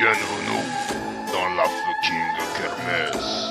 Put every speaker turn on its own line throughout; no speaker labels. Bienvenue dans la fucking kermesse.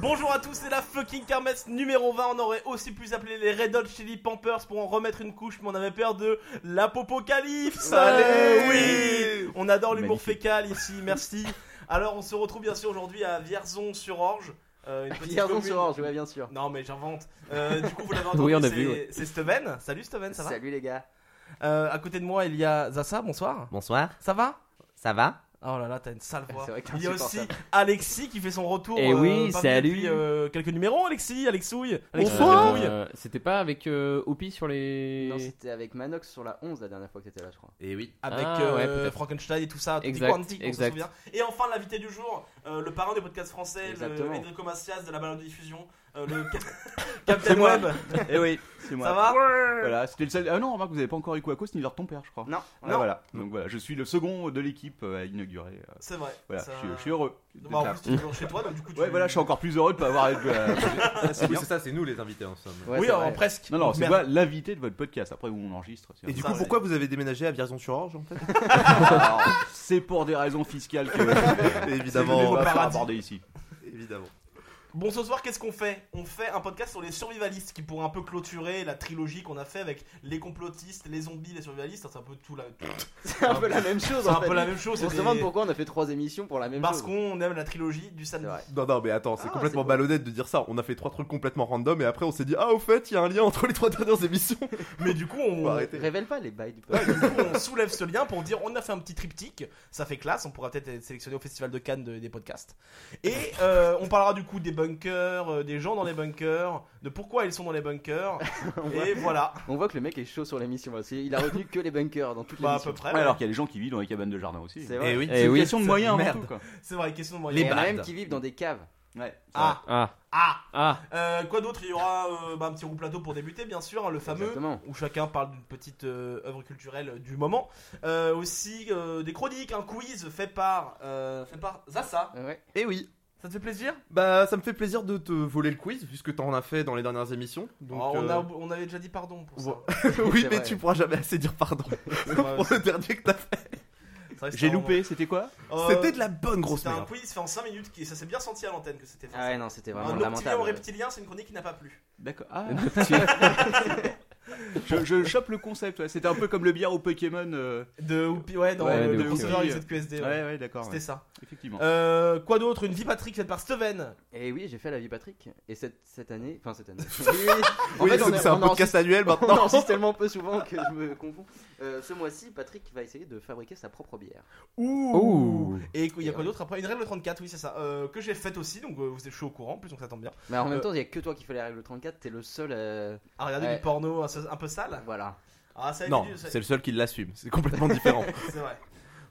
Bonjour à tous, c'est la fucking kermesse numéro 20. On aurait aussi pu appeler les Red Hot Chili Pampers pour en remettre une couche, mais on avait peur de l'apopocalypse. Allez, oui On adore l'humour
Magnifique.
fécal ici, merci. Alors, on se retrouve bien sûr aujourd'hui à Vierzon-sur-Orge. euh, une petite
Vierzon
commune-
sur Orge, ouais, bien sûr.
Non, mais j'invente. Euh, du coup, vous l'avez entendu,
Oui, on a
c'est-
vu, ouais.
c'est Steven. Salut Steven, ça va
Salut les gars.
Euh, À côté de moi, il y a Zassa, bonsoir.
Bonsoir,
Ça va
ça va
Oh là là, t'as une sale voix.
C'est vrai que t'es
Il y a aussi
insupportable.
Alexis qui fait son retour.
Eh oui,
pas
salut.
venu depuis, euh, quelques numéros, Alexis, Alexouille. Alexis
Bonsoir.
Dépouille.
Euh, C'était pas avec euh, Hopi sur les.
Non, c'était avec Manox sur la 11 la dernière fois que t'étais là, je crois.
Eh
Et oui.
Avec
Ah,
euh,
ouais, peut-être.
Frankenstein et tout ça, tout
Exact,
quantique, on se
exact.
souvient. Et enfin, l'invité du jour, euh, le parrain des podcasts français, le
Exactement.
Enrico Macias de la balade de diffusion, euh, le cap- Captain Web.
Eh oui, c'est moi.
Ça va
Voilà, c'était le seul. Ah non, remarque, vous n'avez pas encore eu Quaco, ni leur ton père, je crois.
Non,
Ah, voilà. Donc voilà, je suis le second de l'équipe euh, à inaugurer. euh,
C'est vrai.
Voilà,
ça-
je, suis, je suis heureux. d'être
Bah, en
là.
plus, tu es toujours chez toi, donc du coup, tu...
Ouais, voilà, je suis encore plus heureux de pas avoir. euh,
Oui, Ah, c'est ça, c'est nous les invités en somme.
Ouais,
oui,
c'est
en
vrai.
presque.
non, non, c'est
Merde.
quoi l'invité de votre podcast après où on enregistre c'est-
Et du
Ça,
coup,
ouais.
pourquoi vous avez déménagé à Vierzon-sur-Orge en fait
Alors, C'est pour des raisons fiscales que
C'est le
Évidemment,
nouveau
on va pas
paradis.
aborder ici.
évidemment.
Bon, ce soir, qu'est-ce qu'on fait On fait un podcast sur les survivalistes qui pourrait un peu clôturer la trilogie qu'on a fait avec les complotistes, les zombies, les survivalistes. C'est un peu tout la,
C'est un peu la même chose
c'est un
en fait.
peu la même chose.
bah, On
c'est
se
des-
demande pourquoi on a fait trois émissions pour la même
Parce
chose.
qu'on aime la trilogie du
C'est
samedi.
vrai.
Non, non, mais attends, c'est
Ah,
complètement
c'est beau.
malhonnête de dire ça. On a fait trois trucs complètement random et après on s'est dit, ah, au fait, il y a un lien entre les trois dernières émissions.
Mais du coup,
Faut
on,
arrêter.
Révèle pas les bails du
Ouais,
podcast.
du coup, on soulève ce lien pour dire on a fait un petit triptyque, ça fait classe, on pourra peut-être être sélectionné au Festival de Cannes de- des podcasts. Et euh, on parlera du coup des bunkers, euh, des gens dans les bunkers, de pourquoi ils sont dans les bunkers. et voilà,
On voit que le mec est chaud sur l'émission. parce qu'il a retenu que les bunkers dans toute
bah, à
l'émission.
peu près.
Ouais, alors qu'il y a des gens qui vivent dans les cabanes de jardin aussi.
C'est vrai.
oui,
Eh
une
oui.
question de moyens avant
merde.
tout, quoi.
C'est vrai, question de
Et
moyens.
il y en a
bardes.
même qui vivent dans des caves.
Ouais. c'est
Ah,
Ah,
ah
ah,
Euh, Quoi d'autre Il y aura euh, bah, un petit roux plateau pour débuter, bien sûr, hein, le fameux.
Exactement.
Où chacun parle d'une petite euh, œuvre culturelle euh, du moment. Euh, aussi euh, des chroniques, un quiz fait par, euh, fait par Zassa.
Ouais.
Et oui.
Ça te fait plaisir
Bah, ça me fait plaisir de te voler le quiz puisque t'en as fait dans les dernières émissions. Donc,
Oh, on,
euh,
a- on avait déjà dit pardon pour ça.
oui,
C'est
mais
vrai.
tu pourras jamais assez dire pardon
C'est vrai,
pour le dernier que t'as fait.
c'est vrai que
J'ai
c'était
loupé, c'était quoi
vraiment- Euh,
C'était de la bonne grosse
C'était un
merde.
quiz fait en 5 minutes qui- ça s'est bien senti à l'antenne que c'était fait.
Ah ouais, non, c'était vraiment
un octilien au
lamentable.
reptilien, c'est une chronique qui n'a pas plu.
D'accord. Ah, je, je chope le concept, ouais. c'était un peu comme le bière au Pokémon. euh,
De Whoopi, ouais, dans
Ouais,
le,
de
le
Whoopi.
crossover avec cette QSD.
Ouais,
ouais.
ouais, d'accord.
C'était
ouais.
ça.
Effectivement.
Euh, quoi d'autre Une vie Patrick faite par Steven.
Et oui, j'ai fait la vie Patrick. Et cette, cette année. Enfin, cette année. Oui, oui, oui. En
Oui,
fait, on
c'est
a-
c'est un
on a
podcast annuel
On
maintenant.
enregistre tellement peu souvent que je me confonds. Euh, ce mois-ci, Patrick va essayer de fabriquer sa propre bière.
Ouh.
Et il y a quoi
Ouais.
d'autre après Une règle 34, oui, c'est ça. Euh, que j'ai faite aussi, donc euh, vous êtes chaud au courant, en plus, donc ça tombe bien.
Mais en même
Euh.
temps, il n'y a que toi qui fais la règle 34, t'es le seul. euh,
Ah, regardez
Ouais.
du porno un, un peu sale.
Voilà.
Ah, ça a été
Non,
dur, ça-
c'est le seul qui l'assume. C'est complètement différent.
c'est vrai.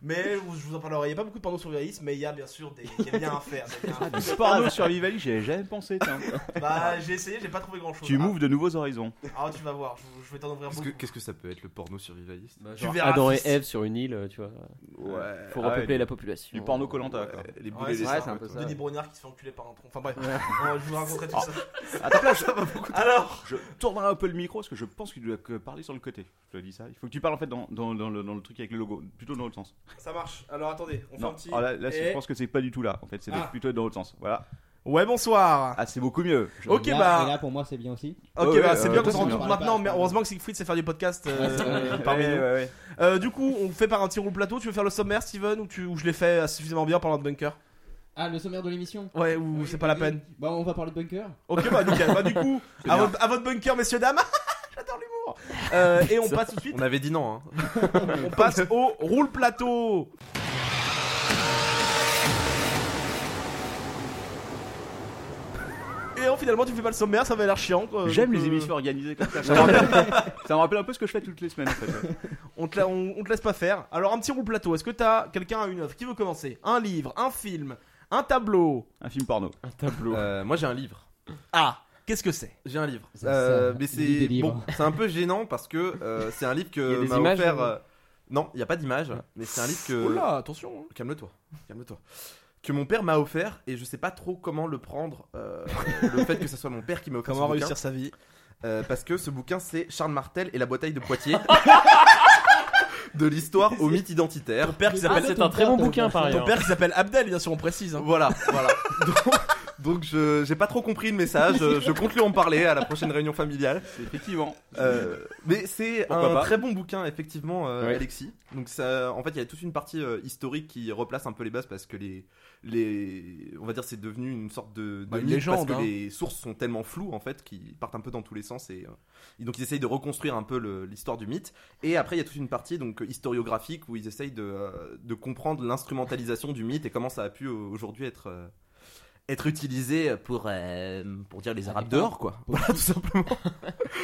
Mais je vous je vous en parlerai. Il n'y a pas beaucoup de porno surveillistes, mais il y a bien sûr des. Il y a bien à faire. il y a bien à
Du porno survivaliste, j'avais jamais pensé. tiens.
faire. Bah, j'ai essayé, j'ai pas trouvé grand chose.
tu m'ouvres de nouveaux horizons.
Ah, tu vas voir, je, je vais t'en ouvrir
Qu'est-ce
beaucoup.
que- Qu'est-ce que ça peut être le porno survivaliste
bah,
Tu
genre
verras,
adorer
fils.
Eve sur une île, euh, tu vois.
Ouais.
Faut
Ah ouais,
repeupler
du-
la population.
Du porno Colanta. quoi.
Ouais,
Les boulets, les
c'est
ouais,
sardes,
c'est un peu ça.
Denis Brognard qui se fait enculer par un tronc. Enfin bref, Euh, je vous raconterai
Oh,
tout ça.
À ta place,
Alors,
je tournerai un peu le micro parce que je pense que tu dois que parler sur le côté. Je te dis ça. Il faut que tu parles en fait dans, dans- dans le, dans le truc avec le logo, plutôt dans l'autre sens.
ça marche. Alors attendez, on fait
Non.
un petit.
Ah, là, là,
et-
je pense que c'est pas du tout là. En fait, c'est
Ah.
plutôt dans l'autre sens. Voilà.
Ouais, bonsoir.
Ah, c'est beaucoup mieux. Je-
Ok,
Et là-
bah.
Et là, pour moi, c'est bien aussi.
Ok,
ouais,
bah, c'est
euh,
bien qu'on se
toi, c'est
rende
bien.
compte maintenant, mais heureusement que Siegfried sait faire du podcast euh,
Ouais, c'est vrai.
parmi
Ouais,
nous.
ouais, ouais.
Euh, du coup, on fait par un petit roule plateau. Tu veux faire le sommaire, Steven, ou, tu, ou je l'ai fait euh, suffisamment bien en parlant de bunker
Ah, le sommaire de l'émission
Ouais, ou c'est pas la peine
Bon, Bah, on va parler de bunker.
Ok, bah, nickel. bah du coup,
C'est
à
bien.
votre, à votre bunker, messieurs, dames. J'adore l'humour. Euh, et on passe tout de suite
On avait dit non, hein.
On passe au roule plateau. Et alors, finalement, tu fais pas le sommaire, ça va l'air chiant. quoi.
J'aime
Donc,
les
euh,
émissions organisées comme ça. Ça me, rappelle, ça me rappelle un peu ce que je fais toutes les semaines en fait.
On te, la- on, on te laisse pas faire. Alors, un petit roule plateau. Est-ce que t'as quelqu'un à une œuvre qui veut commencer Un livre, un film, un tableau
Un film porno.
Un tableau.
Euh, moi j'ai un livre.
Ah, qu'est-ce que c'est
J'ai un livre.
Ça,
Euh,
ça,
mais
lis
c'est
des livres.
bon, c'est un peu gênant parce que euh, c'est un livre
Il y a
que
des
m'a
images,
offert.
ou-
euh, Non, il n'y a pas d'image, mais c'est un livre que.
Oula, attention. hein.
Calme-toi, calme-toi. Que mon père m'a offert et je sais pas trop comment le prendre. euh, le fait que ce soit mon père qui m'a offert
Comment
ce bouquin.
réussir sa vie
Euh, parce que ce bouquin, c'est Charles Martel et la bataille de Poitiers. de l'histoire au mythe identitaire.
Ton père qui
Ah,
s'appelle
C'est
ton
un très
père,
bon
t'as
bouquin
offert
par
ton
ailleurs.
père qui s'appelle Abdel, bien sûr, on précise. hein.
Voilà, voilà. Donc, donc je j'ai pas trop compris le message. Je je compte lui en parler à la prochaine réunion familiale.
Effectivement.
Euh, mais c'est
Pourquoi
un
pas.
très bon bouquin, effectivement, euh,
Oui.
Alexis. Donc, ça, en fait, il y a toute une partie euh, historique qui replace un peu les bases parce que les. les on va dire, c'est devenu une sorte de. de
Bah, une
mythe
légende,
Parce
hein.
que les sources sont tellement floues, en fait, qu'ils partent un peu dans tous les sens. Et, euh, et donc, ils essayent de reconstruire un peu le- l'histoire du mythe. Et après, il y a toute une partie donc, historiographique où ils essayent de, euh, de comprendre l'instrumentalisation du mythe et comment ça a pu euh, aujourd'hui être. euh, être utilisé pour, euh, pour dire les Arabes dehors, quoi. Voilà, tout simplement.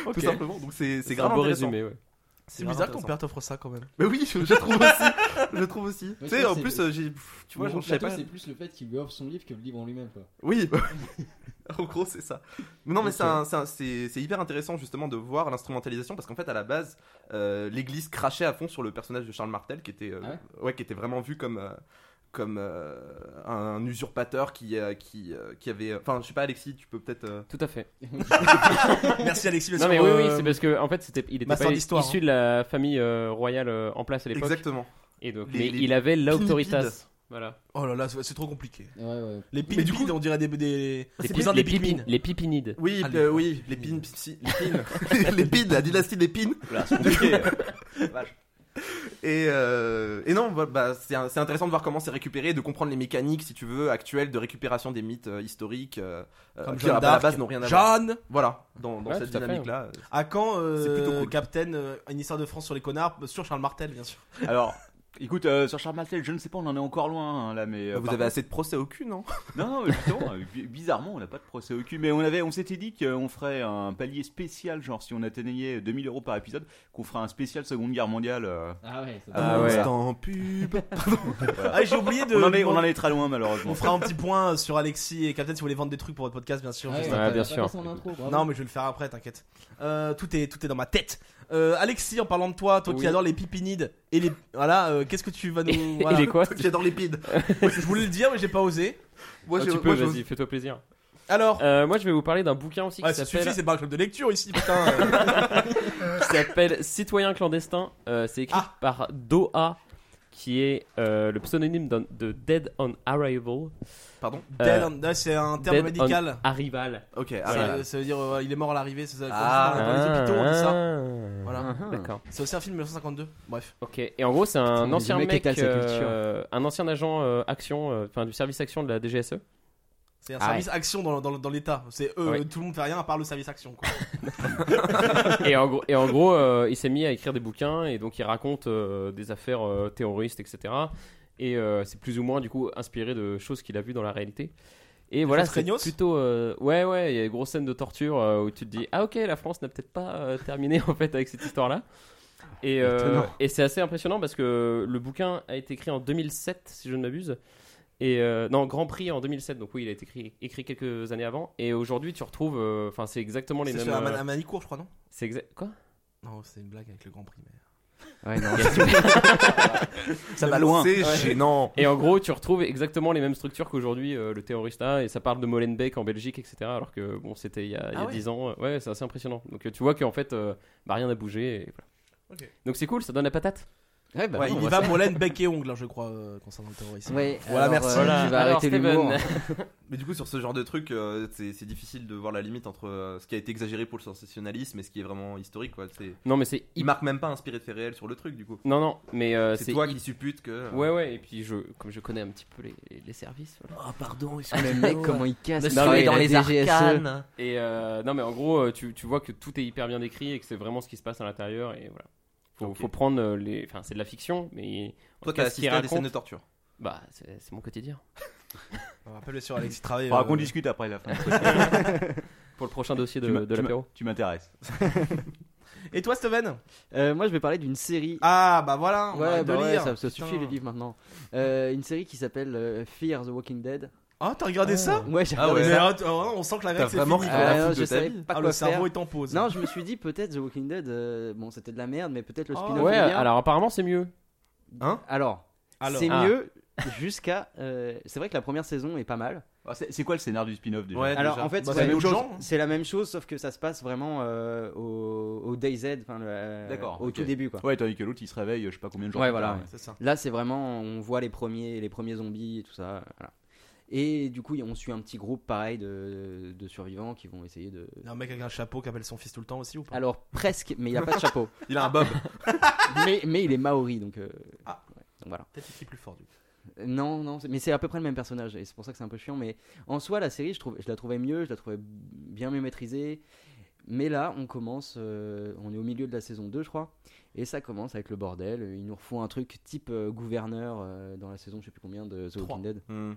Ok.
Tout simplement. Donc c'est c'est
C'est
grave
un beau
intéressant.
résumé, ouais.
C'est bizarre ton père t'offre ça quand même.
Mais oui, je, je trouve aussi. je trouve aussi. Tu sais,
toi,
en
c'est-
plus, euh, j'ai. pff, Tu vois,
Mon
je savais
plateau,
pas.
C'est plus le fait qu'il lui offre son livre que le livre en lui-même. quoi.
Oui. bah, en gros, c'est ça. Mais non, mais c'est un- c'est un- c'est c'est hyper intéressant justement de voir l'instrumentalisation parce qu'en fait, à la base, euh, l'Église crachait à fond sur le personnage de Charles Martel, qui était, euh,
Ah
ouais, qui était vraiment vu comme. euh, comme euh, un usurpateur qui euh, qui euh, qui avait enfin je sais pas Alexis tu peux peut-être euh,
Tout à fait.
Merci Alexis, bien
Non
sûr,
mais oui, oui,
euh,
c'est parce que en fait, c'était, il était
Master
pas
d'histoire,
issu de la famille euh, royale euh, en place à l'époque.
exactement
Et donc,
Les-
mais
les
il avait
pinipides.
l'autoritas. Voilà.
Oh là là, c'est c'est trop compliqué.
Ouais, ouais.
Les
Mais du
pipides, on dirait des. des...
Les,
c'est
pi-
plus un
les
des
pipi-
Pikmin.
les pipinides.
oui
Ah, les-
euh, oui les pines si- les pines les pines la dynastie des pines Et, euh, et non, bah, bah, c'est un- c'est intéressant de voir comment c'est récupéré, de comprendre les mécaniques, si tu veux, actuelles de récupération des mythes euh, historiques, euh, euh,
Comme
qui
Jeanne
à la
d'Arc.
base n'ont rien à voir.
Jeanne
Voilà, dans, dans
Ouais,
cette
tout à fait,
dynamique-là.
À quand euh,
C'est plutôt cool.
Captain, euh, une histoire de France sur les connards, euh, sur Charles Martel, bien sûr.
Alors, écoute, euh, sur Charles Martel, je ne sais pas, on en est encore loin hein, là, mais. euh,
Vous
par
avez assez de procès au cul, non
Non, non, mais justement, euh, bi- bizarrement, on n'a pas de procès au cul, mais on avait, on s'était dit qu'on ferait un palier spécial, genre si on atteignait 2000 euros par épisode, qu'on ferait un spécial Seconde Guerre mondiale. euh,
Ah ouais, ça
Ah ouais.
Instant pub.
voilà.
Ah, j'ai oublié de.
on, en est, on en est très loin, malheureusement.
On fera un petit point euh, sur Alexis et Captain si vous voulez vendre des trucs pour votre podcast, bien sûr.
Ah ouais,
juste
Ouais,
t'as-
bien
t'as
sûr.
passé en intro, bravo.
Non, mais je vais le faire après, t'inquiète. Euh, tout, est, tout est dans ma tête. Euh, Alexis, en parlant de toi, toi qui
Oui.
adore les pipinides et les. Voilà, euh, qu'est-ce que tu vas
Et,
nous.
et
voilà.
les quoi
J'adore les pides.
je voulais le dire, mais j'ai pas osé.
Moi,
Ah,
j'ai-
Tu
moi,
peux,
je-
vas-y, fais-toi plaisir.
Alors,
Euh, moi, je vais vous parler d'un bouquin aussi qui
ouais, ça
s'appelle,
suffit, Ah, c'est pas un club de lecture ici, putain. euh.
qui s'appelle Citoyen clandestin. Euh, c'est écrit
Ah.
par Doha, qui est euh, le pseudonyme d'un- de Dead on Arrival.
Pardon
Dead on- ouais, c'est un terme
Dead
médical.
Arrival.
Ok,
Ça,
ah, voilà.
ça veut dire euh, il est mort à l'arrivée, c'est ça.
Ah,
dans les hôpitaux, on dit ça. Ah. Voilà.
Voilà. Ah. D'accord.
C'est aussi un film de 1952. Bref.
Ok. Et en gros, c'est
Putain, mais
un
le
ancien
mec
mec,
étale sa
euh, un ancien agent euh, action, euh, enfin du service action de la DGSE.
C'est un
Ah
service action dans, dans, dans l'État. C'est eux,
Ouais.
tout le monde fait rien à part le service action. Quoi.
et en gros, et en gros euh, il s'est mis à écrire des bouquins et donc il raconte euh, des affaires euh, terroristes, etc. Et euh, c'est plus ou moins du coup inspiré de choses qu'il a vues dans la réalité. Et voilà,
choses
c'est
craignos
plutôt. euh, ouais, ouais, il y a des grosses scènes de torture euh, où tu te dis Ah, ok, la France n'a peut-être pas euh, terminé en fait avec cette histoire-là. Et, euh,
Étonnant.
et c'est assez impressionnant parce que le bouquin a été écrit en 2007, si je ne m'abuse. Et euh, non, Grand Prix en 2007, donc oui, il a été écrit, écrit quelques années avant. Et aujourd'hui, tu retrouves. euh, Enfin, c'est exactement les
C'est
mêmes.
sur un,
euh,
man- un manicourt, je crois, non
c'est exa- Quoi
Non, c'est une blague avec le Grand Prix. mais-
Ouais, non.
ça va loin.
C'est gênant.
Et en gros, tu retrouves exactement les mêmes structures qu'aujourd'hui euh, le terroriste a, et ça parle de Molenbeek en Belgique, etc. Alors que bon, c'était il y a, il y a
Ah ouais.
10 ans. euh, Ouais, c'est assez impressionnant. Donc euh, tu vois qu'en fait, euh, bah, rien n'a bougé. et voilà.
Ok.
Donc c'est cool, ça donne la patate.
Ouais, bah,
Ouais,
bon,
il
bah,
y va pour laine, bec et ongle, hein, je crois, euh, concernant le terrorisme.
Ouais,
Voilà, merci.
euh,
Tu vas
Ah, Alors,
arrêter
Steven.
l'humour.
hein.
Mais du coup, sur ce genre de truc, euh, c'est c'est difficile de voir la limite entre euh, ce qui a été exagéré pour le sensationnalisme et ce qui est vraiment historique. Quoi. C'est-
Non, mais c'est.
Il
hyper-
marque même pas inspiré de faits réels sur le truc, du coup.
Non, non, mais euh,
C'est toi
hy-
qui supputes que. euh,
Ouais, ouais, et puis je, comme je connais un petit peu les, les- les services. voilà.
Ah pardon, le mec comment
euh,
il casse.
Non,
il
mais
travaille
dans
la
les
DGSE.
Et euh, non, mais en gros, euh, tu, tu vois que tout est hyper bien décrit et que c'est vraiment ce qui se passe à l'intérieur, et voilà. Faut,
Ok.
faut prendre euh, les. Enfin, c'est de la fiction, mais. en tout
Toi qui as
cas, ce qu'il
assisté à des
raconte-
scènes de torture.
Bah, c'est c'est mon quotidien.
On rappelle bien sûr Alexis Travail.
Faudra
euh,
qu'on discute après la fin.
Pour le prochain dossier
Tu m'as-
de, de
tu m'as-
l'apéro.
tu m'intéresses.
Et toi, Steven
Euh, moi, je vais parler d'une série.
Ah, bah voilà, on
Ouais,
arrête
bah
de
ouais,
lire.
ça, ça
Putain.
suffit les livres maintenant. Euh, une série qui s'appelle euh, Fear the Walking Dead.
Ah, t'as regardé ça
Ouais, j'ai
Ah
regardé
ouais.
Mais
ça.
arrête, oh, on sent que la
T'as
règle c'est
vraiment
fini.
rien à
quoi.
foutre
Euh,
de
je
ta
savais
vie.
pas
Ah,
quoi
le
faire.
cerveau est en pause.
Non, je me suis dit peut-être The Walking Dead, euh, bon c'était de la merde, mais peut-être le
Oh,
spin-off
Ouais,
est bien.
alors apparemment c'est mieux.
Hein
Alors,
Alors.
c'est
Ah.
mieux jusqu'à. euh, c'est vrai que la première saison est pas mal.
Ah, c'est c'est quoi le scénar du spin-off déjà
Ouais.
Alors
déjà.
en fait,
Bah,
c'est
c'est
la
d'autres
même chose.
gens, hein.
C'est la même chose, sauf que ça se passe vraiment euh, au, au Day Z, enfin, le- euh,
D'accord,
au
ok.
tout début quoi.
Ouais, tandis que l'autre il se réveille, je sais pas combien de jours.
Ouais,
plus
voilà,
tard,
ouais.
C'est ça.
Là, c'est vraiment, on voit les premiers, les premiers zombies et tout ça. voilà. Et du coup, on suit un petit groupe pareil de, de survivants qui vont essayer de.
Il y a un mec avec un chapeau qui appelle son fils tout le temps aussi ou pas
Alors presque, mais il a pas de chapeau.
Il a un bob.
mais, mais il est maori, donc. euh,
Ah.
ouais, donc voilà.
Peut-être qu'il crie plus fort du coup.
Euh, Non, non, c'est- mais c'est à peu près le même personnage et c'est pour ça que c'est un peu chiant. Mais en soi, la série, je, trouve, je la trouvais mieux, je la trouvais bien mieux maîtrisée. Mais là, on commence, euh, on est au milieu de la saison 2, je crois, et ça commence avec le bordel. Ils nous refont un truc type euh, gouverneur euh, dans la saison, je sais plus combien, de The
Trois.
Walking Dead,
Hmm.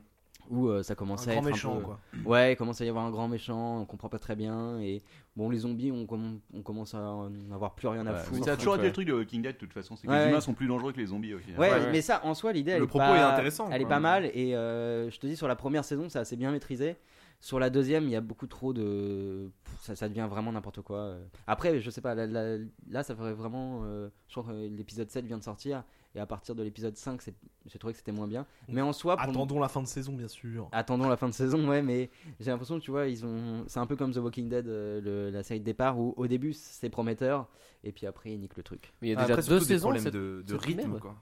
où euh, ça
Un
commence à
grand
être un
méchant
peu-
quoi.
Ouais, il commence à y avoir un grand méchant, on comprend pas très bien, et bon, les zombies, on, comm- on commence à en avoir plus rien à
Ouais, mais
foutre.
ça a toujours
Donc,
été
ouais.
le truc de Walking Dead de toute façon, c'est que
Ouais,
les
ouais.
humains sont plus dangereux que les zombies au final.
Ouais,
Ouais, ouais.
mais ça, en soi, l'idée, elle
Le
est
propos
pas-
est intéressant,
Elle est
quoi.
pas mal, et euh, je te dis, sur la première saison, c'est assez bien maîtrisé. Sur la deuxième, il y a beaucoup trop de. Pff, Ça, ça devient vraiment n'importe quoi. euh. Après, je sais pas, là, là, là, ça ferait vraiment. euh, je crois que l'épisode 7 vient de sortir, et à partir de l'épisode 5, c'est- j'ai trouvé que c'était moins bien. Mais en soi, pour-
Attendons la fin de saison bien sûr.
Attendons la fin de saison, ouais, mais j'ai l'impression que tu vois, ils ont. C'est un peu comme The Walking Dead, euh, le- la série de départ, où au début c'est prometteur, et puis après ils niquent le truc.
Mais il y a
Ah,
déjà
après,
deux
surtout des
saisons.
problèmes
cette-
de, de
cette
rythme
merde.
quoi.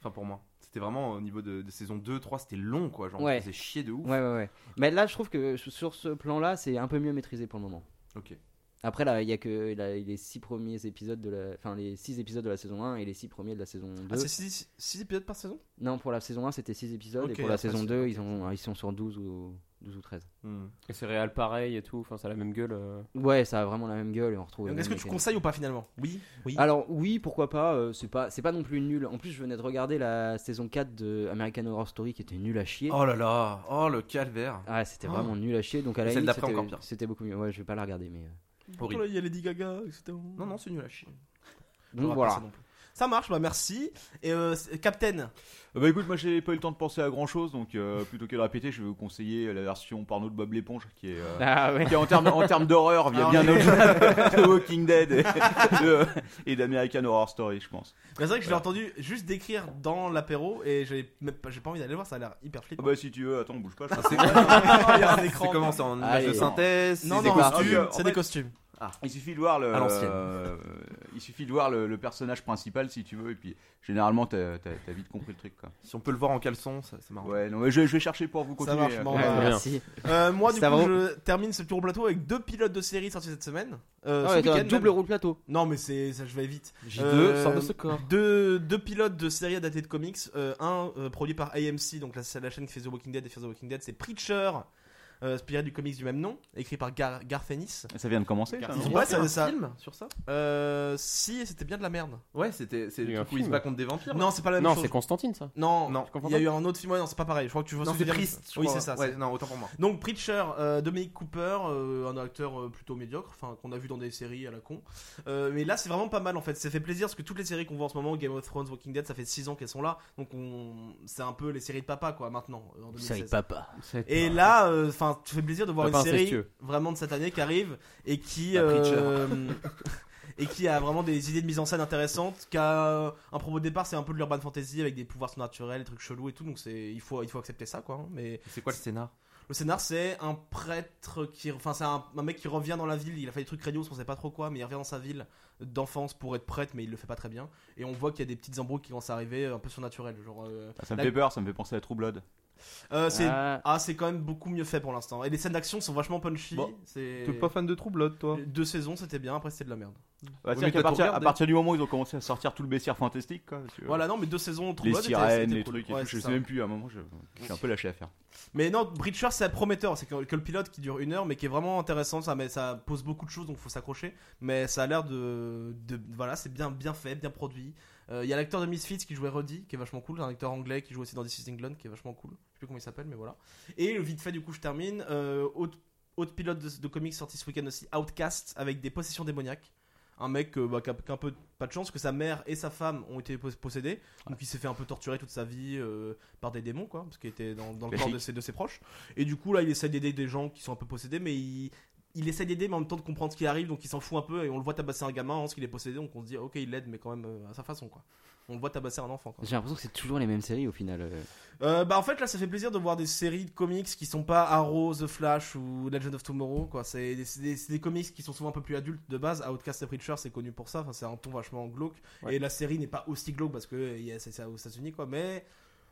Enfin pour moi, c'était vraiment au niveau de, de saison 2 3, c'était long quoi, genre
Ouais.
on se faisait chier de ouf.
Ouais, ouais, ouais. Mais là, je trouve que sur ce plan-là, c'est un peu mieux maîtrisé pour le moment.
OK.
Après, là, il y a que là, les six premiers épisodes de la. Enfin, les six épisodes de la saison 1 et les six premiers de la saison 2.
Ah, c'est 6 épisodes par saison
non, pour la saison 1, c'était six épisodes,
Ok,
et pour la
après,
saison
c'est-
2, ils, ont... ils sont sur 12 ou, 12 ou 13.
Hmm.
Et c'est réel pareil et tout. Enfin, ça a la même gueule. euh.
Ouais, ça a vraiment la même gueule, et on retrouve. les
Donc, Est-ce que
mêmes
tu
mécaniques.
conseilles ou pas finalement Oui. Oui.
Alors oui, pourquoi pas, euh, c'est pas c'est pas non plus nul. En plus, je venais de regarder la saison 4 de American Horror Story qui était nulle à chier.
Oh là là, oh le calvaire.
Ah, c'était
Oh.
vraiment nul à chier, donc à la
Celle
limite,
d'après
c'était-
encore pire.
c'était beaucoup mieux. Ouais, je vais pas la regarder mais euh,
Horrible.
il y a Lady Gaga, etc.
Non non, c'est nul à chier.
donc voilà.
Ça marche, bah merci. Et euh, c'est- Captain,
Euh, Bah écoute, moi j'ai pas eu le temps de penser à grand chose, donc euh, plutôt que de répéter, je vais vous conseiller la version Parno de Bob l'éponge qui est. euh,
Ah ouais.
qui est en termes en termes d'horreur vient
Alors,
bien
mais-
au-delà de Walking Dead et, de- et d'American Horror Story, je pense.
Bah, c'est vrai que je l'ai entendu juste décrire dans l'apéro et j'ai même pas, j'ai pas envie d'aller le voir, ça a l'air hyper
Ah
flippant.
bah si tu veux, attends, bouge pas. Je pense.
Ah, Il y a un
C'est
écran.
comment c'est en image
Allez.
de synthèse,
Non,
c'est
non,
des
bah,
c'est-
costumes.
euh,
en
c'est
fait-
des costumes.
Ah, Il suffit de voir le.
À l'ancienne.
euh, il suffit de voir le, le personnage principal si tu veux, et puis généralement t'as t'as- t'as vite compris le truc. Quoi.
Si on peut le voir en caleçon, ça c'est marrant.
Ouais, non, mais je, je vais chercher pour vous
Ça
continuer.
marche, bon,
Ouais.
bah,
bien.
Merci.
Euh, moi, du
Ça
coup,
va.
je termine ce tour au plateau avec deux pilotes de série sortis cette semaine. Euh,
Ah
ce
ouais, t'as un
week-end,
double
même.
roule plateau.
Non, mais c'est ça, je vais vite.
J2
Euh,
sort de ce corps.
Deux, deux pilotes de séries adaptées de comics. Euh, un euh, produit par AMC, donc la, la chaîne qui fait The Walking Dead et Fear the Walking Dead, c'est Preacher, euh, spin-off du comics du même nom, écrit par Gar, Garfenis.
Ça vient de commencer, ça,
Ils
non
ont
ont
pas
pas
fait un
un film sur ça
Euh, si, et c'était bien de la merde.
Ouais, c'était c'est
Il y a
le
eu un
truc où ils se
film.
battent contre des vampires.
Non, c'est pas la même
Non,
chose.
c'est Constantine, ça.
Non,
Non,
non.
je
comprends
Il y a
pas.
eu un autre film, ouais, non, c'est pas pareil. Je crois que tu veux
Non,
se
c'est
dire-
triste. je
Oui,
crois.
c'est ça.
Ouais,
c'est-
non, autant pour moi.
Donc Preacher, euh, Dominic Cooper, euh, un acteur euh, plutôt médiocre, enfin qu'on a vu dans des séries à la con. Euh, mais là, c'est vraiment pas mal en fait. Ça fait plaisir parce que toutes les séries qu'on voit en ce moment, Game of Thrones, Walking Dead, ça fait 6 ans qu'elles sont là. Donc on... c'est un peu les séries de papa quoi maintenant. euh, En 2016.
papa.
Ah.
Et là, euh, enfin, tu fais plaisir de voir
Papa
une série
incestueux.
vraiment de cette année qui arrive et qui
Bah,
euh, et qui a vraiment des idées de mise en scène intéressantes. Qui a euh, un propos de départ, c'est un peu de l'urban fantasy avec des pouvoirs surnaturels, des trucs chelous et tout. Donc c'est il faut il faut accepter ça quoi. hein, Mais
C'est quoi le scénar
le scénar, c'est un prêtre qui. Enfin, c'est un, un mec qui revient dans la ville. Il a fait des trucs radio, on sait pas trop quoi, mais il revient dans sa ville d'enfance pour être prêtre, mais il le fait pas très bien. Et on voit qu'il y a des petites embrouilles qui commencent à arriver euh, un peu surnaturelles. Genre. euh,
Ah, Ça me
La-
fait peur, ça me fait penser à True Blood.
euh, c'est. Ah,
Ah,
c'est quand même beaucoup mieux fait pour l'instant. Et les scènes d'action sont vachement punchy.
Bon,
c'est.
T'es pas fan de True Blood, toi
Deux saisons, c'était bien, après c'était de la merde.
Ouais,
Oui,
Bah, c'est-à-dire
mais t'as
qu'à
tout
partir, à
regardé.
partir du moment où ils ont commencé à sortir tout le bestiaire fantastique, quoi, parce que, euh,
Voilà, non, mais deux saisons, trop
les
bonnes, c'était-
sirènes,
c'était
les
cool.
trucs, et
Ouais,
tout, je
c'est
sais
ça.
même plus, à un moment, je, je suis un peu lâché à faire.
Mais non, Breacher, c'est prometteur. C'est que, que le pilote qui dure une heure, mais qui est vraiment intéressant. Ça, met- ça pose beaucoup de choses, donc faut s'accrocher. Mais ça a l'air de, de- Voilà, c'est bien, bien fait, bien produit. Euh, Il y a l'acteur de Misfits qui jouait Roddy, qui est vachement cool. Un acteur anglais qui joue aussi dans This is England, qui est vachement cool. Je sais plus comment il s'appelle, mais voilà. Et le vite fait, du coup, je termine. Euh, autre, autre pilote de, de comics sorti ce week-end aussi, Outcast, avec des possessions démoniaques. Un mec euh, bah, qui a, qui a un peu pas de chance, que sa mère et sa femme ont été pos- possédés. Donc il s'est fait un peu torturer toute sa vie euh, par des démons, quoi, parce qu'il était dans, dans le corps de
Classique.
ses, de ses proches. Et du coup, là, il essaie d'aider des gens qui sont un peu possédés, mais il, il essaie d'aider, mais en même temps de comprendre ce qui arrive, donc il s'en fout un peu et on le voit tabasser un gamin, en ce qu'il est possédé, donc on se dit ok, il l'aide, mais quand même euh, à sa façon quoi. On le voit tabasser un enfant. Quoi.
J'ai l'impression que c'est toujours les mêmes séries au final. euh.
Euh, bah en fait là ça fait plaisir de voir des séries de comics qui sont pas Arrow, The Flash ou Legend of Tomorrow quoi. C'est des, c'est des- c'est des comics qui sont souvent un peu plus adultes de base. Outcast et Preacher c'est connu pour ça. Enfin c'est un ton vachement glauque.
Ouais.
Et la série n'est pas aussi glauque parce que euh, il y a- c'est c'est aux États-Unis quoi. Mais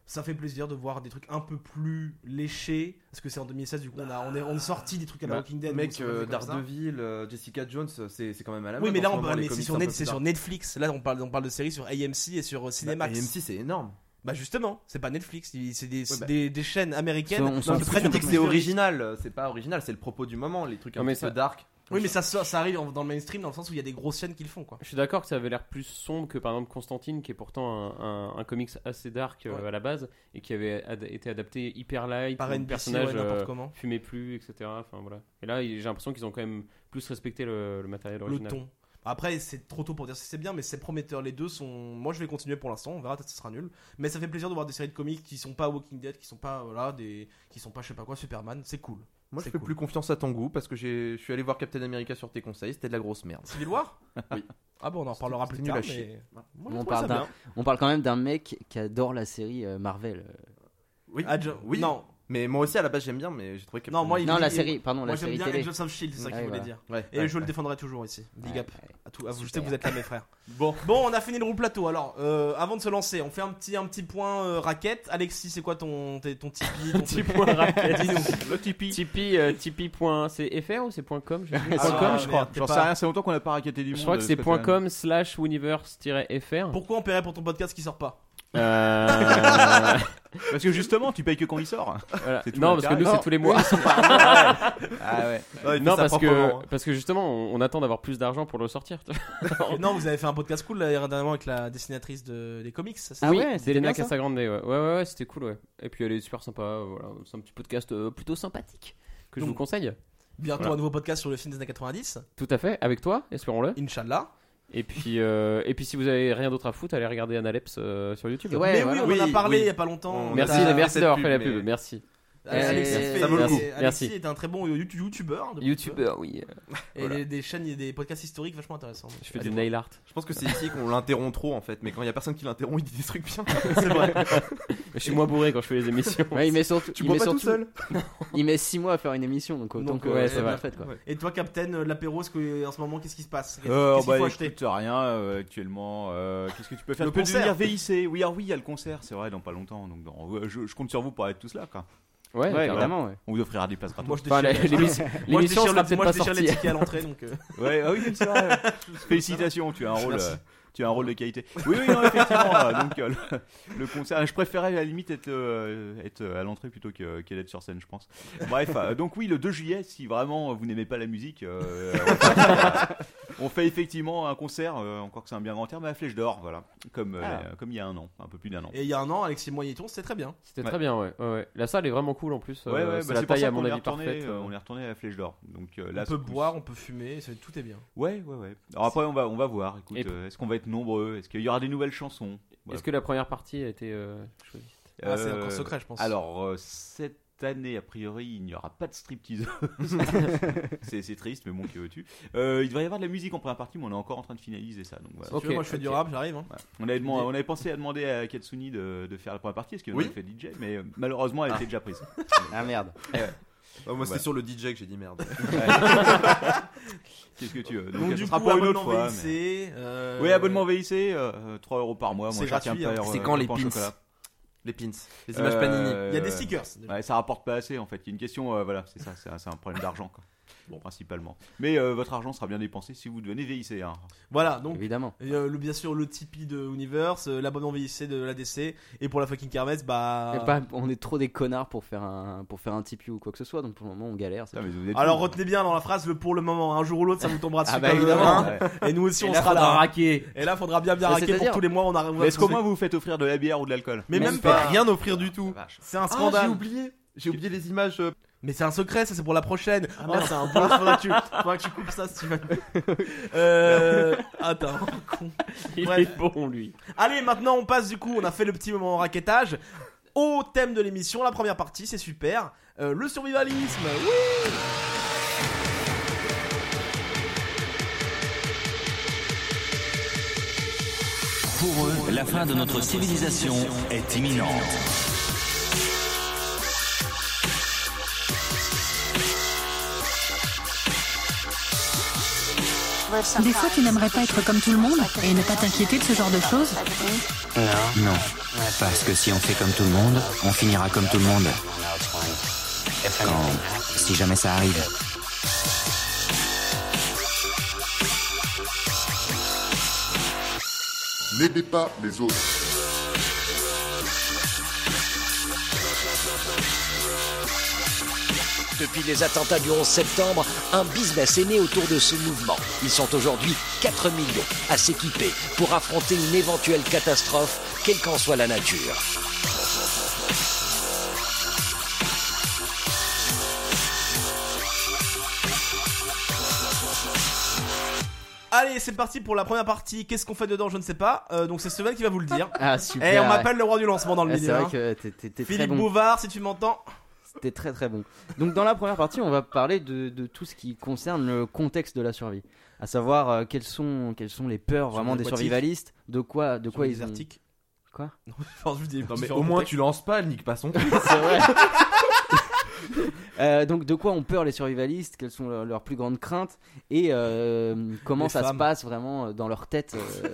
ça fait plaisir de voir des trucs un peu plus léchés parce que c'est en 2016 du coup on, a, on est on est sorti des trucs à la
Bah,
Walking Dead. donc
Mec,
ça fait
euh,
comme ça.
Daredevil, euh, Jessica Jones, euh, c'est c'est quand même à la
Oui
mode
mais
en
là
ce
on
moment,
parle mais
les
c'est
comics
sur,
un peu
Net- c'est
plus
sur
dark.
Netflix. Là on parle on parle de séries sur AMC et sur euh, Cinemax.
Bah, AMC, c'est énorme.
Bah justement c'est pas Netflix il- c'est des,
Ouais, bah.
des, des chaînes américaines.
On s'en
qui
fout
prennent
Surtout
des
que
trucs
c'est original, euh, c'est pas original, c'est le propos du moment, les trucs un
Non, mais
petit peu
ça-
dark.
Oui, mais ça, sort- ça arrive en- dans le mainstream dans le sens où il y a des grosses chaînes qui le font quoi.
Je suis d'accord que ça avait l'air plus sombre que par exemple Constantine, qui est pourtant un, un- un comics assez dark euh,
Ouais.
à la base et qui avait ad- été adapté hyper light,
Par
où le
NBC,
personnage
ouais, n'importe
euh,
comment.
fumait plus, etc. Enfin voilà. Et là, il- j'ai l'impression qu'ils ont quand même plus respecté le, le matériel
Le
original.
ton. Après, c'est trop tôt pour dire si c'est bien, mais c'est prometteur. Les deux sont. Moi, je vais continuer pour l'instant. On verra, peut-être que ce sera nul. Mais ça fait plaisir de voir des séries de comics qui sont pas Walking Dead, qui sont pas voilà, des, qui sont pas je sais pas quoi, Superman. C'est cool.
Moi, je
C'est
fais
cool.
plus confiance à ton goût parce que j'ai- je suis allé voir Captain America sur tes conseils, c'était de la grosse merde.
Civil War.
Oui.
Ah bon, on en reparlera
C'était
plus
nul
tard.
à
Mais...
chier.
Moi, je
On
trouve
parle
ça
d'un-
bien.
On parle quand même d'un mec qui adore la série euh, Marvel.
Oui,
Ah, je-
oui.
Non,
Mais moi aussi, à la base, j'aime bien, mais j'ai trouvé Captain
Non, moi,
America-
non,
il-
la
il-
série, pardon,
moi
la
j'aime
série
bien
télé.
Agents of Shield, c'est ça
Ouais,
que je voulais
voilà.
dire.
Ouais,
Et
ouais,
je le
ouais.
défendrai toujours ici. Big
Ouais,
up.
ouais.
À tout, à vous, je sais
Super.
que vous êtes là, mes frères.
Bon.
Bon, on a fini le roule plateau. Alors, euh, avant de se lancer, on fait un petit, un petit point euh, raquette. Alexis, c'est quoi ton, tes- ton Tipeee ton
Petit
truc Eh,
point raquette.
Le Tipeee.
euh, Tipeee, euh, Tipeee. point- C'est .fr ou c'est point .com je, sais plus.
Ah,
Ah,
Point com,
merde,
je crois.
t'es
J'en
pas-
sais rien, c'est longtemps qu'on n'a pas raquetté du
je
monde.
crois que
euh,
c'est
ce
point
phénomène.
.com slash universe-fr.
Pourquoi on paierait pour ton podcast qui sort pas
Euh,
Parce que justement, tu payes que quand il sort.
voilà.
C'est tout
Non,
le
parce que
cas.
nous, c'est
Non.
tous les mois.
Ah ouais.
Ouais, il fait
non,
ça
parce
proprement, hein.
que, parce que justement, on, on attend d'avoir plus d'argent pour le sortir.
Eh, Non, vous avez fait un podcast cool là, dernièrement avec la dessinatrice de- des comics. ça, c'est-
Ah ouais, c'était
Delena
bien ça.
Casagrande, ouais. Ouais, ouais, ouais, c'était cool, ouais. Et puis elle est super sympa, euh, voilà. C'est un petit podcast euh, plutôt sympathique que je
Donc-
vous conseille.
Bientôt
Voilà.
un nouveau podcast sur le film des années 90.
Tout à fait, avec toi, espérons-le.
Inch'Allah.
Et puis, euh, et puis si vous avez rien d'autre à foutre, allez regarder Analeps euh, sur YouTube.
Ouais,
Mais
voilà.
oui, on en a
Oui,
parlé
oui.
il y a pas longtemps.
On
Merci,
a fait
merci
cette
d'avoir
pub,
fait la pub,
mais-
merci.
Alexis,
Eh,
fait-
ça vaut le coup.
Alexis
Merci.
est un très bon you- youtubeur. de-
YouTubeur, oui.
Et des, des chaînes et des podcasts historiques vachement intéressants.
Je fais
Allez
du
voir.
nail art.
Je pense que c'est ici qu'on l'interrompt trop en fait, mais quand il y a personne qui l'interrompt, il dit des trucs bien.
Je suis moins bourré quand je fais les émissions.
Ouais, il met surtout,
Tu
il
bois
met
pas tout
surtout-
seul
Il met 6 mois à faire une émission, donc autant
Donc,
que
ouais,
euh,
ça
c'est
va.
bien fait quoi.
Ouais.
Et toi, Captain, euh, l'apéro, ce que, en ce moment, qu'est-ce qui se passe Qu'est-ce
Euh,
qu'est-ce qu'il
bah,
faut
écoute,
acheter
rien euh, actuellement. euh, Qu'est-ce que tu peux faire
Le
Tu peux
concert.
devenir VIC. Oui, ah oui, il y a le concert, c'est vrai, dans pas longtemps. Donc, dans- euh, je, je compte sur vous pour être tous là. Quoi.
Ouais,
Ouais,
carrément.
Vraiment, ouais. bah,
On vous offrira des places gratuites.
Moi, je
Enfin,
déchire-
la- l'émission
Moi, je
l'émission
déchire
sera
les-
peut-être
moi, je
pas
déchire les
sortie.
tickets à l'entrée, donc. euh,
Ouais, ah oui, c'est vrai. Félicitations, tu as un rôle.
Merci.
euh, Tu as un rôle de qualité. Oui, oui, non, effectivement. euh, donc, euh, le, le concert, je préférais à la limite être, euh, être euh, à l'entrée plutôt que- qu'elle être sur scène, je pense. Bref, euh, donc oui, le 2 juillet, si vraiment vous n'aimez pas la musique, euh, on, fait, on fait effectivement un concert, euh, encore que c'est un bien grand terme, à la Flèche d'Or, voilà. Comme, euh, la- comme il y a un an, un peu plus d'un an.
Et il y a un an, Alexis Moyen et tout, c'était très bien.
C'était très bien, ouais. ouais, ouais. La salle est vraiment cool en plus. euh,
Ouais, ouais,
c'est
bah,
la
c'est pour
taille
ça
à mon
qu'on est
avis
retourné,
parfaite.
euh, on est retourné à la Flèche d'Or. Donc euh, là,
on peut
ce coup-
boire, on peut fumer, c'est- tout est bien.
Ouais, ouais, ouais. Alors après, on va, on va voir. Écoute,
Et-
euh, est-ce qu'on va être nombreux Est-ce qu'il y aura des nouvelles chansons
Est-ce que la première partie a été euh, choisie
Ah, c'est
Euh,
encore secret, je pense.
Alors, euh, cette année, a priori, il n'y aura pas de striptease. c'est c'est triste, mais bon, que veux-tu Euh, Il devrait y avoir de la musique en première partie, mais on est encore en train de finaliser ça. Donc voilà.
Si tu veux,
ok,
moi, je fais du
ok.
rap, j'arrive. hein.
Voilà. On, avait demandé- on avait pensé à demander à Katsuni de, de faire la première partie, parce qu'il
Oui.
avait fait DJ, mais euh, malheureusement, elle était déjà prise.
Ah merde.
Ah, Moi, c'est
Ouais.
sur le DJ que j'ai dit merde.
Qu'est-ce que tu veux
Donc,
ce
du
sera
coup,
pour une
abonnement
autre fois,
VIC.
mais-
euh,
Oui, abonnement VIC, euh, 3 euros par mois.
C'est
Moi, je retiens
gratuit,
pas,
hein.
euh,
C'est quand les
pain au
pins
chocolat.
Les pins, les images
Euh,
Panini.
Il y a des stickers. déjà.
Ouais, ça rapporte pas assez en fait. Il y a une question, euh, voilà, c'est ça, c'est un, c'est un problème d'argent quoi. Bon, principalement. Mais euh, votre argent sera bien dépensé si vous devenez VIC. hein.
Voilà, donc.
Évidemment.
et, euh, le, bien sûr, le Tipeee de Universe, euh, l'abonnement VIC de l'ADC, et pour la fucking kermesse, bah.
Et pas- on est trop des connards pour faire un pour faire un Tipeee ou quoi que ce soit, donc pour le moment on galère. c'est
Putain,
tout.
mais vous êtes hein.
Alors
fous.
retenez bien dans la phrase le pour le moment, hein. un jour ou l'autre ça vous tombera dessus.
Ah bah
comme,
évidemment.
euh,
ouais.
Et nous aussi
Et
on
là,
sera
faudra
là.
raquer.
Et là faudra bien bien
Mais
raquer pour
c'est-à-dire-
tous les mois on arrive.
Mais est-ce qu'au moins vous vous faites offrir de la bière ou de l'alcool
Mais
Mais
même
c'est
pas.
Rien offrir du tout.
C'est un
Ah, j'ai
scandale.
oublié. J'ai oublié les images. euh,
Mais c'est un secret, ça c'est pour la prochaine. Oh, c'est un bon. faudra, que tu... faudra que tu coupes ça si tu veux. euh... Attends, con.
Il
Ouais.
est bon, lui.
Allez, maintenant on passe du coup, on a fait le petit moment raquettage. Au thème de l'émission, la première partie, c'est super. Euh, le survivalisme, oui
La fin de notre civilisation est imminente.
Des fois, tu n'aimerais pas être comme tout le monde et ne pas t'inquiéter de ce genre de choses.
Non, non. Parce que si on fait comme tout le monde, on finira comme tout le monde. Quand, si jamais ça arrive.
N'aidez pas les autres.
Depuis les attentats du 11 septembre, un business est né autour de ce mouvement. Ils sont aujourd'hui 4 millions à s'équiper pour affronter une éventuelle catastrophe, quelle qu'en soit la nature.
Allez, c'est parti pour la première partie. Qu'est-ce qu'on fait dedans Je ne sais pas. Euh, donc c'est Sven qui va vous le dire.
Ah,
Et
super.
on m'appelle le roi du lancement dans le
Ah, C'est
milieu.
vrai
hein.
que t'es- t'es t'es très
Philippe
bon.
Bouvard, si tu m'entends.
T'es très très bon. Donc dans la première partie, on va parler de, de tout ce qui concerne le contexte de la survie, à savoir euh, quelles sont quelles sont les peurs vraiment
les
des
what if.
survivalistes, de quoi de quoi
Sur
ils
les
ont-
articles.
Quoi
Non, enfin, je vous dis,
Non, mais
différents
au moins
contextes.
tu lances pas, elle nique pas son truc.
C'est vrai. Euh, donc de quoi ont peur les survivalistes, quelles sont leurs, leurs plus grandes craintes et euh, comment
Les
ça
femmes.
se passe vraiment euh, dans leur tête, euh,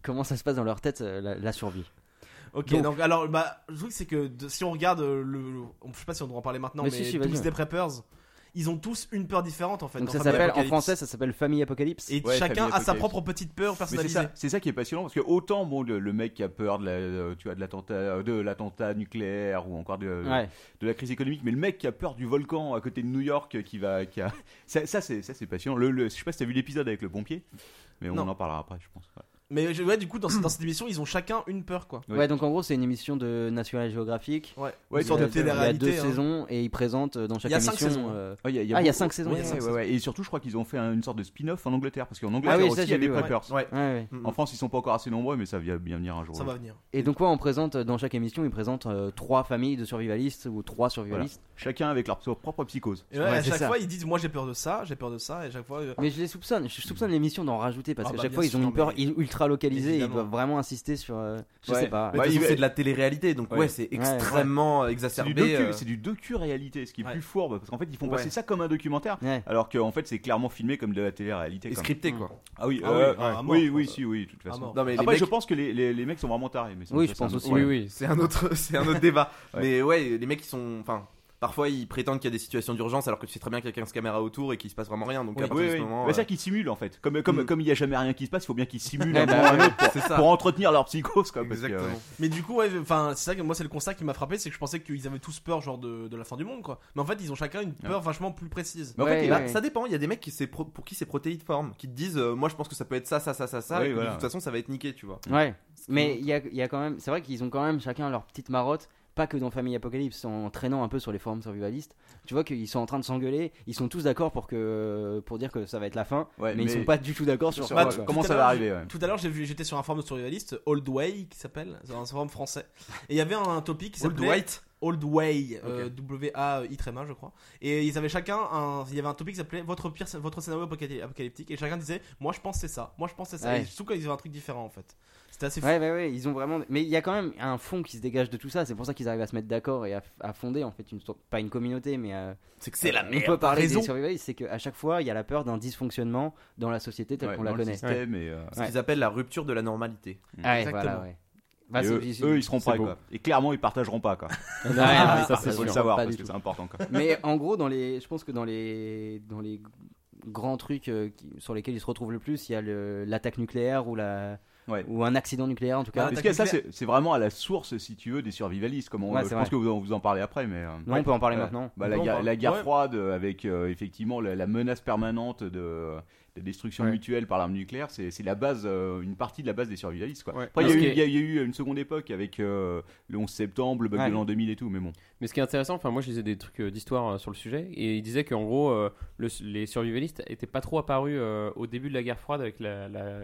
comment ça se passe dans leur tête euh, la, la survie.
Ok, donc,
Donc-
alors, bah, le truc c'est que de- si on regarde euh, le, le- on- Je sais pas si on doit en parler maintenant, mais,
Mais si, si, vas-y,
tous
ouais.
des preppers, ils ont tous une peur différente en fait.
donc
dans
ça
Family
s'appelle en
Apocalypse.
français ça s'appelle famille apocalypse.
Et
Ouais,
chacun
Family
a sa
Apocalypse.
propre petite peur
Mais c'est
personnalisée.
ça, c'est ça qui est passionnant parce que autant bon le, le mec qui a peur de la, euh, tu vois, de l'attentat euh, de l'attentat nucléaire ou encore de, euh,
euh,
Ouais.
de la crise économique, mais le mec qui a peur du volcan à côté de New York euh, qui va qui a- ça, ça, c'est ça c'est passionnant. Le, le- je sais pas si t'as vu l'épisode avec le pompier, mais on
Non.
en parlera après je pense. Ouais.
Mais je- ouais, du coup, dans, dans cette émission, ils ont chacun une peur quoi.
Ouais.
Ouais, donc en gros c'est une émission de National Geographic.
Ouais.
Ouais,
il, y
sorte
a,
de
il y a
télé-réalité,
deux
hein.
saisons et ils présentent euh, dans chaque
Il y a cinq
émission.
saisons, hein.
euh,
Ouais,
Ah, il y a
beaucoup-
cinq saisons.
ouais,
il y a cinq
ouais,
saisons.
ouais. Et surtout, je crois qu'ils ont fait un- une sorte de spin-off en Angleterre, parce qu'en Angleterre
oui, ça,
aussi, il y a
j'ai
des
vu, ouais.
preppers.
Ouais,
Ouais, ouais.
En France, ils sont pas encore assez nombreux, mais ça vient bien venir un jour.
ça va venir.
Et donc ouais, on présente euh, dans chaque émission, ils présentent euh, trois familles de survivalistes ou trois survivalistes.
Chacun avec leur pso- propre psychose.
Et ouais,
Ouais,
à
c'est
chaque
ça.
fois, ils disent Moi j'ai peur de ça, j'ai peur de ça, et à chaque fois. euh,
Mais je les soupçonne, je soupçonne l'émission d'en rajouter parce
Ah
qu'à
bah,
chaque
bien
fois ils ont
sûr,
une peur
mais-
ultra localisée, et ils
Évidemment.
doivent vraiment insister sur. euh, je
Ouais.
sais pas.
Mais
Mais
de toute
il
façon,
va-
c'est Bah, de la télé-réalité, donc ouais,
Ouais.
c'est
Ouais,
extrêmement
C'est du
exacerbé.
docu-
euh.
c'est du docu-réalité, ce qui est
Ouais.
plus fourbe, parce qu'en fait, ils font
Ouais.
passer ça comme un documentaire,
Ouais.
alors qu'en fait, c'est clairement filmé comme de la télé-réalité.
Et
quand même.
scripté quoi.
Ah oui,
Ah oui,
euh,
ah, à mort,
oui,
quoi.
oui, si, oui, de toute
à
façon.
mort.
Non mais les
Après,
mecs,
je pense que les, les, les mecs sont vraiment tarés. Mais ça,
Oui,
ça,
je
c'est un
pense
autre
aussi.
Oui,
problème.
oui.
c'est un autre, c'est un autre débat.
Ouais.
Mais ouais, les mecs qui sont, enfin, parfois ils prétendent qu'il y a des situations d'urgence alors que tu sais très bien qu'il y a 15 caméras autour et qu'il se passe vraiment rien. Donc
Oui.
à partir
Oui,
de ce
oui.
moment,
Bah, c'est
euh,
ça qu'ils simulent en fait. Comme comme
Mm.
comme il n'y a jamais rien qui se passe, il faut bien qu'ils simulent
Ouais,
un
bah,
moment ou un autre pour,
c'est ça.
pour entretenir leur psychose. Quoi, parce que,
Exactement.
ouais.
Mais du coup, ouais, enfin, c'est ça que moi, c'est le constat qui m'a frappé, c'est que je pensais qu'ils avaient tous peur, genre de, de la fin du monde, quoi. Mais en fait, ils ont chacun une peur vachement plus précise.
Mais en
Ouais,
fait, il y a-
Bah,
ouais.
Ça dépend, il y a des mecs qui c'est pro- pour qui c'est protéiforme, qui te disent euh, moi je pense que ça peut être ça, ça, ça, ça, ça,
Oui,
et que
voilà.
de toute façon ça va être niqué, tu vois.
Ouais. Mais il y a, il y a quand même, c'est vrai qu'ils ont quand même chacun leur petite marotte, pas que dans Famille Apocalypse, en traînant un peu sur les forums survivalistes. Tu vois qu'ils sont en train de s'engueuler, ils sont tous d'accord pour que pour dire que ça va être la fin,
Ouais,
mais, ils sont pas du tout d'accord sur
sur-
Bah,
quoi,
tu-
quoi.
comment
tout à
ça va
l'heure,
arriver. ouais.
Tout à l'heure, j'ai vu, j'étais sur un forum de survivaliste, Old Way, qui s'appelle, c'est un forum français. Et il y avait un topic qui
Old
s'appelait
White.
Old Way, euh, W A I tréma, je crois. Et ils avaient chacun un, il y avait un topic qui s'appelait votre pire, sc- votre scénario apocaly- apocalyptique. Et chacun disait, moi je pense que c'est ça, moi je pense que c'est ça.
Ouais.
Et surtout qu'ils avaient un truc différent en fait. C'était assez fou.
Ouais, ouais, ouais, ils ont vraiment. Mais il y a quand même un fond qui se dégage de tout ça. C'est pour ça qu'ils arrivent à se mettre d'accord et à, à fonder en fait une sorte- pas une communauté, mais euh,
C'est que c'est la
on peut parler
raison.
des survivalistes. C'est qu'à chaque fois, il y a la peur d'un dysfonctionnement dans la société telle
Ouais,
qu'on la
dans le
connaît.
système et, euh,
ce qu'ils appellent la rupture de la normalité.
Ouais,
Exactement.
voilà, ouais. Bah,
et
c'est-
eux,
c'est-
eux, ils seront
c'est
prêts
beau.
quoi. Et clairement, ils partageront pas quoi.
Non,
Ah,
mais ça,
ça, c'est
Faut
sûr.
le savoir
Pas
parce
du
que
tout.
c'est important quoi.
Mais en gros, dans les, je pense que dans les, dans les grands trucs euh, qui- sur lesquels ils se retrouvent le plus, il y a le- l'attaque nucléaire ou la,
Ouais. Bah,
ou un accident nucléaire en tout cas.
Ouais,
Parce que ça, c'est c'est vraiment à la source, si tu veux, des survivalistes. Comme on,
Ouais,
je
c'est
pense
vrai.
que vous en, vous en parlez après, mais. euh,
Non, on peut en parler
euh,
maintenant.
bah, la,
Non, on
guerre,
parle-
la guerre
ouais.
froide, euh, avec euh, effectivement la, la menace permanente de, de destruction
Ouais.
mutuelle par l'arme nucléaire, c'est c'est la base, euh, une partie de la base des survivalistes. Quoi.
Ouais.
Après, il y, a
Parce
eu-
que-
il y a- il y a eu une seconde époque avec euh, le 11 septembre, le bug
Ouais.
de l'an 2000 et tout, mais bon.
Mais ce qui est intéressant, enfin moi je lisais des trucs euh, d'histoire euh, sur le sujet et il disait qu'en gros euh, le- les survivalistes étaient pas trop apparus euh, au début de la guerre froide avec la, la-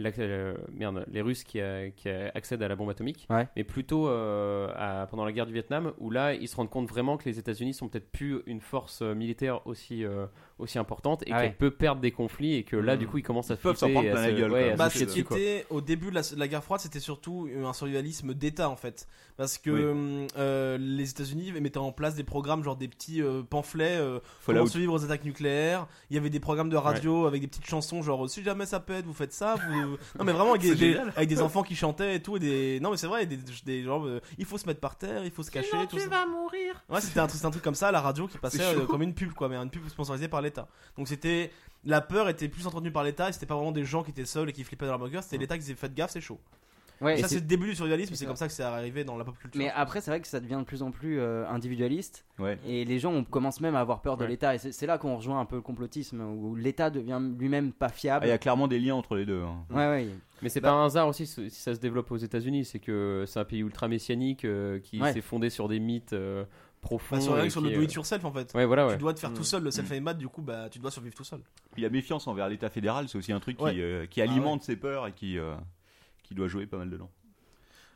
la- euh, merde, les Russes qui, euh, qui accèdent à la bombe atomique,
Ouais.
mais plutôt euh, à- pendant la guerre du Vietnam, où là, ils se rendent compte vraiment que les États-Unis sont peut-être plus une force euh, militaire aussi, euh, aussi importante et
Ah ouais.
qu'elle peut perdre des conflits et que là,
Mhm.
du coup, ils commencent à
Ils peuvent s'en
flipper
prendre
et à
plein la
se-
gueule,
ouais,
quoi.
à se
Bah,
chier
ce qui
dessus, quoi.
était au début de la, de la guerre froide, c'était surtout un survivalisme d'État en fait, parce que
Oui.
hum, euh, les États-Unis mettaient en place des programmes genre des petits euh, pamphlets euh,
Fallout.
comment survivre aux attaques nucléaires. Il y avait des programmes de radio avec des petites chansons genre euh, si jamais ça pète, vous faites ça. Vous... non mais vraiment avec des,
C'est
des-
génial.
avec des enfants qui chantaient et tout et des non mais c'est vrai des, des genre euh, il faut se mettre par terre, il faut se cacher. tout ça.
mourir.
Ouais, c'était un, truc- c'était un truc comme ça, la radio qui passait
C'est chaud.
euh, comme une pub, quoi, mais une pub sponsorisée par l'État. Donc c'était. La peur était plus entretenue par l'État et c'était pas vraiment des gens qui étaient seuls et qui flippaient dans leur bunker, c'était l'État qui disait faites gaffe, c'est chaud.
Ouais,
Et
et
ça,
c'est-
c'est le début du surréalisme,
c'est
c'est
ça.
comme ça que c'est arrivé dans la pop culture.
mais après, c'est vrai que ça devient de plus en plus euh, individualiste.
Ouais.
Et les gens on commence même à avoir peur de
Ouais.
l'État. Et c'est c'est là qu'on rejoint un peu le complotisme, où l'État devient lui-même pas
Ah,
fiable.
Il y a clairement des liens entre les deux. hein.
Ouais, ouais.
Mais c'est pas un hasard aussi si si ça se développe aux États-Unis, c'est que c'est un pays ultra messianique euh, qui
Ouais.
s'est fondé sur des mythes euh, profonds.
Enfin, Bah, sur, rien
et
que sur le
qui,
do
euh,
it yourself en fait.
Ouais, voilà, ouais.
Tu dois te faire tout seul, le self-made, du coup, bah tu dois survivre tout seul.
Puis la méfiance envers l'État fédéral, c'est aussi un truc
Ouais.
qui, euh, qui alimente ses peurs et qui, euh, qui doit jouer pas mal dedans.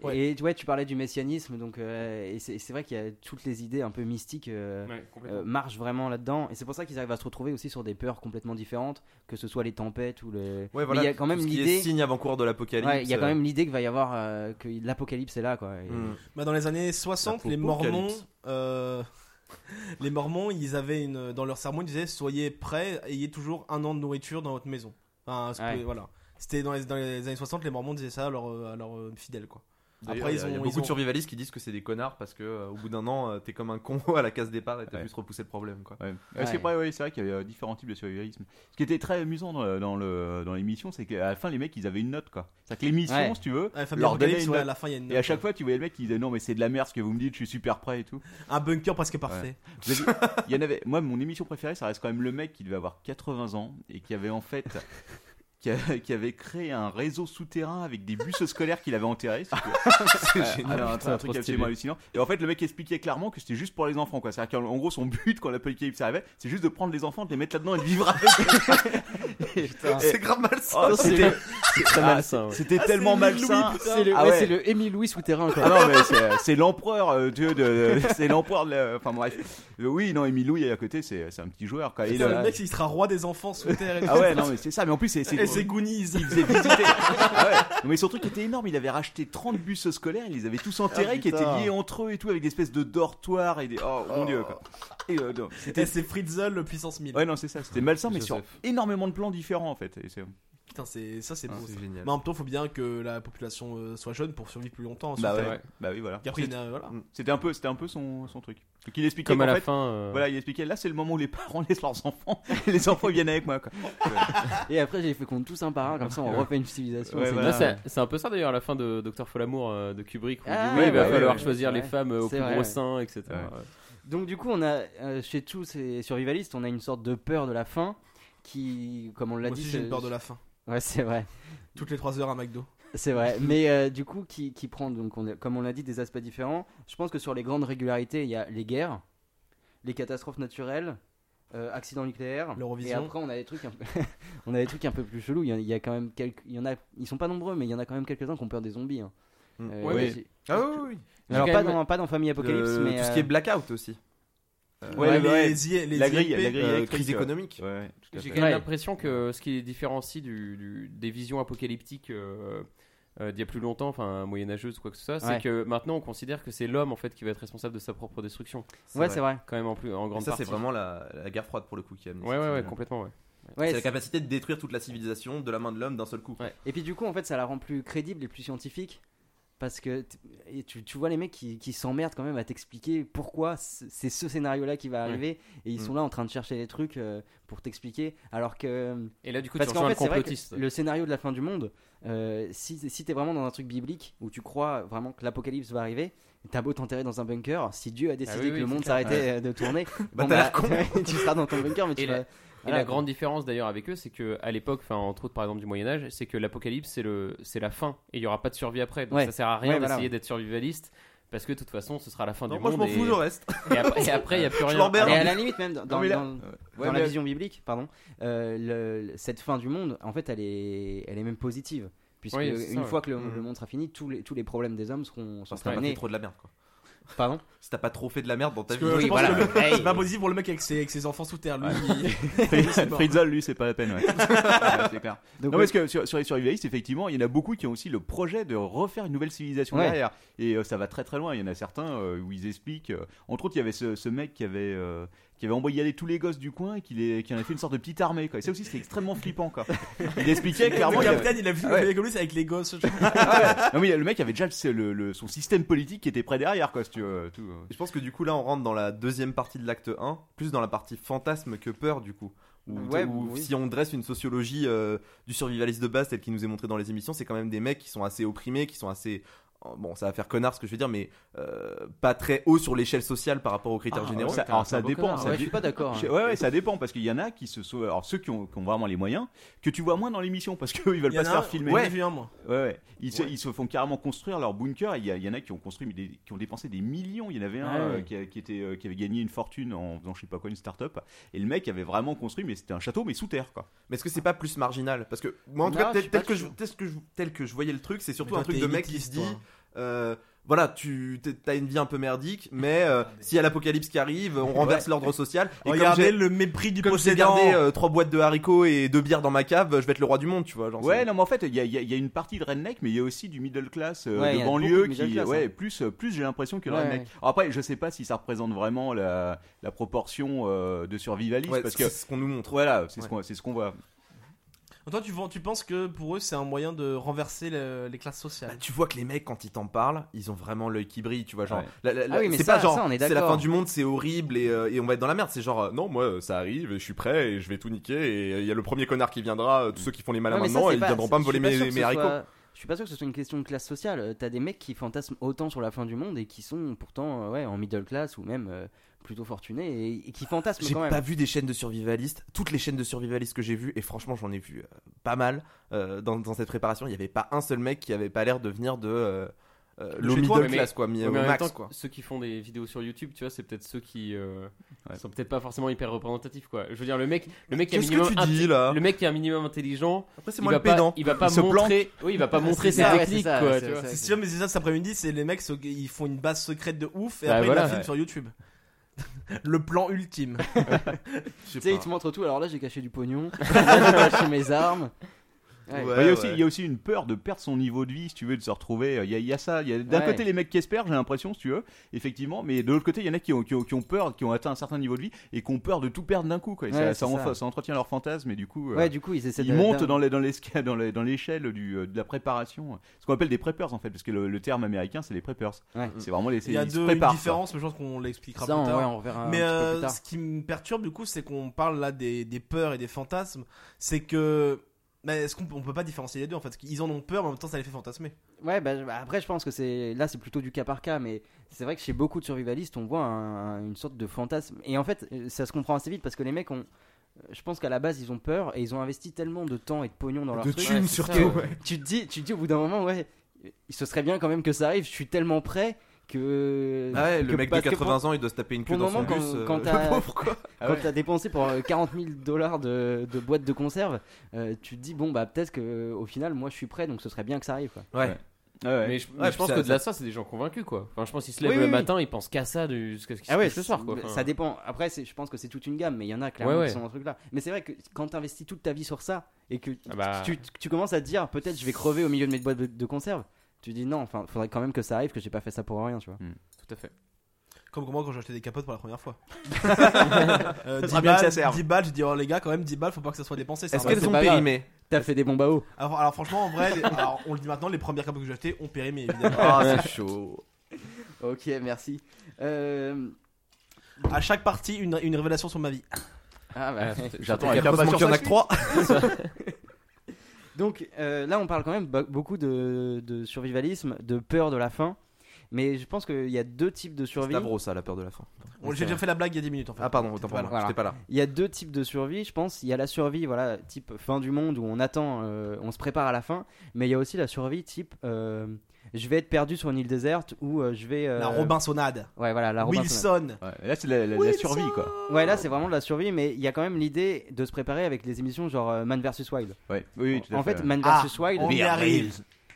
Ouais.
Et ouais, tu parlais du messianisme, donc euh, et c'est c'est vrai qu'il y a toutes les idées un peu mystiques euh, euh, marchent vraiment là-dedans. Et c'est pour ça qu'ils arrivent à se retrouver aussi sur des peurs complètement différentes, que ce soit les tempêtes ou le.
Ouais,
Mais il y a quand même
tout ce qui est
l'idée.
signe avant-coureur de l'apocalypse.
Ouais, il y a quand même l'idée qu'il va y avoir euh, que l'apocalypse est là, quoi. Et-
Hmm.
Bah, dans les années 60,
La
les Mormons.
popocalypse.
euh, les Mormons, ils avaient une. Dans leur sermon, ils disaient Soyez prêts, ayez toujours un an de nourriture dans votre maison. Enfin, ce que-
Ouais.
voilà. C'était dans les, dans les années 60, les Mormons disaient ça à leurs euh, à leurs, euh, fidèles, quoi.
D'ailleurs,
Après,
il y
ils
a- il y a
ont.
beaucoup
ils
de
ont-
survivalistes qui disent que c'est des connards parce que euh, au bout d'un an, euh, t'es comme un con à la case départ et t'as
Ouais.
juste repoussé le problème. Quoi.
Ouais. Parce que,
Ouais.
ouais, ouais, c'est vrai qu'il y avait euh, différents types de survivalisme. Ce qui était très amusant dans, le- dans le- dans l'émission, c'est qu'à la fin, les mecs, ils avaient une note. quoi. C'est-à-dire que l'émission,
Ouais.
si tu veux,
Ouais, Fabien
leur donnait
Orgelix,
une
ouais, à
note.
la fin, il y a une
Et à
note.
chaque fois, tu voyais le mec qui disait non, mais c'est de la merde ce que vous me dites, je suis super prêt et tout.
Un bunker presque parfait.
Vous avez- Il y en avait. Moi, mon émission préférée, ça reste quand même le mec qui devait avoir 80 ans et qui avait en fait. Qui, a- qui avait créé un réseau souterrain avec des bus scolaires qu'il avait enterrés. si tu veux. Euh, alors, un,
putain, trop
un truc
stylé.
absolument hallucinant. Et en fait, le mec expliquait clairement que c'était juste pour les enfants. quoi. C'est-à-dire qu'en en gros, son but quand l'apocalypse arrivait, c'est juste de prendre les enfants, de les mettre là-dedans et de vivre avec. Et-
C'est grave malsain.
Oh, c'était
C'est très
Ah,
malsain. ouais.
c'était tellement malsain.
C'est le,
Ah
ouais,
ouais.
c'est le Émile Louis souterrain, quoi.
Ah non mais c'est- c'est l'empereur euh, Dieu de c'est l'empereur de la- enfin bref Euh, oui non Emilou il est à côté c'est c'est un petit joueur quoi. Et
Putain,
le-
le mec, il sera roi des enfants sous terre et
ah ouais non mais c'est ça mais en plus c'est c'est-
Et c'est Goonies.
il faisait visiter ah ouais. Non, mais son truc était énorme il avait racheté 30 bus scolaires il les avait tous enterrés qui étaient liés entre eux et tout avec des espèces de dortoirs et des oh, mon dieu quoi et euh, non,
Et
c'était
c'est Fritzel puissance 1000.
ouais non c'est ça c'était malsain mais sur énormément de plans différents en fait Et c'est-
Putain, c'est ça, c'est beau. ça.
C'est génial.
Mais en même temps, faut bien que la population euh, soit jeune pour survivre plus longtemps.
bah
surtout.
ouais bah oui voilà
Et après, il y en a, voilà.
c'était un peu c'était un peu son son truc donc il expliquait
Comme à
qu'en
la
fait,
fin. euh,
Voilà, il expliquait là c'est le moment où les parents laissent leurs enfants et les enfants viennent avec moi quoi.
Et après, j'ai fait qu'on tous un par un, comme ça, on refait une civilisation.
Ouais,
c'est
voilà.
Là,
bien.
Bah, c'est c'est un peu ça d'ailleurs à la fin de Docteur Folamour euh, de Kubrick où il dit,
Ah,
oui, il va
ouais,
falloir
ouais, ouais,
choisir
c'est
les
vrai.
femmes euh, au
C'est
plus
vrai,
gros
ouais.
sein, etc.
Ouais.
Donc du coup, on a euh, chez tous ces survivalistes, on a une sorte de peur de la faim qui, comme on l'a
Moi
dit,
aussi, j'ai
c'est-
une peur de la faim.
Ouais, c'est vrai,
Toutes les 3 heures à McDo.
c'est vrai. Mais euh, du coup, qui, qui prend donc, on a- comme on l'a dit, des aspects différents. Je pense que sur les grandes régularités, il y a les guerres, les catastrophes naturelles, euh, accidents nucléaires. Et
L'Eurovision.
après, on a des trucs, un peu... on a des trucs un peu plus chelous. Il y, en- il y a quand même quelques, il y en a, ils sont pas nombreux, mais il y en a quand même quelques uns qui ont peur des zombies. hein.
Mm.
Euh,
Ouais,
j'ai-
Ah oui, oui, oui.
Alors
J'ai
pas
quand même-
dans, pas dans Famille Apocalypse,
Euh,
mais
tout ce
euh,
qui est blackout aussi.
Ouais,
Ouais,
le- ouais.
les I- les
la grille,
IEP,
la grille
euh,
électrique,
crise
euh,
économique.
Ouais, ouais, tout à
J'ai
fait.
quand même
Ouais.
l'impression que ce qui les différencie du, du- des visions apocalyptiques euh, euh, d'il y a plus longtemps, enfin moyenâgeuses ou quoi que ce soit,
Ouais.
c'est que maintenant on considère que c'est l'homme en fait qui va être responsable de sa propre destruction.
ouais, c'est vrai.
Quand même en plus en grande
Ça,
partie.
c'est vraiment la, la guerre froide pour le coup qui a amené
Ouais
cette
ouais ouais
idée-là.
complètement ouais.
Ouais,
c'est la capacité de détruire toute la civilisation de la main de l'homme d'un seul coup.
Ouais.
Et puis du coup, en fait, ça la rend plus crédible et plus scientifique. Parce que t- et tu, tu vois les mecs qui, qui s'emmerdent quand même à t'expliquer pourquoi c- c'est ce scénario-là qui va
Ouais. Mm.
arriver. Et ils sont là en train de chercher des trucs euh, pour t'expliquer. Alors que...
Et là du coup
Parce
tu rejoins
qu'en fait,
le
c'est vrai
complotiste.
que le scénario de la fin du monde, euh, si, si t'es vraiment dans un truc biblique où tu crois vraiment que l'apocalypse va arriver, t'as beau t'enterrer dans un bunker, si Dieu a décidé
Ah oui,
que
oui,
le
c'est
monde
clair.
s'arrêtait euh, de tourner,
Bah, t'as l'air
tu seras dans ton bunker, mais tu
Et la-
vas-
Et
voilà,
la grande différence d'ailleurs avec eux, c'est que à l'époque, enfin entre autres par exemple du Moyen Âge, c'est que l'apocalypse c'est le c'est la fin et il y aura pas de survie après. Donc
Ouais.
ça sert à rien
Ouais, voilà,
d'essayer
ouais.
d'être survivaliste Parce que de toute façon, ce sera la fin
Non,
du
moi, je
monde.
m'en fous,
et-
je reste.
Et après, et après, il n'y a plus
Je
rien.
l'emmerde.
Et à la limite même dans, dans-
Ah mais là-
dans-
Ouais,
dans
mais-
la vision biblique, pardon, euh, le- cette fin du monde, en fait, elle est, elle est même positive. Puisque
Oui, c'est ça,
une
ouais.
fois que le,
Mhm.
le monde sera fini, tous les, tous les problèmes des hommes seront, seront
Parce que t'as pas fait
terminés.
trop de la merde, quoi.
Pardon
Si t'as pas trop fait de la merde dans ta
Parce
vie.
que je
Oui,
pense
voilà.
que le-
Hey.
c'est pas possible pour le mec avec ses, avec ses enfants sous terre, lui.
Fritz- Fritzl, lui, c'est pas la peine, ouais. Ouais, c'est clair.
Donc,
non,
ouais,
parce que sur, sur les survivalistes, effectivement, il y en a beaucoup qui ont aussi le projet de refaire une nouvelle civilisation
Ouais.
derrière. Et euh, ça va très très loin. Il y en a certains euh, où ils expliquent. euh, entre autres, il y avait ce, ce mec qui avait, euh, qui avait envoyé aller tous les gosses du coin et qui, les- qui en a fait une sorte de petite armée. Quoi. Et ça aussi, c'était extrêmement flippant. Quoi. Il expliquait clairement.
le
il avait-
capitaine, il a vu
Ah ouais.
le comme lui, c'est avec les gosses. je-
Ah ouais. Non, mais le mec avait déjà le- le- le- son système politique qui était près derrière. Quoi, si tu veux, tout, euh.
Je pense que du coup là on rentre dans la deuxième partie de l'acte 1, plus dans la partie fantasme que peur du coup. Où,
Ouais,
où
oui.
si on dresse une sociologie euh, du survivaliste de base telle qu'il nous est montré dans les émissions, c'est quand même des mecs qui sont assez opprimés, qui sont assez bon ça va faire connard ce que je veux dire, mais euh, pas très haut sur l'échelle sociale par rapport aux critères
Ah,
généraux.
ouais, ça- alors, ça dépend. ça
ouais, je
dé-
suis pas d'accord.
Je-
hein.
Ouais, ouais, ça dépend parce qu'il y en a qui se sauvent. Alors ceux qui ont, qui ont vraiment les moyens, que tu vois moins dans l'émission parce qu'ils veulent
Il y en
pas se
a un,
faire filmer.
ouais, j'ai vu un, moi.
Ouais, ouais. Ils, se,
Ouais.
ils se font carrément construire leur bunker. Il y, a- il y en a qui ont construit, mais des- qui ont dépensé des millions. Il y en avait un
Ouais,
euh,
ouais.
qui, a- qui était, euh, qui avait gagné une fortune en faisant je sais pas quoi, une start-up. Et le mec avait vraiment construit, mais c'était un château, mais sous terre, quoi.
Mais est-ce que c'est pas plus marginal Parce que moi en tout
Non,
cas
je
tel,
suis pas
tel que je,
sûr.
tel que je- tel que je voyais le truc, c'est surtout
Mais
un
toi,
truc
t'es
de mec qui se
élitiste,
dit.
toi.
euh, voilà, tu t'es- t'as une vie un peu merdique, mais euh,
Regardez.
s'il y a l'apocalypse qui arrive, on renverse l'ordre social. Et comme j'ai-
Regardez le mépris du
comme j'ai
possédant.
gardé euh, trois boîtes de haricots et deux bières dans ma cave, je vais être le roi du monde, tu vois. Genre,
Ouais,
c'est-
non, mais en fait, il y a, il y a- il y a une partie de redneck, mais il y a aussi du middle class euh,
Ouais, il
de
y a
banlieue
beaucoup de
qui,
middle class,
ouais,
hein.
plus, euh, plus j'ai l'impression que le
Ouais,
redneck.
ouais.
Alors Après, je sais pas si ça représente vraiment la, la proportion euh, de survivalistes,
Ouais,
parce que
c'est ce qu'on nous montre.
voilà, c'est ce
Ouais.
qu'on, c'est ce qu'on voit.
Toi, tu, ven- tu penses que pour eux, c'est un moyen de renverser le- les classes
Bah,
sociales.
tu vois que les mecs, quand ils t'en parlent, ils ont vraiment l'œil qui brille, tu vois. Genre,
Ouais.
la- la- la-
Ah oui, mais
c'est
ça-
pas genre,
ça, on est
c'est la
d'accord.
fin du monde, c'est horrible et, euh, et on va être dans la merde. C'est genre, euh, non, moi, euh, ça arrive et je suis prêt et je vais tout niquer. Et euh, il y a le premier connard qui viendra, euh, tous ceux qui font les malins
Ouais, mais ça,
maintenant,
c'est
ils viendront pas me
je suis
voler mes,
sûr que
mes
ce
haricots.
soit- Je suis pas sûr que ce soit une question de classe sociale. Euh, T'as des mecs qui fantasment autant sur la fin du monde et qui sont pourtant euh, ouais, en middle class ou même euh, plutôt fortunés et, et qui fantasment
J'ai
quand même.
pas vu des chaînes de survivalistes. Toutes les chaînes de survivalistes que j'ai vues, et franchement, j'en ai vu euh, pas mal euh, dans, dans cette préparation. Il y avait pas un seul mec qui avait pas l'air de venir de euh, euh,
De
l'eau
chez toi,
middle
mais-
class, quoi, mi-
Ouais,
au
mais en même temps,
max, quoi.
Ceux qui font des vidéos sur YouTube, tu vois, c'est peut-être ceux qui euh,
Ouais.
sont peut-être pas forcément hyper représentatifs, quoi. Je veux dire, le mec, le mec qui a
Qu'est-ce que
minimum
tu
inté-
dis, là
le mec qui est un minimum intelligent,
Après, c'est
il
moi
va
le
pas,
pédant.
il va pas
se planque.
montrer, oui, il va pas montrer ses
ça, ouais,
techniques,
Ah, c'est ça,
quoi.
ouais,
tu
c'est
vois.
ça.
C'est sûr, mais c'est ça cet après-midi, c'est les mecs, so- ils font une base secrète de ouf et
Bah,
après ils
voilà,
la filment
ouais.
sur YouTube. le plan ultime.
Je sais
Tu sais,
pas.
ils te montrent tout. Alors là, j'ai caché du pognon, là, j'ai caché mes armes. Ouais.
Ouais,
Bah, il, y a aussi,
ouais.
il y a aussi une peur de perdre son niveau de vie, si tu veux, de se retrouver. euh, Il y a, il y a ça. Il y a d'un
Ouais.
côté les mecs qui espèrent, j'ai l'impression, si tu veux, effectivement, mais de l'autre côté, il y en a qui ont, qui, ont, qui ont peur, qui ont atteint un certain niveau de vie et qui ont peur de tout perdre d'un coup. Quoi. Et ça-
Ouais,
ça,
c'est
enf-
ça.
ça entretient leur fantasme et du coup, euh,
Ouais, du coup, ils essaient
ils
de-
montent
d'un-
dans les- dans l'esca- dans les- dans l'échelle du, euh, de la préparation. Ce qu'on appelle des preppers en fait, parce que le, le terme américain, c'est les preppers.
Ouais.
C'est vraiment les
Il y a
ils se
deux une
préparent, quoi.
différence, mais je pense qu'on l'expliquera
Ça,
plus
on,
tard.
ouais, on reverra un
Mais
petit peu
euh,
plus tard.
ce qui me perturbe du coup, c'est qu'on parle là des, des peurs et des fantasmes. C'est que. Mais est-ce qu'on peut- on peut pas différencier les deux en fait Parce qu'ils en ont peur, mais en même temps ça les fait fantasmer.
Ouais, bah, je- bah, après, je pense que c'est là, c'est plutôt du cas par cas, mais c'est vrai que chez beaucoup de survivalistes, on voit un- une sorte de fantasme. Et en fait, euh, ça se comprend assez vite parce que les mecs ont. Je pense qu'à la base, ils ont peur et ils ont investi tellement de temps et de pognon dans leur
De
truc.
thunes,
que
surtout, ouais.
Tu te dis, tu te dis au bout d'un moment, ouais, euh, ce serait bien quand même que ça arrive. Je suis tellement prêt que.
Ah ouais,
que-
le mec de
parce que
80 ans, il doit se taper une queue
pour le
dans son
moment,
bus.
quand-
euh,
quand
le
t'as-
pauvre, quoi.
Quand t'as dépensé pour euh, 40 000 dollars de, de boîtes de conserve, euh, tu te dis bon bah peut-être que euh, au final, moi, je suis prêt, donc ce serait bien que ça arrive. Quoi.
Ouais.
Ouais, ouais.
Mais je, mais
Ouais,
je pense
ça-
que de là, ça, c'est des gens convaincus, quoi. Enfin, je pense qu'ils se lèvent
Oui,
le
oui, oui.
matin, ils pensent qu'à ça du- jusqu'à ce qu'ils
Ah ouais,
se couchent ce soir, quoi.
mais
Enfin,
Ça dépend. Après, c'est- je pense que c'est toute une gamme, mais il y en a clairement
Ouais, ouais.
qui sont dans ce truc-là. Mais c'est vrai que quand tu investis toute ta vie sur ça et que
Ah bah.
tu, tu commences à te dire peut-être je vais crever au milieu de mes boîtes de, de conserve, tu dis non, enfin, faudrait quand même que ça arrive, que j'ai pas fait ça pour rien, tu vois.
Tout à fait.
Comme moi quand j'ai acheté des capotes pour la première fois. euh,
Ça
10,
sera bien que ça
balles,
serve.
10 balles, j'ai dit oh les gars, quand même 10 balles, faut pas que ça soit dépensé. ça
Est-ce
va.
c'est
qu'elles ont
pas grave.
périmé
T'as fait des bombes à eau.
alors, alors, franchement, en vrai, les- alors, on le dit maintenant, les premières capotes que j'ai achetées ont périmé évidemment.
Ah, c'est chaud.
Oh, Ok, merci. Euh,
à chaque partie, une, une révélation sur ma vie.
Ah bah.
J'attends
Il y
avec impatience.
en a que 3.
Donc euh, là, on parle quand même ba- beaucoup de, de survivalisme, de peur de la faim. Mais je pense qu'il y a deux types de survie.
Stavros, ça, la peur de la fin.
Bon, j'ai déjà fait la blague il y a 10 minutes en fait.
Ah, pardon, autant
T'étais pas
pour
là.
moi. J'étais pas là.
Il y a deux types de survie, je pense. Il y a la survie, voilà, type fin du monde où on attend, euh, on se prépare à la fin. Mais il y a aussi la survie type euh, je vais être perdu sur une île déserte ou euh, je vais. euh,
La Robinsonade.
Ouais, voilà, la Robinsonade.
Wilson.
Ouais, là, c'est la, la- la
Wilson.
survie, quoi.
Ouais, là c'est vraiment de la survie, mais il y a quand même l'idée de se préparer avec les émissions genre euh, Man vs Wild.
Ouais. Oui, oui, tout à
en fait,
ouais.
Man vs
Ah,
Wild,
On y arrive.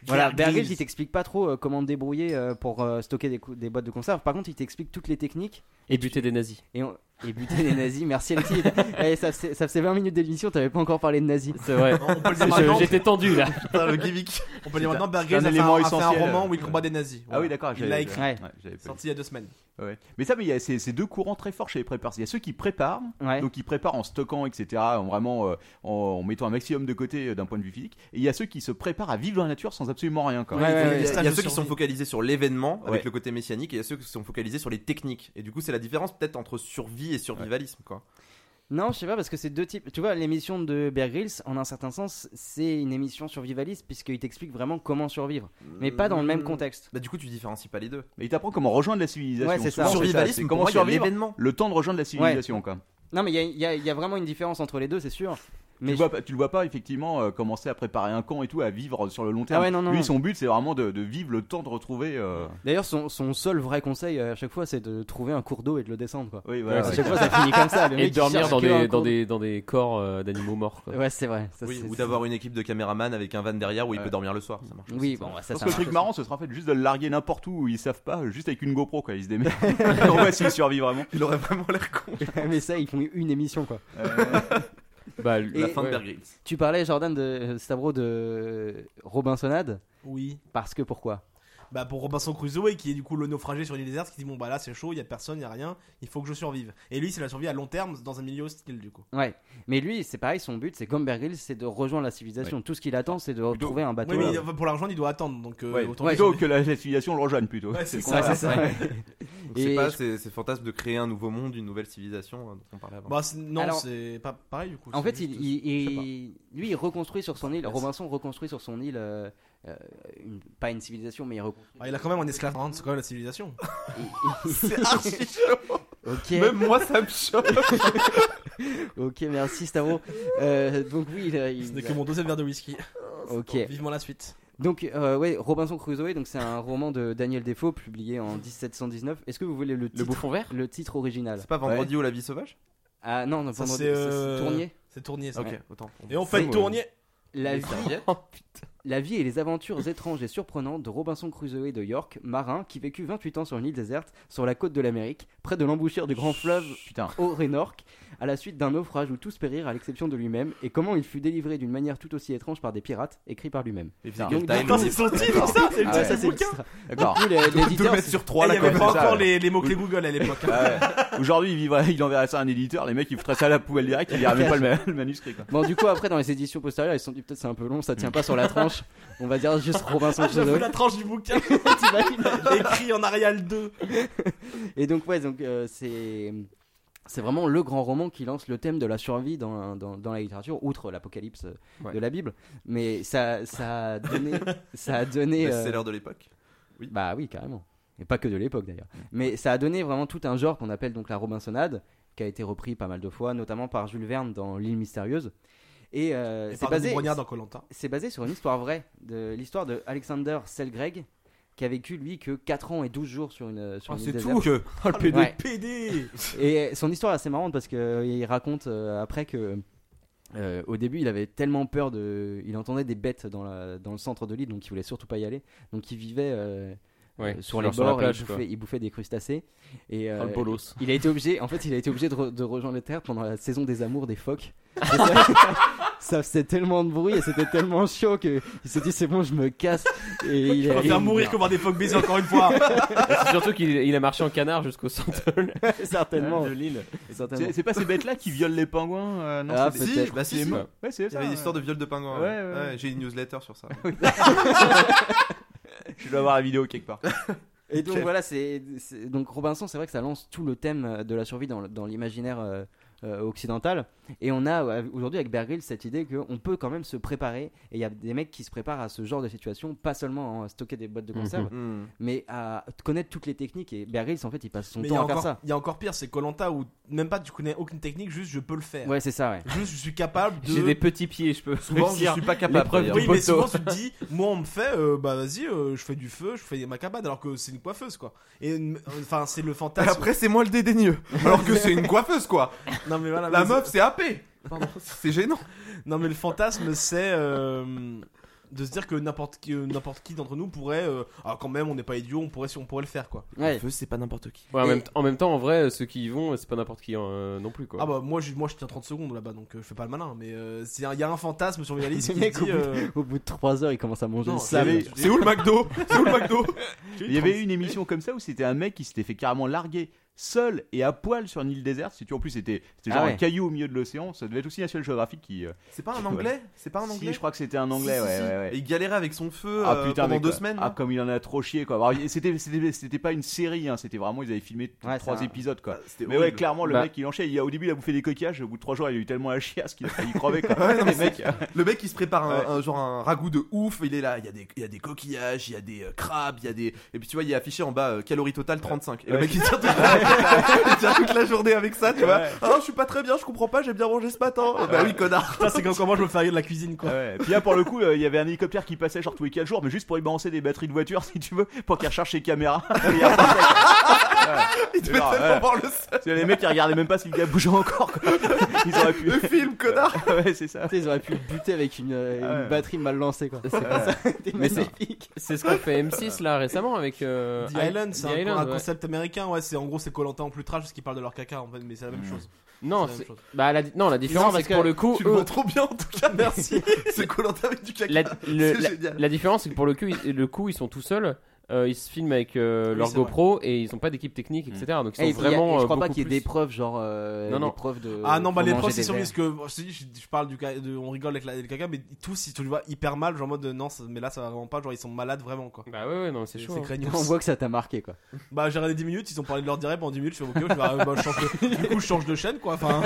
voilà, Bear Grylls,
Grylls.
il t'explique pas trop euh, comment te débrouiller euh, pour euh, stocker des, cou- des boîtes de conserve. Par contre, il t'explique toutes les techniques
Et buter des nazis.
et, on- et buter les nazis. Merci Alti. Eh, ça, faisait- ça faisait 20 minutes d'émission, t'avais pas encore parlé de nazis.
C'est vrai.
On peut le dire
Je-
maintenant.
J'étais tendu là.
Putain, le gimmick.
On peut le dire
C'est
maintenant. Bear
un
Grylls a fait un,
élément
a fait un
essentiel.
roman où il combat des nazis.
Ah oui,
Voilà.
d'accord,
Il l'a écrit.
Ouais.
ouais, j'avais pas vu.
Sorti il y a deux semaines.
Ouais. Mais ça, mais il y a ces, ces deux courants très forts chez les préparateurs. Il y a ceux qui préparent,
Ouais.
donc ils préparent en stockant, etc., en vraiment euh, en, en mettant un maximum de côté euh, d'un point de vue physique. Et il y a ceux qui se préparent à vivre dans la nature sans absolument rien. Quoi.
Ouais, ouais,
Il y a-
ouais.
il y a,
Stage de
ceux qui
survie.
sont focalisés sur l'événement
Ouais.
avec le côté messianique et il y a ceux qui sont focalisés sur les techniques. Et du coup, c'est la différence peut-être entre survie et survivalisme quoi.
Non, je sais pas parce que c'est deux types. Tu vois, l'émission de Bear Grylls, en un certain sens, c'est une émission survivaliste puisqu'il t'explique vraiment comment survivre, mais pas dans le même contexte.
Bah du coup, tu différencies pas les deux.
Mais il t'apprend comment rejoindre la civilisation.
Ouais, c'est ça.
Souvent,
Survivalisme,
c'est
pour
comment
moi, il y a
survivre
l'événement.
le temps de rejoindre la civilisation. Quoi.
Non, mais il y a- il y, a- il y a vraiment une différence entre les deux, c'est sûr.
Tu,
Mais
le vois, pas- tu le vois pas effectivement euh, commencer à préparer un camp et tout, à vivre sur le long terme.
Ah ouais, non, non,
Lui,
non.
son but, c'est vraiment de, de vivre le temps de retrouver. euh,
D'ailleurs, son, son seul vrai conseil euh, à chaque fois, c'est de trouver un cours d'eau et de le descendre. Quoi.
Oui, voilà.
Ouais,
À
c'est
chaque fois, ça finit comme ça. le
Et
mec, il
dormir
cherche
dans
que un cours
des, dans,
d'eau.
des, dans des corps euh, d'animaux morts. Quoi.
Ouais, c'est vrai. ça,
Oui,
c'est-
ou d'avoir une équipe de caméramans avec un van derrière où il
Ouais.
peut dormir le soir, ça marche.
Oui, bon, bah, ça,
Parce
ça
que le
marche
truc
aussi.
marrant, ce sera en fait juste de le larguer n'importe où où ils savent pas, juste avec une GoPro, quoi. Ils se démerdent. On voit s'il survit vraiment.
Il aurait vraiment l'air con.
mais ça, ils font une émission, quoi.
Euh,
Bah,
La
Et-
fin de
ouais.
Bear Grylls.
Tu parlais, Jordan, de Stavro de Robinsonade.
Oui.
Parce que pourquoi
Bah pour Robinson Crusoe qui est du coup le naufragé sur une île déserte qui dit bon bah là c'est chaud, il y a personne, il y a rien, il faut que je survive. Et lui c'est la survie à long terme dans un milieu hostile du coup.
Ouais. Mais lui, c'est pareil, son but, c'est comme Bear Grylls, c'est de rejoindre la civilisation. Tout ce qu'il attend, c'est de retrouver un bateau. euh,
Oui mais pour la rejoindre il doit attendre donc euh,
Bah, euh, Ouais.
autant que
plutôt que la, la civilisation le rejoigne plutôt.
Ouais, c'est
Ouais,
ça.
c'est ça.
Je sais
Et
pas,
je-
c'est c'est fantasme de créer un nouveau monde, une nouvelle civilisation hein, dont on parlait avant.
Bah, c'est- non
Alors-
c'est pas pareil du coup.
En
c'est
fait, il,
juste-
il-
je sais pas.
il- lui, il reconstruit sur son île.
Merci.
Robinson reconstruit sur son île, euh, euh, une- pas une civilisation, mais il reconstruit.
Ah, il a quand même un esclave, hein, c'est quand même la civilisation.
C'est archi chaud.
ok,
Même moi ça me choque.
ok, merci Stavro. Euh, donc oui, il, a- il-
Ce n'est que mon deuxième verre de whisky.
ok.
Vivement la suite.
Donc euh, ouais, Robinson Crusoe, donc c'est un roman de Daniel Defoe publié en 1719. Est-ce que vous voulez le
Le
titre,
bouffon vert
le titre original
C'est pas Vendredi ou la vie sauvage
Ah non, non,
Ça,
pendant-
c'est,
ça,
euh,
c'est Tournier.
C'est tournier ça.
Ok, autant.
Et on fait
Ouais.
tournier.
La vie, Oh, la vie et les aventures étranges et surprenantes de Robinson Crusoe de York, marin qui vécut 28 ans sur une île déserte, sur la côte de l'Amérique, près de l'embouchure du grand fleuve
Putain.
Orénorque, à la suite d'un naufrage où tous périrent à l'exception de lui-même, et comment il fut délivré d'une manière tout aussi étrange par des pirates, écrit par lui-même.
Putain.
Time.
Attends, c'est son titre ça, c'est le
Ah ouais.
titre, ça, c'est le bouquin.
extra.
D'accord.
Du coup, les- l'éditeur,
2 mètres sur 3
Il n'y
là
avait
comme
pas
ça,
encore
ouais.
les, les mots-clés Google à l'époque. hein.
Ah ouais. Aujourd'hui, il, vivrait- il enverrait ça à un éditeur, les mecs ils feraient ça à la poubelle direct, ils liraient même pas le, ma- le manuscrit. Quoi.
Bon, du coup, après, dans les éditions postérieures, ils se sont dit peut-être c'est un peu long, ça tient pas sur la tranche. On va dire juste Robinson
J'avoue
Crusoe.
la tranche du bouquin écrit en Arial 2.
Et donc, ouais, donc euh, c'est. C'est vraiment le grand roman qui lance le thème de la survie dans, dans, dans la littérature, outre l'apocalypse euh,
Ouais.
de la Bible. Mais ça, ça a donné. ça a donné euh,
Best-seller de l'époque.
Bah oui, carrément. Et pas que de l'époque d'ailleurs. Mais ça a donné vraiment tout un genre qu'on appelle donc la Robinsonade, qui a été repris pas mal de fois, notamment par Jules Verne dans L'île mystérieuse. Et, euh,
Et
c'est
par basé...
basé,
Brognard dans Colanta.
c'est basé sur une histoire vraie, de l'histoire de Alexander Selgreg, qui a vécu lui que 4 ans et 12 jours sur une, sur une île déserte.
Ah, que.
Oh le PD.
Ouais.
PD.
Et son histoire est assez marrante parce qu'il raconte euh, après que euh, au début il avait tellement peur de. Il entendait des bêtes dans, la- dans le centre de l'île donc il voulait surtout pas y aller. Donc il vivait euh,
Ouais,
euh,
sur
sur les
la- sur la
bords et
plage,
il,
quoi.
bouffait, il bouffait des crustacés. Et,
Dans le
euh,
bolos.
il a été obligé, en fait, il a été obligé de, re- de rejoindre les terres pendant la saison des amours des phoques. Et ça, ça faisait tellement de bruit et c'était tellement chaud que il s'est dit c'est bon, je me casse. Et il
On va
a-
faire
il-
mourir comme un des phoques baisés encore une fois.
C'est surtout qu'il il a marché en canard jusqu'au centre.
certainement. certainement.
C'est c'est pas ces bêtes là qui violent les pingouins euh, Non,
Ah,
c'est des-
Si,
peut-être.
bah si, si.
Ouais, c'est
Il y avait une histoire de viol de pingouin.
Ouais, ouais, ouais.
J'ai une newsletter sur ça.
Je dois avoir la vidéo quelque part.
Et donc voilà, c'est c'est- donc Robinson, c'est vrai que ça lance tout le thème euh, de la survie dans, le- dans l'imaginaire euh, euh, occidentale. Et on a euh, aujourd'hui avec Bear Grylls cette idée qu'on peut quand même se préparer. Et il y a des mecs qui se préparent à ce genre de situation, pas seulement à stocker des boîtes de conserve,
Mhm.
mais à connaître toutes les techniques. Et Bear Grylls, en fait, il passe son
Mais il y,
temps
a
à faire
encore-
ça.
il y a encore pire, c'est Colanta où même pas tu connais aucune technique, juste je peux le faire.
Ouais, c'est ça, ouais.
Juste je suis capable de.
J'ai des petits pieds, je peux.
Souvent, je
réussir
suis pas capable,
l'épreuve
d'ailleurs.
du
Oui, mais souvent
poteau.
tu te dis, moi on me fait, euh, bah vas-y, euh, je fais du feu, je fais ma cabane, alors que c'est une coiffeuse quoi. Et une- enfin, c'est le fantasme.
Après, c'est moi le dédaigneux. Alors que c'est une coiffeuse, quoi.
non mais
Ah,
voilà,
La
mais-
meuf, c'est AP. C'est gênant.
Non mais le fantasme c'est euh, de se dire que n'importe qui, euh, n'importe qui d'entre nous pourrait, euh, ah quand même on n'est pas idiot, on pourrait si on pourrait le faire quoi.
Ouais.
Feu, c'est pas n'importe qui.
Ouais, en,
Et-
même t- en même temps, en vrai, ceux qui y vont, c'est pas n'importe qui euh, non plus quoi.
Ah bah moi je, moi je tiens 30 secondes là-bas donc euh, je fais pas le malin mais euh, c'est un- il y a un fantasme sur mes
Le
qui
mec,
dit euh,
Au bout de 3 heures, il commence à manger
Non,
le
c'est-
Il y
sable.
avait-
C'est où le McDo C'est où le McDo
Il y avait une émission comme ça où c'était un mec qui s'était fait carrément larguer seul et à poil sur une île déserte. Si tu en plus c'était c'était genre
Ah ouais.
un caillou au milieu de l'océan, ça devait être aussi National Geographic qui. euh,
C'est pas un anglais C'est pas un
si,
anglais
je crois que c'était un anglais,
Si, si,
ouais,
si.
ouais, ouais.
Et il galérait avec son feu
Ah
euh,
putain,
pendant
mais
deux
quoi.
semaines.
Ah, comme il en a trop chié quoi. Alors, il- C'était c'était- c'était pas une série, hein, c'était vraiment ils avaient filmé
Ouais,
trois
c'est un-
épisodes quoi.
Ah, c'était
Mais ouais,
horrible.
clairement, le
Bah.
mec il enchaîne. Il a, au début, il a bouffé des coquillages. Au bout de trois jours, il a eu tellement la chiasse qu'il a failli crever. Quoi. euh,
Ouais, non, mais
Les mecs,
Le mec il se prépare un,
Ouais.
un- genre un ragoût de ouf, il est là, il y a des, il y a des coquillages, il y a des euh, crabes, il y a des. Et puis tu vois, il est affiché en bas euh, calorie totale 35. Et le
Ouais.
mec il tient, toute la... il tient toute la journée avec ça, tu vois.
Ouais.
Ah, je suis pas très bien, je comprends pas, j'ai bien mangé ce matin. Eh Bah oui, connard.
putain c'est comme quand moi je me fais rire de la cuisine
Ah
quoi.
ouais. Puis là, pour le coup, euh, il y avait un hélicoptère qui passait genre tous les 4 jours, mais juste pour y balancer des batteries de voiture, si tu veux, pour qu'il recharge ses caméras. Et après,
Il devait
Alors,
tellement
ouais.
voir le, seul-
c'est les mecs qui regardaient même pas si le gars bougeait encore. quoi. Ils auraient pu.
le film, connard.
ouais, c'est ça.
Tu sais, Ils auraient pu le buter avec une, euh,
Ah
une
ouais.
batterie mal lancée, quoi. C'était
Mais c'est-
magnifique.
C'est ce qu'on fait M6 là récemment avec. euh,
The
I-
Island, c'est
The
un,
Island,
un
ouais.
concept américain, ouais, c'est en gros c'est Colanta en plus trash parce qu'ils parlent de leur caca en fait, mais c'est la même chose. C'est la
Non,
même
c'est-
chose.
bah, la, di- non, la différence,
parce
c'est que pour
que
le coup,
Tu le
eux,
vois trop bien en tout cas, merci. Euh. c'est Colanta avec du caca.
la, le-
C'est
la-
génial.
la différence, c'est que pour le coup, ils, le coup, ils sont tout seuls. euh, ils se filment avec euh,
Oui,
leur
c'est
GoPro et ils n'ont pas d'équipe technique, etc. Donc
Eh, Et
ils
puis,
sont
il y a-
vraiment.
et je
euh,
crois pas
beaucoup
qu'il y ait
plus-
des preuves, genre. euh,
Non, non.
des preuves de.
Ah non, bah
pour
les
manger
profs, c'est
des
sur
verres.
parce que je, te dis, je- je parle du ca- de- on rigole avec la- le caca, mais tous ils te le voient hyper mal, genre en mode euh, non, ça- mais là ça va vraiment pas, genre ils sont malades vraiment quoi.
Bah ouais, ouais, non, c'est
C'est
chaud. hein.
craignos.
On voit que ça t'a marqué, quoi.
Bah j'ai regardé 10 minutes, ils ont parlé de leur direct pendant 10 minutes, je fais ok, je fais, ah, bah, je change de- du coup je change de chaîne quoi, enfin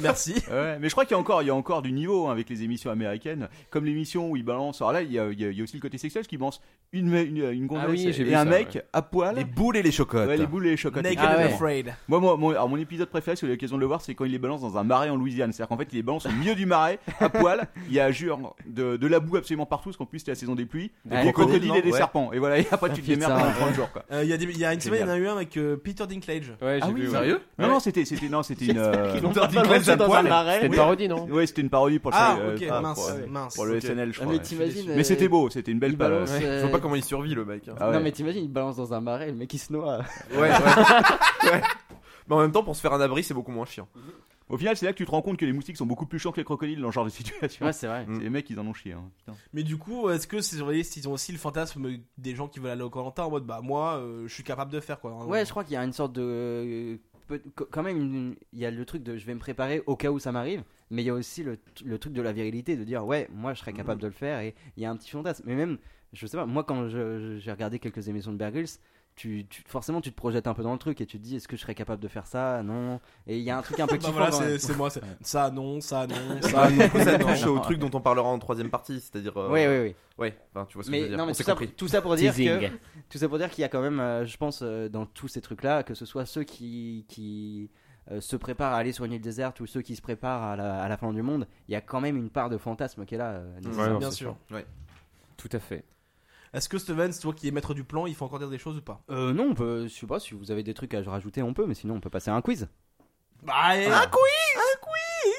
merci.
Ouais, mais je crois qu'il y a encore, il y a encore du niveau hein, avec les émissions américaines, comme l'émission où ils balancent. Alors là, il y a, il y a- il y a aussi le côté sexuel, parce qu'ils balancent une, me- une, une gondole
Ah oui, j'ai
et
vu
un
ça,
mec
ouais.
à poil.
Les boules et les chocottes.
Ouais, les boules et les chocottes.
Naked
Ah
and
ouais.
afraid.
Moi, moi, mon, alors, mon épisode préféré, si vous avez l'occasion de le voir, c'est quand il les balance dans un marais en Louisiane. C'est-à-dire qu'en fait, il les balance au milieu du marais, à poil. Il y a, jure, de, de la boue absolument partout, parce qu'en plus, c'était la saison des pluies. Des,
Ouais.
crocodiles,
crocodiles,
et des
ouais.
serpents. Et voilà, et après, tu te
Putain,
démerdes pendant
ouais.
30 jours, quoi.
Euh, Il y, a des- il y a une semaine, il y en a eu un avec euh, Peter Dinklage.
Ouais, j'ai
Ah
vu.
oui,
ouais.
Sérieux
Non, non, c'était, c'était, non, c'était une, euh,
l'ont
Peter Dinklage à poil.
C'était une parodie, non
ouais, c'était une parodie pour le,
Ah,
euh,
ok,
pour-
mince,
pour-
mince.
pour le
ok.
SNL, je
Ah,
crois.
mais
ouais.
t'imagines. euh,
Mais c'était beau, c'était une belle
il balance,
balance.
euh,
Je vois pas comment il survit le mec. hein.
Ah ouais.
Non, mais t'imagines, il balance dans un marais, le mec il se noie.
Ouais, ouais. Ouais. Mais en même temps, pour se faire un abri, c'est beaucoup moins chiant.
Au final, c'est là que tu te rends compte que les moustiques sont beaucoup plus chiants que les crocodiles dans ce genre de situation.
Ouais, c'est vrai.
C'est Les mecs, ils en ont chié. hein, putain.
Mais du coup, est-ce que ces journalistes, ils ont aussi le fantasme des gens qui veulent aller au Corentin en mode bah moi, euh, je suis capable de faire quoi.
Hein.
Ouais, je crois qu'il y a une sorte de. euh, peut- qu- Quand même, une- une- il y a le truc de je vais me préparer au cas où ça m'arrive, mais il y a aussi le, le truc de la virilité, de dire ouais, moi je serais capable
Mm.
de le faire, et il y a un petit fantasme. Mais même, je sais pas, moi quand je- je- j'ai regardé quelques émissions de Bergels, tu, tu- forcément tu te projettes un peu dans le truc et tu te dis est-ce que je serais capable de faire ça Non. Et il y a un truc un peu
Bah
kiffant.
voilà,
quand
c'est
même.
c'est moi, c'est- ça non, ça non,
Ça,
Ah,
ça non.
du coup, ça touche au truc dont on parlera en troisième partie, c'est-à-dire. euh,
Ouais, ouais, ouais.
Ouais, enfin, tu vois ce que je
Mais,
veux dire.
non, mais
on s'est
tout, ça,
compris.
tout ça pour dire que,
Teasing.
tout ça pour dire qu'il y a quand même, euh, je pense, euh, dans tous ces trucs-là, que ce soit ceux qui, qui euh, se préparent à aller sur une île déserte ou ceux qui se préparent à la, à la fin du monde, il y a quand même une part de fantasme qui est là. euh,
Ouais, non,
bien
c'est
sûr.
Tout à fait.
Est-ce que Steven, toi qui es maître du plan, il faut encore dire des choses ou pas
Euh, non, on peut, je sais pas si vous avez des trucs à rajouter, on peut, mais sinon on peut passer à un quiz.
Bah, allez, un quiz Un quiz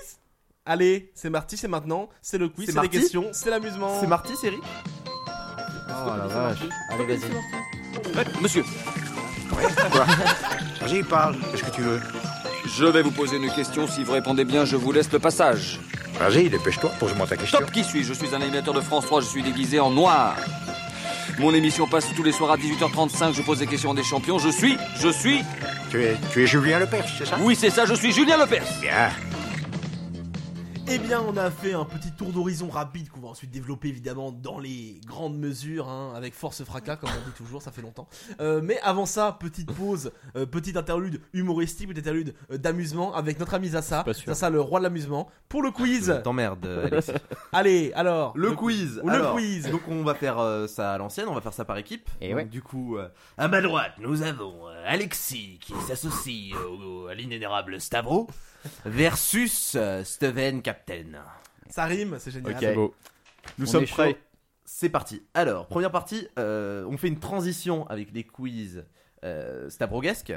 Allez, c'est Marty, c'est maintenant, c'est le quiz,
C'est
c'est des
Marty
questions, c'est l'amusement.
C'est Marty, série
Oh la vache. Allez, vas-y.
Monsieur. Quoi J'y parle. Qu'est-ce que tu veux
Je vais vous poser une question. Si vous répondez bien, je vous laisse le passage.
Vas-y, dépêche-toi, pose-moi ta question.
Stop, qui suis-je Je suis un animateur de France 3, je suis déguisé en noir. Mon émission passe tous les soirs à 18h35, je pose des questions des champions. Je suis, je suis,
Ah. Tu es, tu es Julien Lepers, c'est ça
oui c'est ça, je suis Julien Lepers.
Bien.
Eh bien, on a fait un petit tour d'horizon rapide qu'on va ensuite développer évidemment dans les grandes mesures, hein, avec force fracas, comme on dit toujours, ça fait longtemps. Euh, mais avant ça, petite pause, euh, petite interlude humoristique, petite interlude euh, d'amusement avec notre ami Zassa. Zassa, le roi de l'amusement, pour le quiz.
T'emmerdes, Alexis.
Allez, alors.
Ah, Le, quiz.
Le
alors,
quiz.
Donc on va faire euh, ça à l'ancienne, on va faire ça par équipe.
Et
Donc
ouais.
Du coup, euh,
À ma droite, nous avons euh, Alexis qui s'associe au- au- à l'inénérable Stavro versus euh, Steven Captain.
Ça rime, c'est génial.
Nous
On
sommes
est chaud.
prêts. C'est parti. Alors, première partie, euh, on fait une transition avec les quiz euh, Stavrogesques,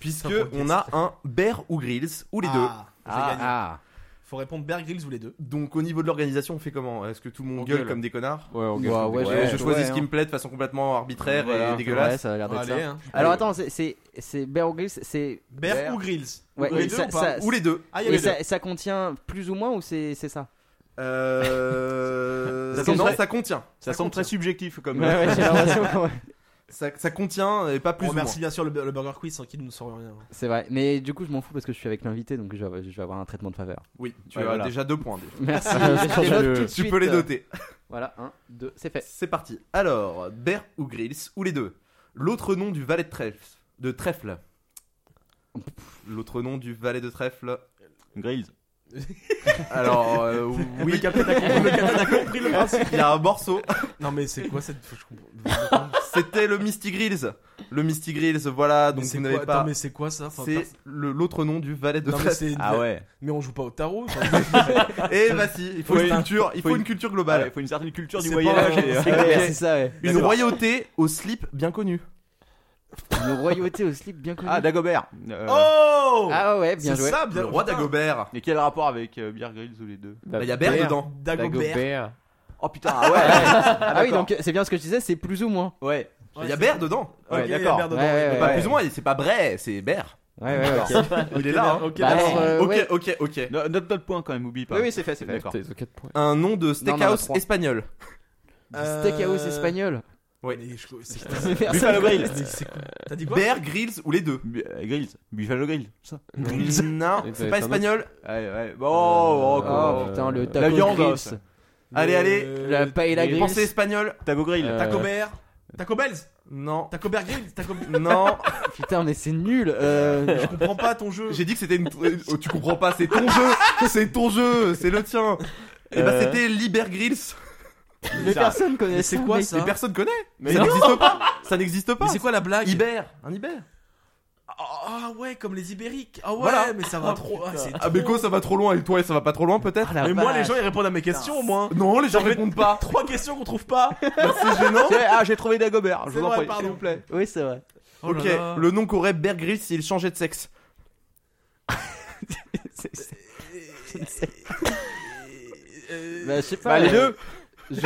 puisque on a un Bear ou Grills, ou les
Ah,
deux.
j'ai Ah, gagné. ah. Faut répondre Bear Grylls ou les deux.
Donc, au niveau de l'organisation, on fait comment Est-ce que tout le monde
On
gueule,
gueule.
comme des connards
Ouais, on gueule comme des
je-
connards.
Je choisis
Ouais,
ce qui
hein.
me plaît de façon complètement arbitraire et dégueulasse.
Ouais, ça a l'air d'être
Allez,
ça.
hein.
Alors attends, c'est- c'est c'est Bear ou Grylls, c'est
Bear Bear. ou Grylls
Ouais,
Ou les
et
deux
ça-
ou pas
ça-
Ou les deux. Ah, il y a
et
les
ça,
deux.
ça contient plus ou moins ou c'est c'est ça
Euh,
Ça semble
non,
très-
ça contient.
ça semble
contient.
très subjectif, comme- Ouais, ouais, j'ai l'impression, ouais.
ça, ça contient et pas plus.
On
ou moins.
remercie bien sûr le, le Burger Quiz sans qu'il nous saurions rien.
C'est vrai, mais du coup je m'en fous parce que je suis avec l'invité donc je vais, avoir- je vais avoir un traitement de faveur.
Oui, tu as déjà deux points. déjà.
Merci.
Tu, les notes tout de
Tu
suite. peux les noter.
Voilà, un, deux, c'est fait.
C'est parti. Alors, Bear ou Grills ou les deux. L'autre nom du valet de trèfle. De trèfle. L'autre nom du valet de trèfle. Grills. Alors, euh, oui,
Le capitaine a compris.
Le capitaine a compris le principe. Il y a un morceau.
Non, mais c'est quoi cette. je comprends-
C'était le Misty Grills. Le Misty Grills, voilà. Donc
c'est
vous n'avez
quoi-
pas.
attends, mais c'est quoi ça Enfin,
C'est
perso-
le- l'autre nom du valet de Ah
Non, mais
trèfle.
c'est une-
Ah
Mais on joue pas au tarot.
Eh bah si, il faut une culture, il faut une culture globale.
Il faut une certaine culture du
Bah, C'est
voyage.
pas-
et,
c'est
euh,
clair.
ok.
Une royauté au slip bien connu.
Une royauté au slip bien connu.
Ah, Dagobert.
Oh
Ah ouais, bien joué.
Le roi Dagobert. Et quel rapport avec euh, Bear Grylls ou les deux
Bah, y a Bear Bear. dedans. Dagobert.
Oh putain, ah ouais. Ah,
Ah oui,
d'accord.
donc c'est bien ce que je disais, c'est plus ou moins.
Ouais.
Il y a Bear dedans.
Ouais, d'accord.
Ok, il y a Bear dedans.
Ouais, ouais,
pas
ouais.
plus ou moins, c'est pas vrai, c'est Bear.
Ouais, ouais, ouais,
D'accord.
ok.
Il est
Ok,
là. hein.
ok, Bah, d'accord. euh,
ok,
ouais.
ok, ok.
No- Note notre point quand même, oublie pas.
Oui, oui, c'est fait, c'est fait.
D'accord.
T'es aux quatre points. Un nom de steakhouse
Non, non, on a trois.
espagnol.
bah,
Euh, Steakhouse espagnol.
Oui.
Buffalo Grill.
T'as dit quoi
Bear Grills ou les deux
Grills. euh, Buffalo Grill. Ça.
Non, c'est pas espagnol.
Ouais, ouais. Bon, Oh,
Oh, putain, le taco
La viande.
Grills.
ça.
Allez,
Euh,
allez. Euh,
La paella
Pensez
Grills.
espagnol.
Taco Grill.
Taco Bear Taco Bells
Non.
Taco Bear Grill Taco...
Non.
Putain, mais c'est nul. euh,
Je comprends pas ton jeu.
J'ai dit que c'était une. oh, tu comprends pas, c'est ton jeu. C'est ton jeu, c'est le tien. Et bah,
Euh.
c'était Liber Grills.
Mais
Ça-
personne connaît
Mais
ça,
c'est quoi
mec.
ça Mais personne connaît.
Mais
ça
non.
n'existe pas. Ça n'existe pas.
Mais c'est quoi la blague
Iber, un Iber.
Ah ouais, comme les Ibériques. Ah ouais,
Voilà.
mais ça va
Oh,
trop. Ah, c'est
Ah mais quoi ça va trop loin et toi ça va pas trop loin peut-être
Mais moi, les gens ils répondent à mes questions au moins.
Non les gens
J'en fais
répondent pas
Trois questions qu'on trouve pas.
C'est
hein.
gênant
C'est- Ah, j'ai trouvé Dagobert. Je
C'est
vous en
vrai,
prie.
pardon.
s'il vous plaît.
Oui, c'est vrai.
Oh là
Ok
là.
le nom qu'aurait Bear Grylls s'il changeait de sexe
Bah, je sais pas.
Bah, les
euh,
deux.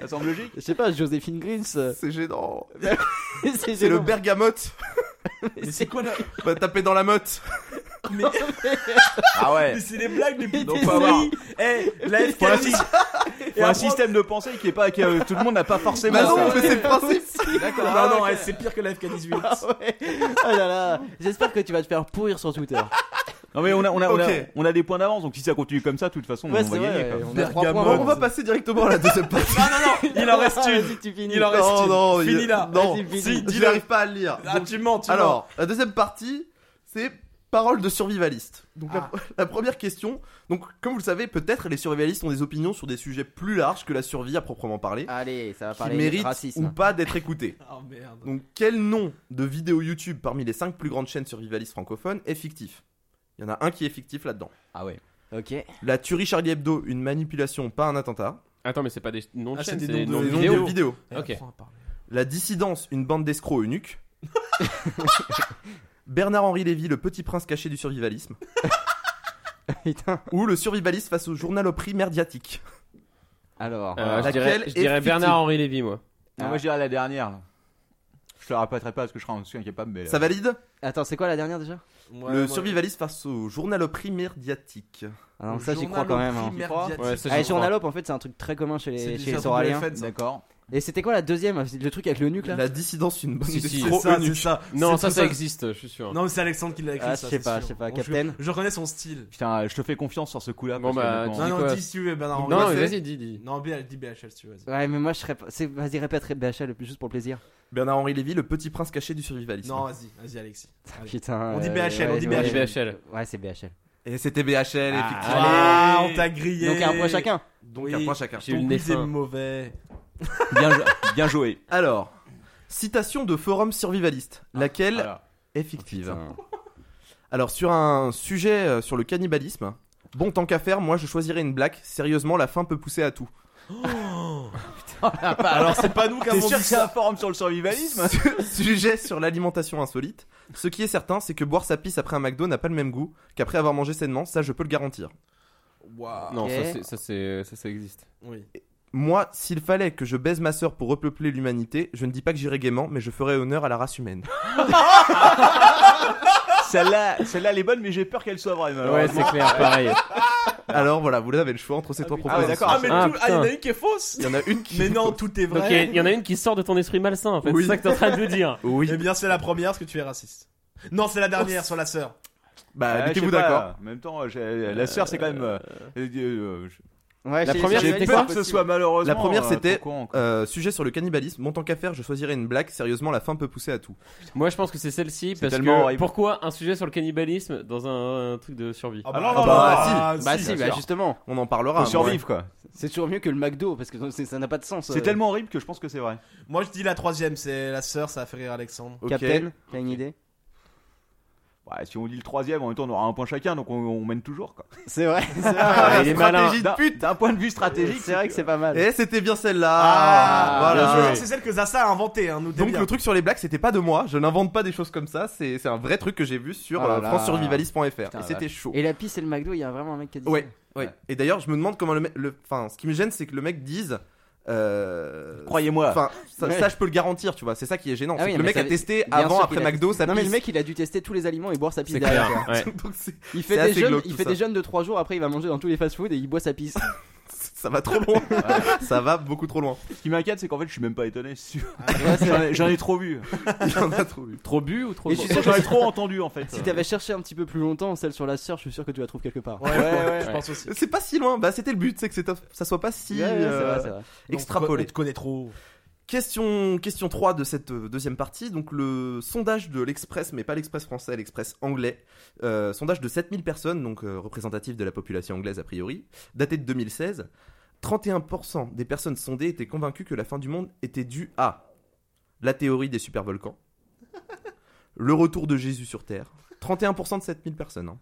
Ça semble logique.
Je sais pas, Joséphine Grills. euh,
C'est gênant C'est
C'est
le
gênant.
bergamote
Mais c'est quoi la.
Va taper dans la motte
Mais,
Ah ouais.
mais c'est les blagues les plus.
Donc, faut avoir-
Eh, la
Faut un,
FKJ.
sy- faut un système de pensée qui est pas. Qui, euh, tout le monde n'a pas forcément.
Bah non
ça.
mais c'est le principe
D'accord.
Ah, Non,
Ah,
non, eh, c'est pire que la FK18.
Oh là là. J'espère que tu vas te faire pourrir sur Twitter.
Non mais on a, on a, on a-
Ok.
on a des points d'avance, donc si ça continue comme ça, de toute façon,
Ouais,
on
c'est
va gagner.
vrai,
quoi.
on a trois points.
Bon, On va passer directement à la deuxième partie
Il en reste une.
Vas-y, tu finis.
Ah, Il en reste
Non
une.
non il-
Finis là.
Non
Vas-y, finis.
si
dis-le.
j'arrive pas à le lire
Ah, tu mens, tu mens.
Alors, la deuxième partie, c'est paroles de survivalistes. Donc la-
Ah.
la, première question, donc comme vous le savez, peut-être les survivalistes ont des opinions sur des sujets plus larges que la survie à proprement
Ah,
parler,
Allez, ça va
qui
parler de
méritent ou
racisme.
pas d'être écoutés.
Oh merde.
Donc quel nom de vidéo YouTube parmi les 5 plus grandes chaînes survivalistes francophones est fictif Il y en a un qui est fictif là-dedans.
Ah ouais.
Ok.
La tuerie Charlie Hebdo, une manipulation, pas un attentat.
Attends, mais c'est pas des noms de
Ah, c'est
chaînes,
des
c'est
noms
des
de-
noms
des
de
noms de
vidéos.
vidéos.
Elle
Ok.
apprend à parler.
La dissidence, une bande d'escrocs eunuques. Bernard-Henri Lévy, le petit prince caché du survivalisme.
Putain.
Ou le survivaliste face au journal au prix merdiatique.
Alors.
Euh, je
Laquelle
dirais,
est
je dirais
fictive
Bernard-Henri Lévy, moi.
Non, moi je dirais la dernière. là. Je te la répéterai pas parce que je serai en dessous incapable, mais. euh,
Ça valide
Attends, c'est quoi la dernière déjà
Ouais,
Le
ouais.
survivaliste face au journal au prix merdiatique.
Ah non,
Le
ça j'y
journal
crois quand
au
même. hein.
primaire
Tu crois
diatique.
Ouais, ça,
Ah,
j'y
les
crois.
journalopes, en fait, c'est un truc très commun chez
C'est
les,
du
chez les
syndrome de
Soraliens.
FN, ça.
D'accord.
Et c'était quoi la deuxième Le truc avec le nuque là
La dissidence, une bonne
Si, si.
dissidence.
C'est ça,
Eunuque.
c'est ça. Non, ça, ça existe, je suis sûr.
Non, mais c'est Alexandre qui l'a écrit.
Ah,
ça,
je sais
c'est
pas,
sûr.
je sais pas,
Bon,
Captain.
Je reconnais son style.
Putain, je te fais confiance sur ce coup-là.
Bon,
parce que
bah,
maintenant-
Non, non, dis si tu veux, Bernard.
Non,
on va
mais
faire.
vas-y, dis, dis.
Non, B- dis BHL si tu veux. vas-y.
Ouais, mais moi je serais pas. c'est- Vas-y, répète répète, BHL le plus juste pour le plaisir.
Bernard-Henri Lévy, le petit prince caché du survivalisme.
Non, vas-y, vas-y, Alexis. Allez.
Putain.
On dit
euh,
BHL, on
ouais,
dit
ouais,
BHL.
Ouais, c'est BHL.
Et c'était BHL,
Ah,
effectivement.
Ah, on t'a grillé.
Donc un point chacun.
Donc
Oui,
un point chacun.
J'ai eu
Ton
le nez
quiz est
fin.
mauvais.
bien, jou- bien joué.
Alors, citation de forum survivaliste, laquelle est fictive. Alors, sur un sujet euh, sur le cannibalisme, bon, tant qu'à faire, moi je choisirais une blague. Sérieusement, la fin peut pousser à tout.
Alors, c'est pas nous qui
avons
sûr
dit
que c'est un forum sur le survivalisme
Sujet sur l'alimentation insolite. Ce qui est certain, c'est que boire sa pisse après un McDo n'a pas le même goût qu'après avoir mangé sainement, ça je peux le garantir.
Waouh.
Non,
Ok.
ça, c'est- ça, c'est- ça, ça existe.
Oui.
Moi, s'il fallait que je baise ma sœur pour repeupler l'humanité, je ne dis pas que j'irai gaiement, mais je ferai honneur à la race humaine.
Celle-là, celle-là, elle est bonne, mais j'ai peur qu'elle soit vraie.
Ouais,
malheureusement.
c'est clair, pareil.
Alors voilà, vous avez le choix entre ces trois
Ah ouais,
propositions.
d'accord.
Ah, mais
Ah,
tout- ah, il y en a
putain.
une qui est fausse.
Il y en a une qui.
Mais non, tout est
Donc,
vrai.
il y a- il y, en a une qui sort de ton esprit malsain, en fait.
Oui.
C'est ça que t'es en train de nous dire.
Oui.
Eh bien, c'est la première parce que tu es raciste. Non, c'est la dernière sur la sœur.
euh,
Bah,
Ouais,
mettez-vous
Euh, je sais pas,
d'accord.
En même temps, j'ai- la sœur, c'est quand même. euh, euh, euh, je-
Ouais, chez
La
les
première,
survivalistes,
c'était
J'ai
c'est
quoi
peur
pas
que ce
possible.
soit malheureusement.
La première,
euh,
c'était-
trop courant, quoi.
Euh, sujet sur le cannibalisme. Mon tant qu'à faire, je choisirais une blague. Sérieusement, la fin peut pousser à tout.
Moi, je pense que c'est celle-ci, parce que
tellement horrible.
pourquoi un sujet sur le cannibalisme dans un, un truc de survie
Ah bah,
non,
ah
non, non,
bah,
Bah si, bah
sûr.
justement,
On en parlera.
Faut
hein,
survivre, quoi.
c'est toujours mieux que le McDo parce que c'est- ça n'a pas de sens.
C'est
euh,
tellement horrible que je pense que c'est vrai.
Moi, je dis la troisième, c'est la sœur, ça a fait rire Alexandre.
ouais. Ok.
Captain, t'as une idée
Ouais, si on dit le troisième, en même temps, on aura un point chacun, donc on, on mène toujours. Quoi.
C'est vrai, c'est vrai.
Ah,
il est malin.
stratégie de pute, d'un point de vue stratégique.
C'est vrai que c'est pas mal.
Et Eh, c'était bien celle-là.
Ah,
voilà.
bien joué. C'est celle que Zaza a inventée, hein, nous
Donc
bien.
le truc sur les blagues, c'était pas de moi. Je n'invente pas des choses comme ça. C'est c'est un vrai truc que j'ai vu sur
Ah là
euh,
là.
francesurvivaliste.fr. Et
la
c'était chaud.
Et la piste et le McDo, il y a vraiment un mec qui a dit
Ouais, ouais. Et d'ailleurs, je me demande comment le mec. le- Enfin, ce qui me gêne, c'est que le mec dise. euh,
Croyez-moi.
Enfin, ça,
Ouais.
ça, je peux le garantir, tu vois. C'est ça qui est gênant.
Ah
c'est
oui,
que
non,
le
mais
mec
ça-
a testé
bien
avant,
sûr
après
qu'il a-
McDo,
ça.
ça
Non mais le
pisse.
mec il a dû tester tous les aliments et boire sa pisse
C'est
derrière.
clair.
quoi.
Ouais.
Donc, c'est-
Il fait,
C'est
des
assez
jeunes,
glauque,
il
tout
fait
ça.
des jeunes de 3 jours après il va manger dans tous les fast food et il boit sa pisse.
ça va trop loin. ça va beaucoup trop loin.
Ce qui m'inquiète, c'est qu'en fait, je suis même pas étonné. c'est sûr. J'en ai- J'en ai trop vu.
Il en a trop eu.
Trop bu ou trop
Et je suis sûr que
J'en ai trop entendu, en fait.
si t'avais cherché un petit peu plus longtemps celle sur la sœur, je suis sûr que tu la trouves quelque part.
Ouais, ouais, je pense aussi.
C'est pas si loin. Bah, c'était le but, c'est que c'est- ça soit pas si
Ouais, ouais, c'est
euh,
vrai, c'est vrai.
extrapolé.
On te connaît trop.
Question, question 3 de cette euh, deuxième partie, donc le sondage de l'Express, mais pas l'Express français, l'Express anglais, euh, sondage de 7000 personnes, donc euh, représentatif de la population anglaise a priori, daté de 2016, 31% des personnes sondées étaient convaincues que la fin du monde était due à la théorie des supervolcans, le retour de Jésus sur Terre, 31% de 7000 personnes, hein.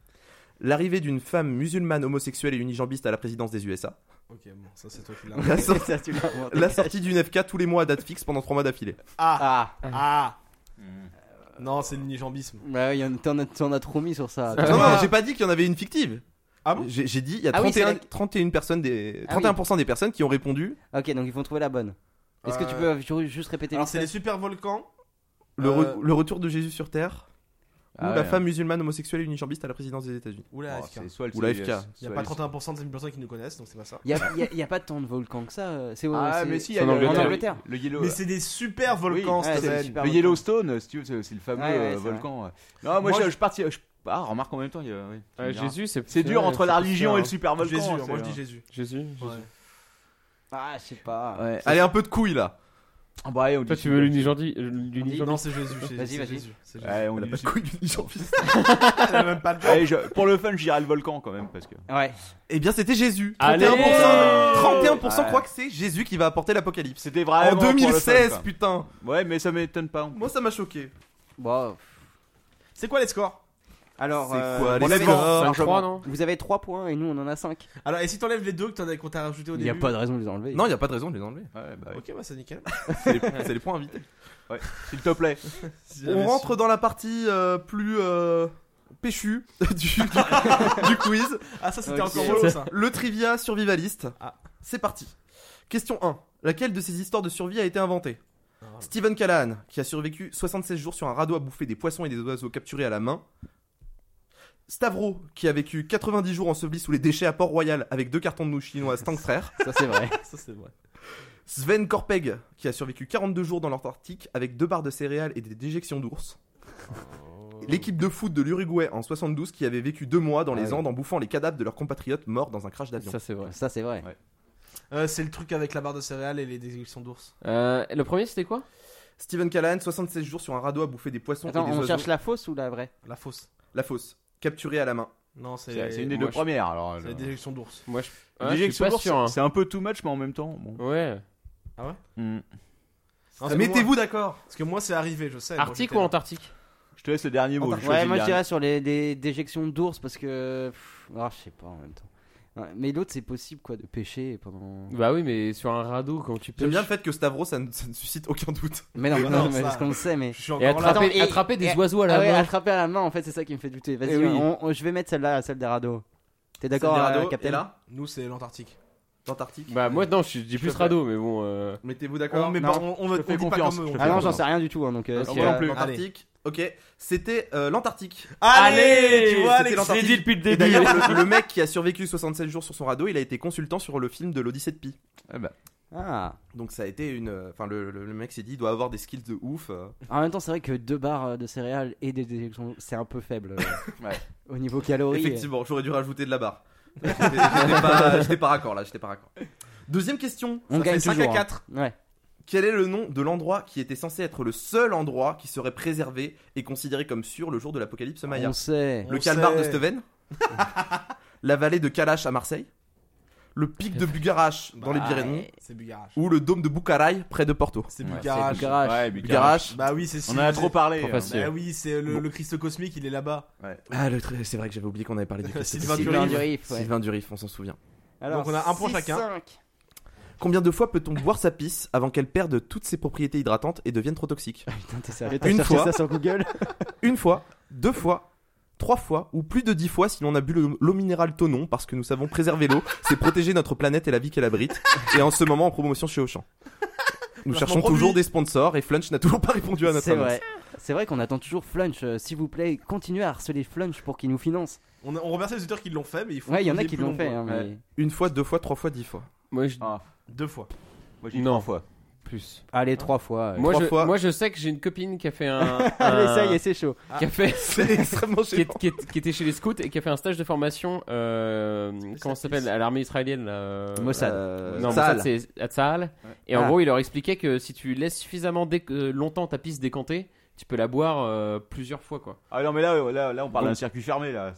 l'arrivée d'une femme musulmane homosexuelle et unijambiste à la présidence des USA,
Ok, bon, ça c'est toi qui l'as.
la, sor-
Ça, tu l'as inventé.
la sortie du FK tous les mois à date fixe pendant 3 mois d'affilée.
Ah,
Ah,
ah. Non, c'est le nijambisme.
bah, il y en- t'en as, t'en as trop mis sur ça.
Non, non,
Ah.
j'ai pas dit qu'il y en avait une fictive.
Ah bon
J'ai j'ai dit, il y a
Ah oui,
31,
c'est la-
31 personnes des,
Ah oui.
31% des personnes qui ont répondu
Ok, donc ils vont trouver la bonne. Est-ce que tu
Euh,
peux ju- juste répéter
Alors
vite
c'est les
fait
super volcans.
le,
Euh,
re- le retour de Jésus sur Terre
Ah
ou
ouais.
la femme musulmane homosexuelle et unijambiste à la présidence des États-Unis.
Oula,
Oh,
AFK.
c'est soit le
Ou la
CIS,
Il
FK.
y a
soit
pas
le-
31% de 7000 personnes qui nous connaissent, donc c'est pas ça.
Il y a, y a- y a pas tant de volcans que ça. euh, C'est au-
Ah,
c'est-
mais si, il y
c'est
a
en
le-
Angleterre.
En Angleterre.
Le Yellow.
Mais c'est des super volcans,
Oui, ouais,
Steven.
c'est super.
Le
volcan.
Yellowstone, si tu veux, c'est c'est le fameux
Ouais, ouais,
euh,
c'est vrai.
volcan. ouais. Non, moi,
Moi,
je,
je-
je partis- je- Ah, remarque en même temps, il y a. oui, tu me diras.
Jésus, c'est
C'est dur
ouais,
entre la
c'est
religion
dur.
et le super volcan.
Jésus,
c'est- hein.
moi je dis Jésus.
Jésus.
Ah, je sais pas.
Ouais.
Allez, un peu de couille là.
Ah, bah, allez, on dit.
Toi, tu veux l'unijambisme
Non, c'est Jésus. c'est-
Vas-y,
c'est
vas-y.
Jésus, c'est Jésus.
Ouais, on
Elle a pas de
dit Jésus.
couille unijambiste.
Elle a même pas de
Allez, je- Pour le fun, j'irai le volcan quand même parce que.
Ouais.
Eh bien, c'était Jésus. 31%,
Allez
31%
Ouais.
croient que c'est Jésus qui va apporter l'apocalypse.
C'était
En
vraiment. pour le fun,
2016,
quoi.
putain.
Ouais, mais ça m'étonne pas.
Moi, ça m'a choqué.
Bon.
C'est quoi les scores
Alors,
C'est
euh,
quoi, les
vous avez-
Oh,
scores
non
Vous avez 3 points et nous on en a 5.
Alors, et si t'enlèves les deux que t'en as- qu'on t'a rajouté au
Il
début
n'y a pas de raison de les enlever.
Non, il y a pas de raison de les enlever.
Ouais, bah,
Ok, bah c'est nickel.
C'est les, c'est les points invités.
S'il te plaît.
Si
On
jamais
rentre dans la partie euh, plus euh, péchue du, du quiz.
su- Ah, ça c'était
Ok.
encore relou ça.
Le trivia survivaliste.
Ah.
C'est parti. Question 1. Laquelle de ces histoires de survie a été inventée
Ah, voilà.
Stephen Callahan, qui a survécu 76 jours sur un radeau à bouffer des poissons et des oiseaux capturés à la main. Stavro, qui a vécu 90 jours enseveli sous les déchets à Port-Royal avec deux cartons de nouilles chinoises Tank Frère.
Ça c'est vrai.
Ça c'est vrai.
Sven Korpeg, qui a survécu 42 jours dans l'Antarctique avec deux barres de céréales et des déjections d'ours. L'équipe de foot de l'Uruguay en 72 qui avait vécu deux mois dans les
Ah oui.
Andes en bouffant les cadavres de leurs compatriotes morts dans un crash d'avion.
Ça, c'est vrai.
Ça, c'est vrai.
Euh, c'est le truc avec la barre de céréales et les déjections d'ours.
Euh, le premier, c'était quoi
Steven Callahan, 76 jours sur un radeau à bouffer des poissons
Attends,
et des
on
oiseaux.
cherche la fausse ou la vraie
La fausse.
La fausse, capturée à la main.
Non, c'est.
C'est c'est une des deux premières. Alors,
C'est les déjections d'ours.
Moi, je. Ouais,
Les
je suis
déjections
pas
d'ours,
sûr, hein.
c'est un peu too much, mais en même temps. Bon.
Ouais.
Ah ouais
Hmm.
Non, parce que
Mettez-vous
moi-
d'accord.
Parce que moi, c'est arrivé, je sais. moi,
Arctique
j'étais
ou
là.
Antarctique
Je te laisse le dernier mot. je
Ouais,
choisis
moi
le
je
dernier.
dirais sur les, des déjections d'ours parce que. pff, ah, je sais pas en même temps. Ouais, mais l'autre, c'est possible quoi de pêcher pendant.
Bah oui, mais sur un radeau, quand tu peux.
J'aime bien le fait que Stavro, ça ne, ça ne suscite aucun doute.
Mais non,
Mais
non,
non,
mais
ça-
parce qu'on le sait, mais.
Je suis
Et
encore là.
attraper,
Attends, et-
attraper des
et-
oiseaux à la
ah ouais,
main.
attraper à la main, en fait, c'est ça qui me fait douter. Vas-y,
Eh oui.
on- on- je vais mettre celle-là, celle des radeaux. T'es d'accord,
C'est des
euh,
radeaux,
Captain
et là,
Nous, c'est l'Antarctique.
l'Antarctique.
Bah moi, non, je dis plus
te fais-
radeau, mais bon. euh,
Mettez-vous
On,
d'accord.
met
Non,
pas- on, on,
je
on
te fais
dit pas
confiance,
comme eux,
je te
on
fais
Ah
fait
non,
pas.
j'en sais rien du tout, hein, donc. euh,
Ok.
si
Moi
elle-
non plus.
L'Antarctique. Ok, c'était euh, l'Antarctique.
Allez, tu vois,
C'était
Alex,
l'Antarctique.
dit depuis le
Et d'ailleurs, le, le mec qui a survécu 67 jours sur son radeau, il a été consultant sur le film de l'Odyssée de Pi.
Ah.
Donc ça a été une. euh, Enfin, le, le- le mec s'est dit, il doit avoir des skills de ouf. euh.
En même temps, c'est vrai que deux barres euh, de céréales et des déjections, c'est un peu faible. euh,
Ouais.
Au niveau calories.
Effectivement, j'aurais dû rajouter de la barre. J'étais j'étais pas, j'étais pas raccord là, j'étais pas raccord. Deuxième question.
On
ça
gagne
fait 5
toujours,
à
hein.
4.
Ouais.
Quel est le nom de l'endroit qui était censé être le seul endroit qui serait préservé et considéré comme sûr le jour de l'apocalypse Maya
On sait.
Le
On
calmar
sait.
de Steven La vallée de Kalash à Marseille Le pic de Bugarache dans les
Bah,
Pyrénées
C'est Bugarach.
Ou le dôme de Boucaraï près de Porto
C'est
Ouais,
Bugarach.
Bugarach.
Ouais, Bugarach.
Bugarach
Bah oui, c'est
On en a
civilisé.
trop parlé.
Trop
hein.
facile.
Bah oui, c'est le, le Christ cosmique, il est là-bas.
Ah, le tr- c'est vrai que j'avais oublié qu'on avait parlé du Christ.
Sylvain
Sylvain
Durif.
Durif, ouais.
Sylvain Durif, on s'en souvient.
Alors,
Donc on a un point
six,
chacun.
cinq.
Combien de fois peut-on boire sa pisse avant qu'elle perde toutes ses propriétés hydratantes et devienne trop toxique
Putain, t'es sérieux, t'as
Une
cherché
fois.
ça sur Google
Une fois, deux fois, trois fois ou plus de dix fois si l'on a bu le- l'eau minérale Tonon parce que nous savons préserver l'eau, c'est protéger notre planète et la vie qu'elle abrite. Et en ce moment en promotion chez Auchan. Nous
Placement
cherchons
produit.
toujours des sponsors et Flunch n'a toujours pas répondu à notre
C'est
annonce.
vrai. C'est vrai qu'on attend toujours Flunch. euh, S'il vous plaît, continuez à harceler Flunch pour qu'il nous finance.
On, a- on remercie les auteurs qui l'ont fait, mais il faut.
Ouais, il y en a
qu'il
qui
ait plus
l'ont fait.
nombreux.
hein, mais-
Une fois, deux fois, trois fois, dix fois.
Moi, je...
Ah,
Deux fois.
moi, j'ai dit
non.
trois fois.
Plus.
Allez, trois fois. euh.
Moi euh,
Trois
je,
fois.
moi, je sais que j'ai une copine qui a fait un.
Allez,
un-
ça y est, c'est chaud.
Qui a fait.
Ah, C'est extrêmement
qui, est-
gênant.
qui est- qui était chez les scouts et qui a fait un stage de formation. euh, comment ça s'appelle À l'armée israélienne. Là, euh,
Mossad.
euh,
Euh,
non,
Sahal.
Mossad, c'est à Tsahal. Et en
Ah.
gros, il leur expliquait que si tu laisses suffisamment dé- euh, longtemps ta piste décantée, tu peux la boire euh, plusieurs fois quoi.
Ah non, mais là, euh, là, là on parle
Bon.
d'un circuit fermé. là.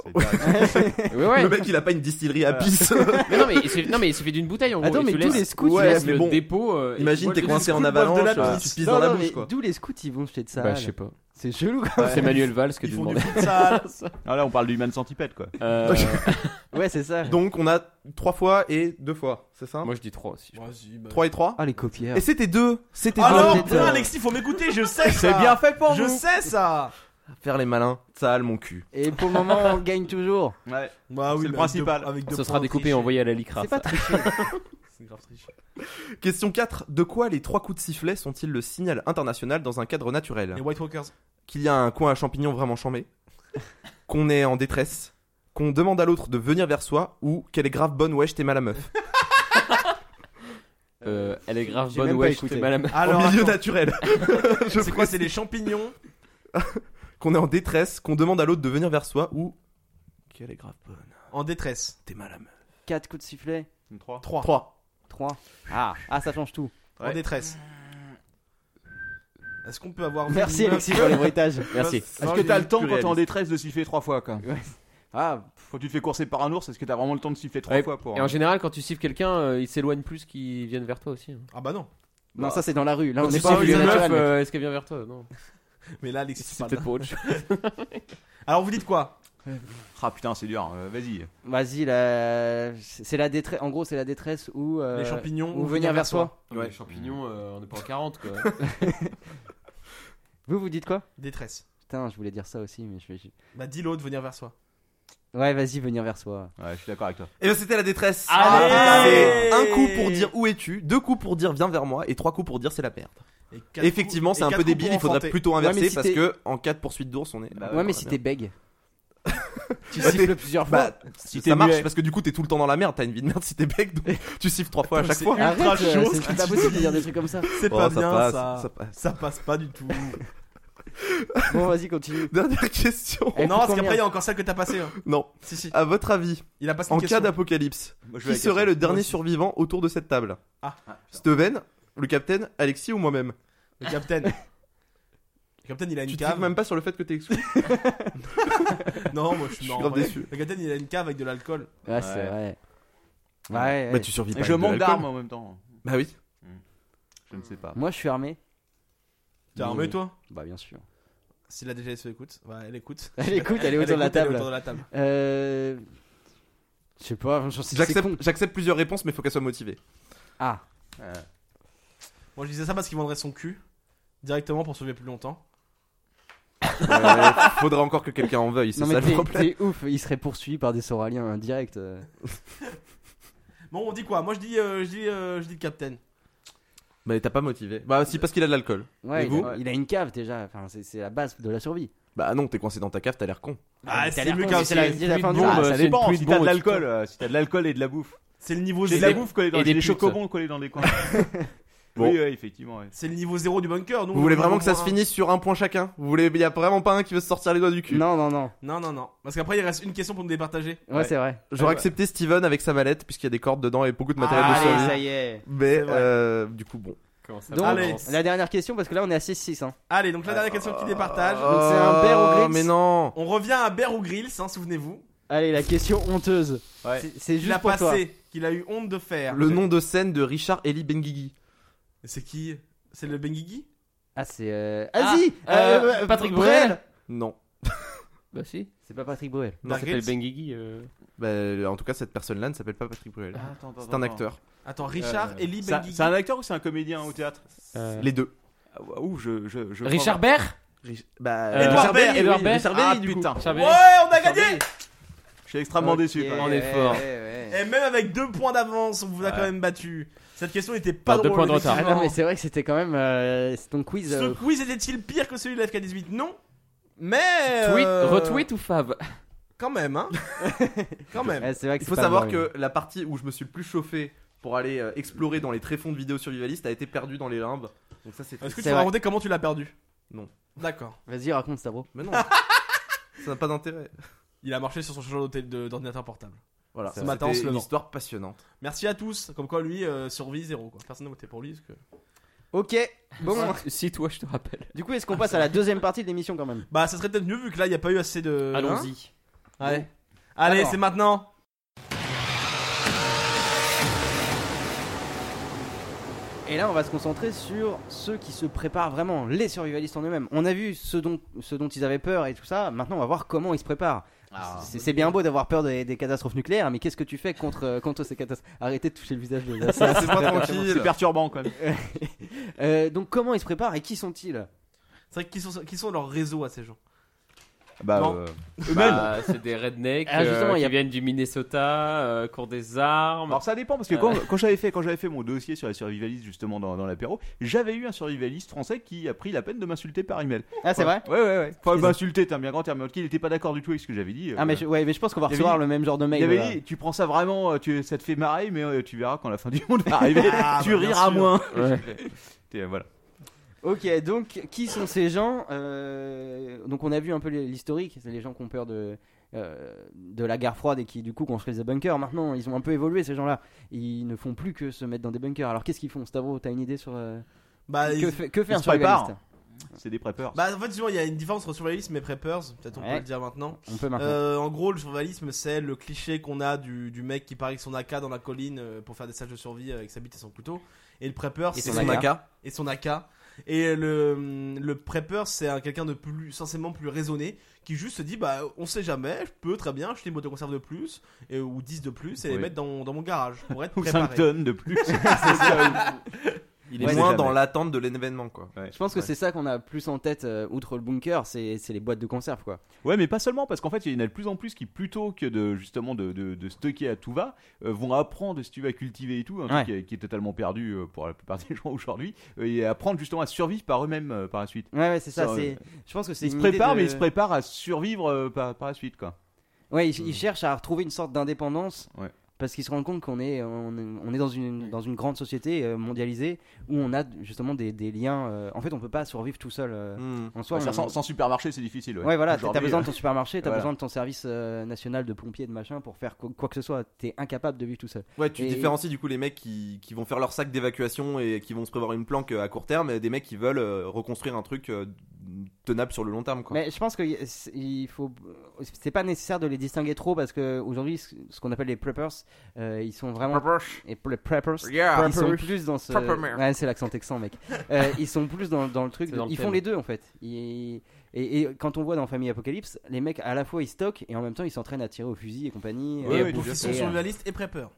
C'est-
Ouais, ouais.
Le mec il a pas une distillerie à
Voilà.
pisse.
Mais non, mais il suffit, non, mais il suffit d'une bouteille en gros.
Attends,
et
mais
tu
tous
laisses-
les scouts,
tu
ouais,
laisses
mais
le
bon.
dépôt. euh, et tu
Imagine
bois
t'es
le-
coincé en
scouts boivent de la
avalanche, euh,
pisse.
tu pisses
Non,
dans la
non,
bouche
mais
quoi.
D'où les scouts ils vont jeter de ça.
Bah,
là.
je sais pas.
C'est chelou quoi.
C'est Manuel Valls que
Ils
tu
font du
demandais.
futsal.
Ah, là, on parle du human centipede quoi.
Euh,
Ouais, c'est ça.
Donc on a trois fois et deux fois, c'est ça
moi je dis 3 aussi.
Vas-y, bah.
Trois et trois
Ah, les copières.
Et c'était deux C'était
Ah
deux
non,
C'était-
putain, Alexis, faut m'écouter, je sais ça.
C'est bien fait pour
Je
vous.
sais ça.
Faire les malins, ça a le mon cul.
Et pour le moment, on gagne toujours.
Ouais.
Bah
oui, mais
oui,
avec deux-
Ce sera découpé et envoyé à la Licra.
C'est pas très
C'est grave triche.
Question 4. De quoi les trois coups de sifflet sont-ils le signal international dans un cadre naturel
Les White Walkers.
Qu'il y a un coin à champignons vraiment chambé Qu'on est en détresse Qu'on demande à l'autre de venir vers soi Ou qu'elle est grave bonne wesh t'es mal à meuf
Euh, elle est grave
J'ai
bonne,
même pas
ouais,
écouté.
j'étais mal à ma-
Alors,
En milieu
attends,
naturel
c'est quoi C'est les champignons.
Qu'on est en détresse Qu'on demande à l'autre de venir vers soi Ou qu'elle est grave bonne
En détresse.
t'es mal à meuf
4 coups de sifflet.
Une Trois.
3.
3.
3. Ah, ah, ça change tout.
En détresse.
Euh.
Est-ce qu'on peut avoir.
Merci Alexis pour les bruitages.
Merci.
Est-ce que t'as le temps quand t'es en détresse de siffler trois fois quoi
Ah,
Quand tu te fais courser par un ours, est-ce que t'as vraiment le temps de siffler trois
Ouais.
fois pour euh,
Et en général, quand tu siffles quelqu'un, euh, il s'éloigne plus qu'il vienne vers toi aussi. hein.
Ah bah non.
non, ça c'est dans la rue. Là, on
Si
est
tu
pas en
siffles
milieu
une meuf,
naturel. mais-
euh, est-ce qu'elle vient vers toi Non.
Mais là, Alexis, c'est
C'est
pas
peut-être pour autre chose.
Alors, vous dites quoi
Ah putain, c'est dur. euh, Vas-y.
Vas-y, la... c'est la détresse. En gros, c'est la détresse ou euh,
Les champignons
ou venir vers soi.
Les champignons, euh, on n'est pas en 40 quoi.
Vous, vous dites quoi
Détresse.
Putain, je voulais dire ça aussi, mais je vais.
Bah, dis l'autre, venir vers soi.
Ouais, vas-y, venir vers soi.
Ouais, je suis d'accord avec toi.
Et ben c'était la détresse
Allez
Ah,
C'est un coup pour dire où es-tu Deux coups pour dire viens vers moi Et trois coups pour dire c'est la perte
Et quatre
Effectivement
coups- et
c'est un
quatre
peu
coups
débile
pour
Il faudrait
enfanter.
plutôt
mais Bah
inverser
si
Parce
t'es-
que en cas de poursuite d'ours on est
ouais, mais si t'es bègue.
Tu
Bah,
siffles
t'es-
plusieurs
bah,
fois.
si t'es
ça marche
muet.
parce que du coup t'es tout le temps dans la merde, t'as une vie de merde si t'es bec, donc tu siffles trois fois à chaque
C'est
fois.
ultra
Arrête, euh,
chaud,
c'est
ce que
pas
tu
possible de
dis.
dire des trucs comme ça.
C'est
Oh,
pas
ça
bien
passe,
ça. Eh,
ça passe.
Ça passe pas du tout.
Bon, vas-y, continue.
Dernière question.
non, parce qu'après il y a encore celle que t'as passée. hein.
Non.
Si, si.
À votre avis,
Il a passé une
en
question.
cas d'apocalypse,
Moi, je veux
qui
la question.
serait le
Moi
dernier
aussi.
survivant autour de cette table
Ah. Ah, putain.
Steven, le capitaine, Alexis ou moi-même
Le Captain. Le Captain, il a une
Tu te
cave.
fous même pas sur le fait que t'es exclu.
Non, moi je suis,
Je suis
non,
grave
en vrai.
déçu.
Le Captain, il a une cave avec de l'alcool.
Ouais, c'est vrai. Ouais, ouais.
Bah, tu survis
pas je avec de manque l'alcool. d'armes en même temps.
Bah oui.
Je ne sais pas.
Moi, je suis armé.
T'es armé,
Mais-
toi
Bah, bien sûr.
Si la DGS écoute, bah, elle écoute.
Elle écoute, elle est autour de la
écoute, elle
table.
autour de la table.
Euh. Je sais pas, j'en sais c'est
J'accepte
con.
j'accepte plusieurs réponses, mais faut qu'elles soient motivées.
Ah.
Moi je disais ça parce qu'il vendrait son cul directement pour sauver plus longtemps.
Euh, faudrait encore que quelqu'un en veuille, c'est
Non,
ça
mais
le
t'es-
problème.
t'es ouf, il serait poursuivi par des Sauraliens hein, direct. euh.
Bon, on dit quoi Moi je dis, euh, je dis, euh, je dis le Captain.
Mais t'as pas motivé. Bah si, parce qu'il a de l'alcool.
Ouais,
Et
il,
vous
a, il a une cave déjà, enfin, c'est c'est la base de la survie.
Bah non, t'es coincé dans ta cave, t'as l'air con.
Ah,
t'as
c'est
l'air
mieux
con,
qu'un
c'est la-
film.
c'est la fin du
Bon,
monde.
bah,
ça
ça
dépend,
dépend.
une pluie de
Si t'as de
bombes,
l'alcool, euh, si t'as de l'alcool et de la bouffe.
C'est le niveau
J'ai de la
zéro.
bouffe collée dans
et des
j'ai des
putes.
chocobons collés dans des coins.
Bon.
Oui, ouais, effectivement. ouais.
C'est le niveau zéro du bunker. Nous,
Vous
on
voulez
est au
vraiment que ça
point
se
un.
finisse sur un point chacun Vous voulez y a vraiment pas un qui veut se sortir les doigts du cul
Non, non, non.
Non, non, non. Parce qu'après il reste une question pour nous départager.
Ouais, c'est vrai.
J'aurais accepté Steven avec sa mallette puisqu'il y a des cordes dedans et beaucoup de matériel de survie.
Ah, y est.
Mais
vrai.
euh, du coup bon.
Comment ça
Donc,
Allez.
la dernière question, parce que là on est à 6-6. Hein.
Allez, donc la dernière question qui départage.
Donc, c'est un père au
Oh,
Grix.
Mais non.
On revient à Bear ou Grills, hein, souvenez-vous.
Allez, la question honteuse.
Ouais.
C'est- C'est
Il a
juste pour toi.
passé, qu'il a eu honte de faire.
Le nom de scène de Richard Eli Benguigui.
C'est qui C'est le Benguigui
Ah, c'est. Euh... Vas-y
Ah, euh, Patrick Bruel.
Non.
Bah si.
C'est pas Patrick Bruel.
Non,
Bear
c'était le
Grylls
Benguigui. euh.
Bah, en tout cas cette personne-là ne s'appelle pas Patrick
Ah,
Bruel.
bah,
c'est un acteur.
Attends, Richard
Euh,
Eli
C'est un-
Benguigui.
c'est un acteur ou c'est un comédien au théâtre
Euh,
Les deux.
Ah, Ouh, je, je, je
Richard Baird
Rich- Bah,
Euh,
Edouard Baird,
oui,
Edouard Baird.
Richard Baird,
Ah
du coup.
putain, Richard
Ouais,
Baird.
on a gagné
Je suis extrêmement
Ok,
déçu. par
On
contre.
est fort.
ouais, ouais.
Et même avec deux points d'avance, on vous a quand même battu. Cette question n'était pas
Ah, deux
drôle,
points de
Ah
retard.
effectivement.
non, mais c'est vrai que c'était quand même. euh, c'est ton quiz.
Ce
euh,
quiz était-il pire que celui de l'FK18 Non. Mais...
Tweet,
euh,
retweet ou fav
Quand même, hein. quand même.
ouais, c'est vrai que
Il
c'est
faut
pas
savoir
Bruel.
que la partie où je me suis le plus chauffé pour aller euh, explorer dans les tréfonds de vidéos survivalistes a été perdue dans les limbes. Donc ça c'est
Est-ce que tu
C'est
peux
vrai.
raconter comment tu l'as perdu
Non.
D'accord.
Vas-y, raconte, Stavro.
Mais non. ça n'a pas d'intérêt.
Il a marché sur son chargeur d'hôtel- de- d'ordinateur portable.
Voilà.
Ce matin, on se
C'était une
levant.
histoire passionnante.
Merci à tous. Comme quoi, lui, euh, survie zéro. Quoi. Personne n'a voté pour lui. Parce que...
Ok, bon.
Si- Si toi, je te rappelle.
Du coup, est-ce qu'on passe à la deuxième partie de l'émission quand même
Bah, ça serait peut-être mieux vu que là, il n'y a pas eu assez de. hein
Allons-y.
Allez, Allez
Alors.
c'est maintenant.
Et là, on va se concentrer sur ceux qui se préparent vraiment, les survivalistes en eux-mêmes. On a vu ce dont, ce dont ils avaient peur et tout ça. Maintenant, on va voir comment ils se préparent.
Ah.
C'est c'est bien beau d'avoir peur des, des catastrophes nucléaires, mais qu'est-ce que tu fais contre, euh, contre ces catastrophes Arrêtez de toucher le visage de ça.
C'est pas
C'est
tranquille.
perturbant quand même.
Euh, donc, comment ils se préparent et qui sont-ils
C'est vrai qu'ils sont, qui sont leurs réseaux à ces gens.
Bah,
Bon.
euh,
Bah, c'est des rednecks
Ah, justement,
euh,
il y
qui
a-
viennent du Minnesota, euh, qui ont des armes.
Alors ça dépend parce que
Euh.
quand, quand j'avais fait quand j'avais fait mon dossier sur les survivalistes justement dans, dans l'apéro, j'avais eu un survivaliste français qui a pris la peine de m'insulter par email.
Ah, c'est vrai
Ouais ouais ouais. Enfin
Ils-
m'insulter, t'es un bien grand terme, mais en tout cas, il était pas d'accord du tout avec ce que j'avais dit. euh,
Ah, mais je, ouais, mais je pense qu'on va
Il y avait
recevoir
dit-
le même genre de mail. euh,
Il avait
voilà.
dit, tu prends ça vraiment, euh, tu, ça te fait marrer, mais euh, tu verras quand la fin du monde va arriver,
Ah,
tu
bah, bien
riras
sûr.
moins.
Ouais.
Et, euh, voilà.
Ok, donc qui sont ces gens Euh, Donc on a vu un peu les- l'historique, c'est les gens qui ont peur de, euh, de la guerre froide et qui du coup construisent des bunkers. Maintenant, ils ont un peu évolué ces gens-là. Ils ne font plus que se mettre dans des bunkers. Alors qu'est-ce qu'ils font Stavro, t'as une idée sur... euh,
Bah,
que,
ils-
fait, que fait
Ah, ils
un
se préparent.
survivaliste
C'est des preppers.
bah en fait, souvent, il y a une différence entre survivalisme et preppers. Peut-être on peut
Ouais. Ah.
le dire maintenant.
On peut maintenant.
Euh, en gros, le survivalisme, c'est le cliché qu'on a du, du mec qui part avec son AK dans la colline euh, pour faire des stages de survie avec sa bite et son couteau. Et le prepper,
Et
c'est
son AK.
Et son AK. Et le, le prepper, c'est un- quelqu'un de plus, sincèrement plus raisonné, qui juste se dit, bah, on sait jamais, je peux très bien acheter une boîte de conserve de plus, et, ou 10 de plus, et les
Oui.
mettre dans, dans mon garage pour être
Ou 5
préparé.
tonnes de plus.
Il
Au
est
moins
jamais.
dans l'attente de l'événement quoi.
Je pense que c'est ça qu'on a plus en tête, euh, outre le bunker, c'est c'est les boîtes de conserve quoi.
Ouais, mais pas seulement, parce qu'en fait, il y en a de plus en plus qui, plutôt que de justement de, de, de stocker à tout va, euh, vont apprendre, si tu vas cultiver et tout, un
Ouais.
truc qui est, qui est totalement perdu euh, pour la plupart des gens aujourd'hui, euh, et apprendre justement à survivre par eux-mêmes euh, par la suite.
Ouais, ouais, c'est ça.
Ça,
c'est- Je pense que c'est
Ils se
une idée
préparent,
de-
mais ils se préparent à survivre euh, par, par la suite, quoi.
Ouais, ils, ils cherchent à retrouver une sorte d'indépendance.
Ouais.
Parce qu'ils se rendent compte qu'on est, on est, on est dans, une, dans une grande société euh, mondialisée où on a justement des, des liens. euh, en fait, on peut pas survivre tout seul. euh,
Hmm.
En soi,
Hmm. Ouais, c'est-à-dire
on-
sans, sans supermarché, c'est difficile.
Ouais, voilà, t'as
Aujourd'hui,
besoin de
euh,
ton supermarché, t'as
voilà.
besoin de ton service euh, national de pompiers, de machin pour faire quoi, quoi que ce soit. T'es incapable de vivre tout seul.
Ouais, tu
Et-
différencies du coup les mecs qui, qui vont faire leur sac d'évacuation et qui vont se prévoir une planque euh, à court terme et des mecs qui veulent euh, reconstruire un truc euh, tenable sur le long terme. Quoi.
Mais je pense que y- c'est- il faut, c'est pas nécessaire de les distinguer trop parce que aujourd'hui, ce ce qu'on appelle les preppers, euh, ils sont vraiment et pour les preppers,
Yeah.
Ah,
ils sont
Preppers.
plus dans ce,
Prepper man.
ouais, c'est l'accent texan, mec. Euh, ils sont plus dans, dans le truc.
C'est dans le
ils
thème.
font les deux en fait. Ils- Et, et quand on voit dans Famille Apocalypse, les mecs à la fois ils stockent et en même temps ils s'entraînent à tirer au fusil et compagnie.
Et
euh,
donc, ils sont
et,
sur
euh,
la liste et prépeur.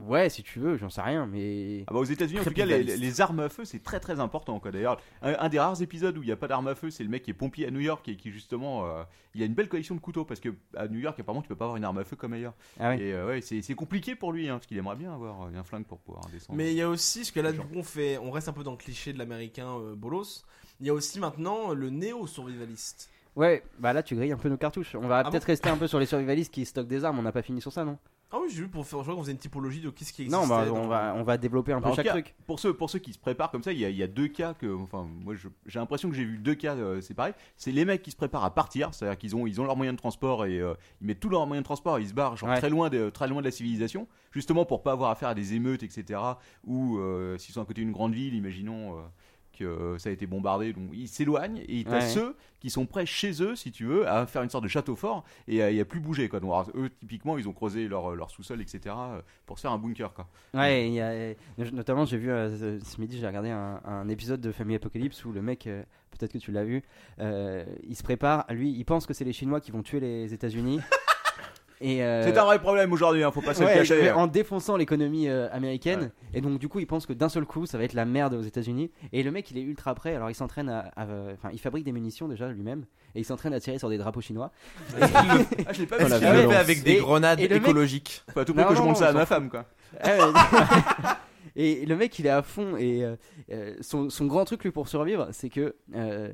Ouais, si tu veux, j'en sais rien, mais.
Ah bah aux États-Unis, en
Très
tout cas, les,
pluraliste.
les armes à feu, c'est très très important. quoi. D'ailleurs, un, un des rares épisodes où il n'y a pas d'armes à feu, c'est le mec qui est pompier à New York et qui justement, euh, il a une belle collection de couteaux parce que à New York, apparemment, tu peux pas avoir une arme à feu comme ailleurs.
Ah ouais.
Et euh, ouais, c'est c'est compliqué pour lui, hein, parce qu'il aimerait bien avoir euh, un flingue pour pouvoir descendre.
Mais il y a aussi, ce que là, du coup, on, fait, on reste un peu dans le cliché de l'américain euh, bolos. Il y a aussi maintenant euh, le néo-survivaliste.
Ouais, bah là tu grilles un peu nos cartouches. On va
Ah
bon
peut-être rester un peu sur les survivalistes qui stockent des armes. On n'a pas fini sur ça, non
Ah oui, j'ai vu pour faire jouer, on faisait une typologie de qu'est-ce qui existe.
Non, bah, on va on va développer un
Bah,
peu
en tout
chaque
cas,
truc.
Pour ceux, pour ceux qui se préparent comme ça, il y, a- il y a deux cas que, enfin, moi je- j'ai l'impression que j'ai vu deux cas euh, c'est pareil C'est les mecs qui se préparent à partir, c'est-à-dire qu'ils ont, ils ont leurs moyens de transport et euh, ils mettent tous leurs moyens de transport, et ils se barrent genre,
Ouais.
très, loin de, très loin de la civilisation, justement pour pas avoir affaire à des émeutes, etc. Ou euh, s'ils sont à côté d'une grande ville, imaginons. euh, que euh, ça a été bombardé, donc ils s'éloignent et t'as
Ouais.
ceux qui sont prêts chez eux, si tu veux, à faire une sorte de château fort et à, et à plus bouger quoi. Donc, alors, eux typiquement ils ont creusé leur, leur sous-sol, etc. pour se faire un bunker quoi.
Ouais, il y a- euh, notamment j'ai vu euh, ce- ce midi, j'ai regardé un, un épisode de Famille Apocalypse où le mec, euh, peut-être que tu l'as vu, euh, il se prépare, lui, il pense que c'est les Chinois qui vont tuer les États-Unis. Et euh,
C'est un vrai problème aujourd'hui, hein, faut pas se
ouais,
le cacher.
mais en défonçant l'économie euh, américaine. Et donc, du coup, il pense que d'un seul coup, ça va être la merde aux États-Unis. Et le mec, il est ultra prêt. Alors, il s'entraîne à. à- euh, Enfin, il fabrique des munitions déjà lui-même. Et il s'entraîne à tirer sur des drapeaux chinois.
Ah, je l'ai pas vu,
Ah
celui-là.
ouais.
Il le fait
avec des
Et-
grenades
et le mec-
écologiques.
Faut à tout
Non,
prix que je
non,
monte
non,
ça à
ils
ma
s'en
femme, quoi.
Ah ouais. et le mec, il est à fond. Et euh, euh, son, son grand truc, lui, pour survivre, c'est que euh,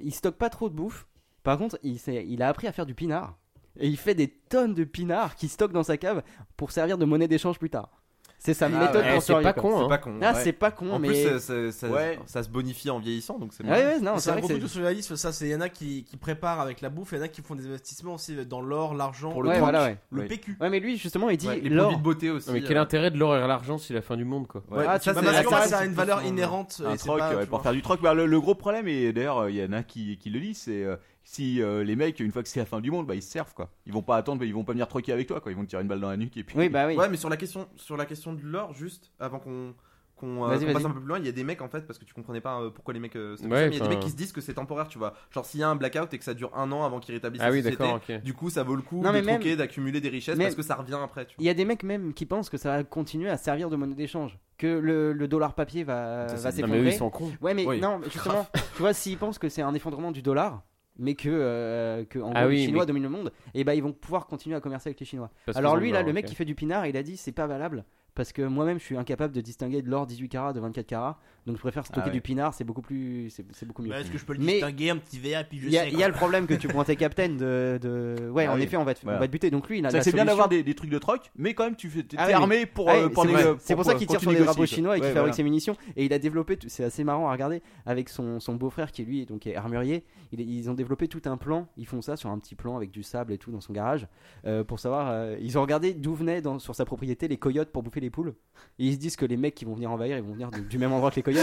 il stocke pas trop de bouffe. Par contre, il, s'est- il a appris à faire du pinard. Et il fait des tonnes de pinard qu'il stocke dans sa cave pour servir de monnaie d'échange plus tard. C'est sa
Ah
méthode
ouais.
Eh,
pour
c'est
survivre.
pas
quoi.
con,
C'est
hein.
pas con.
Ah,
ouais.
c'est pas con,
En
mais.
plus, euh, ça, ça-
Ouais.
ça se bonifie en vieillissant, donc c'est
Ouais,
bon.
ouais, non,
C'est
c'est
un
vrai
gros
que
truc de
c'est-
survivaliste, ça. c'est- Il y en a qui, qui préparent avec la bouffe, il y en a qui font des investissements aussi dans l'or, l'argent,
Pour le Ouais, voilà, ouais.
le
Oui.
PQ.
Ouais, mais lui, justement, il dit
Ouais, les
l'or.
produits de beauté aussi.
Non, mais quel
euh,
intérêt de l'or et l'argent si la fin du monde quoi
ouais,
Ah,
ça,
tu
c'est
Bah, parce
la
que moi,
taxe,
ça a une valeur inhérente.
Un
et c'est
troc,
pas,
ouais,
tu
pour
vois.
faire du troc. Bah, le, le gros problème, et d'ailleurs, il y en a qui, qui le disent, c'est euh, si euh, les mecs, une fois que c'est la fin du monde, bah, ils se servent, quoi. Ils vont pas attendre, ils vont pas venir troquer avec toi, quoi. Ils vont te tirer une balle dans la nuque et puis.
Oui, bah oui.
Ouais, mais sur la question, sur la question de l'or, juste avant qu'on qu'on euh,
Vas-y,
qu'on
vas-y.
passe un peu plus loin, il y a des mecs en fait parce que tu comprenais pas euh, pourquoi les mecs. euh, c'était
Ouais,
comme ça, mais il y a des
enfin-
mecs qui se disent que c'est temporaire, tu vois. Genre s'il y a un blackout et que ça dure un an avant qu'ils rétablissent
Ah
la
oui,
société,
d'accord, ok.
du coup ça vaut le coup
Non,
de
mais même-
troquer, d'accumuler des richesses
mais-
parce que ça revient après. Tu vois.
Il y a des mecs même qui pensent que ça va continuer à servir de monnaie d'échange, que le, le dollar papier va,
Ça,
va
c'est-
Non, mais eux
s'effondrer.
ils sont cons.
Ouais, mais
Oui.
non, mais justement, tu vois, s'ils pensent que c'est un effondrement du dollar, mais que, euh, que en
Ah
gros,
oui,
les Chinois
mais-
dominent le monde, et bah ils vont pouvoir continuer à commercer avec les Chinois.
Parce
Alors
qu'ils ont
lui,
de
là,
l'or,
le mec
ok.
qui fait du pinard, il a dit c'est pas valable. Parce que moi-même, je suis incapable de distinguer de l'or 18 carats de 24 carats, donc je préfère stocker
ouais.
du pinard, c'est beaucoup plus, c'est c'est beaucoup mieux.
Ouais, Bah, Est-ce que je peux le
Mais-
distinguer un petit verre et puis je
Il y, a-
sais.
il y a le problème que tu pointais, Captain, de, de- ouais,
Ah
en
oui.
effet, on va te, on
Voilà.
va te buter. Donc lui, il a
C'est
la
c'est bien
solution.
d'avoir des, des trucs de troc, mais quand même, tu fais, t'es
Ah
t'es
oui,
armé pour.
Ah
euh,
oui,
pour
c'est
les-
vrai.
pour-
C'est pour ça
pour-
qu'il
quand
tire
tu
sur les
négocies,
drapeaux
quoi.
chinois et qu'il
Ouais,
fabrique
voilà.
ses munitions. Et il a développé, tout- c'est assez marrant à regarder, avec son, son beau-frère qui lui est donc est armurier. il- ils ont développé tout un plan. Ils font ça sur un petit plan avec du sable et tout dans son garage euh, pour savoir. euh, ils ont regardé d'où venaient dans, sur sa propriété les coyotes pour bouffer les poules. Et ils se disent que les mecs qui vont venir envahir, ils vont venir de- du même endroit que les coyotes.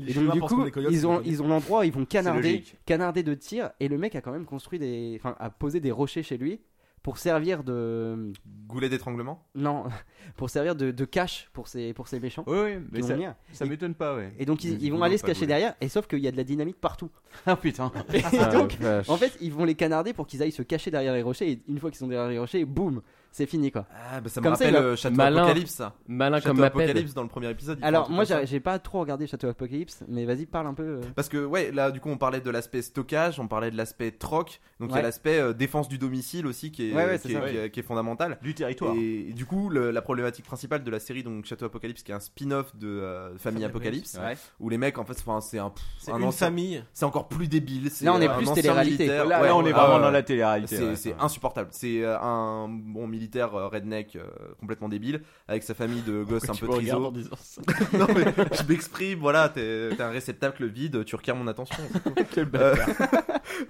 et donc du coup, ils ont ils ont l'endroit, ils vont canarder,
logique.
canarder de tir. Et le mec a quand même construit des, enfin, a posé des rochers chez lui pour servir de
Goulet d'étranglement.
non, pour servir de, de cache pour ces, pour ces méchants.
Oui, oui,
qui
mais
vont
ça,
venir.
ça m'étonne pas, ouais.
Et donc
Mais
ils,
du
ils
coup,
vont
non,
aller se
pas de
cacher
boulot.
derrière, et sauf qu'il y a de la dynamite partout.
Ah putain.
Et
Ah,
donc,
vache.
en fait, ils vont les canarder pour qu'ils aillent se cacher derrière les rochers, et une fois qu'ils sont derrière les rochers, boum c'est fini quoi.
Ah, bah, ça me
Comme
rappelle,
il va-
euh, Château Malin. Apocalypse, ça.
Malin
Château
comme ma pelle.
Apocalypse, dans le premier épisode, il fait un
Alors
truc
moi
comme ça.
j'ai j'ai pas trop regardé Château Apocalypse, mais vas-y parle un peu. euh.
Parce que ouais, là du coup on parlait de l'aspect stockage, on parlait de l'aspect troc, donc il y
Ouais.
a l'aspect euh, défense du domicile aussi qui est, euh,
Ouais, ouais, c'est
qui est,
ça.
qui est- qui est fondamental.
Du territoire.
Et, du coup le- la problématique principale de la série donc Château Apocalypse qui est un spin-off de euh, Famille
Famille
Apocalypse,
Apocalypse,
où les mecs en fait enfin, c'est un, pff,
C'est
un
une
ancien-
famille.
C'est encore plus débile. c'est
Là, on est
un
plus
ancien
télé-réalité.
militaire.
Là,
Ouais,
là, on est
ouais,
vraiment
ouais,
dans
ouais.
la télé-réalité,
C'est
ouais.
c'est insupportable. C'est euh, un bon militaire euh, redneck euh, complètement débile avec sa famille de gosses un
tu
peu
me regardes
triso.
en disant ça
non mais je m'exprime, voilà, t'es t'es un réceptacle vide, tu requiers mon attention. c'est tout. Euh,
Quel bâtard.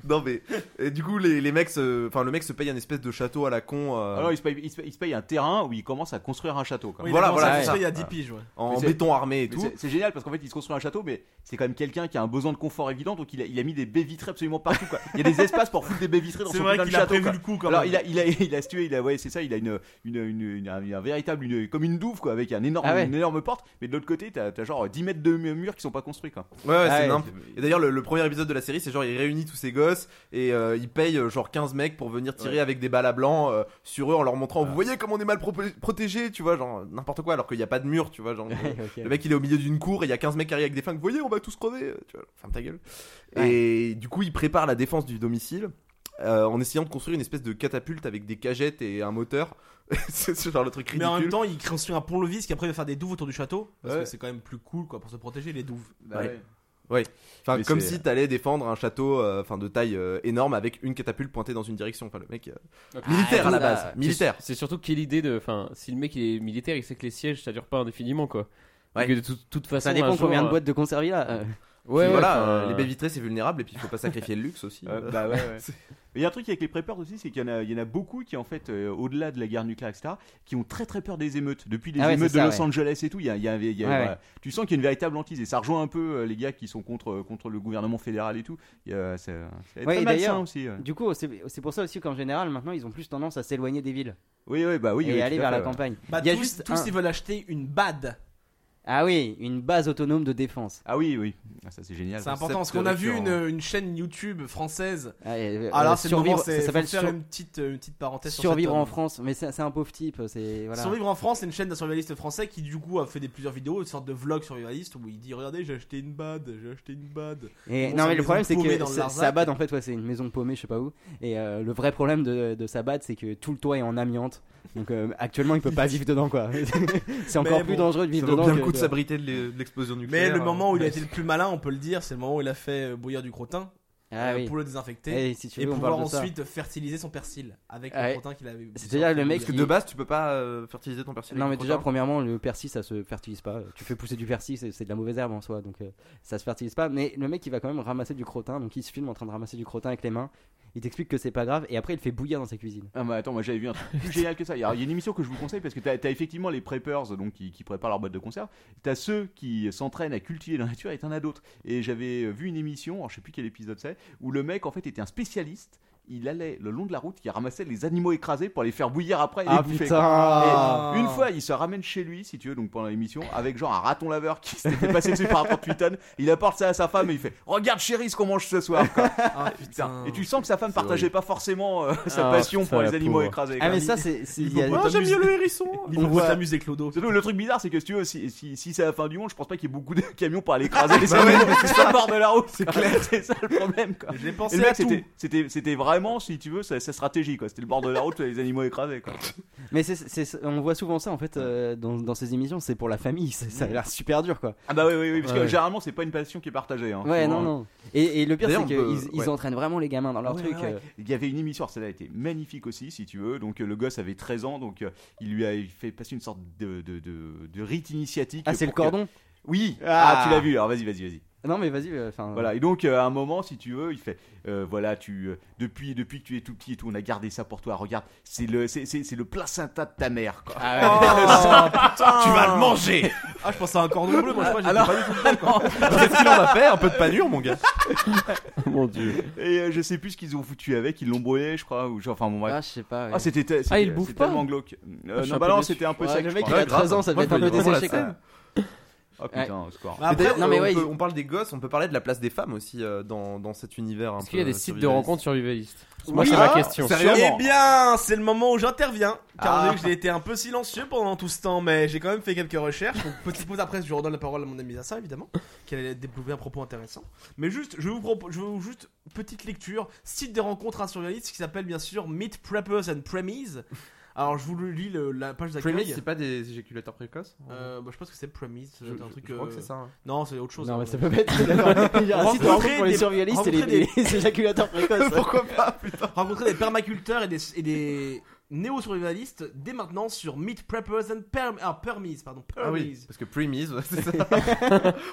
non mais et du coup les, les mecs, se- enfin le mec se paye un espèce de château à la con. euh,
Ah
Alors, il se, paye, il se paye- il se paye un terrain où il commence à construire un château. quoi.
Oui, il a Voilà, commencé à voilà, construire
il y a 10 piges, ouais.
En
Mais c'est-
béton armé et
mais
tout.
c'est- C'est génial parce qu'en fait, il se construit un château, mais c'est quand même quelqu'un qui a un besoin de confort évident, donc il a, il a mis des baies vitrées absolument partout. Quoi. Il y a des espaces pour foutre des baies vitrées dans
C'est
son
vrai
putain de
qu'il a
château,
prévu
quoi.
le coup, quand
Alors,
même.
il a, il a, il a situé, il a, ouais, c'est ça, il a une, une, une, une- un, un véritable, une, comme une douve, quoi, avec un énorme,
Ah ouais.
une énorme porte, mais de l'autre côté, t'as as genre 10 mètres de mu- murs qui sont pas construits. Quoi.
Ouais, ouais, c'est
Ouais.
nimp. Et d'ailleurs, le, le premier épisode de la série, c'est genre, il réunit tous ses gosses et euh, il paye euh, genre 15 mecs pour venir tirer avec des balles à blanc euh, sur eux en leur montrant, vous voyez comme on est mal pro- protégé, tu vois, genre n'importe quoi, alors qu'il n'y a pas de mur, tu vois, genre. euh,
Ok.
Le mec il est au milieu d'une cour et il y a 15 mecs qui arrivent avec des flingues, vous voyez on va tous crever, euh, tu vois, ferme ta gueule. Et du coup il prépare la défense du domicile euh, en essayant de construire une espèce de catapulte avec des cagettes et un moteur. c'est ce genre le truc
Mais
ridicule.
en même temps, il construit un pont-levis qui après va faire des douves autour du château. Parce
Ouais.
que c'est quand même plus cool quoi pour se protéger les douves.
Bah
Ouais. Enfin,
Mais
comme
c'est-
si t'allais défendre un château euh, enfin de taille euh, énorme avec une catapulte pointée dans une direction. Enfin, le mec. euh, Militaire à la base.
C'est-
Militaire.
C'est surtout quelle idée de. Enfin, si le mec il est militaire, il sait que les sièges ça dure pas indéfiniment quoi.
Ouais.
Donc, de toute- toute façon,
Ça
un
dépend
jour,
combien de
euh,
boîtes de conserve il a. euh.
Ouais,
puis
ouais,
voilà,
enfin,
euh, les baies vitrées c'est vulnérable et puis il faut pas sacrifier le luxe aussi.
Euh, bah ouais, ouais. Mais Il y a un truc avec les preppers aussi, c'est qu'il y, en a- il y en a beaucoup qui, en fait, euh, au-delà de la guerre nucléaire, etc., qui ont très très peur des émeutes. Depuis les
Ah ouais,
émeutes
c'est
de
ça,
Los
ouais.
Angeles et tout, il y a, il y a- il y a-
Ouais,
voilà.
ouais.
tu sens qu'il y a une véritable hantise. Et ça rejoint un peu euh, les gars qui sont contre, euh, contre le gouvernement fédéral et tout. Il y a- C'est c'est
Ouais,
très
et
malsain
d'ailleurs-
hein, aussi. ouais.
Du coup, c'est c'est pour ça aussi qu'en général, maintenant, ils ont plus tendance à s'éloigner des villes
Oui, oui, bah oui. oui,
et
tout
aller
à
vers
fait,
la
ouais.
campagne.
Bah,
il y a
tous,
juste
tous
un-
ils veulent acheter une bad.
Ah oui, une base autonome de défense.
Ah oui, oui. Ah, ça, c'est génial.
C'est important parce qu'on a vu une, une chaîne YouTube française.
Ah, et, euh,
Alors
euh,
c'est le moment,
survivre-
c'est-
ça s'appelle
faut faire
sur-
une petite euh, une petite parenthèse. sur
Survivre
cet
en
homme.
France, mais c'est c'est un pauvre type, euh, c'est voilà.
Survivre en France, c'est une chaîne d'un survivaliste français qui du coup a fait des plusieurs vidéos, une sorte de vlog survivaliste où il dit regardez j'ai acheté une bad, j'ai acheté une bad.
Et
Bon, c'est
non mais
une
le problème c'est
maison paumée
que
dans le
Sa-
Larzac.
Sabad en fait ouais, c'est une maison paumée je sais pas où et euh, le vrai problème de, de Sabad c'est que tout le toit est en amiante donc euh, actuellement il peut pas vivre dedans quoi c'est encore
Mais
plus
bon,
dangereux de
Ça
vivre
vaut
dedans
bien le
que
coup de
de-
s'abriter de l'é- de l'explosion
Mais
nucléaire.
hein.
le moment où il a
euh,
été le plus malin, on peut le dire, c'est le moment où il a fait euh, bouillir du crottin
ah
euh,
oui
pour le désinfecter
et si tu
et
veux on
pouvoir
parle de ça
ensuite fertiliser son persil avec
Ouais.
le crottin qu'il avait.
C'est-à-dire le mec
Parce que
qui-
de base tu peux pas euh, fertiliser ton personnage.
non mais déjà premièrement le persil ça se fertilise pas tu fais pousser du persil c'est c'est de la mauvaise herbe en soi donc euh, ça se fertilise pas mais le mec il va quand même ramasser du crottin donc il se filme en train de ramasser du crottin avec les mains il t'explique que c'est pas grave et après il le fait bouillir dans sa cuisine
Ah bah attends, moi j'avais vu un truc plus génial que ça. Alors, Il y a une émission que je vous conseille parce que t'as as effectivement les preppers donc, qui, qui préparent leur boîte de conserve. T'as ceux qui s'entraînent à cultiver dans la nature et t'en as d'autres. Et j'avais euh, vu une émission, alors, je sais plus quel épisode c'est, où le mec en fait était un spécialiste. Il allait le long de la route, il ramassait les animaux écrasés pour les faire bouillir après et
Ah,
les bouffer. quoi. Et une fois, il se ramène chez lui, si tu veux, donc pendant l'émission, avec genre un raton laveur qui s'était fait passer dessus par un 38 tonnes. Il apporte ça à sa femme et il fait Regarde, chérie, ce qu'on mange ce soir. quoi.
Ah, putain.
Putain. Et tu sens que sa femme partageait pas forcément euh, sa
Ah,
passion
putain,
pour
la
les animaux
pauvre.
écrasés.
ah
quoi.
mais ça c'est c'est- il y a-
Moi Ah, j'aime bien le hérisson.
On
On
voit-
voit s'amuser Clodo.
Surtout, le truc bizarre, c'est que si tu veux, si, si, si c'est la fin du monde, je pense pas qu'il y ait beaucoup de camions pour aller écraser les animaux sur le bord de la route. C'est clair, c'est ça le problème. Quoi.
J'ai
Et
pensé
le
à
mec,
tout.
c'était- c'était c'était vraiment, si tu veux, sa, sa stratégie. quoi. C'était le bord de la route, les animaux écrasés. Quoi.
Mais c'est, c'est- on voit souvent ça en fait euh, dans, dans ces émissions, c'est pour la famille, c'est- ça a l'air super dur quoi.
Ah bah oui, oui, oui, parce que
Ouais.
généralement, c'est pas une passion qui est partagée. hein.
Ouais,
Souvent,
non, non. Et, et le pire,
D'ailleurs,
c'est qu'ils
on peut-
ils
ouais.
entraînent vraiment les gamins dans leur
Ouais,
truc.
ouais, ouais.
euh.
Il y avait une émission, alors celle-là était magnifique aussi, si tu veux. Donc euh, le gosse avait 13 ans, donc euh, il lui a fait passer une sorte de, de, de- de rite initiatique.
Ah, c'est le
pour que-
cordon
Oui
Ah.
Ah, tu l'as vu, alors vas-y, vas-y, vas-y.
Non, mais vas-y, euh,
Ah.
enfin.
Voilà, et donc euh, à un moment, si tu veux, il fait euh, voilà, tu euh, depuis depuis que tu es tout petit et tout, on a gardé ça pour toi. Regarde, c'est le c'est c'est c'est le placenta de ta mère quoi.
Ah Oh, tu vas le manger.
Ah, je pensais à un cordon bleu. Moi, je crois que j'ai
Alors-
pas du tout.
Qu'est-ce qu'il en a fait Un peu de panure mon gars.
Mon dieu.
Et euh, je sais plus ce qu'ils ont foutu avec, ils l'ont brûlé, je crois ou genre, enfin bon bref.
Ah, je sais pas. ouais.
Ah, c'était te-
Ah, il
c'était-
bouffe
c'était
pas
tellement glauque. Euh,
je suis
non,
un
bah
peu
non,
déçu.
c'était un peu
Ouais,
sec.
le
je
mec,
crois.
il a
Ouais, grave.
13 ans, ça devait
Moi,
être un
je
peu
le dis, voilà,
desséché quand
ça-
même.
Oh putain, score.
Bah,
Et
après,
d'ailleurs,
non, mais
on,
ouais,
peut-
il-
on parle des gosses, on peut parler de la place des femmes aussi euh, dans, dans cet univers. un
Est-ce qu'il y a
peu
des sites de
survivaliste.
rencontres survivalistes Moi, c'est ma
Ah,
question. Ah.
Eh bien, c'est le moment où j'interviens. Car
Ah.
on dit que j'ai été un peu silencieux pendant tout ce temps, mais j'ai quand même fait quelques recherches. Donc, petite pause après, je redonne la parole à mon ami Zassa, évidemment, qui allait développer un propos intéressant. Mais juste, je vous propose, je vous juste petite lecture, site des rencontres à surréalistes qui s'appelle bien sûr Meet Preppers and Premies. Alors, je vous le lis le- la page d'accueil.
Premise, c'est pas des éjaculateurs précoces
Euh, bah, je pense que c'est premise, c'est
Je-
un truc.
je crois
euh,
que c'est ça, hein.
Non, c'est autre chose.
Non, mais ça
peut
peut pas être- d'accord. Il y a
Ah,
un site de rencontre pour les survivalistes et les- et les éjaculateurs précoces. Pourquoi
pas putain. Rencontrer des permaculteurs et des, et des néo-survivalistes dès maintenant sur Meat Preppers and Perm ah, Permies, pardon, Permies.
Ah oui, parce que Premise, ouais, c'est ça.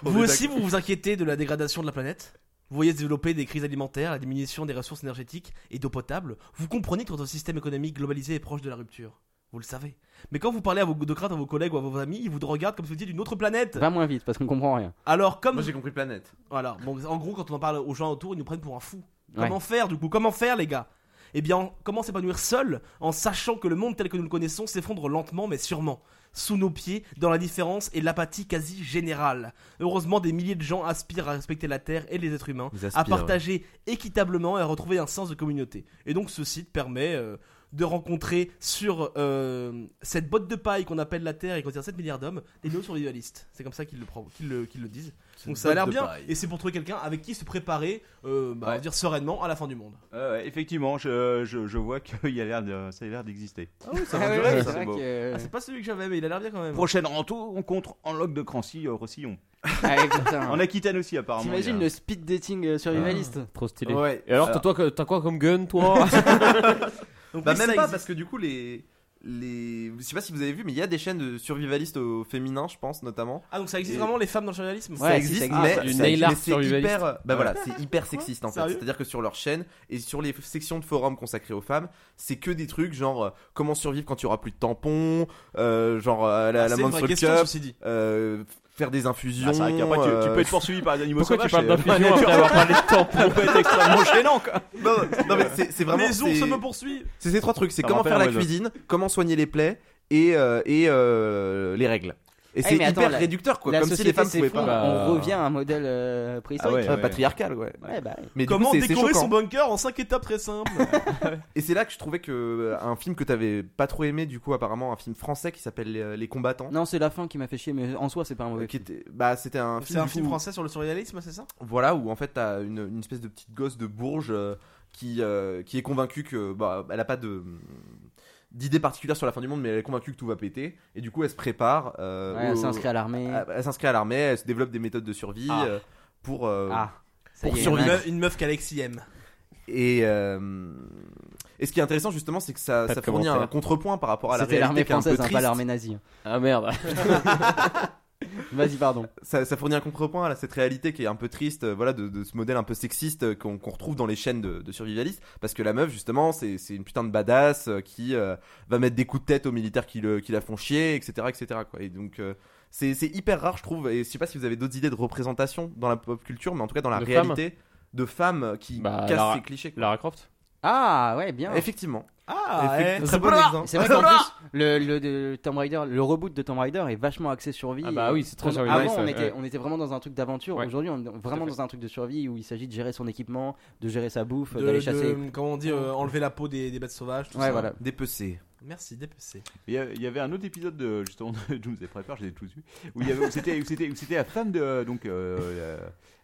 On
vous
est
aussi,
d'accord.
vous vous inquiétez de la dégradation de la planète Vous voyez se développer des crises alimentaires, la diminution des ressources énergétiques et d'eau potable Vous comprenez que notre système économique globalisé est proche de la rupture vous le savez. Mais quand vous parlez à vos docrates, à vos collègues ou à vos amis, ils vous regardent comme si vous étiez d'une autre planète.
Va moins vite parce qu'on comprend rien.
Alors comme
Bah, Moi j'ai compris planète.
Voilà. Bon, en gros, quand on en parle aux gens autour, ils nous prennent pour un fou.
Ouais.
Comment faire du coup Comment faire, les gars Eh bien, en- comment s'épanouir seul en sachant que le monde tel que nous le connaissons s'effondre lentement mais sûrement sous nos pieds, dans l'indifférence et l'apathie quasi générale. Heureusement, des milliers de gens aspirent à respecter la Terre et les êtres humains,
Ils aspirent,
à partager équitablement et à retrouver un sens de communauté. Et donc, ce site permet euh, de rencontrer sur euh, cette botte de paille qu'on appelle la Terre et qu'on tient 7 milliards d'hommes, des néo-survivalistes. C'est comme ça qu'ils le, pro- qu'ils le, qu'ils le disent.
C'est
Donc
une
ça a
botte
l'air
de
bien.
paille.
Et c'est pour trouver quelqu'un avec qui se préparer, euh, bah, on va dire sereinement, à la fin du monde. Ah,
Euh, ouais, effectivement, je, je, je vois qu'il y a l'air de, ça a l'air d'exister.
Ah oui, ça
va
va
durer, ça, beau.
Ah,
euh,
c'est pas celui que j'avais, mais il a l'air bien quand même.
Prochaine rando, on compte en log de Crancy euh, Roussillon.
putain.
en Aquitaine aussi apparemment.
Ah. T'imagines
il y a-
le speed dating euh, survivaliste
Trop stylé.
Ouais.
Et alors,
Alors-
t'as toi- t'as quoi comme gun, toi
bah même pas parce que du coup les les je sais pas si vous avez vu mais il y a des chaînes de survivalistes au féminin je pense notamment.
Ah, donc ça existe
Et-
vraiment les femmes dans le survivalisme
ça existe, mais, ça existe, mais c'est hyper, bah voilà, c'est hyper sexiste en fait.
Sérieux
C'est-à-dire que sur leur chaîne et sur les sections de forums consacrées aux femmes, c'est que des trucs genre euh, comment survivre quand tu auras plus de tampons, euh, genre euh, la,
Ah,
la
c'est une vraie
menstrual
question,
cup,
ceci dit.
euh, faire des infusions. euh,
Ah, c'est vrai qu'après, tu- tu peux être poursuivi par des animaux Pourquoi tu sauvages, parles c'est- d'infusion
d'infusions
après avoir parlé de tampons Ça peut être extrêmement gênant, quoi.
Non, non, mais c'est c'est vraiment.
Les ours
c'est-
me poursuivent.
C'est ces trois trucs c'est
Ça
comment
rappelle
faire la
un oiseau.
cuisine, comment soigner les plaies et euh, et euh, les
Ah
règles. Et c'est hyper réducteur quoi, comme si les femmes pouvaient pas.
On revient à un modèle euh, préhistorique.
Ah ouais, ouais. Patriarcal, ouais. Ouais, bah, Mais du
Comment
coup, c'est- c'est
décorer
choquant. Ah,
son bunker en 5 étapes très simples
Et c'est là que je trouvais que euh, un film que t'avais pas trop aimé, du coup, apparemment, un film français qui s'appelle Les, Les Combattants.
Non, c'est la fin qui m'a fait chier, mais en soi, c'est pas un mauvais.
Qui était, bah, c'était un
C'est
film.
un
du
film
coup,
français sur le surréalisme, c'est ça
Voilà, où en fait, t'as une, une espèce de petite gosse de Bourges euh, qui, euh, qui est convaincue que. Bah, elle a pas de d'idée particulière sur la fin du monde mais elle est convaincue que tout va péter et du coup elle se prépare euh,
Ouais, elle
au-
s'inscrit à l'armée.
Ah, bah, elle, elle s'inscrit à l'armée elle se développe des méthodes de survie
Ah.
euh, pour euh,
Ah, ça
pour
y est,
survivre
une meuf- une meuf qu'Alexis aime
et euh, et ce qui est intéressant justement c'est que ça,
Pas
ça
de
fournit un
commentaire.
contrepoint par rapport à Oh, la
C'était
réalité
l'armée
qui est un peu
française, hein, pas
triste.
l'armée nazie.
Ah merde.
Vas-y, pardon.
Ça, ça fournit un contrepoint à cette réalité qui est un peu triste, euh, voilà, de, de ce modèle un peu sexiste euh, qu'on qu'on retrouve dans les chaînes de, de survivalistes, parce que la meuf justement, c'est c'est une putain de badass euh, qui euh, va mettre des coups de tête aux militaires qui, le, qui la font chier, etc., etc. Quoi. Et donc euh, c'est c'est hyper rare, je trouve. Et je sais pas si vous avez d'autres idées de représentation dans la pop culture, mais en tout cas dans la
De femmes
réalité de femmes euh, qui
Bah,
cassent
Lara-
ces clichés.
Lara Croft.
Ah ouais, bien.
Effectivement.
Ah,
Effect-
eh,
très bon
Zola
exemple.
C'est vrai qu'en plus, le, le, le Tomb Raider, le reboot de Tomb Raider est vachement axé survie.
Ah bah oui, c'est très
On-
survivaliste,
Avant, on
ouais.
était, on était vraiment dans un truc d'aventure.
Ouais.
Aujourd'hui, on est vraiment
fait.
dans un truc de survie où il s'agit de gérer son équipement, de gérer sa bouffe,
De-
d'aller chasser.
de- comment on dit, euh, enlever la peau des, des bêtes sauvages, tout
Ouais,
ça.
voilà.
Dépecé.
Merci, dépecé.
Il y, a- il y avait un autre épisode de justement de Doomsday Prepper, je les ai tous vus, où il y avait- où c'était où c'était où c'était la femme de donc euh,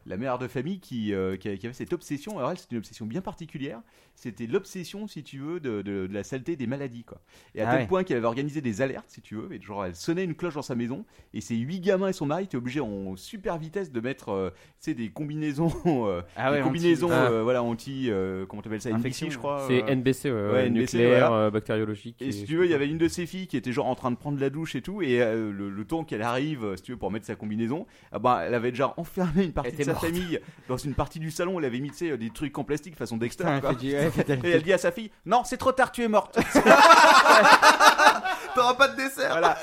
la, la mère de famille qui, euh, qui a- qui avait cette obsession. Alors elle c'était une obsession bien particulière. C'était l'obsession si tu veux de, de- de la saleté des maladies quoi. Et à
Ah
tel
ouais.
point qu'elle avait organisé des alertes si tu veux. Et genre elle sonnait une cloche dans sa maison et ses huit gamins et son mari étaient obligés en super vitesse de mettre euh, tu sais, des combinaisons euh,
Ah
des
ouais,
combinaisons
anti-
euh, voilà anti euh, comment t'appelles ça
Infection,
NBC, je crois.
C'est
euh,
NBC, ouais, ouais,
NBC,
nucléaire,
voilà.
euh, bactériologique
Et
et
si
je
tu veux, il y avait une de ses filles qui était genre en train de prendre la douche et tout, et euh, le, le temps qu'elle arrive, euh, si tu veux, pour mettre sa combinaison, ah bah, elle avait déjà enfermé une partie
Elle
de
était
sa
morte.
famille dans une partie du salon. Elle avait mis tu sais, des trucs en plastique façon Dexter.
Putain,
quoi.
elle fait du- elle fait tellement-
et elle dit à sa fille Non, c'est trop tard, tu es morte.
T'auras pas de dessert.
Voilà.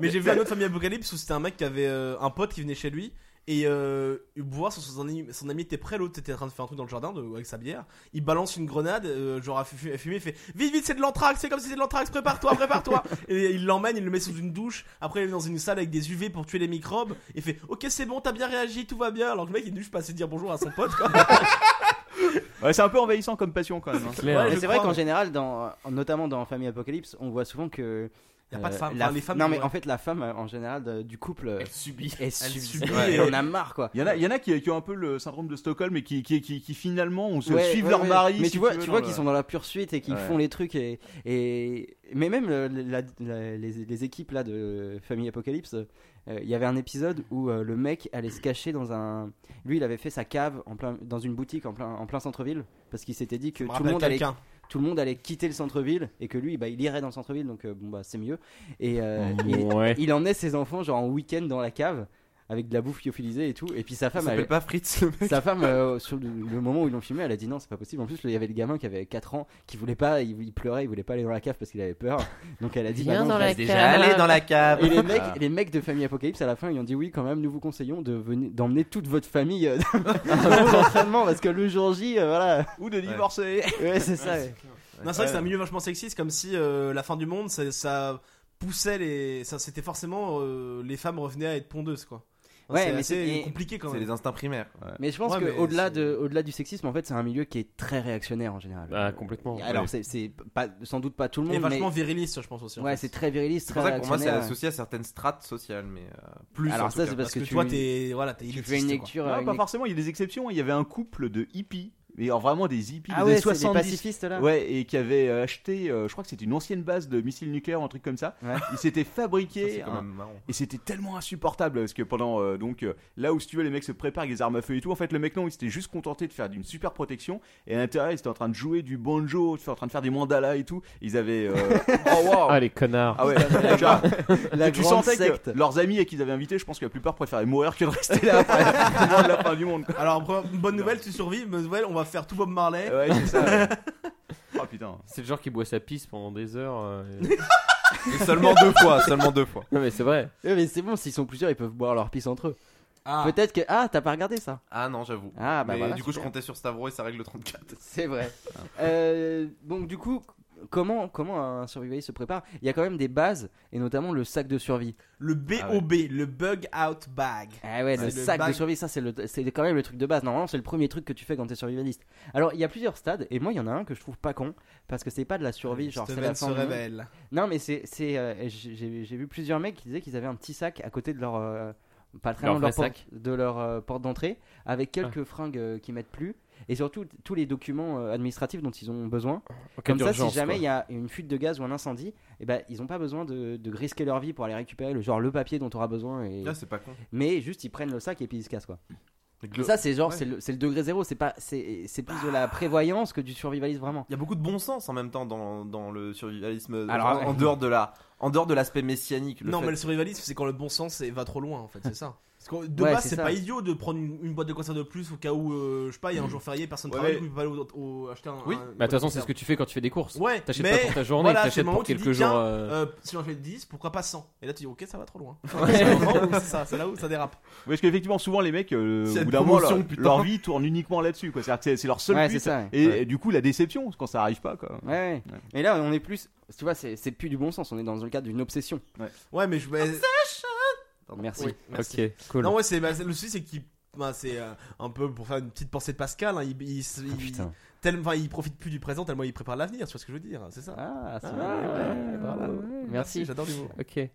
Mais j'ai vu un autre famille apocalypse où c'était un mec qui avait euh, un pote qui venait chez lui et euh, il boire son, son ami, son ami était prêt, l'autre était en train de faire un truc dans le jardin de- avec sa bière. Il balance une grenade, euh, genre à fu- à fumer, il fait vite vite c'est de l'anthrax, c'est comme si c'était de l'anthrax, prépare-toi, prépare-toi. et il l'emmène, il le met sous une douche. Après il le met dans une salle avec des UV pour tuer les microbes. Et fait ok c'est bon, t'as bien réagi, tout va bien. Alors que le mec il est juste passé dire bonjour à son pote. Quoi.
Ouais, c'est un peu envahissant comme passion quand même. hein.
Mais c'est vrai qu'en général, dans, notamment dans Famille Apocalypse, on voit souvent que.
Y a pas de femme,
Euh, la
enfin, les
f-
femmes,
non, mais
ouais.
en fait, la femme, euh, en général, de- du couple. Elle
subit.
Elle subit.
Ouais.
et on a marre, quoi.
Il y en a, il y en a qui, qui ont un peu le syndrome de Stockholm et qui, qui, qui, qui finalement on se
Ouais,
suivent
ouais,
leur
ouais.
mari.
Mais
si
tu vois,
veux,
tu vois
le-
qu'ils sont dans la poursuite et qu'ils
Ouais.
font les trucs et, et mais même euh, la- la- les, les équipes là de Famille Apocalypse, euh, il y avait un épisode où euh, le mec allait se cacher dans un, lui il avait fait sa cave en plein dans une boutique en plein en plein centre-ville parce qu'il s'était dit que
me
tout le
rappelle
monde allait
quelqu'un.
tout le monde allait quitter le centre-ville et que lui bah il irait dans le centre-ville donc euh, bon bah c'est mieux et euh, il,
Ouais.
il emmenait ses enfants genre en week-end dans la cave. Avec de la bouffe lyophilisée et tout, et puis sa femme.
Ça s'appelle
elle-
pas Fritz, le mec.
Sa femme, euh, sur le, le moment où ils l'ont filmé, elle a dit non, c'est pas possible. En plus, il y avait le gamin qui avait 4 ans, qui voulait pas, il, il pleurait, il voulait pas aller dans la cave parce qu'il avait peur. Donc elle a dit
Viens
bah non,
dans
je
la
reste
cave. Déjà allé dans la cave.
Et les mecs,
Ah.
les mecs de Famille Apocalypse, à la fin, ils ont dit oui, quand même, nous vous conseillons de venir- d'emmener toute votre famille euh, dans vos entraînements parce que le jour J, euh, voilà.
Ou de divorcer.
Ouais, c'est ça.
Ouais,
ouais.
Non, c'est vrai que c'est un milieu vachement sexiste, comme si euh, la fin du monde, ça, ça poussait les. Ça, c'était forcément. euh, les femmes revenaient à être pondeuses, quoi.
Ouais,
c'est
mais
assez
c'est-
compliqué quand
C'est
même.
les instincts primaires.
Mais je pense
Ouais, mais
que au-delà de au-delà du sexisme en fait c'est un milieu qui est très réactionnaire en général.
Bah, complètement.
Alors
Ouais.
c'est- c'est pas sans doute pas tout le monde
Et vachement
mais-
viriliste, je pense aussi. en
Ouais
fait.
c'est très viriliste
C'est
très
pour ça que pour moi, c'est
réactionnaire.
associé à certaines strates sociales, mais euh, plus.
Alors
en tout
ça,
cas.
c'est parce que tu-
toi,
t'es- voilà, t'es
tu fais une lecture.
Non,
euh,
pas
une-
forcément, il y a des exceptions. hein. Il y avait un couple de hippies. Mais alors vraiment des hippies
Ah
des
ouais,
années
c'est des
70
pacifistes, là.
ouais et qui avaient euh, acheté euh, je crois que c'était une ancienne base de missiles nucléaires ou un truc comme ça ils s'étaient
Ça,
fabriqués
c'est quand
un-
même marrant.
et c'était tellement insupportable parce que pendant euh, donc euh, là où si tu veux les mecs se préparent avec des armes à feu et tout en fait le mec non il s'était juste contenté de faire d'une super protection et à l'intérieur ils étaient en train de jouer du banjo ils étaient en train de faire des mandalas et tout ils avaient euh, oh wow
Ah, les connards.
ah ouais,
La-
genre,
la
tu
grande
sentais
secte.
que leurs amis et qu'ils avaient invités, je pense que la plupart préféraient mourir que de rester là après le moment de la fin du monde.
Alors, pre- bonne nouvelle, tu survis. Bonne nouvelle, on va faire tout Bob
Eh Euh,
Marley.
Ouais, c'est ça. ouais. Oh putain.
C'est le genre qui boit sa pisse pendant des heures. euh, et...
Et seulement deux fois, seulement deux fois.
Non mais c'est vrai.
Ouais, mais c'est bon, s'ils sont plusieurs, ils peuvent boire leur pisse entre eux.
Ah.
Peut-être que. Ah, t'as pas regardé ça
Ah non, j'avoue.
Ah, bah
Mais
voilà,
du coup, je
super.
comptais sur Stavro et sa règle 34.
C'est vrai. Euh, donc, du coup, comment, comment un survivaliste se prépare Il y a quand même des bases, et notamment le sac de survie.
Le BOB, le Bug Out Bag.
Ah ouais, le,
C'est
sac de
bag-
survie, ça c'est le- c'est quand même le truc de base. Normalement, c'est le premier truc que tu fais quand t'es survivaliste. Alors, il y a plusieurs stades, et moi, il y en a un que je trouve pas con, parce que c'est pas de la survie, genre c'est
Steven
la
se
fin du monde.
révèle.
Non, mais c'est, c'est, euh, j'ai- j'ai j'ai vu plusieurs mecs qui disaient qu'ils avaient un petit sac à côté de leur, euh, pas très
Leur
loin de leur
vrai
porte, de leur euh, porte d'entrée, avec quelques fringues euh, qui mettent plus, et surtout t- tous les documents euh, administratifs dont ils ont besoin.
En cas
Comme ça, si
d'urgence,
jamais
quoi.
il y a une fuite de gaz ou un incendie, eh ben, ils n'ont pas besoin de, de risquer leur vie pour aller récupérer le genre le papier dont on aura besoin. Et...
Ah, c'est pas con.
Mais juste ils prennent le sac et puis ils se cassent quoi.
Et que le-
Ça c'est genre
Ouais.
c'est le, c'est le degré zéro, c'est pas c'est c'est plus de la prévoyance que du survivalisme vraiment.
Il y a beaucoup de bon sens en même temps dans, dans le survivalisme.
Alors,
en, en
ouais.
dehors de la, en dehors de l'aspect messianique. le
non,
fait-
mais le survivalisme, c'est quand le bon sens et va trop loin, en fait, c'est ça. Parce que de
Ouais,
base,
c'est
c'est
ça.
pas idiot de prendre une, une boîte de conserve de plus au cas où, euh, je sais pas, il y a un jour férié, personne
Ouais,
travaille,
mais-
du coup, il peut pas aller au- au- acheter un.
Oui.
un- une
Bah, de toute
boîte
façon,
conserve.
c'est ce que tu fais quand tu fais des courses.
Ouais,
T'achètes
mais
pas pour ta journée,
voilà,
t'achètes
c'est le moment
pour
où tu
quelques
dis,
jours,
tiens,
euh,
euh, Si j'en fais 10, pourquoi pas 100 Et là, tu dis, ok, ça va trop loin. c'est le moment où c'est ça, c'est là où ça dérape.
Oui, parce qu'effectivement, souvent les mecs, euh,
C'est
au bout
une
d'un moment, leur,
promotion, putain.
leur vie tourne uniquement là-dessus. quoi. C'est-à-dire que c'est- c'est leur seul
Ouais,
but.
c'est ça, ouais.
Et,
Ouais.
et du coup, la déception quand ça arrive pas. Quoi.
Ouais, ouais. Mais là on est plus tu vois c'est c'est plus du bon sens, on est dans le cadre d'une obsession.
Ouais.
mais je.
Merci.
Oui, merci.
Ok, Ah, cool.
Non, ouais, c'est, bah, c'est- le souci, c'est qu'il. bah, c'est euh, un peu pour faire une petite pensée de Pascal. hein, il, il,
Ah,
se-
Ah,
il- tellement- enfin, il profite plus du présent, tellement il prépare l'avenir, tu vois ce que je veux dire, c'est ça.
Ah, c'est
ouais,
vrai, ouais,
ouais, voilà.
ouais, Merci.
j'adore l'humour.
Ok.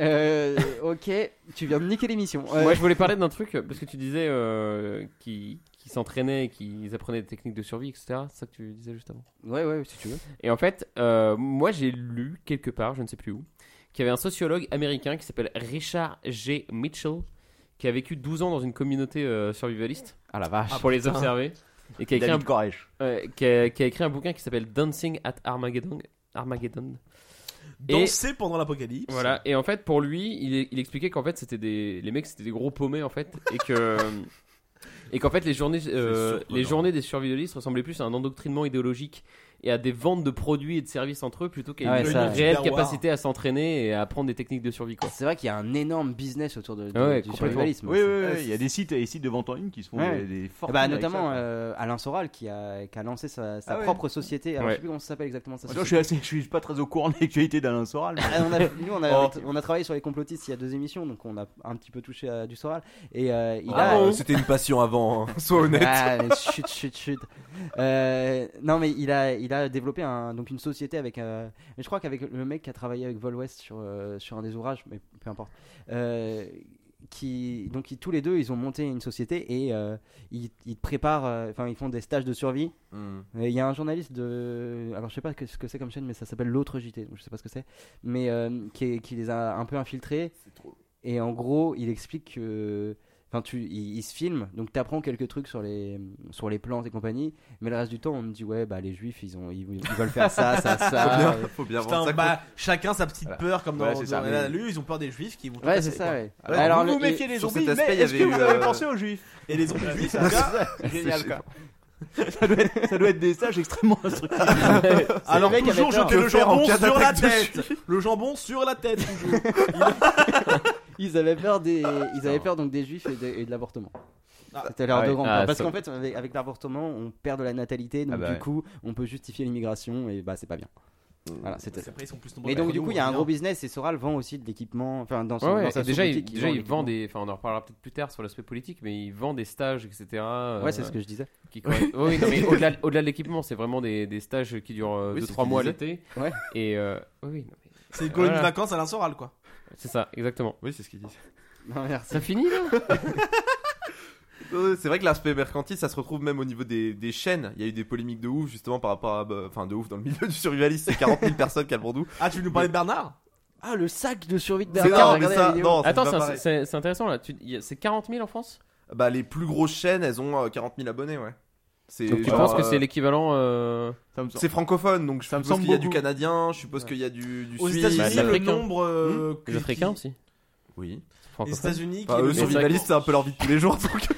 Euh, ok, tu viens de niquer l'émission. Euh,
Moi, je voulais parler d'un truc euh, parce que tu disais euh, qui qui s'entraînaient, qui apprenaient des techniques de survie, etc. C'est ça que tu disais juste avant.
Ouais, ouais, si tu veux.
Et en fait, euh, moi, j'ai lu quelque part, je ne sais plus où, qu'il y avait un sociologue américain qui s'appelle Richard G. Mitchell, qui a vécu 12 ans dans une communauté euh, survivaliste.
Ah la vache.
Pour les
Putain.
observer. Et qui a écrit
David
un
Koresh.
Ouais, qui, a, qui a écrit un bouquin qui s'appelle Dancing at Armageddon. Armageddon.
Danser pendant l'apocalypse.
Voilà. Et en fait, pour lui, il, il expliquait qu'en fait, c'était des les mecs, c'était des gros paumés en fait, et que et qu'en fait, les journées euh,
surprenant.
les journées des survivalistes ressemblaient plus à un endoctrinement idéologique et à des ventes de produits et de services entre eux plutôt qu'à
Ah ouais,
une
ça-
réelle
Super
capacité à s'entraîner et à apprendre des techniques de survie.
C'est vrai qu'il y a un énorme business autour de, de-
Ah ouais,
du
complètement.
survivalisme.
Oui, oui, oui,
C'est-
il y a des sites, des sites de vente en ligne qui se font
Ouais.
des, des
Ah
fortunes
bah,
avec
notamment
ça.
euh, Alain Soral qui a, qui a lancé sa, sa
Ah ouais.
propre société. Alors,
Ouais.
Je sais plus comment ça s'appelle exactement. Sa
Moi, je, suis
société.
assez- je suis pas très au courant de l'actualité d'Alain Soral. mais-
Ah, on a- nous, on a,
Oh.
on a travaillé sur les complotistes il y a deux émissions, donc on a un petit peu touché à du Soral. Et euh, il
Ah
a-
bon C'était une passion avant, hein, sois honnête.
Ah, mais chut, chut, chut. Euh, non, mais il a, il a développé un- donc une société avec. euh, mais je crois qu'avec le mec qui a travaillé avec Volwest sur, euh, sur un des ouvrages, mais peu importe. euh, qui, donc ils- tous les deux, ils ont monté une société et euh, ils, ils préparent, euh, enfin ils font des stages de survie.
Mm.
Et Il y a un journaliste de, alors je sais pas que- ce que c'est comme chaîne, mais ça s'appelle l'autre JT, donc je sais pas ce que c'est, mais euh, qui, est- qui les a un peu infiltrés. Et en gros, il explique que, enfin tu, il, il se filme, donc t'apprends quelques trucs sur les, sur les plantes et compagnie, mais le reste du temps, on me dit ouais bah les juifs ils ont, ils, ils veulent faire ça, ça, ça. euh,
Putain, bah, chacun sa petite peur comme dans,
Ouais, c'est ça.
dans la Lune, ils ont peur des juifs qui vont tout
Ouais,
casser,
c'est ça,
quoi.
ouais.
Alors,
Alors,
vous vous
le-
méfiez
et-
des
sur
zombies
cet
mais
aspect, il y
est-ce que
avait
vous
eu,
avez
euh,
pensé aux juifs Et les zombies juifs,
C'est
ça
ça.
génial quoi.
ça, doit être, ça doit être des stages extrêmement instructifs.
Alors
C'est
toujours
mec avec
jeter
un-
le jambon
faire en cas
sur la
d'attaque dessus.
tête. Le jambon sur la tête toujours.
ils avaient peur des, ils avaient peur donc des juifs et de, et de l'avortement. C'était leur
Ah
deux
ouais.
grands
Ah,
peurs. Parce
ça-
qu'en fait, avec, avec l'avortement, on perd de la natalité, donc
Ah bah
du
ouais.
coup, on peut justifier l'immigration et bah c'est pas bien. Voilà, c'était ça.
Après, ils sont plus nombreux
Mais
que
donc du
bah, nous,
coup, il y a
on
un
vient.
gros business et Soral vend aussi de l'équipement, enfin dans son
Ouais, ouais,
dans sa
et déjà, il,
sous-boutique,
déjà, il
l'équipement.
vend des. Enfin, on en reparlera peut-être plus tard sur l'aspect politique, mais il vend des stages, etc. euh,
Ouais, c'est ce que je disais.
qui quand même- oui, non, mais au-delà, au-delà de l'équipement, c'est vraiment des, des stages qui durent
Oui, c'est ce
2-3
qu'il
mois
disait.
l'été.
Ouais.
Et. euh, oui, oui, non, mais-
C'est une
euh,
colonie de
voilà.
vacances à l'insoral quoi.
C'est ça, exactement.
Oui, c'est ce qu'ils disent.
Non, merci.
Ça finit là
Euh, C'est vrai que l'aspect mercantile, ça se retrouve même au niveau des, des chaînes. Il y a eu des polémiques de ouf, justement, par rapport à. bah, Enfin, de ouf, dans le milieu du survivalisme, c'est 40 000 personnes qui a le bon doux.
Ah, tu veux nous parler de Bernard
Ah, le sac de survie de
C'est
Bernard.
non, mais
regardez
ça-
la vidéo.
non,
Attends,
pas
c'est, un-
pareil.
c'est- c'est intéressant là. Tu- y a- c'est 40 000 en France
Bah, les plus grosses chaînes, elles ont euh, 40 000 abonnés, ouais. C'est
Donc tu
genre,
penses que
euh,
c'est l'équivalent. euh,
Ça me semble-
C'est francophone, donc je
Ça me
suppose
semble
qu'il y a du
beaucoup.
canadien, je suppose qu'il y a du, du
Aux
suisse.
États-Unis,
Bah, les
le
Africains.
nombre euh,
Les Africains aussi
Oui.
Les
francophones.
États-Unis qui
Bah,
est
eux,
le nombre-
survivalistes, c'est un peu leur vie de tous les jours, donc.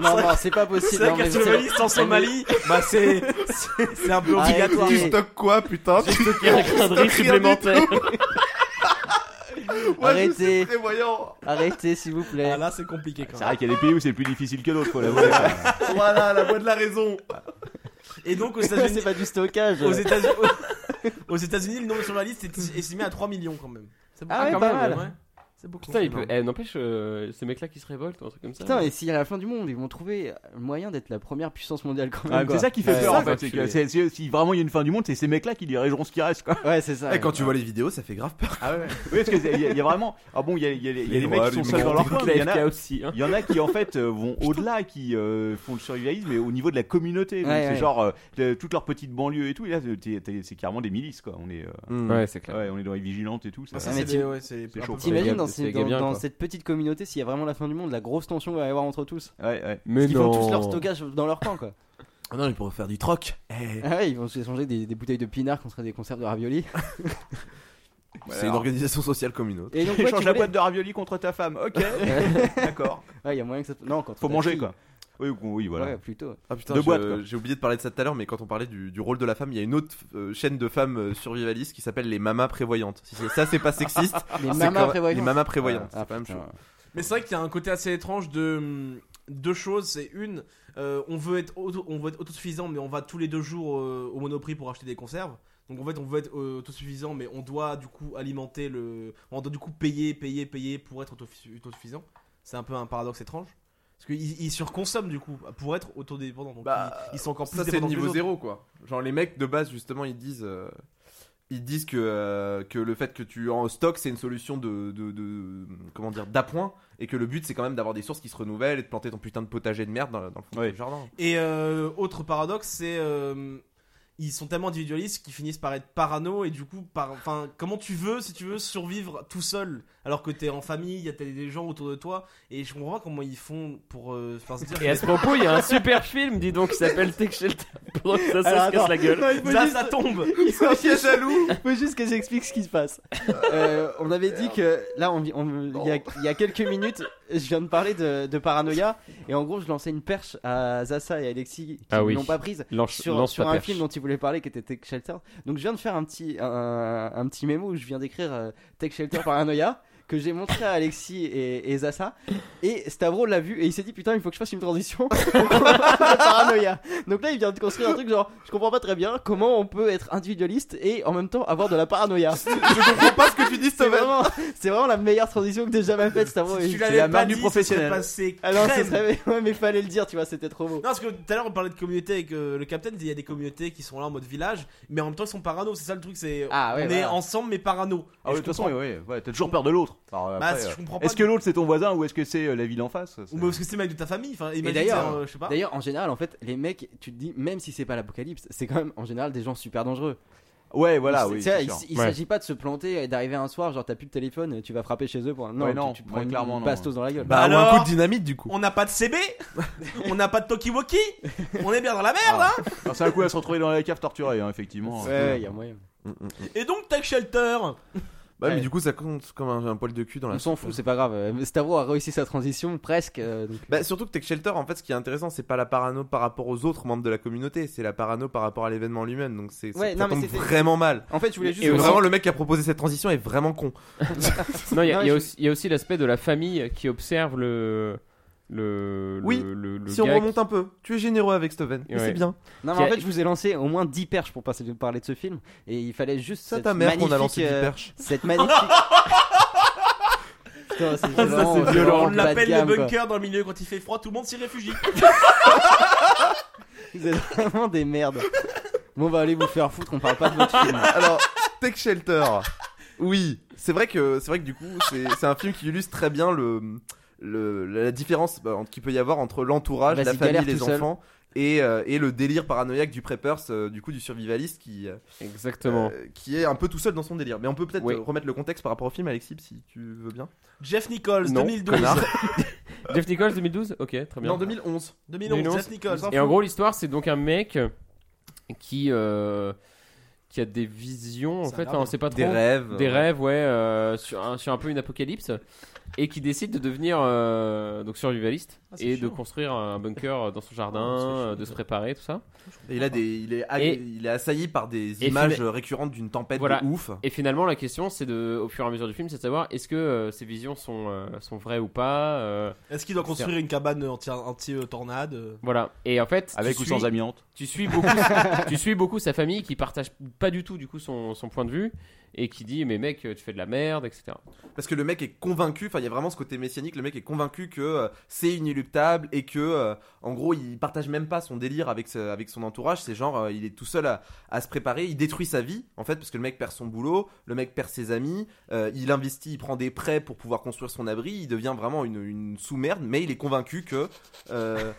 non, non, c'est pas
C'est
possible.
vrai
non,
qu'un
mais-
survivaliste en Somalie, bah c'est c'est c'est un peu
Arrêtez.
obligatoire.
Tu stockes quoi, putain Tu stockes
Il y a un cadre supplémentaire.
Ouais, je suis
Arrêtez.
prévoyant.
Arrêtez, s'il vous plaît.
Ah là, c'est compliqué quand
C'est
même.
vrai qu'il y a des pays où c'est plus difficile que d'autres, faut l'avouer.
Voilà, la voix de la raison.
Et donc aux États-Unis,
C'est pas du stockage.
aux États-Unis, aux États-Unis, le nombre sur la liste est estimé à 3 millions quand même. C'est beaucoup.
Ah ouais,
quand
pas
même,
mal.
Ouais. C'est beaucoup.
Putain, il peut- eh, n'empêche, euh, ces mecs-là qui se révoltent ou un truc comme ça.
Putain, et si à la fin du monde, ils vont trouver le moyen d'être la première puissance mondiale quand
Ah,
même.
mais
quoi.
c'est ça qui fait
Ouais,
peur
c'est
en
ça,
fait. c'est
tu
que
es.
c'est- c'est- si vraiment il y a une fin du monde, c'est ces mecs-là qui dirigeront ce qui reste quoi.
Ouais, c'est ça.
Eh, quand tu vois les vidéos, ça fait grave peur.
Oui, parce qu'il y, a- il y a vraiment. Ah bon, il y a, il y a les- il y a les
Les
mecs
droits,
qui sont
les
seuls dans leur coin, mais il y en a-
l'AFK aussi. hein.
Il y en a qui en fait euh, vont au-delà, qui euh, font le survivalisme, mais au niveau de la communauté. Donc,
Ouais,
c'est
ouais.
genre euh, le- toute leur petite banlieue et tout. Et là, t'es- t'es- c'est carrément des milices quoi. On est, euh,
Mmh.
Ouais, c'est clair.
ouais, on est dans les vigilantes et tout. Ça,
Ouais, ça,
mais
c'est
t'im-
des- ouais, c'est
c'est
un peu-
chaud.
C'est
T'imagines
les
dans,
gars-
ces-
c'est les
dans,
gars bien,
dans
quoi.
cette petite communauté, s'il y a vraiment la fin du monde, la grosse tension qu'il va y avoir entre tous.
Ouais, ouais.
Mais
ils font tous leur stockage dans leur camp, quoi.
Ah non, ils pourraient faire du troc. Eh,
Ah ouais, ils vont s'échanger des, des bouteilles de pinard contre des conserves de ravioli.
C'est une organisation sociale comme une autre.
Et donc, ouais,
Échange
tu
la
voulais-
boîte de ravioli contre ta femme. Ok, d'accord.
Ouais, il y a moyen que ça. Non, quand
Faut manger quoi. Oui, ou- oui, voilà.
Ouais, plutôt.
Ah putain,
Deux
je-
boîtes, quoi.
j'ai oublié de parler de ça tout à l'heure, mais quand on parlait du, du rôle de la femme, il y a une autre euh, chaîne de femmes euh, survivalistes qui s'appelle les mamas prévoyantes. Si c'est- ça, c'est pas sexiste.
Les
c'est
mamas
quand-
prévoyantes.
Les mamas prévoyantes,
Ah,
c'est quand même
putain.
chaud.
Mais c'est vrai qu'il y a un côté assez étrange de hum, deux choses. C'est une, euh, on veut être auto- on veut être autosuffisant, mais on va tous les deux jours euh, au Monoprix pour acheter des conserves. Donc en fait, on veut être euh, autosuffisant, mais on doit du coup alimenter le, on doit du coup payer, payer, payer pour être autofi- autosuffisant. C'est un peu un paradoxe étrange. Parce qu'ils ils surconsomment du coup pour être autodépendants. Donc
Bah,
ils, ils sont encore plus
Ça, c'est le
dépendants que les
niveau
autres.
zéro, quoi. Genre, les mecs de base, justement, ils disent. euh, Ils disent que, euh, que le fait que tu en stock c'est une solution de, de, de- comment dire d'appoint et que le but c'est quand même d'avoir des sources qui se renouvellent et de planter ton putain de potager de merde dans, dans le fond
Ouais.
du jardin.
Et euh, autre paradoxe, c'est euh, ils sont tellement individualistes qu'ils finissent par être parano et du coup, par, enfin, comment tu veux, si tu veux, survivre tout seul alors que t'es en famille, il y a t'as des gens autour de toi et je comprends pas comment ils font pour euh, enfin, se dire.
Et à ce propos, il y a un super film, dis donc, qui s'appelle Take Shelter. Pendant que ça, ça se casse la gueule.
ça, ça tombe.
Faut juste que j'explique ce qui se passe. Euh, on avait dit que là, on, on- il, y a, il y a quelques minutes, je viens de parler de, de paranoïa et en gros, je lançais une perche à Zassa et Alexis qui
Ah oui.
n'ont pas prise
Lance,
sur,
lance
sur
ta
un
perche.
film dont ils voulais parler, qui était Tech Shelter. Donc je viens de faire un petit, un, un petit mémo où je viens d'écrire euh, Tech Shelter Paranoia. Que j'ai montré à Alexis et, et Zassa, et Stavro l'a vu et il s'est dit putain, il faut que je fasse une transition. paranoïa. Donc là, il vient de construire un truc genre, je comprends pas très bien comment on peut être individualiste et en même temps avoir de la paranoïa.
je comprends pas ce que tu dis,
c'est vraiment, c'est vraiment la meilleure transition que t'aies jamais faite, Stavro.
Si
et
tu
c'est
l'avais
la
pas
marque
dit,
du
ce serait
professionnel.
passé
Ah non, ce
crème.
serait- ouais, mais fallait le dire, tu vois, c'était trop beau.
Non, parce que tout à l'heure on parlait de communauté avec euh, le capitaine, il y a des communautés qui sont là en mode village, mais en même temps ils sont parano, c'est ça le truc, c'est
Ah, ouais,
on est
voilà.
ensemble mais parano.
Ah
Et
oui, de
je
toute façon,
comprends.
oui, oui, ouais, t'as toujours peur de l'autre. Alors,
Bah,
après,
si je
euh,
comprends pas
Est-ce
de-
que l'autre c'est ton voisin ou est-ce que c'est euh, la ville en face
Ou parce que c'est le mec de ta famille, enfin,
Et
imagine,
d'ailleurs,
c'est, euh, je sais pas.
d'ailleurs, en général, en fait, les mecs, tu te dis, même si c'est pas l'apocalypse, c'est quand même en général des gens super dangereux.
Ouais, voilà,
Il-
oui,
tu sais,
c'est
il
sûr.
il
Ouais.
s'agit pas de se planter et d'arriver un soir, genre t'as plus de téléphone, tu vas frapper chez eux pour un. Non,
Ouais,
tu-
non,
tu,
ouais,
prends une
clairement, non.
bastos dans la gueule.
Bah, ou un
Alors,
coup de dynamite, du coup.
On n'a pas de CB, on n'a pas de Tokiwoki, on est bien dans la merde hein
Alors, C'est un coup à se retrouver dans la cave torturée, hein, effectivement.
Ouais, y a
moyen.
Et donc Tech Shelter
Mm,
Oh,
Bah, mais
Ouais.
du coup, ça compte comme un, un poil de cul dans la
On s'en
soupe.
fout, c'est pas grave. Euh, Stavro a réussi sa transition presque. euh, donc-
Bah, surtout que Tech Shelter, en fait, ce qui est intéressant, c'est pas la parano par rapport aux autres membres de la communauté, c'est la parano par rapport à l'événement lui-même. Donc, c'est
Ouais,
c'est-
non,
ça
mais
tombe
c'était-
vraiment mal.
En fait, je voulais juste
Et
aussi-
vraiment, le mec qui a proposé cette transition est vraiment con.
Non, il y, a-
Non,
il y a
je-
aussi- il y a aussi l'aspect de la famille qui observe le. le
Oui,
le, le- le
si on
gars
remonte un peu, tu es généreux avec Steven, et
Ouais.
c'est bien.
Non, mais en fait, je vous ai lancé au moins 10 perches pour passer de parler de ce film. Et il fallait juste.
C'est à
cette
ta mère qu'on a
magnifique,
lancé 10
euh,
perches.
Cette magnifique. Putain, c'est
Ça,
vraiment-
c'est
vraiment
violent. On
bas de
l'appelle
gamme,
le
quoi.
bunker dans le milieu quand il fait froid, tout le monde s'y réfugie.
Vous êtes vraiment des merdes. Bon, bah allez vous faire foutre, on parle pas de votre film.
Alors, Tech Shelter. Oui, c'est vrai que c'est vrai que du coup, c'est c'est un film qui illustre très bien le, le la différence bah, entre- qu'il peut y avoir entre l'entourage,
Vas-y,
la famille,
galère
les
tout seul.
enfants et, euh, et le délire paranoïaque du preppers, euh, du coup du survivaliste qui euh,
Exactement.
euh, qui est un peu tout seul dans son délire. Mais on peut peut-être
Oui.
euh, remettre le contexte par rapport au film, Alexis, si tu veux bien.
Jeff Nichols,
Non,
2012.
connard. Jeff Nichols 2012 Ok, très bien.
Non, 2011.
2011,
2011.
Jeff Nichols.
Et en gros, l'histoire, c'est donc un mec qui euh, qui a des visions en
Ça a
fait,
l'air
enfin, on
bien.
sait pas trop.
Des rêves.
Des rêves, ouais, euh, sur, un, sur un peu une apocalypse, et qui décide de devenir euh, donc survivaliste
Ah, c'est
et de
chiant.
construire un bunker dans son
Ah, c'est
jardin,
chiant,
euh, de se préparer, tout ça.
Et il a des il est
Et-
il est assailli par des
Et
images
filmé-
récurrentes d'une tempête
Voilà.
de ouf.
Et finalement, la question, c'est de, au fur et à mesure du film, c'est de savoir est-ce que euh, ces visions sont euh, sont vraies ou pas. euh,
Est-ce qu'il doit construire une cabane anti- anti-tornade euh
voilà. Et en fait,
Avec
tu
ou
suis-
sans amiante.
tu suis beaucoup tu suis beaucoup sa famille qui partage pas du tout du coup son, son point de vue et qui dit mais mec tu fais de la merde etc
Parce que le mec est convaincu, enfin il y a vraiment ce côté messianique, le mec est convaincu que euh, c'est inéluctable et que euh, en gros il partage même pas son délire avec, ce- avec son entourage, c'est genre euh, il est tout seul à, à se préparer, il détruit sa vie en fait parce que le mec perd son boulot, le mec perd ses amis, euh, il investit, il prend des prêts pour pouvoir construire son abri, il devient vraiment une, une sous-merde mais il est convaincu que... euh,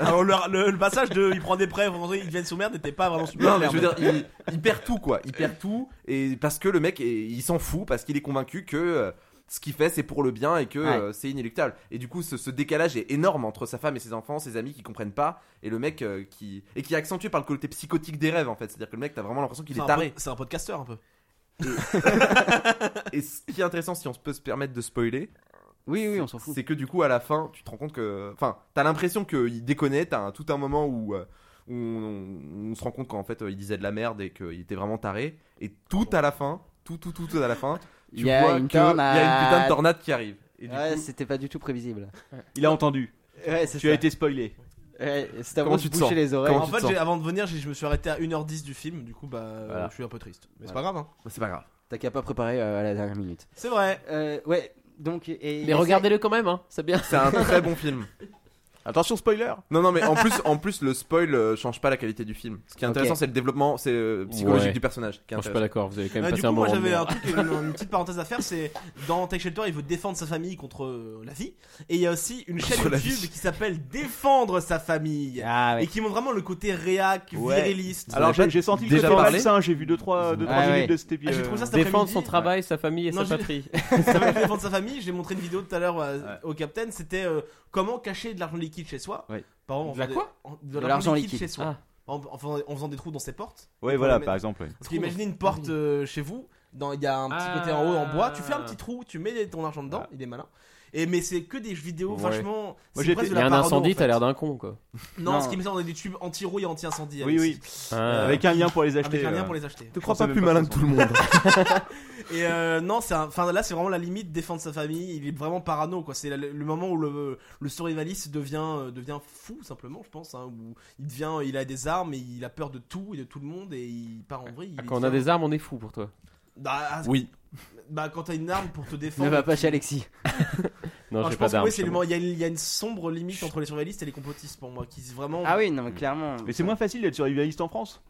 Alors, le, Ah, le- le passage de il prend des prêts, vraiment, il devient sous merde, n'était pas vraiment super.
Non, mais je veux
merde.
dire, il, il perd tout, quoi. Il perd tout, et parce que le mec, est- il s'en fout, parce qu'il est convaincu que euh, ce qu'il fait, c'est pour le bien et que
Ouais.
euh, c'est inéluctable. Et du coup, ce, ce décalage est énorme entre sa femme et ses enfants, ses amis qui comprennent pas, et le mec euh, qui. Et qui est accentué par le côté psychotique des rêves, en fait. C'est-à-dire que le mec, t'as vraiment l'impression qu'il
C'est
est
un
taré.
pod- C'est un podcasteur un peu.
Et ce qui est intéressant, si on se peut se permettre de spoiler,
Oui, oui, on s'en fout.
c'est que du coup, à la fin, tu te rends compte que. Enfin, t'as l'impression qu'il déconnait, t'as un- tout un moment où. euh, où on, on- on se rend compte qu'en fait euh, il disait de la merde et qu'il était vraiment taré et tout à la fin tout tout tout, tout à la fin tu
Il y a
vois
une
que il y a une putain de
tornade.
tornade qui arrive et du
Ouais,
coup,
c'était pas du tout prévisible.
Il a entendu.
Ouais, c'est
Tu as été spoilé.
c'est à
Comment
moi de
tu te
boucher
sens
les oreilles.
Comment
en
tu
fait,
te sens
j'ai- avant de venir, j'ai- je me suis arrêté à 1h10 du film, du coup, bah, euh,
Voilà.
je suis un peu triste. Mais c'est pas grave, hein.
Bah, c'est pas grave
T'as qu'à pas préparer euh, à la dernière minute.
C'est vrai.
Euh, ouais, donc. Et,
mais regardez-le quand même hein c'est bien
c'est un très bon film
Attention, spoiler
non non mais en plus en plus le spoil euh, change pas la qualité du film ce qui est
Ok.
intéressant c'est le développement c'est euh, psychologique
Ouais.
du personnage qui est
je suis pas
intéressant.
d'accord vous avez quand même
Ouais,
passé
Bah, du coup,
un bon
moi
moment
j'avais un truc, une, une petite parenthèse à faire, c'est dans Tech Shelter, il veut défendre sa famille contre euh, la vie, et il y a aussi une chaîne
Contre la
YouTube
vie.
qui s'appelle Défendre sa famille,
Ah ouais.
et qui montre vraiment le côté réac,
Ouais.
viriliste.
Alors j'ai j'ai senti le
déjà
côté
parlé
malsain, j'ai vu 2-3 minutes
Ah ouais.
de cet épisode.
Ah, j'ai trouvé ça cet
défendre
après-midi.
son travail sa famille et
Non,
sa
j'ai-
patrie
Ça veut dire défendre sa famille. J'ai montré une vidéo tout à l'heure euh, au Capitaine. C'était euh, comment cacher de l'argent liquide chez soi.
Ouais.
Par exemple, en
De la
faisant
quoi
des- en- De,
l'argent
l'argent liquide,
liquide.
chez soi. En, en faisant- en faisant des trous dans ses portes.
Ouais,
Pour
voilà,
le
par exemple. ouais.
Parce qu'imaginez une porte euh, chez vous. dans- Il y a un petit côté en haut en bois. Tu fais un
Ah.
petit trou. Tu mets ton argent dedans. Il est malin. Et mais c'est que des jeux vidéo
Ouais.
vachement.
Moi,
c'est
j'ai
presque
été-
de
il y a
la
un
parano,
incendie,
en
t'as
fait.
l'air d'un con, quoi.
Non,
Non.
ce qui me semble, on a des tubes anti-rouille et anti-incendie.
Oui,
Alexis.
oui. Ah. Avec
Euh, un lien pour les acheter,
Avec un lien
euh,
pour les acheter.
te crois Je pensais pas même plus pas malin que que tout le monde.
et euh, non, c'est un- enfin là, c'est vraiment la limite défendre sa famille. Il est vraiment parano, quoi. C'est la- le moment où le, le survivaliste devient euh, devient fou simplement, je pense. hein, où il devient, il a des armes et il a peur de tout et de tout le monde et il part en vrille. il
Ah, Quand on a
devient-
des armes, on est fou pour toi.
Bah, ah,
Oui.
Bah, quand t'as une arme pour te défendre.
Ne va pas
tu-
chez Alexis.
Non,
Enfin,
j'ai
je
pas
pense que
d'armes,
oui, c'est
je
le
t'avoue.
moment- il y, a une- il y a une sombre limite entre les survivalistes et les complotistes pour moi, qui vraiment.
Ah oui, non, mais clairement.
Mais c'est moins facile d'être survivaliste en France.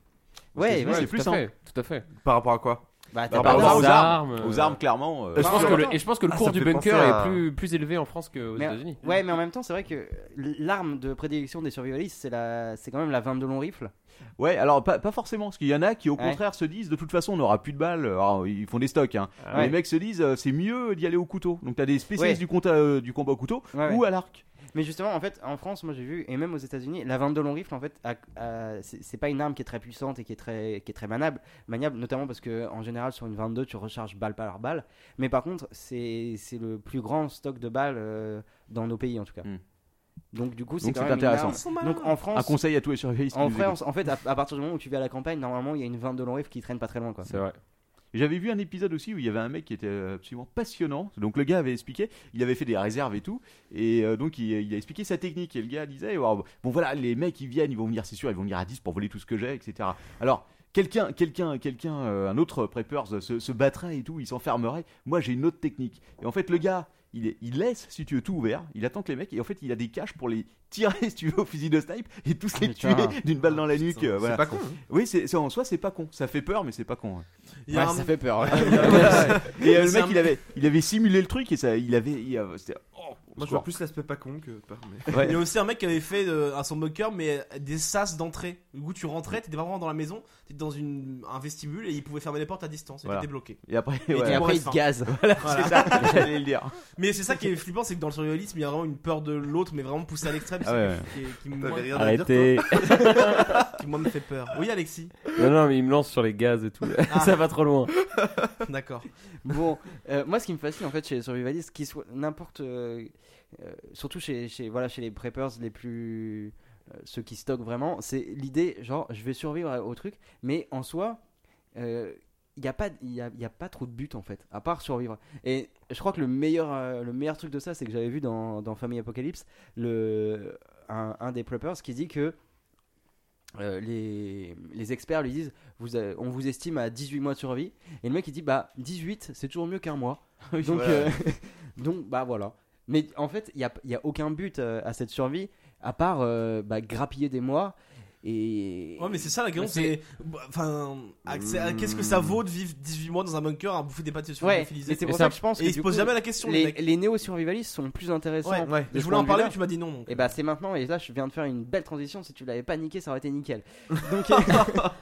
Aux
Ouais,
États-Unis,
ouais,
c'est
tout
plus
à
simple.
fait, tout à fait.
Par rapport à quoi
Bah,
Par
pas
rapport aux
d'armes,
armes.
euh,
Aux armes, clairement. euh,
Je pense que le- et je pense que le cours du bunker est plus, plus élevé en France qu'aux
Mais-
États-Unis.
Ouais, mais en même temps, c'est vrai que l'arme de prédilection des survivalistes, c'est la, c'est quand même la 22 long rifle.
Ouais, alors pas, pas forcément, parce qu'il y en a qui au
Ouais.
contraire se disent de toute façon on n'aura plus de balles, Alors, ils font des stocks. hein.
Ah
Mais
ouais.
Les mecs se disent euh, c'est mieux d'y aller au couteau. Donc t'as des spécialistes
Ouais.
du, compta- euh, du combat au couteau ou à l'arc.
Mais justement, en fait, en France, moi j'ai vu, et même aux États-Unis, la 22 long rifle, en fait, a- a- c'est c'est pas une arme qui est très puissante et qui est très, qui est très maniable, maniable, notamment parce que en général sur une 22, tu recharges balle par balle. Mais par contre, c'est c'est le plus grand stock de balles euh, dans nos pays en tout cas. Donc du coup, c'est
Hmm. Donc,
quand
c'est
même une
intéressant.
arme.
Ils sont malins.
Donc en France,
Un conseil à tous les survivalistes qui
En
nous
France, en fait, à, à partir du moment où tu vas à la campagne, normalement, il y a une 22 long rifle qui traîne pas très loin, quoi.
C'est vrai.
J'avais vu un épisode aussi où il y avait un mec qui était euh, absolument passionnant. Donc le gars avait expliqué, il avait fait des réserves et tout, et euh, donc il, il a expliqué sa technique. Et le gars disait, bon bon, voilà, les mecs ils viennent, ils vont venir, c'est sûr, ils vont venir à 10 pour voler tout ce que j'ai, etc. Alors quelqu'un, quelqu'un, quelqu'un, euh, un autre preppers euh, se, se battrait et tout, il s'enfermerait. Moi j'ai une autre technique. Et en fait le gars, il, est- il laisse, si tu veux, tout ouvert. Il attend que les mecs, et en fait il a des caches pour les tirer, si tu veux, au fusil de snipe et tous les tuer
Putain.
d'une balle dans la nuque. euh, voilà.
pas con, hein.
Oui, c'est c'est- en soi c'est pas con. Ça fait peur, mais c'est pas con. hein. ouais.
Il y a un- Il
ouais.
y a-
et euh, le
C'est
mec,
un-
il avait, il avait simulé le truc et ça, il avait, il, avait- c'était- oh,
Moi, je
secours.
vois plus l'aspect pas con que pas. mais-
Ouais.
Il y a aussi un mec qui avait fait euh, un moqueur mais euh, des sas d'entrée. Du coup, tu rentrais, t'étais pas vraiment dans la maison, t'étais dans une, un vestibule et il pouvait fermer les portes à distance et
Voilà.
t'étais bloqué.
Et après,
tu
ouais.
mourais
Et après,
de
il te
faim.
gaze. Voilà, c'est ça, j'allais le dire.
Mais c'est ça qui est flippant, c'est que dans le survivalisme, il y a vraiment une peur de l'autre, mais vraiment poussée à l'extrême.
Ah
c'est
ouais, Ah,
qui, qui, qui
T'avais
moi-
rien
à dire, toi
qui, moi, me fait peur. Oui, Alexis.
Non, non, mais il me lance sur les gaz et tout.
Ah.
Ça va trop loin.
D'accord.
Bon, euh, moi, ce qui me fascine en fait chez les survivalistes, qu'ils soient n'importe, euh, euh, surtout chez, chez, voilà, chez les preppers les plus, euh, ceux qui stockent vraiment, c'est l'idée, genre, je vais survivre à- au truc, mais en soi, euh, il n'y a, pas- il y a, il y a pas trop de but en fait, à part survivre. Et je crois que le meilleur, euh, le meilleur truc de ça, c'est que j'avais vu dans, dans Famille Apocalypse, le, un, un des preppers qui dit que euh, les, les experts lui disent vous, avez- on vous estime à 18 mois de survie et le mec il dit bah 18 c'est toujours mieux qu'un mois donc
voilà.
euh, donc bah voilà mais en fait il y a, il y a aucun but euh, à cette survie à part euh, bah, grappiller des mois et
Ouais, mais c'est ça la question, c'est. bah, Enfin, à- c'est- à- qu'est-ce que ça
Mmh.
vaut de vivre 18 mois dans un bunker à bouffer des pâtes sur
Ouais, mais c'est pour ça que je pense
Et
que
ils se
du
posent
coup,
jamais la question, les,
les,
mecs.
les néo-survivalistes sont plus intéressants.
Ouais, ouais.
de
Mais je
ce
voulais en
point
parler,
de vue-là.
mais tu m'as dit non, donc.
Et bah c'est maintenant, et là je viens de faire une belle transition. Si tu l'avais pas niqué, ça aurait été nickel. Donc,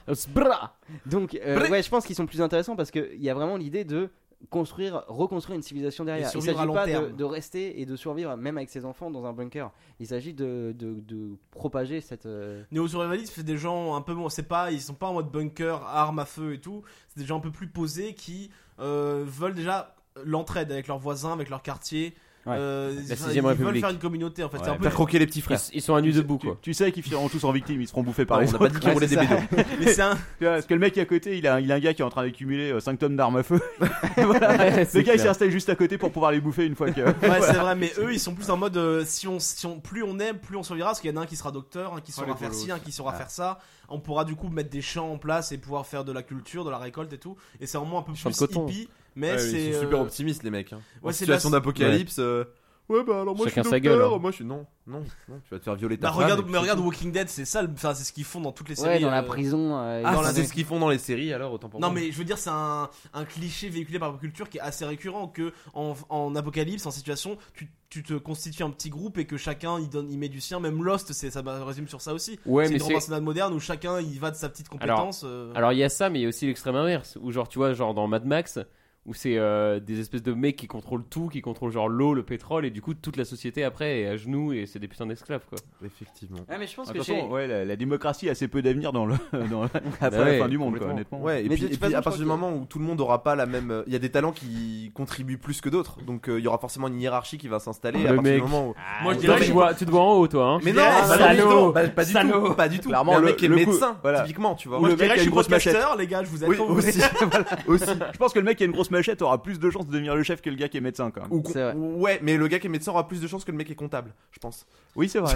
euh,
Sbra
donc euh,
Bré.
ouais, je pense qu'ils sont plus intéressants parce qu'il y a vraiment l'idée de construire, reconstruire une civilisation
Et
derrière. Il
survivre à
s'agit
long
pas de,
terme.
de rester et de survivre, même avec ses enfants, dans un bunker. Il s'agit de, de, de propager cette. euh,
Néo-survivalistes, c'est des gens un peu bon, c'est pas, ils sont pas en mode bunker, armes à feu et tout. C'est des gens un peu plus posés qui euh, veulent déjà l'entraide avec leurs voisins, avec leur quartier.
Ouais.
Euh,
La
ils-
sixième
ils veulent
République.
faire une communauté en fait. C'est
Ouais.
un peu
Faire croquer les petits
Ils,
Ah.
frères.
ils sont à nu debout, quoi.
Tu sais qu'ils finiront tous en victime, ils seront bouffés par
Non,
les
on
autres.
n'a pas dit qu'ils roulaient des bédos.
Mais c'est un.
Tu vois, Parce que le mec à côté, il a, il a un gars qui est en train d'accumuler euh, 5 tonnes d'armes à feu. Voilà.
Ouais,
le
c'est
gars, il s'est
clair.
installé juste à côté pour pouvoir les bouffer une fois que.
Ouais, c'est vrai, mais eux ils sont plus en mode euh, si, on, si on plus on aime, plus on survivra. Parce qu'il y en a un qui sera docteur, un qui saura
les
faire
polos.
ci, un qui saura faire ça. On pourra du coup mettre des champs en place et pouvoir faire de la culture, de la récolte et tout. Et c'est vraiment un peu
Champs de
plus
coton.
hippie, mais
Ouais,
c'est
ils sont super
euh,
optimistes, les mecs. hein.
Ouais,
en
c'est
situation
de la-
d'apocalypse. euh, Ouais. bah alors moi
Chacun
je
sa
suis
gueule,
docteur,
hein.
moi je suis non, non, non, tu vas te faire violer ta
Bah
femme, et
regarde,
puis
mais
c'est
regarde
tout.
Walking Dead, c'est ça, le- enfin, c'est ce qu'ils font dans toutes les séries.
Ouais, dans la
euh,
prison. euh,
Ah,
dans la-
c'est ce qu'ils font dans les séries alors autant pour
Non
moi.
mais je veux dire c'est un, un cliché véhiculé par la culture qui est assez récurrent que en, en apocalypse en situation tu, tu te constitues un petit groupe et que chacun il donne il met du sien même Lost c'est ça résume sur ça aussi
Ouais,
c'est
mais
une
c'est-
romance moderne où chacun il va de sa petite
Alors-
compétence euh.
Alors il y a ça, mais il y a aussi l'extrême inverse, où genre tu vois, genre dans Mad Max, où c'est euh, des espèces de mecs qui contrôlent tout, qui contrôlent genre l'eau, le pétrole, et du coup toute la société après est à genoux et c'est des putains d'esclaves quoi.
Effectivement.
Ah, mais je pense
De
que
toute
j'ai.
façon, ouais, la, la démocratie a assez peu d'avenir dans le, dans la- après
ouais,
la fin du monde, quoi,
complètement.
honnêtement.
Ouais, et
Mais
puis,
de
et
toute
puis,
façon,
à
je crois
partir du
que-
moment où tout le monde n'aura pas la même. Il y a des talents qui contribuent plus que d'autres. Donc euh, il y aura forcément une hiérarchie qui va s'installer.
Le
à partir
mec.
du moment où.
Ah,
Moi, je
Toi,
dirais-
tu, te vois, tu te vois en haut toi. Hein.
Mais non,
Ah,
bah, non,
salaud,
pas, pas du tout. Pas du tout.
Clairement,
Mais un
le-
mec qui est
le coup-
médecin,
voilà.
typiquement, tu vois.
Ou
Moi,
le
je
mec
dirais que je
a
suis
une grosse
podcaster, les gars, je vous attends.
Oui, aussi. voilà, aussi.
Je pense que le mec qui a une grosse machette aura plus de chances de devenir le chef que le gars qui est médecin, quand même.
Ou con-
C'est vrai.
Ouais, mais le gars qui est médecin aura plus de chances que le mec qui est comptable, je pense.
Oui, c'est vrai.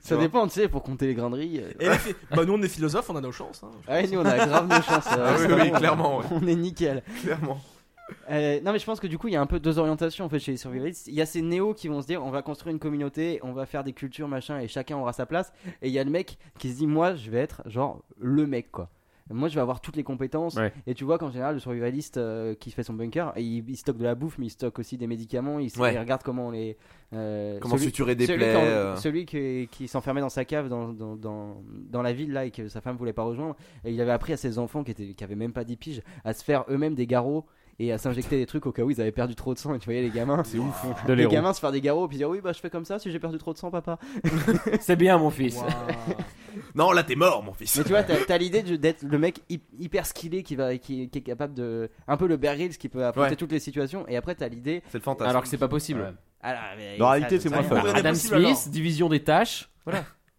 Ça dépend, tu sais, pour compter les graineries. euh,
Et les fi- bah, nous, on est philosophes, on a nos chances. hein.
Ah ouais, nous on a grave nos chances. euh,
Ah oui,
c'est
oui,
bon,
clairement, ouais.
On est nickel.
Clairement.
Euh, non mais je pense que du coup il y a un peu deux orientations en fait chez les survivalistes. Il y a ces néos qui vont se dire on va construire une communauté, on va faire des cultures machin et chacun aura sa place. Et il y a le mec qui se dit moi je vais être genre le mec quoi. Moi je vais avoir toutes les compétences.
Ouais.
Et tu vois qu'en général le survivaliste euh, qui fait son bunker, il, il stocke de la bouffe mais il stocke aussi des médicaments, il, s-
Ouais.
il regarde comment on les... euh,
Comment
celui-
suturer des
celui
plaies.
qui en-
euh,
celui qui, qui s'enfermait dans sa cave dans, dans, dans, dans la ville là et que sa femme voulait pas rejoindre, et il avait appris à ses enfants qui, étaient, qui avaient même pas 10 piges à se faire eux-mêmes des garrots et à s'injecter des trucs au cas où ils avaient perdu trop de sang. Et tu voyais les gamins,
C'est ouf. De
les
l'héros.
gamins se faire des garrots puis dire oui, bah je fais comme ça si j'ai perdu trop de sang, papa.
C'est bien mon fils.
Non, là t'es mort, mon fils.
Mais tu vois, t'as t'as l'idée de- d'être le mec hy- hyper skillé qui, va, qui, qui est capable de. Un peu le Bear Grylls qui peut affronter
Ouais.
toutes les situations, et après t'as l'idée.
C'est le fantasme.
Alors que c'est pas possible.
Ah, mais
Dans la
ça,
réalité,
ça,
c'est
ça,
moins
ça,
fun.
ça, ça,
Adam
possible,
Smith,
alors.
division des tâches.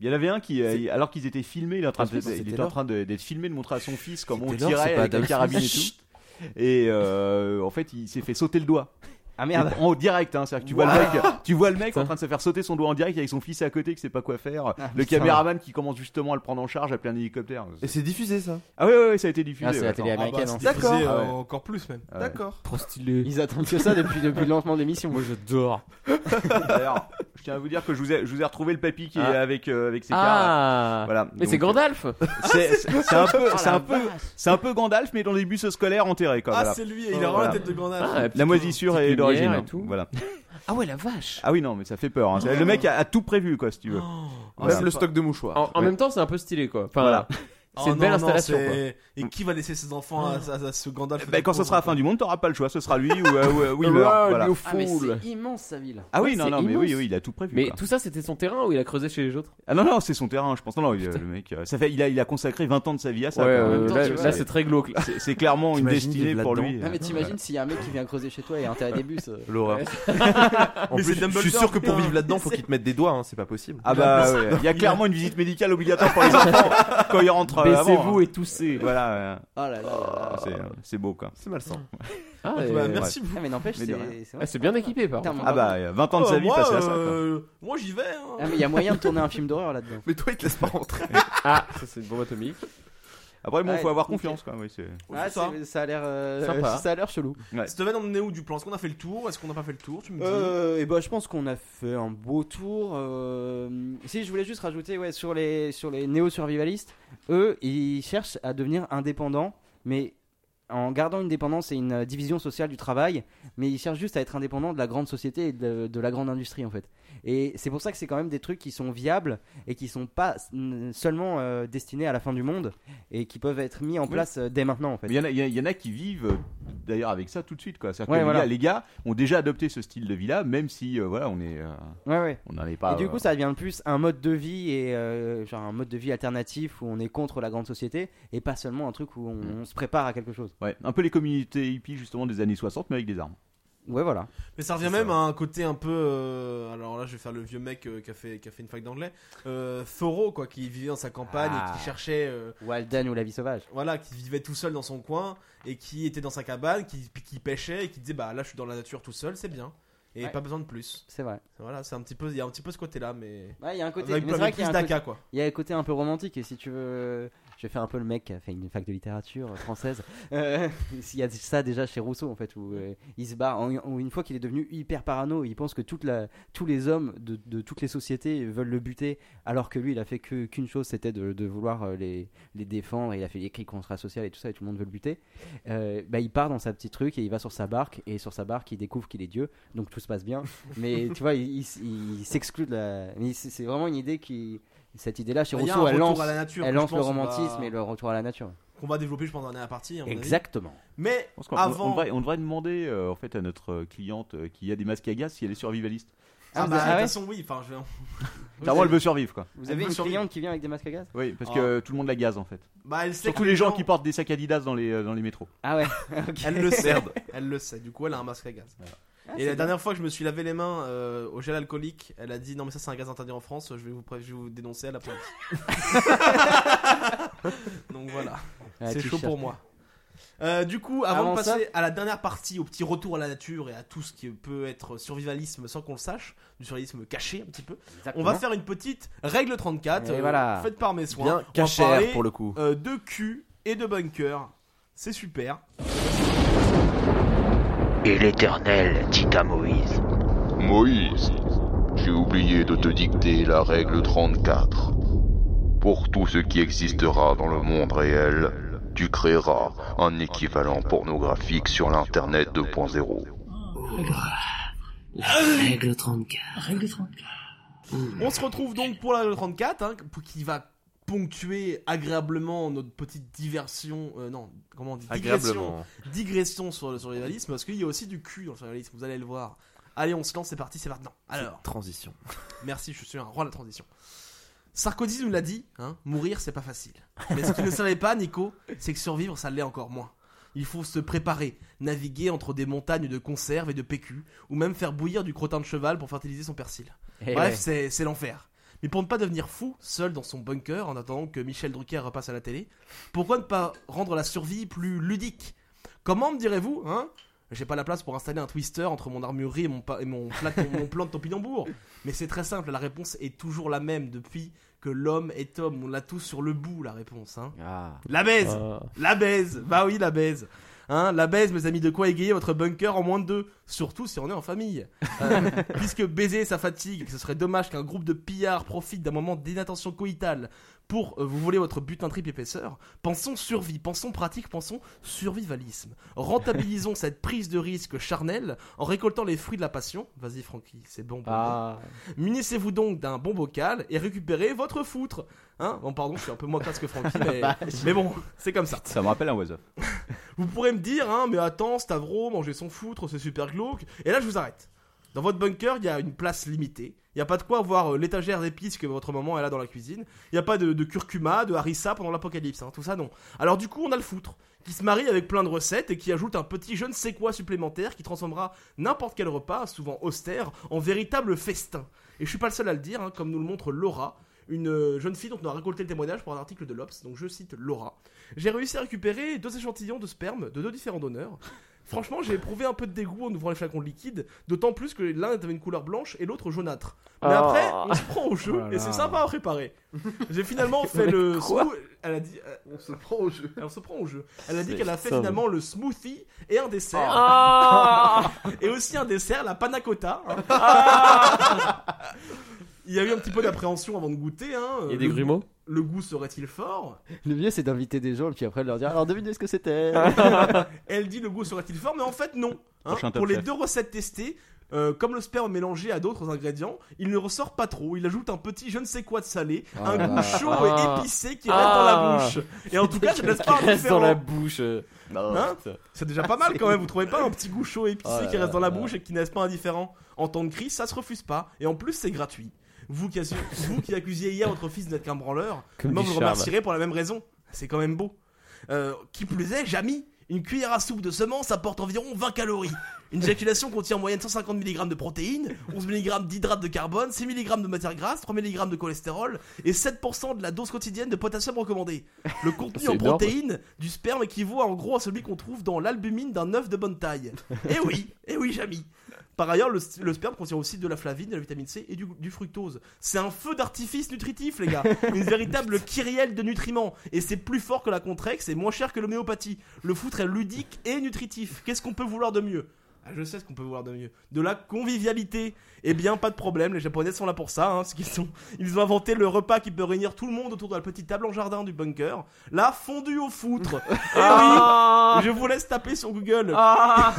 Il y en avait un qui, euh, il- alors qu'ils étaient filmés, il est en train
Ah,
de-
c'est-
il
c'était
était en
Lord.
train de- d'être filmé de montrer à son fils comment on
C'était Lord, c'est
tirait
pas
avec la
Adam
carabine et
Smith.
tout. Et euh, en fait, il s'est fait sauter le doigt
Ah merde.
en direct. Hein, C'est-à-dire que tu vois le mec, tu vois le mec en train de se faire sauter son doigt en direct avec son fils à côté qui sait pas quoi faire. le
putain.
caméraman qui commence justement à le prendre en charge, appeler un hélicoptère.
Et c'est diffusé ça.
Ah ouais, ouais, ouais, ça a été diffusé.
Ah, c'est
ouais,
la
attends.
télé américaine.
c'est
hein.
diffusé,
D'accord.
euh,
Ah ouais.
Encore plus, même.
Ah ouais.
D'accord.
Trop stylé.
Ils attendent que ça depuis, depuis le lancement de l'émission.
Moi j'adore.
D'ailleurs, je tiens à vous dire que je vous ai, je vous ai retrouvé le papy qui est
Ah.
avec, euh, avec ses cartes.
Ah.
Voilà.
Mais
Donc, euh,
c'est Gandalf.
C'est c'est- c'est un peu, c'est un peu,
vache.
c'est un peu Gandalf, mais dans les bus scolaires enterrés. Quoi,
Ah,
voilà.
c'est lui, et il a
Voilà.
vraiment la tête de Gandalf.
Ah,
La moisissure
petite
est d'origine.
lumière et
hein.
tout.
Voilà.
Ah ouais la vache.
Ah oui, non, mais ça fait peur. hein. C'est- Le mec a, a tout prévu, quoi, si
Oh.
tu veux. Voilà.
Même le stock de mouchoirs.
En, en même temps c'est un peu stylé quoi. Enfin, euh,
Voilà.
C'est
Oh
une belle
non, non,
installation. quoi. Mm.
c'est- Et qui va laisser ses enfants à, à- à ce Gandalf
Bah, quand ce
pauvre,
sera la fin
quoi.
du monde, t'auras pas le choix. Ce sera lui ou, euh, ou, euh, ou il meurt. Voilà.
Ah, mais c'est immense sa ville.
Ah oui,
Ouais,
non,
c'est
non, mais
immense.
oui, oui, il a tout prévu.
Mais
quoi.
tout ça c'était son terrain ou il a creusé chez les autres
Ah non, non, c'est son terrain, je pense. Non, non, il, euh, le mec, euh, ça fait, il a, il a consacré 20 ans de sa vie à ça. quoi.
euh,
En même temps,
là,
tu vois,
là,
c'est-
c'est très glauque. là.
c'est- c'est clairement une
T'imagines
destinée
vivre
pour
là-dedans.
lui.
Ah mais t'imagines s'il y a un mec qui vient creuser chez toi et intérêt des bus. euh.
L'horreur. En
Mais
plus,
c'est
je suis
Dumbledore,
sûr que pour
putain.
vivre là-dedans, faut qu'ils te mettent des doigts, hein, c'est pas possible.
Ah bah, ouais, il y a clairement une visite médicale obligatoire pour les enfants quand ils rentrent. euh, avant,
Baissez-vous
hein.
et toussez.
Voilà, ouais.
Oh là là là. là.
C'est, euh, c'est beau, quoi.
C'est malsain.
Ah,
Bah,
et-
merci beaucoup.
Ah mais n'empêche
Mais de
c'est
rien.
c'est
Ah,
vrai.
c'est bien équipé par
Putain,
contre.
mon
Ah
gars.
bah, euh, 20 ans de sa
Euh,
vie
moi,
passé à ça. quoi.
euh, moi, j'y vais. hein.
Ah mais il y a moyen de tourner un film d'horreur là-dedans.
Mais toi, ils te laissent pas rentrer.
Ah, ça c'est une bombe atomique.
Après, bon,
Ouais,
faut avoir
ok.
confiance, quoi. Oui, c'est...
Ah,
ça.
c'est- ça a l'air euh,
Sympa.
ça a l'air chelou.
Steven, on en est où du plan Est-ce qu'on a fait le tour Est-ce qu'on n'a pas fait le tour Tu me dis.
Euh, et bah je pense qu'on a fait un beau tour. euh, Si je voulais juste rajouter ouais sur les sur les néo-survivalistes, eux ils cherchent à devenir indépendants, mais en gardant une dépendance et une euh, division sociale du travail, mais ils cherchent juste à être indépendants de la grande société et de, de la grande industrie en fait. Et c'est pour ça que c'est quand même des trucs qui sont viables et qui sont pas euh, seulement euh, destinés à la fin du monde et qui peuvent être mis en place euh, dès maintenant en fait.
Mais il y en a- il y, en a- il y en a qui vivent euh, d'ailleurs avec ça tout de suite, quoi. C'est-à-dire
Ouais,
que les,
voilà.
gars, les gars ont déjà adopté ce style de vie là, même si euh, voilà, on est, euh,
Ouais ouais.
on n'en est pas.
et du coup,
euh,
ça devient plus un mode de vie et euh, genre un mode de vie alternatif où on est contre la grande société et pas seulement un truc où on, on se prépare à quelque chose.
euh, ouais, un peu les communautés hippies justement des années 60, mais avec des armes.
Ouais, voilà.
Mais ça revient même à un côté un peu. euh, alors là, je vais faire le vieux mec euh, qui, a fait, qui a fait une fac d'anglais. Euh, Thoreau, quoi, qui vivait dans sa campagne et
Ah.
qui cherchait. euh,
Walden ou la vie sauvage.
voilà, qui vivait tout seul dans son coin et qui était dans sa cabane, qui, qui pêchait et qui disait Bah là, je suis dans la nature tout seul, c'est bien. Et
Ouais.
pas besoin de plus.
C'est vrai.
Voilà, c'est un petit peu. Il y a un petit peu ce côté-là, mais.
Ouais, il y a un côté.
Avec
mais
plein
c'est
de
vrai qu'il y a
plus
un côté-
d'Aka, quoi.
il y a un côté un peu romantique et si tu veux. Je vais faire un peu le mec qui a fait une fac de littérature euh, française. Euh, Il y a ça déjà chez Rousseau en fait, où euh, il se bat. en- en- une fois qu'il est devenu hyper parano, il pense que toute la, tous les hommes de, de toutes les sociétés veulent le buter, alors que lui, il a fait que- qu'une chose, c'était de, de vouloir euh, les, les défendre. Il a fait des cris contre la sociale et tout ça, et tout le monde veut le buter. Euh, bah, il part dans sa petite truc et il va sur sa barque, et sur sa barque, il découvre qu'il est Dieu, donc tout se passe bien. Mais tu vois, il, il s- il s'exclut de la. mais c'est c'est vraiment une idée qui. Cette idée-là chez
Ah, Il y a
Rousseau,
un
elle
retour
lance
à la nature,
elle
que
lance
je
le
pense, on va-
romantisme et le retour à la nature.
qu'on va développer, je pense, dans la dernière partie. à mon avis.
Exactement.
Mais
Je pense qu'on- on-
avant.
on, devrait, on devrait demander euh, en fait à notre euh, cliente euh, qui a des masques à gaz si elle est survivaliste.
Ah, bah, de toute façon, oui, enfin, je vais.
Clairement, elle veut survivre quoi.
Vous avez une cliente qui vient avec des masques à gaz
Oui, parce
Ah.
que euh, tout le monde la gaze en fait.
Bah, elle sait
Surtout
que
les
les
gens
gens-
qui portent des sacs Adidas dans les, euh, dans les métros.
Ah ouais.
Elle le sait. Elle le sait. Du coup, elle a un masque à gaz.
Ah,
Et
c'est
la dernière fois que je me suis lavé les mains euh, au gel alcoolique, elle a dit non mais ça c'est un gaz interdit en France, je vais vous, pré- je vais vous dénoncer à la police. Donc voilà,
Ah,
c'est
tu
chaud
cherches.
pour moi. Euh, du coup, avant,
Avant
de
ça-
passer à la dernière partie, au petit retour à la nature et à tout ce qui peut être survivalisme sans qu'on le sache, du survivalisme caché un petit peu, on va faire une petite règle 34,
Et
euh,
voilà.
faite par mes soins.
Bien
On va
cachère,
parler,
pour le coup.
euh, de cul et de bunker, c'est super.
Et l'Éternel dit à Moïse.
Moïse, j'ai oublié de te dicter la règle 34. Pour tout ce qui existera dans le monde réel, tu créeras un équivalent pornographique sur l'Internet 2.0.
Règle 34.
Règle 34. On se retrouve donc pour la règle 34, hein, pour- qui va ponctuer agréablement notre petite diversion. euh, non, comment on dit digression,
Agréablement.
digression sur le survivalisme, parce qu'il y a aussi du cul dans le survivalisme, vous allez le voir. Allez, on se lance, c'est parti, c'est maintenant. Alors.
Transition.
Merci, je suis un roi de la transition. Sarkozy nous l'a dit, hein, mourir c'est pas facile. Mais ce qu'il ne savait pas, Nico, c'est que survivre ça l'est encore moins. Il faut se préparer, naviguer entre des montagnes de conserves et de PQ, ou même faire bouillir du crottin de cheval pour fertiliser son persil.
Eh
Bref,
ouais.
c'est- c'est l'enfer. Mais pour ne pas devenir fou, seul dans son bunker, en attendant que Michel Drucker repasse à la télé, pourquoi ne pas rendre la survie plus ludique Comment me direz-vous, hein J'ai pas la place pour installer un twister entre mon armurerie et mon, pa- et mon, plat- mon plan de topinambour. Mais c'est très simple, la réponse est toujours la même depuis que l'homme est homme. On l'a tous sur le bout, la réponse. Hein. La baise
Ah.
La baise Bah oui, la baise Hein, la baise, mes amis, de quoi égayer votre bunker en moins de deux Surtout si on est en famille. Euh, puisque baiser, ça fatigue. Ce serait dommage qu'un groupe de pillards profite d'un moment d'inattention coïtale pour euh, vous voler votre butin triple épaisseur. Pensons survie, pensons pratique, pensons survivalisme. Rentabilisons cette prise de risque charnelle en récoltant les fruits de la passion. Vas-y, Francky, c'est bon. bon, bon.
Ah.
Munissez-vous donc d'un bon bocal et récupérez votre foutre. Hein bon, pardon, je suis un peu moins classe que Francky, mais,
Bah,
mais bon, c'est comme ça.
Ça me rappelle un was
Vous pourrez me dire, hein, mais attends, Stavro, manger son foutre, c'est super glauque. Et là, je vous arrête. Dans votre bunker, il y a une place limitée. Il n'y a pas de quoi avoir euh, l'étagère d'épices que votre maman elle a dans la cuisine. Il n'y a pas de, de curcuma, de harissa pendant l'apocalypse. hein, Tout ça, non. Alors, du coup, on a le foutre qui se marie avec plein de recettes et qui ajoute un petit je ne sais quoi supplémentaire qui transformera n'importe quel repas, souvent austère, en véritable festin. Et je suis pas le seul à le dire, hein, comme nous le montre Laura, une euh, jeune fille dont on a récolté le témoignage pour un article de l'Obs, donc je cite Laura. J'ai réussi à récupérer deux échantillons de sperme de deux différents donneurs. Franchement, j'ai éprouvé un peu de dégoût en ouvrant les flacons de liquide, d'autant plus que l'un avait une couleur blanche et l'autre jaunâtre. Mais
Oh.
après, on se prend au jeu
Oh là
et c'est
là.
sympa à préparer. J'ai finalement fait
Mais
le.
quoi
smooth- Elle a dit. euh, on se prend au jeu. On se prend au jeu. Elle a dit
C'est
qu'elle a fait
ça,
finalement le smoothie et un dessert.
Ah.
et aussi un dessert, la panna cotta. hein.
Ah.
Il y a eu un petit peu d'appréhension avant de goûter. Hein.
Il y a des
Le-
grumeaux
Le goût serait-il fort
Le mieux, c'est d'inviter des gens, et puis après de leur dire Alors, devinez ce que c'était
Elle dit le goût serait-il fort, mais en fait non. Hein,
Prochain Top
Pour les
Chef.
deux recettes testées, euh, comme le sperme est mélangé à d'autres ingrédients, il ne ressort pas trop. Il ajoute un petit je ne sais quoi de salé,
Ah
un
là
goût
là.
chaud
Ah.
et épicé qui reste dans la
Ah.
bouche. Et en tout cas, je ne laisse pas
Qui reste dans la
indifférent.
bouche. euh.
Hein
putain.
c'est déjà pas mal quand même, vous trouvez pas un petit goût chaud et épicé
Oh là
qui
là
reste dans la
là.
bouche et qui n'est pas indifférent En temps de crise, ça se refuse pas. Et en plus, c'est gratuit. Vous qui, assu- vous qui accusiez hier votre fils d'être qu'un branleur,
Comme
moi
dit
vous le
Charles.
remercierez pour la même raison. C'est quand même beau. Euh, qui plus est, Jamy, une cuillère à soupe de semences apporte environ 20 calories. Une éjaculation contient en moyenne 150 mg de protéines, 11 mg d'hydrates de carbone, 6 mg de matière grasse, 3 mg de cholestérol et 7% de la dose quotidienne de potassium recommandée. Le contenu
C'est
en
énorme.
protéines du sperme équivaut en gros à celui qu'on trouve dans l'albumine d'un œuf de bonne taille. Eh oui, eh oui, Jamy. Par ailleurs, le, le sperme contient aussi de la flavine, de la vitamine C et du, du fructose. C'est un feu d'artifice nutritif, les gars. Une véritable kyrielle de nutriments. Et c'est plus fort que la Contrex et moins cher que l'homéopathie. Le foutre est ludique et nutritif. Qu'est-ce qu'on peut vouloir de mieux ah, je sais ce qu'on peut vouloir de mieux. De la convivialité. Eh bien, pas de problème, les Japonais sont là pour ça. Hein, parce qu'ils sont, ils ont inventé le repas qui peut réunir tout le monde autour de la petite table en jardin du bunker. La fondue au foutre. Eh
Ah.
oui, je vous laisse taper sur Google.
Ah.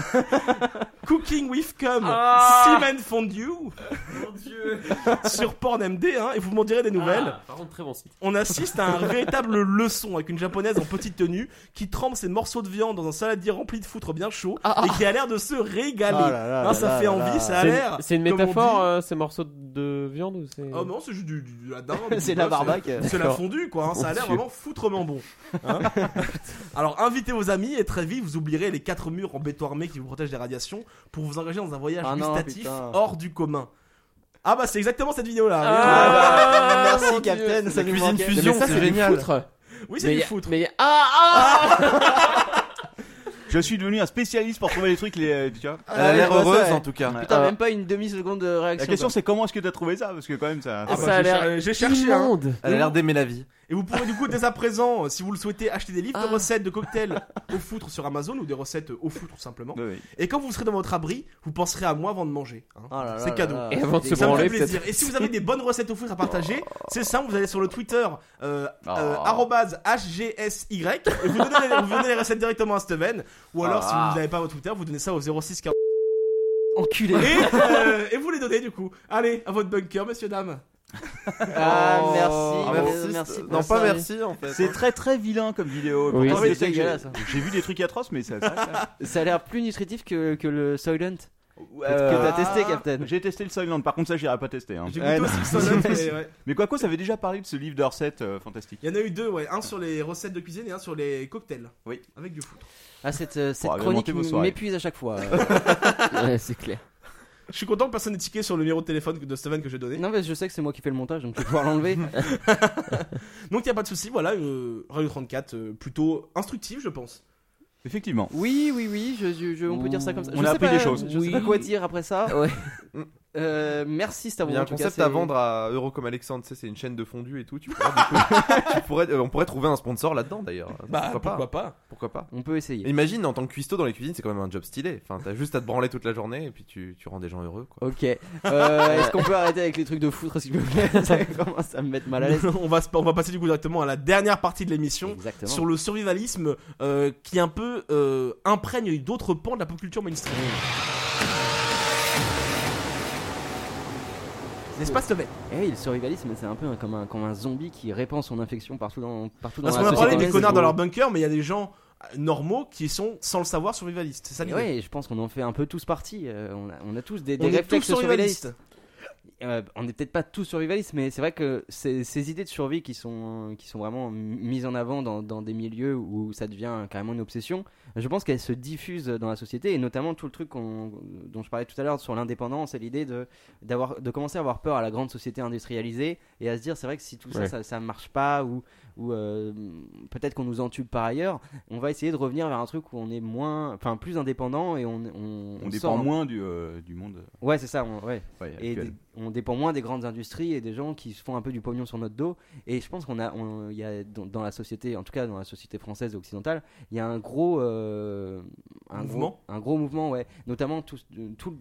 Cooking with cum,
Ah.
semen fondue. Dieu Sur PornMD, hein, et vous m'en direz des nouvelles.
Ah, par contre, très bon site.
On assiste à un véritable leçon avec une japonaise en petite tenue qui trempe ses morceaux de viande dans un saladier rempli de foutre bien chaud et qui a l'air de se régaler.
Ah là là
Hein, ça
là
fait
là
envie,
là.
ça a
C'est-
l'air.
c'est une
comme on
métaphore,
dit.
euh, ces morceaux de viande ou c'est.
Oh non, c'est juste du, du- de la dinde. du
C'est de la
bœuf,
barbaque.
c'est- C'est la
D'accord.
fondue, quoi. hein, Ça a l'air
Monsieur.
vraiment foutrement bon. hein. Alors, invitez vos amis et très vite, vous oublierez les quatre murs en béton armé qui vous protègent des radiations pour vous engager dans un voyage
Ah non,
gustatif
putain.
hors du commun. Ah bah c'est exactement cette vidéo là. bah,
Ah
Merci, Captain, ça nous manquait. Mais ça, c'est du foutre.
Oui, c'est
Mais
du
y a-
foutre.
Mais ah
Je suis devenu un spécialiste pour trouver les trucs. Les, euh, tu vois.
Ah, Elle a ouais, l'air je vois heureuse, ça, ouais. en tout
cas.
Putain, même pas une demi-seconde de réaction.
La question c'est comment est-ce que t'as trouvé ça Parce que quand même ça.
Ah, ça a l'air
bah, J'ai cherché. hein.
Elle a l'air d'aimer la vie.
Et vous pourrez du coup dès à présent, euh, si vous le souhaitez, acheter des livres de recettes de cocktails au foutre sur Amazon ou des recettes euh, au foutre simplement.
Bah.
Oui, oui.
Et quand vous serez dans votre abri, vous penserez à moi avant de manger. hein.
Oh Ah là
c'est
là
cadeau.
là là. Et avant de se
Ça me fait
branler,
plaisir.
peut-être.
Et si vous avez des bonnes recettes au foutre à partager, c'est simple, vous allez sur le Twitter euh, euh,
Oh.
arrobase @hgsy et vous donnez, les, vous donnez les recettes directement à Steven. Ou alors si
Ah.
vous n'avez pas votre Twitter, vous donnez ça au 06 40.
Enculé.
Et, euh, et vous les donnez du coup. Allez, à votre bunker, messieurs dames.
Ah,
Oh.
merci, merci, merci pour ça.
C'est très très vilain comme vidéo.
Oui,
Pourtant, hein.
c'est
je sais que j'ai-
dégueulasse.
J'ai vu des trucs atroces, mais ça. ça-
Ça a l'air plus nutritif que, que le Soylent.
Ouais,
que
euh,
t'as testé, Captain.
J'ai testé le Soylent, par contre ça j'irai pas tester. hein.
J'ai goûté Ouais, aussi non. le Soylent, mais ouais.
Mais quoi quoi, ça avait déjà parlé de ce livre de recettes euh, fantastique.
Il y en a eu deux, ouais. Un sur les recettes de cuisine et un sur les cocktails.
Oui.
Avec du foutre.
Ah, cette, euh, cette
Pour
chronique
agrémenter vos soirées.
m'épuise à chaque fois. euh. Ouais, c'est clair.
Je suis content que personne n'ait tiqué sur le numéro de téléphone de Steven que j'ai donné.
Non, mais je sais que c'est moi qui fais le montage, donc je vais pouvoir l'enlever.
Donc il n'y a pas de souci, voilà, euh, Radio 34, euh, plutôt instructive, je pense.
Effectivement.
Oui, oui, oui, je, je- je- on peut dire ça comme ça.
On
Je
a
sais
appris
pas-
des choses.
Je
Oui.
sais pas quoi dire après ça.
Ouais.
Euh, merci Star
Il y
Wars. en
a un
tout
concept
cas,
à
c'est-
vendre à Euro comme Alexandre, tu sais, c'est une chaîne de fondue et tout. Tu pourrais, du coup- tu pourrais- euh, on pourrait trouver un sponsor là-dedans d'ailleurs.
Bah, pourquoi pas
Pourquoi pas
On peut essayer.
Imagine en tant que cuistot dans les cuisines, c'est quand même un job stylé. Enfin, t'as juste à te branler toute la journée et puis tu, tu rends des gens heureux. Quoi.
Ok. Euh, Est-ce qu'on peut arrêter avec les trucs de foutre s'il vous plaît Ça commence à me mettre mal à l'aise.
on, va, se- on va passer du coup directement à la dernière partie de l'émission
Exactement.
sur le survivalisme euh, qui un peu euh, imprègne d'autres pans de la pop culture mainstream.
Mmh.
N'est-ce pas Steven
Eh oui, le survivalisme, c'est un peu un- comme, un, comme un zombie qui répand son infection partout dans, partout dans
Parce
la
qu'on a parlé
société.
des connards dans leur bunker, mais il y a des gens euh, normaux qui sont sans le savoir survivalistes. C'est ça
Et
l'idée.
Eh ouais, je pense qu'on en fait un peu tous partie. euh, on, a, on a tous des, des
On est tous
réflexes
survivalistes.
survivalistes. Euh, on n'est peut-être pas tous survivalistes, mais c'est vrai que ces, ces idées de survie qui sont, qui sont vraiment mises en avant dans, dans des milieux où ça devient carrément une obsession, je pense qu'elles se diffusent dans la société et notamment tout le truc qu'on- dont je parlais tout à l'heure sur l'indépendance et l'idée de, d'avoir, de commencer à avoir peur à la grande société industrialisée et à se dire c'est vrai que si tout
Ouais.
ça, ça, ça marche pas ou, ou euh, peut-être qu'on nous entube par ailleurs, on va essayer de revenir vers un truc où on est moins, enfin plus indépendant et on, on,
On,
on
dépend
sort-
moins du, euh, du monde.
Ouais, c'est ça. On, ouais.
Ouais,
et
actuel.
des- on dépend moins des grandes industries et des gens qui se font un peu du pognon sur notre dos. Et je pense qu'on a, on- il y a dans, dans la société, en tout cas dans la société française et occidentale, il y a un gros, euh, un
Mouvement.
gros, un gros mouvement, ouais. Notamment tous, euh, tout-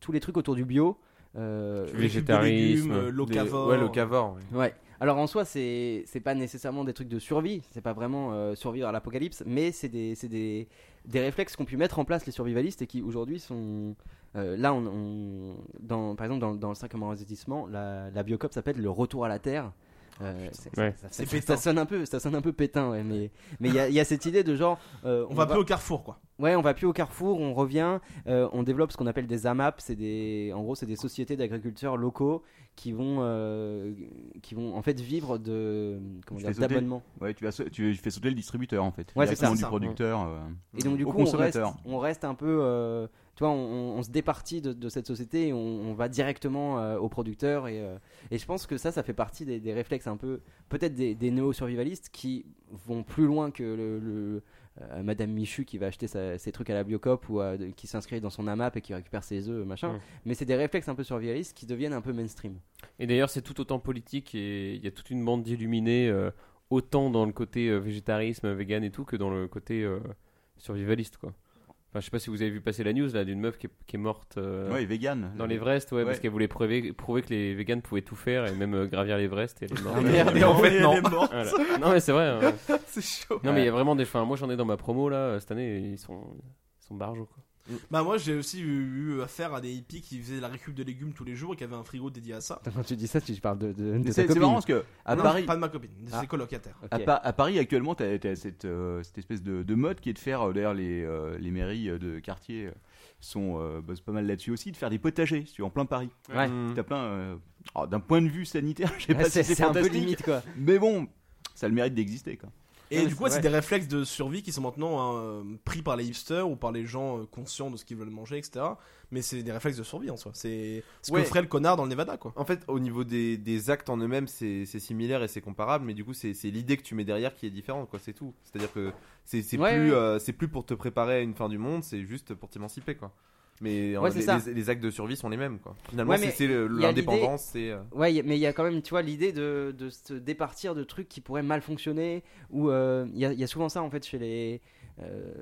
tous les trucs autour du bio. euh,
Du végétarisme,
légumes, euh, locavore.
Ouais, locavore, oui.
Ouais. Alors en soi, c'est c'est pas nécessairement des trucs de survie, c'est pas vraiment euh, survivre à l'apocalypse, mais c'est des, c'est des, des réflexes qu'ont pu mettre en place les survivalistes et qui aujourd'hui sont. euh, là, on, on- dans, par exemple, dans, dans le 5 arrondissement, la, la Biocop s'appelle le retour à la terre. Euh, c'est-
Ouais.
ça,
C'est
ça-
pétant.
ça sonne un peu, ça sonne un peu pétain, ouais, mais mais il y, a- il y a cette idée de genre, euh,
On va plus au carrefour, quoi.
Ouais, on va plus au carrefour, on revient, euh, on développe ce qu'on appelle des AMAP, c'est des, en gros, c'est des sociétés d'agriculteurs locaux qui vont, euh, qui vont en fait vivre de, comment
Tu
dire,
fais sauter-
d'abonnements.
Ouais, tu, vas sa- tu fais sauter le distributeur en fait.
Ouais, c'est ça.
Directement
C'est
Du
ça.
producteur. euh,
Et donc du
au
coup, on reste,
consommateur.
on reste un peu, euh, tu vois, on, on- on se départit de, de cette société et on, on va directement euh, aux producteurs et, euh, et je pense que ça, ça fait partie des, des réflexes un peu, peut-être des, des néo-survivalistes qui vont plus loin que le, le- euh, Madame Michu qui va acheter sa- ses trucs à la Biocop ou à- de- qui s'inscrit dans son AMAP et qui récupère ses œufs, machin.
Ouais.
Mais c'est des réflexes un peu survivalistes qui deviennent un peu mainstream.
Et d'ailleurs, c'est tout autant politique et il y a toute une bande d'illuminés, euh, autant dans le côté euh, végétarisme, vegan et tout, que dans le côté euh, survivaliste, quoi. Enfin, je sais pas si vous avez vu passer la news là d'une meuf qui est, qui est morte euh,
Ouais, vegan.
dans l'Everest, ouais,
Ouais.
parce qu'elle voulait prouver, prouver que les vegans pouvaient tout faire et même euh, gravir l'Everest et elle est morte.
Ah, merde, et en
Voilà.
fait, non. Elle est morte.
Voilà. Non mais c'est vrai. hein.
C'est chaud.
Non mais il y
Ouais.
a vraiment des. Enfin, moi j'en ai dans ma promo là euh, cette année, ils sont ils sont barjots quoi.
Bah moi j'ai aussi eu, eu affaire à des hippies qui faisaient la récup de légumes tous les jours et qui avaient un frigo dédié à ça.
Quand tu dis ça, tu parles de, de, de
Mais
ta
c'est- c'est
copine.
marrant parce que à
Non,
Paris,
pas de ma copine, de
Ah.
ses colocataires.
À, Pa- à Paris actuellement, tu as, cette, euh, cette espèce de, de mode qui est de faire, euh, d'ailleurs les, euh, les mairies euh, de quartier euh, sont euh, bossent pas mal là-dessus aussi, de faire des potagers, si tu veux, en plein Paris.
Ouais.
Mm.
T'as plein, euh, alors, d'un point de vue sanitaire, je sais
Mmh. Ouais,
pas
c'est-
si c'est
c'est un peu
fantastique,
limite, quoi.
Mais bon, ça a le mérite d'exister quoi.
Et du coup, ouais, c'est des réflexes de survie qui sont maintenant euh, pris par les hipsters ou par les gens euh, conscients de ce qu'ils veulent manger, etc. Mais c'est des réflexes de survie en soi. C'est ce
Ouais.
que ferait le connard dans le Nevada, quoi.
En fait, au niveau des, des actes en eux-mêmes, c'est c'est similaire et c'est comparable, mais du coup, c'est c'est l'idée que tu mets derrière qui est différente, quoi. C'est tout. C'est-à-dire que c'est c'est
Ouais,
plus,
ouais.
euh, c'est plus pour te préparer à une fin du monde, c'est juste pour t'émanciper, quoi. Mais euh,
Ouais, c'est
les,
ça.
les- les actes de survie sont les mêmes, quoi. Finalement,
Ouais,
c'est
mais
c'est le-
il y a
l'indépendance,
l'idée-
c'est. euh,
Ouais, y a- mais il y a quand même, tu vois, l'idée de, de se départir de trucs qui pourraient mal fonctionner. Ou euh, il y, a- il y a souvent ça en fait chez les, euh,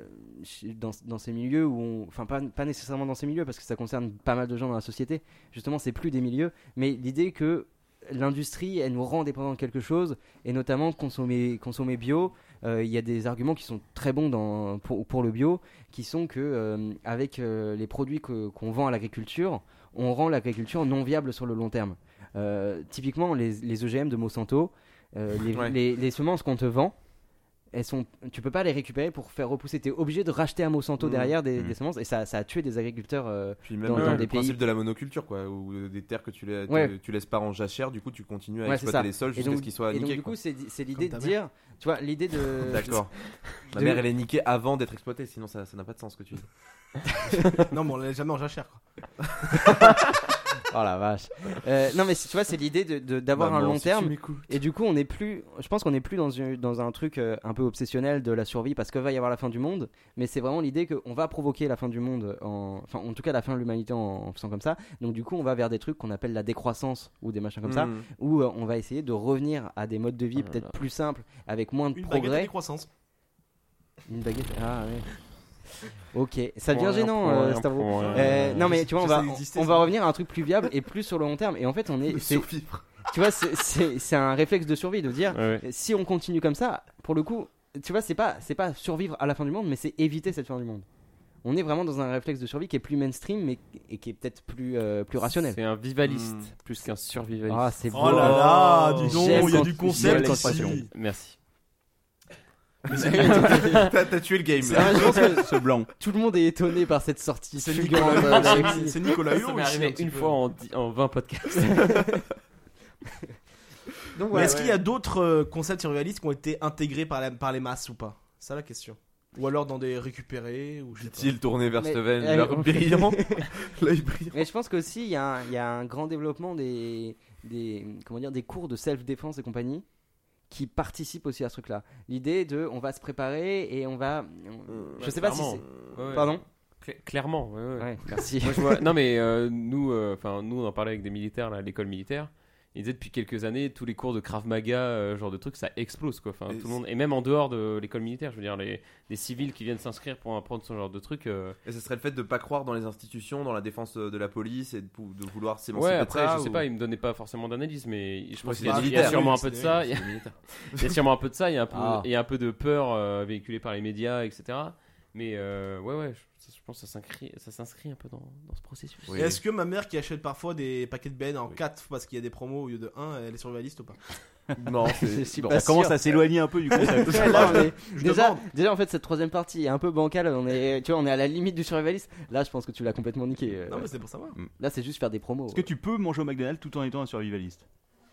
chez- dans, dans ces milieux où, on- enfin, pas, pas nécessairement dans ces milieux parce que ça concerne pas mal de gens dans la société. Justement, c'est plus des milieux, mais l'idée que l'industrie, elle nous rend dépendants de quelque chose, et notamment consommer, consommer bio. euh, Il y a des arguments qui sont très bons dans, pour, pour le bio, qui sont que euh, avec euh, les produits que- qu'on vend à l'agriculture, on rend l'agriculture non viable sur le long terme. Euh, typiquement, les, les OGM de Monsanto, euh, les,
Ouais.
les- les semences qu'on te vend, elles sont, tu peux pas les récupérer pour faire repousser. Tu es obligé de racheter à Monsanto
Mmh.
derrière des,
Mmh.
des semences et ça, ça a tué des agriculteurs euh,
Puis même
dans,
euh,
dans
le
des pays.
principe de la monoculture, quoi, ou euh, des terres que tu, la-
Ouais.
tu, tu laisses pas en jachère, du coup, tu continues à
Ouais, c'est ça.
exploiter les sols
Et
jusqu'à
donc-
ce qu'ils soient
Et donc,
niqués.
du
quoi.
coup, c'est c'est l'idée de
Comme ta
dire, tu vois, l'idée de.
D'accord. Ma
de-
mère, elle est niquée avant d'être exploitée, sinon ça ça n'a pas de sens ce que tu dis.
non, mais on l'avait jamais en jachère, quoi.
oh la vache. Euh, non mais c'est- tu vois c'est l'idée de- de- d'avoir
Maman,
un long
si tu
terme
m'écoutes.
et du coup on n'est plus je pense qu'on n'est plus dans, une- dans un truc euh, un peu obsessionnel de la survie parce que va y avoir la fin du monde mais c'est vraiment l'idée qu'on va provoquer la fin du monde en, enfin en tout cas la fin de l'humanité en, en faisant comme ça donc du coup on va vers des trucs qu'on appelle la décroissance ou des machins comme
Mmh.
ça
Hmm.
Mhm.
où euh, on va essayer de revenir à des modes de vie
Ah là
peut-être plus simples avec moins de
Une baguette à
progrès
décroissance.
une baguette ah ouais Ok, ça
Pour
devient
rien,
gênant,
pour
euh,
rien,
Stavro.
pour rien.
Euh, non mais tu vois, on
Ça, ça
va,
existait,
on
ça.
va revenir à un truc plus viable et plus sur le long terme. Et en fait, on est, c'est- tu vois, c'est- c'est c'est un réflexe de survie de dire, euh, si on continue comme ça, pour le coup, tu vois, c'est pas, c'est pas survivre à la fin du monde, mais c'est éviter cette fin du monde. On est vraiment dans un réflexe de survie qui est plus mainstream, mais et qui est peut-être plus, euh, plus rationnel.
C'est un vivaliste
Hmm.
plus qu'un survivaliste.
Ah, c'est
Oh là là, dis donc,
J'aime
il y a
quand-
du concept
j'aime quand
ici.
tu-
Merci.
Mais c'est-
T'as- t'as tué le game.
C'est vrai, je pense que
Ce blanc.
Tout le monde est étonné par cette sortie.
C'est
fulgurante
Nicolas-
de la
c'est-
vie.
c'est Nicolas Hulot
Ça m'est arrivé une fois en, dix- en 20 podcasts.
Donc,
Mais
ouais,
est-ce
ouais.
qu'il y a d'autres euh, concepts survivalistes qui ont été intégrés par, la- par les masses ou pas C'est ça la question. Ou alors dans des récupérés ou je sais pas.
Dit-il tourné vers
Mais-
Steven,
euh,
l'œil
on-
brillant. L'œil brillant.
Mais je pense qu'aussi, il y, a un- il y a un grand développement des, des, comment dire, des cours de self-défense et compagnie qui participent aussi à ce truc-là. L'idée de on va se préparer et on va. on- je sais pas si
Euh, bah, clairement.
c'est.
Ouais, ouais.
Pardon
Cla- clairement, ouais, ouais.
Ouais, merci.
Moi, je vois- Non, mais euh, nous, euh, enfin, nous, on en parlait avec des militaires là, à l'école militaire. Ils disaient depuis quelques années, tous les cours de Krav Maga, euh, genre de trucs, ça explose quoi. Enfin,
Mais
tout le monde, et même en dehors de l'école militaire, je veux dire, les, les civils qui viennent s'inscrire pour apprendre ce genre de trucs. euh,
Et ce serait le fait de pas croire dans les institutions, dans la défense euh, de la police et de, pou- de vouloir s'émanciper
Ouais,
de
après,
ça,
je sais
ou-
pas, il me donnait pas forcément d'analyse, mais je
Ouais,
pense hein.
c'est
qu'il y, a- il
des
y a
militaires.
sûrement un
Oui,
peu de
c'est
ça.
des-
Il y a-
c'est des militaires.
il y a sûrement un peu de ça, il y a un peu,
Ah.
il y a un peu de peur euh, véhiculée par les médias, etc. Mais euh, ouais, ouais, je, je pense que ça s'inscrit, ça s'inscrit un peu dans, dans ce processus.
Et Est-ce que ma mère qui achète parfois des paquets de BN en 4 parce qu'il y a des promos au lieu de 1, elle est survivaliste ou pas
Non, c'est-
Si,
bon,
pas
on commence
sûr.
à s'éloigner un peu du concept.
Ouais, là, on est-
Je
déjà,
demande.
déjà, en fait, cette troisième partie est un peu bancale. On est, tu vois, on est à la limite du survivaliste. Là, je pense que tu l'as complètement niqué. euh.
Non, mais c'est pour savoir.
Là, c'est juste faire des promos.
Est-ce que tu peux manger au McDonald's tout en étant un survivaliste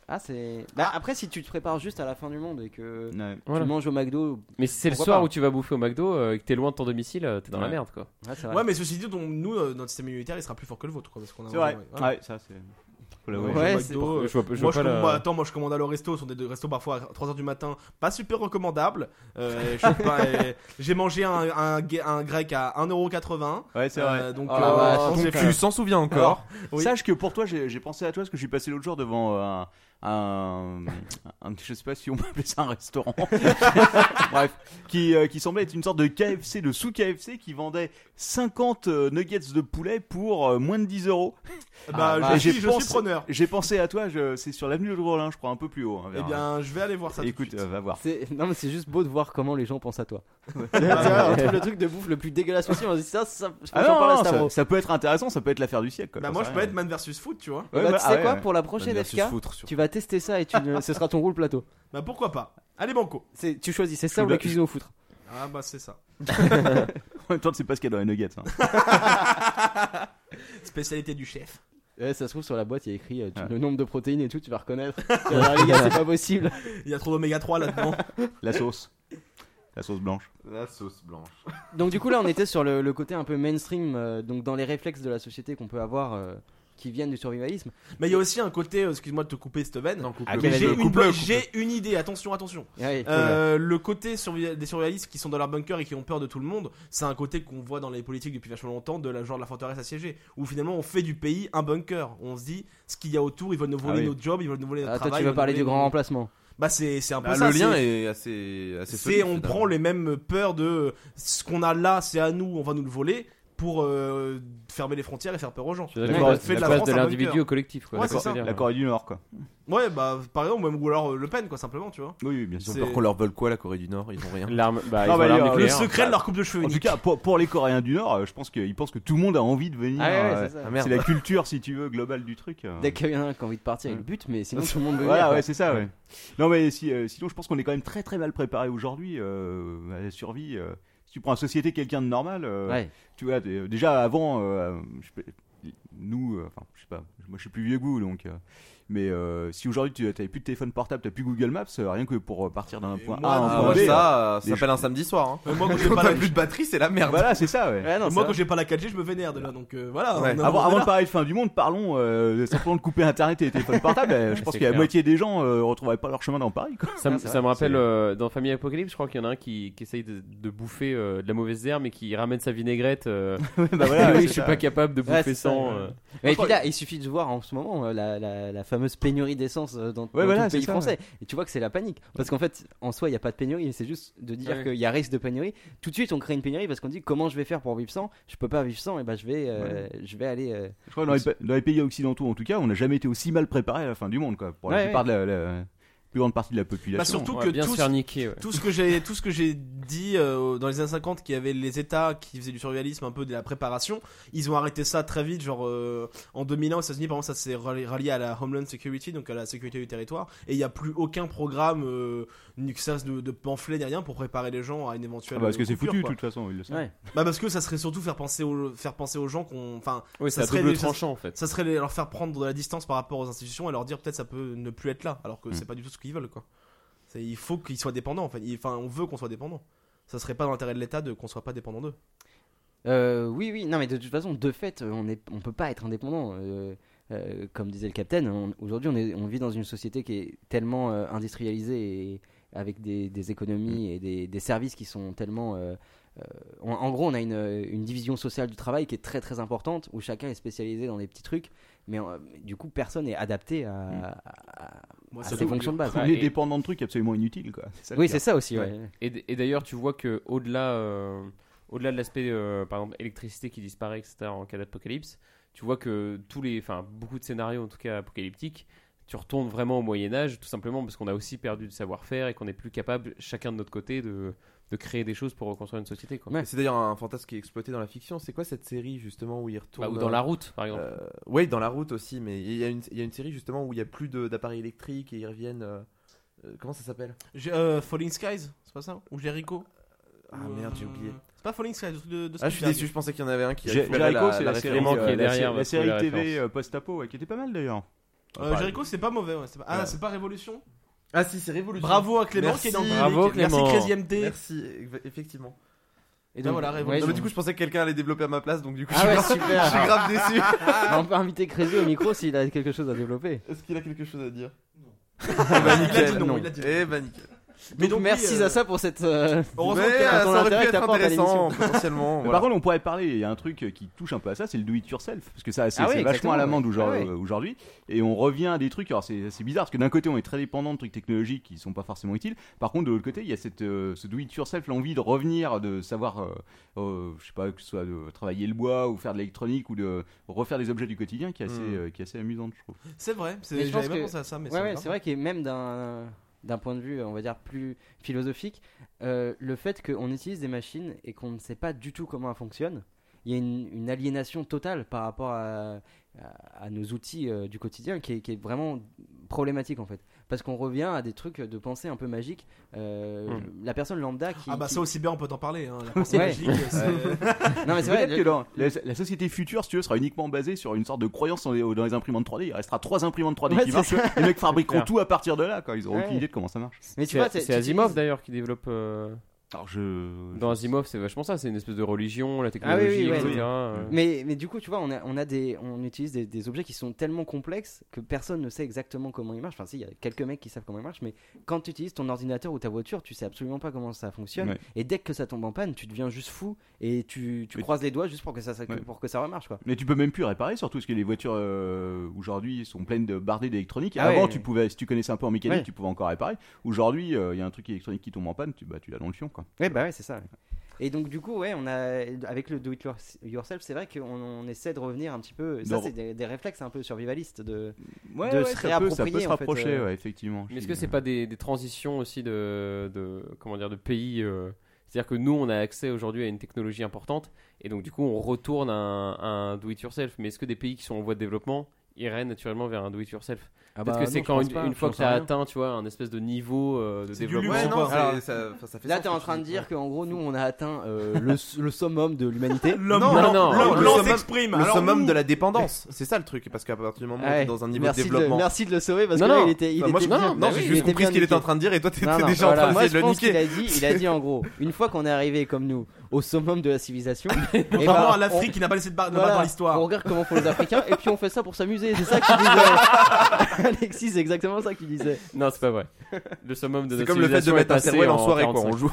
Ah, c'est. Bah, après, si tu te prépares juste à la fin du monde et que
Ouais.
tu
Voilà.
manges au McDo.
Mais si c'est le
pourquoi
soir
pas
où tu vas bouffer au McDo euh, et que t'es loin de ton domicile, euh, t'es dans la
Ouais.
merde quoi.
Ah, c'est vrai.
Ouais, mais ceci dit, donc, nous, euh, notre système militaire, il sera plus fort que le vôtre. quoi, parce qu'on a
C'est vrai.
ouais,
Ouais,
ouais.
ça c'est.
Donc,
Ouais,
au
c'est-
McDo, euh,
je vois pas- je
moi,
vois
je
pas
com-
la-
moi, attends, moi je commande à au resto, ce sont des des restos parfois à 3h du matin, pas super recommandables. Euh, je sais pas, euh, j'ai mangé un, un, gue- un grec à 1,80€.
Ouais, c'est vrai.
euh, donc,
Oh la
euh,
vache.
je pense que
Donc,
j'ai
euh,
fait-
Alors,
encore
Oui.
Sache que pour toi, j'ai j'ai pensé à toi parce que je suis passé l'autre jour devant euh, un, un, un- je sais pas si on peut appeler ça un restaurant, bref, qui, euh, qui semblait être une sorte de KFC, de sous-KFC, qui vendait 50 euh, nuggets de poulet pour euh, moins de 10 euros.
Bah,
Et
je
Ah, j'ai
suis- je
pensé-
suis preneur.
J'ai pensé à toi, je- c'est sur l'avenue de Rollin, je crois, un peu plus haut. hein, vers-
Eh bien, je vais aller voir ça. tout de
Écoute,
suite.
euh, va voir.
C'est- Non, mais c'est juste beau de voir comment les gens pensent à toi.
Ah,
Tu vois, on
ouais.
trouve le truc de bouffe le plus dégueulasse possible. On se dit ça, ça, faut
Ah
que j'en
non,
parle à
non,
Stavro.
ça, ça peut être intéressant, ça peut être l'affaire du siècle. quoi,
Bah,
j'en
moi,
sais
je peux
rien.
être man versus food, tu vois.
Eh
Ouais,
bah,
bah,
tu
ah
sais
ouais,
quoi,
ouais.
pour la prochaine
Versus
FK,
foutre, surtout.
tu vas tester ça et tu ne- ce sera ton rôle plateau.
Bah, pourquoi pas Allez, banco.
C'est- Tu choisis, c'est
Je
ça ou
suis
la
d'a-
cuisine au foutre
Ah, bah, c'est ça.
en même temps, c'est pas ce qu'il y a dans les nuggets. hein.
Spécialité du chef.
Ouais, ça se trouve sur la boîte, il y a écrit euh, tu- le nombre de protéines et tout, tu vas reconnaître. Tu vas dire, les gars, c'est pas possible.
Il y a trop d'oméga 3 là-dedans.
La sauce. La sauce blanche.
La sauce blanche.
Donc du coup là on était sur le, le côté un peu mainstream, euh, donc dans les réflexes de la société qu'on peut avoir euh, qui viennent du survivalisme.
Mais il y a aussi un côté, euh, excuse-moi de te couper cette veine.
Ah,
le.
mais j'ai
Coupe-le,
une,
coupe-le,
j'ai une idée, attention, attention.
Ouais,
Euh, le côté survi- des survivalistes qui sont dans leur bunker et qui ont peur de tout le monde, c'est un côté qu'on voit dans les politiques depuis vachement longtemps, de la, genre de la forteresse assiégée, où finalement on fait du pays un bunker. On se dit ce qu'il y a autour, ils veulent nous voler
Ah oui.
nos jobs, ils veulent nous voler notre
Ah, toi
travail.
tu
ils
veux
veulent
parler
nous
du
voler
grand
nos-
remplacement
Bah c'est c'est un peu
Bah,
ça.
le lien
c'est-
est assez,
c'est
assez solide,
on
finalement.
prend les mêmes peurs de euh, ce qu'on a là, c'est à nous, on va nous le voler pour euh, fermer les frontières et faire peur aux gens.
Tu veux dire la-
On fait
la place
France
de
un bunker.
l'individu au collectif, quoi.
Ah Ouais,
D'accord.
c'est ça.
C'est-à-dire,
La Corée du Nord, quoi.
Ouais, bah par exemple, même- ou alors euh, Le Pen, quoi, simplement, tu vois.
Oui, oui, bien
Ils ont
C'est-
peur qu'on leur vole quoi, la Corée du Nord Ils ont rien.
L'arme, bah, ils
Ah,
ont
bah,
l'arme
il y a-
Le
nucléaire.
secret de leur coupe de cheveux
En tout
unique.
cas, pour, pour les Coréens du Nord, euh, je pense qu'ils pensent que tout le monde a envie de venir.
Ah ouais, ouais,
euh,
c'est ça.
Ah, merde.
c'est la culture, si tu veux, globale du truc. euh.
Dès qu'il y en a un qui a envie de partir, il bute, mais sinon tout le monde veut
Hein. Voilà,
venir,
ouais, c'est ça, ouais. Non, mais si, euh, sinon, je pense qu'on est quand même très très mal préparé aujourd'hui euh, à la survie. euh. si tu prends en société quelqu'un de normal, euh,
Ouais.
tu vois, t'es- déjà avant, euh, je sais pas, nous, euh, enfin, je sais pas, moi je suis plus vieux que vous, donc. euh, mais euh, si aujourd'hui tu n'avais plus de téléphone portable, tu n'as plus Google Maps, euh, rien que pour euh, partir d'un point
moi,
A à un
Ah,
point
moi,
B. euh,
ça, euh,
les
ça s'appelle un samedi soir. hein.
Mais Euh, moi, quand j'ai
Quand
pas la-
t'as plus de batterie, c'est la merde.
Voilà, c'est ça, ouais.
Ouais, non,
Moi,
c'est
quand
vrai.
j'ai pas la 4G, je me vénère de là, donc euh, voilà.
Ouais.
on en-
Avant,
on en
avant
est
de
là.
parler de fin du monde, parlons euh, simplement de couper Internet et les téléphones portables. euh, je pense
C'est
qu'il y a la
clair.
moitié des gens euh, retrouveraient pas leur chemin dans Paris. Quoi.
Ça, me-
Ah, c'est
ça me rappelle
C'est-
euh, dans Famille Apocalypse, je crois qu'il y en a un qui, qui essaye de, de bouffer euh, de la mauvaise herbe et qui ramène sa vinaigrette. euh,
bah voilà,
oui,
c'est
je suis
ça.
pas capable de
Ouais,
bouffer
c'est ça,
sans.
ouais.
euh.
Mais puis là, il suffit de voir en ce moment euh, la, la- la fameuse pénurie d'essence euh, dans, dans
voilà,
tout le
c'est
pays
ça,
français. Et tu vois que c'est la panique. Parce qu'en fait, en soi, il n'y a pas de pénurie, mais c'est juste de dire
Ouais.
qu'il y a risque de pénurie. Tout de suite, on crée une pénurie parce qu'on dit comment je vais faire pour vivre sans Je peux pas vivre sans, et ben je vais, euh, je vais aller. euh,
Je crois que dans les, pa- dans les pays occidentaux, en tout cas, on n'a jamais été aussi mal préparé à la fin du monde, quoi. Pour la
Ouais,
plupart de la, la plus grande partie de la population.
Bah, surtout
On
que
va bien
tous-
se faire niquer. ouais.
tout ce que j'ai tout ce que j'ai dit euh, dans les années 50 qu'il y avait les états qui faisaient du survivalisme un peu de la préparation ils ont arrêté ça très vite genre euh, en 2001 aux États-Unis par exemple ça s'est ralli- rallié à la Homeland Security donc à la sécurité du territoire et il n'y a plus aucun programme euh, ni que ça de, de pamphlet ni rien pour préparer les gens à une
Ah,
éventuelle
bah, parce que c'est
coupure,
foutu, de
quoi.
toute façon, ils le savent.
Ouais.
bah parce que ça serait surtout faire penser aux faire penser aux gens qu'on enfin
Oui,
ça
c'est un
serait
double
les- ça-
tranchant en fait.
ça serait les- leur faire prendre de la distance par rapport aux institutions et leur dire peut-être ça peut ne plus être là, alors
Mm.
que c'est pas du tout ce qu'ils veulent quoi. C'est- Il faut qu'ils soient dépendants en fait. Il- Enfin, on veut qu'on soit dépendant. Ça serait pas dans l'intérêt de l'État de qu'on soit pas dépendant d'eux.
Euh, oui, oui, non, mais de toute façon, de fait, euh, on ne on peut pas être indépendant. euh, euh, comme disait le capitaine, on- aujourd'hui, on, est- on vit dans une société qui est tellement euh, industrialisée et avec des, des économies et des, des services qui sont tellement. euh, euh, en, en gros, on a une, euh, une division sociale du travail qui est très très importante, où chacun est spécialisé dans des petits trucs, mais euh, du coup, personne n'est adapté à, à- à-
Moi,
à
ça
ses
me-
fonctions de base.
On
Ouais,
est
et-
dépendant de trucs absolument inutiles, quoi. C'est ça le
Oui,
pire.
c'est ça aussi, ouais.
Et, d- et d'ailleurs, tu vois que au-delà, euh, au-delà de l'aspect, euh, par exemple, électricité qui disparaît, etc. En cas d'apocalypse, tu vois que tous les, enfin, beaucoup de scénarios, en tout cas apocalyptiques, tu retournes vraiment au Moyen Âge, tout simplement parce qu'on a aussi perdu du savoir-faire et qu'on n'est plus capable, chacun de notre côté, de, de créer des choses pour reconstruire une société, quoi.
Ouais.
C'est d'ailleurs un fantasme qui est exploité dans la fiction. C'est quoi cette série justement où ils
Bah,
retournent
ou dans la route, par exemple.
Euh, oui, dans la route aussi, mais il y, a une- il y a une série justement où il n'y a plus de- d'appareils électriques et ils reviennent. euh, euh, comment ça s'appelle
J'ai- euh, Falling Skies, c'est pas ça Ou Jericho
Ah
Ou,
merde, j'ai
euh,
oublié.
C'est pas Falling Skies, le truc de, de
Ah, je suis
Spielberg.
déçu, je pensais qu'il y en avait un qui.
Jer-
récupérait
Jericho, c'est la, série,
référence
euh,
qui est
la
derrière,
série-
vous
la
trouvez
série
la
TV
référence.
euh, post-apo, ouais, qui était pas mal d'ailleurs.
Euh,
Pareil.
Jericho, c'est pas mauvais. ouais, c'est pas- Ah,
Ouais.
c'est pas Révolution
Ah si, c'est Révolution.
Bravo à Clément
Merci.
qui est dans le
Bravo,
public.
Clément.
Merci 13 d
Merci, eff- effectivement.
Et
Bah voilà, Révolution.
ouais,
Non, mais
je-
du coup, je pensais que quelqu'un allait développer à ma place, donc du coup,
Ah
je,
ouais,
suis grave-
super.
je suis grave déçu.
Bah, on peut inviter Crézy au micro s'il a quelque chose à développer.
Est-ce qu'il a quelque chose à dire
Il a dit non, il a dit non.
ben, Eh ben nickel.
Mais donc, merci
à
Zaza pour cette. euh,
Heureusement
ton intérêt que t'apportes à l'émission.
Mais Par contre, on pourrait parler, il y a un truc qui touche un peu à ça, c'est le do it yourself. Parce que ça, c'est
Ah oui,
c'est
exactement,
vachement à la mode
ouais.
aujourd'hui.
Ah ouais.
aujourd'hui, Et on revient à des trucs, alors c'est c'est bizarre, parce que d'un côté, on est très dépendant de trucs technologiques qui sont pas forcément utiles. Par contre, de l'autre côté, il y a cette, euh, ce do it yourself, l'envie de revenir, de savoir, euh, euh, je sais pas, que ce soit de travailler le bois ou faire de l'électronique ou de refaire des objets du quotidien qui est assez,
Hmm.
euh, qui est assez amusante, je trouve.
C'est vrai, c'est-
Mais je
j'avais
pense
pas
que-
pensé à ça, mais
ouais,
c'est
ouais,
grave.
c'est vrai que même d'un d'un point de vue, on va dire plus philosophique, euh, le fait qu'on utilise des machines et qu'on ne sait pas du tout comment elles fonctionnent, il y a une, une aliénation totale par rapport à, à- à nos outils euh, du quotidien qui est, qui est vraiment problématique en fait. Parce qu'on revient à des trucs de pensée un peu magique. euh, La personne lambda qui.
Hmm. Ah bah
qui-
ça aussi bien on peut t'en parler. Hein. La pensée
Ouais.
magique, c'est-
Non, mais c'est vrai,
Peut-être
le-
que dans- la, la société future, si tu veux, sera uniquement basée sur une sorte de croyance dans les, dans les imprimantes 3D. Il restera trois imprimantes 3D
Ouais,
qui
c'est
marchent.
ça.
Les mecs fabriqueront
Clair.
tout à partir de là. Quoi. Ils auront
Ouais.
aucune idée de comment ça marche.
Mais tu
C'est-
vois, t'es-
c'est
tu
Asimov
utilises-
d'ailleurs qui développe. euh, Dans Asimov, c'est vachement ça, c'est une espèce de religion,
Ah
la
oui,
technologie,
oui, ouais.
etc. euh.
Mais, mais du coup, tu vois, on, a, on, a des, on utilise des, des objets qui sont tellement complexes que personne ne sait exactement comment ils marchent. Enfin, si, il y a quelques mecs qui savent comment ils marchent, mais quand tu utilises ton ordinateur ou ta voiture, tu sais absolument pas comment ça fonctionne.
Ouais.
Et dès que ça tombe en panne, tu deviens juste fou et tu, tu croises les doigts juste pour que ça, ça-
Ouais.
pour que ça remarche. Quoi.
Mais tu peux même plus réparer, surtout parce que les voitures euh, aujourd'hui sont pleines de bardées d'électronique.
Ah
Avant,
ouais.
tu pouvais, si tu connaissais un peu en mécanique,
Ouais.
tu pouvais encore réparer. Aujourd'hui, euh, il y a un truc électronique qui tombe en panne, tu, bah, tu l'as dans le fion. Quoi.
Ouais, bah ouais, c'est ça. ouais. Et donc, du coup, ouais, on a, avec le do it your- yourself, c'est vrai qu'on on essaie de revenir un petit peu. Ça,
Non.
c'est des, des réflexes un peu survivalistes de,
Ouais,
de
ouais,
se
ça peut- ça
réapproprier.
peut se
en fait,
rapprocher,
euh.
ouais, effectivement.
Mais est-ce que c'est pas des, des transitions aussi de, de comment dire de pays euh, C'est-à-dire que nous, on a accès aujourd'hui à une technologie importante, et donc du coup, on retourne à un, à un do-it-yourself. Mais est-ce que des pays qui sont en voie de développement iraient naturellement vers un do-it-yourself
Ah
Parce
bah
que
non,
c'est
je
quand
pense
une,
pas,
une
je
fois
pense
que t'as
à rien.
atteint, tu vois, un espèce de niveau euh, de
C'est du
développement.
luxe, quoi.
Alors,
C'est- ça- Là, t'es en train de dire qu'en gros, nous, on a atteint euh, le, le summum de l'humanité.
L'homme- Non, non, non,
Le summum-
s'exprime,
Le
alors
summum
nous-
de la dépendance. C'est ça le truc. Parce qu'à partir du moment où
Ouais.
t'es dans un niveau
Merci
de développement.
le- merci de le sauver, parce que là, il était- il
Enfin, moi,
était
je-
bien-
non,
bah
j'ai
oui, il
juste
était
compris ce
bien
qu'il était en
niqué.
train de dire et toi, t'étais
Non, non,
déjà en
voilà.
train
Moi,
d'essayer
je
de le
pense qu'il a
niquer.
dit, il a dit en gros, une fois qu'on est arrivé comme nous au summum de la civilisation, eh ben,
Contrairement à
on-
l'Afrique qui n'a pas laissé de barre de
voilà,
barre dans l'histoire.
On regarde comment font les Africains et puis on fait ça pour s'amuser. C'est ça qu'il disait. Alexis, c'est exactement ça qu'il disait.
Non, c'est pas vrai. Le summum de
C'est
notre
comme le fait de
civilisation est
mettre un
passé
cerveau en soirée, quoi.
45.
On joue.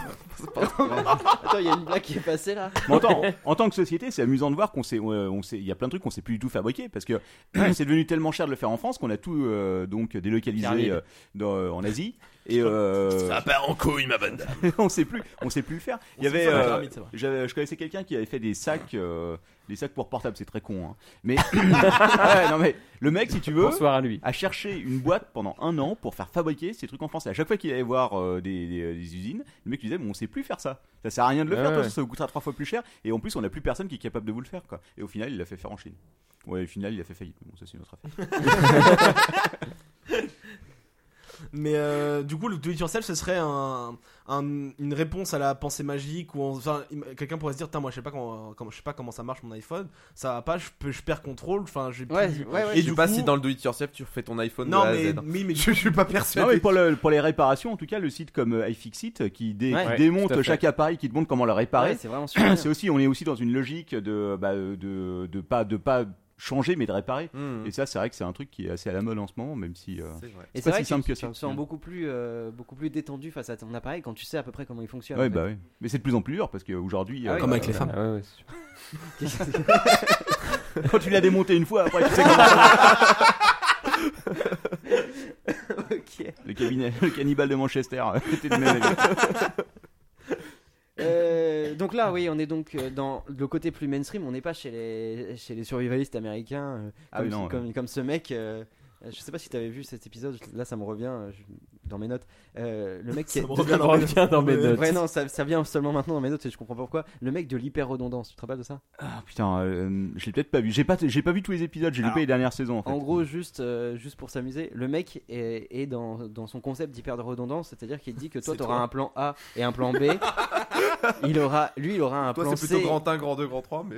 Attends, il y a une blague qui est passée là.
Mais en, tant- en tant que société, c'est amusant de voir qu'on sait, ouais, on sait, il y a plein de trucs qu'on sait plus du tout fabriquer parce que c'est devenu tellement cher de le faire en France qu'on a tout euh, donc délocalisé
Pyramide.
euh, dans- euh, en Asie et euh,
Ça part en couille, ma bande.
on sait plus, on sait plus le faire. Il y
sait
avait,
pas faire la
euh,
pyramide, c'est vrai.
j'avais- je connaissais quelqu'un qui avait fait des sacs, euh, des sacs pour portable, c'est très con. hein. Mais Ouais, non mais le mec, si tu veux,
Bonsoir à lui.
a cherché une boîte pendant un an pour faire fabriquer ces trucs en France. Et à chaque fois qu'il allait voir euh, des, des- des usines, le mec lui disait, bon, on sait plus faire ça. Ça sert à rien de le
Ouais,
faire, de toute
ouais.
façon, ça vous coûtera trois fois plus cher. Et en plus, on n'a plus personne qui est capable de vous le faire, quoi. Et au final, il l'a fait faire en Chine. Ouais, au final, il a fait faillite. Mais Bon, ça c'est une autre affaire.
Mais euh, du coup, le do it yourself, ce serait un, un- une réponse à la pensée magique où on- enfin, im- quelqu'un pourrait se dire, Tain, moi, je sais pas comment, comment- je sais pas comment ça marche mon iPhone, ça va pas, je, peux, je perds contrôle, enfin, j'ai
Ouais,
plus-
ouais, ouais.
Et
Je
du
sais pas
coup-
si dans le do it yourself, tu refais ton iPhone. de
Non,
A à
mais-
Z. hein.
oui, mais-
je suis pas persuadé.
Non, mais pour, le- pour les réparations, en tout cas, le site comme euh, iFixit qui,
Ouais.
dé- qui
Ouais, tout à
démonte
fait.
chaque appareil, qui te montre comment le réparer.
Ouais, c'est vraiment super.
C'est aussi, on est aussi dans une logique de, bah, euh, de, de pas, de pas changer mais de réparer.
Mm.
Et ça, c'est vrai que c'est un truc qui est assez à la mode en ce moment, même si
Et
euh, c'est
c'est
pas
vrai
si simple
que
que
tu
ça.
te sens beaucoup plus, euh, beaucoup plus détendu face à ton appareil quand tu sais à peu près comment il fonctionne.
Ouais,
en fait.
bah oui. Mais c'est de plus en plus dur parce qu'aujourd'hui. euh,
Ah oui. Comme avec les femmes.
Ah ouais, ouais,
Quand tu l'as démonté une fois, après tu sais comment ça marche.
Ok.
Le cabinet, le cannibale de Manchester. était de même avis.
Euh, donc là, oui, on est donc euh, dans le côté plus mainstream. On n'est pas chez les, chez les survivalistes américains, euh,
Ah
comme,
oui, non, ouais.
comme, comme ce mec. euh, euh, je sais pas si t'avais vu cet épisode. Là, ça me revient euh, je- dans mes notes. Euh, le mec qui
Ça
est-
me revient dans mes Ça me revient dans mes notes. notes.
Ouais, non, ça, ça vient seulement maintenant dans mes notes et je comprends pas pourquoi. Le mec de l'hyper redondance. Tu te rappelles de ça
Ah, Putain, euh, je l'ai peut-être pas vu. J'ai pas, j'ai pas vu tous les épisodes. J'ai loupé les dernières saisons. En fait.
En gros, juste, euh, juste pour s'amuser, le mec est, est dans, dans son concept d'hyper de redondance, c'est-à-dire qu'il dit que toi,
C'est
t'auras
toi.
un plan A et un plan B. il aura, lui, il aura un
Toi,
plan
c'est plutôt
C.
grand 1, grand 2, grand 3, mais.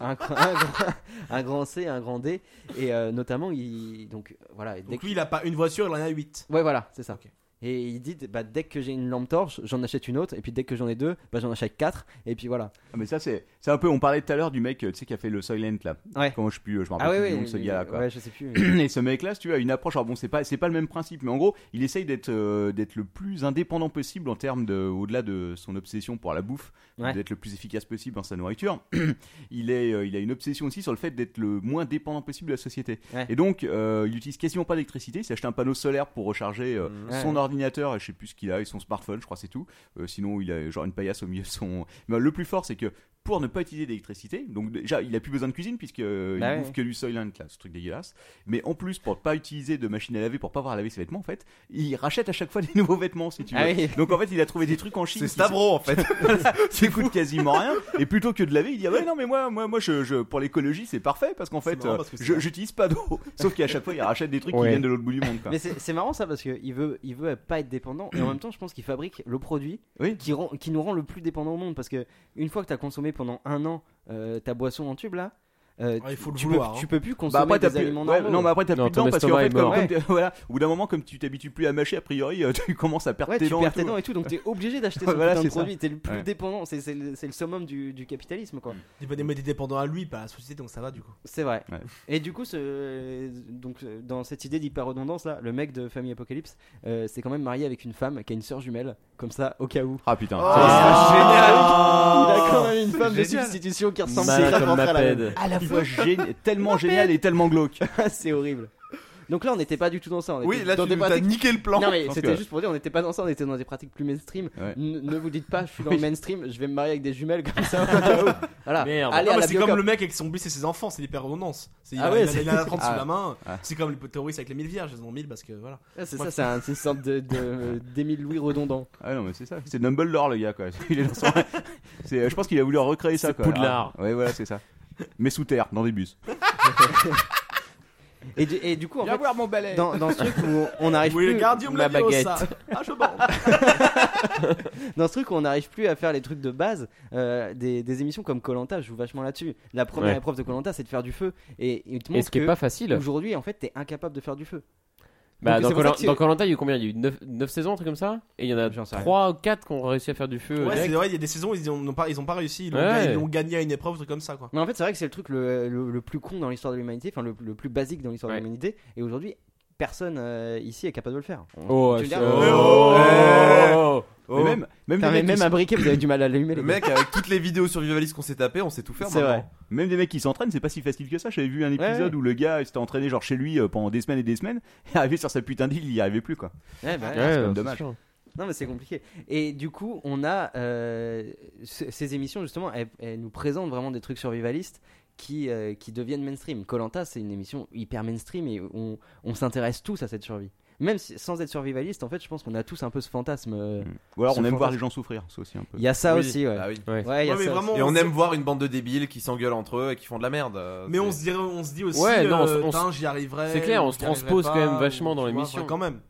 un, grand- un grand- un grand C, un grand D, et euh, notamment il donc voilà.
Donc lui, il a pas une voiture, il en a 8.
Ouais, voilà, c'est ça. Et il dit bah, dès que j'ai une lampe torche, j'en achète une autre. Et puis dès que j'en ai deux, bah, j'en achète quatre. Et puis voilà.
Ah, mais ça, c'est c'est un peu. On parlait tout à l'heure du mec, euh, tu sais, qui a fait le Soylent là. Comment je puis, je me
Ah
rappelle
ouais, ouais,
plus bah, du nom de ce
mais-
gars là. Quoi.
ouais, je sais plus.
Et ce mec là, si tu veux, a une approche. Alors bon, c'est pas, c'est pas le même principe, mais en gros, il essaye d'être euh, d'être le plus indépendant possible en termes de. Au-delà de son obsession pour la bouffe,
Ouais.
d'être le plus efficace possible dans sa nourriture, il, est, euh, il a une obsession aussi sur le fait d'être le moins dépendant possible de la société.
Ouais.
Et donc, euh, il utilise quasiment pas d'électricité. Il s'est acheté un panneau solaire pour recharger euh,
Mmh. Ouais.
son ordinateur et je sais plus ce qu'il a et son smartphone, je crois c'est tout. Euh, sinon, il a genre une paillasse au milieu de son. Mais le plus fort, c'est que pour ne pas utiliser d'électricité, donc déjà il a plus besoin de cuisine puisque euh,
Bah
il
ouais.
bouffe que du Soylent là, ce truc dégueulasse. Mais en plus pour pas utiliser de machine à laver pour pas avoir à laver ses vêtements en fait, il rachète à chaque fois des nouveaux vêtements si tu veux.
Ah oui.
Donc en fait il a trouvé des trucs en Chine.
C'est
qui-
Stavro, en fait.
Voilà, qui coûte quasiment rien. Et plutôt que de laver, il dit ah ouais non mais moi moi moi je, je- pour l'écologie c'est parfait parce qu'en fait
marrant
euh,
parce que c'est
je-
vrai.
j'utilise pas d'eau. Sauf qu'à chaque fois il rachète des trucs
Ouais.
qui viennent de l'autre bout du monde. quoi.
Mais c'est c'est marrant ça parce qu'il veut, il veut pas être dépendant et en même temps je pense qu'il fabrique le produit qui, rend, qui nous rend le plus dépendant au monde parce que une fois que tu as consommé pendant un an euh, ta boisson en tube là, euh,
il faut le
tu,
vouloir,
peux,
hein.
tu peux plus
Bah,
consommer
après, t'as
des
plus-
aliments
ouais,
normaux.
non, mais après, t'as plus de temps parce qu'en fait, comme,
Ouais.
comme t'es- voilà, au bout d'un moment, comme tu t'habitues plus à mâcher, a priori, euh, tu commences à perdre
Ouais,
tes
tu
dents.
perds tes dents et tout, donc t'es obligé d'acheter ce
Ouais, voilà,
putain de
c'est ça.
produit. T'es le plus
Ouais.
dépendant, c'est c'est le, c'est le summum du, du capitalisme quoi.
Il va des dépendants à lui, pas à la société, donc ça va du coup.
C'est vrai. Et du coup, ce- donc, euh, dans cette idée d'hyper-redondance, là, le mec de Famille Apocalypse, euh, c'est quand même marié avec une femme qui a une sœur jumelle, comme ça, au cas où.
Ah putain.
Il a quand même une femme de substitution qui ressemble sacrément à la même.
À la fois gén- tellement génial et tellement glauque.
c'est horrible. Donc là, on n'était pas du tout dans ça. On
Oui,
était
là,
dans
tu
des
nous as
pratiques-
niqué le plan.
Non, mais
Je pense
c'était
que-
juste pour dire, on n'était pas dans ça, on était dans des pratiques plus mainstream.
Ouais.
N- ne vous dites pas, je suis dans le mainstream, je vais me marier avec des jumelles comme ça. au cas où. Voilà. Allez, à
Ah, mais
la
c'est comme
Biocop.
le mec avec son bis et ses enfants, c'est l'hyper redondance. C'est,
Ah
il,
ouais,
a, il a- il en a
c'est-
30
Ah.
sous la main.
Ah.
C'est comme les terroristes avec les 1000 vierges, ils en ont 1000 parce que voilà.
Ah, c'est
Moi,
ça, c'est un- c'est une sorte de- de- d'Émile Louis redondant.
Ah non, mais c'est ça. C'est Dumbledore, le gars, quoi. Il est dans son- c'est, euh, je pense qu'il a voulu recréer ça,
C'est
quoi.
Poudlard.
Ah, ouais, voilà, c'est ça. Mais sous terre, dans des bus.
Et du, et du coup, en
Viens
fait,
voir mon balai.
Dans, dans ce truc où on n'arrive
Oui,
plus
le gardium
la
Leviosa.
baguette.
Ah, je bande.
dans ce truc où on n'arrive plus à faire les trucs de base, euh, des, des émissions comme Colanta, je joue vachement là-dessus. La première
Ouais.
épreuve de Colanta, c'est de faire du feu, et il te
Et
montre
ce qui est
que
pas facile.
Aujourd'hui, en fait, t'es incapable de faire du feu.
Bah,
Donc,
dans
c'est pour ça
Koh-Lan-
que c'est-
dans Colanta, il y a eu combien Il y a eu 9, saisons, un truc comme ça Et il y en a
sais rien.
3 ou 4 qui ont réussi à faire du feu.
Ouais,
direct.
c'est vrai, il y a des saisons, ils n'ont pas, ils ont pas réussi. Ils l'ont,
Ouais.
gagné, ils l'ont gagné à une épreuve, un truc comme ça quoi.
Mais en fait, c'est vrai que c'est le truc le, le- le plus con dans l'histoire de l'humanité, enfin le, le plus basique dans l'histoire de l'humanité. Et aujourd'hui, personne euh, ici est capable de le faire.
Oh,
Tu veux
c'est-
dire-
oh, oh,
Mais même, même,
les
mais
mecs
même
qui
à
sont-
briquet, vous avez du mal à l'allumer. les
Le
gars.
mec, avec toutes les vidéos survivalistes qu'on s'est tapé, on sait tout faire maintenant.
Même des mecs qui s'entraînent, c'est pas si facile que ça. J'avais vu un épisode
ouais.
où le gars il s'était entraîné genre chez lui euh, pendant des semaines et des semaines. Et arrivé sur sa putain d'île, il y arrivait plus quoi.
Ouais, bah ouais.
c'est quand même dommage.
Non, mais c'est compliqué. Et du coup, on a euh, ce- ces émissions, justement, elles, elles nous présentent vraiment des trucs survivalistes qui, euh, qui deviennent mainstream. Colanta, c'est une émission hyper mainstream et on, on s'intéresse tous à cette survie. Même si- sans être survivaliste, en fait, je pense qu'on a tous un peu ce fantasme. euh,
Ou alors
ce
on aime voir
fantasme.
les gens souffrir, c'est aussi un peu.
Il y a ça aussi, ouais.
Ah oui.
Ouais, il y a ça aussi.
et on aime voir une bande de débiles qui s'engueulent entre eux et qui font de la merde. euh,
Mais
c'est-
on se, dirait, on se dit aussi,
Ouais,
ouais,
non, on se- on se-
non, j'y arriverai.
c'est clair, on
ou
se
j'y arriverai
transpose quand
pas,
même vachement
ou-
dans
tu vois,
l'émission.
enfin, Quand même.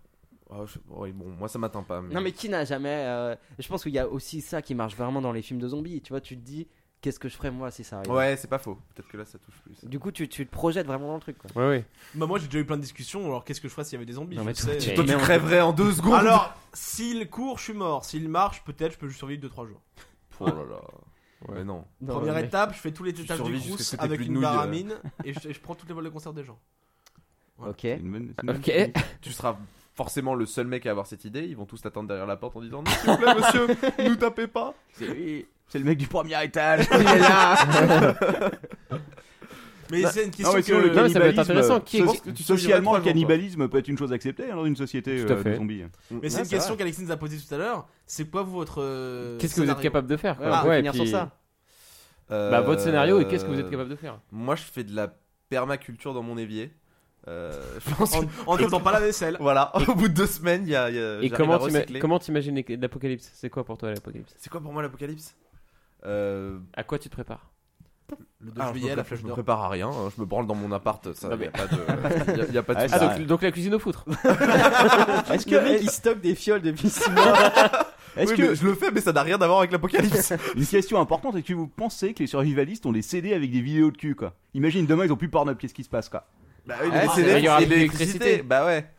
Ah, je- oui, bon, moi ça m'atteint pas. mais-
Non mais qui n'a jamais euh, Je pense qu'il y a aussi ça qui marche vraiment dans les films de zombies. Tu vois, tu te dis qu'est-ce que je ferais moi si ça arrive.
Ouais, c'est pas faux. Peut-être que là ça touche plus.
Du coup, tu, tu te projettes vraiment dans le truc. Quoi.
Ouais, ouais.
Bah moi j'ai déjà eu plein de discussions, alors qu'est-ce que je ferais s'il y avait des zombies
Non,
je
mais toi,
sais.
tu- Toi, tu mais on- crèverais en deux secondes.
Alors, s'il court, je suis mort. S'il marche, peut-être je peux juste survivre 2-3 jours.
Oh là là. Mais non.
Première
mais-
étape, je fais tous les
Tu
étages du
survis jusqu'à
crousse
ce que t'aies
avec
plus de
une
nouilles,
barre à
euh.
mine et je, et je prends toutes les vols de concert des gens.
Ok.
Ok. Tu seras forcément le seul mec à avoir cette idée. Ils vont tous t'attendre derrière la porte en disant Non, s'il vous plaît, monsieur, nous tapez pas.
C'est c'est le mec du premier étage, il est là.
Mais
Bah,
c'est une
non,
question
mais sinon,
que-
le
Non, mais ça peut être
cannibalisme,
intéressant. Qui est-
so-
qui- qui
socialement,
survivra
le
trois jours,
cannibalisme peut être une chose acceptée hein, dans une société
Tout à
euh,
fait.
de zombies.
Mais
Ouais,
c'est une
c'est
question
vrai.
qu'Alexis nous a posée tout à l'heure. C'est quoi votre. euh,
Qu'est-ce que vous êtes
scénario
capable de faire, quoi.
Ah,
Ouais,
finir
puis-
sur ça.
Bah, votre scénario et qu'est-ce que vous
Euh,
êtes capable de faire
Moi, je fais de la permaculture dans mon évier. Euh, je pense
En- en n'entendant pas la vaisselle.
Voilà, au bout de deux semaines, il y a. il y a-
Et
j'arrive
comment
à
t'ima-
recycler.
comment t'imagines l'é- l'apocalypse C'est quoi pour toi l'apocalypse
C'est quoi pour moi l'apocalypse Euh,
À quoi tu te prépares
Le
2 juillet, la flèche
Ah, Je me
d'or.
prépare à rien, hein, je me branle dans mon appart, ça,
Non,
il
mais-
n'y a pas de, y a- y a pas de
Ah,
souci.
donc, donc la cuisine au foutre.
Est-ce que il stocke des fioles depuis 6 mois
Est-ce
Oui,
que-
mais je le fais, mais ça n'a rien à voir avec l'apocalypse.
Une question importante est que vous pensez que les survivalistes ont des CD avec des vidéos de cul quoi Imagine demain ils ont plus Pornhub, qu'est-ce qui se passe quoi
Bah oui, mais
Ah,
c'est
il y aura
c'est
plus d'électricité.
l'électricité. Bah ouais.
Ah,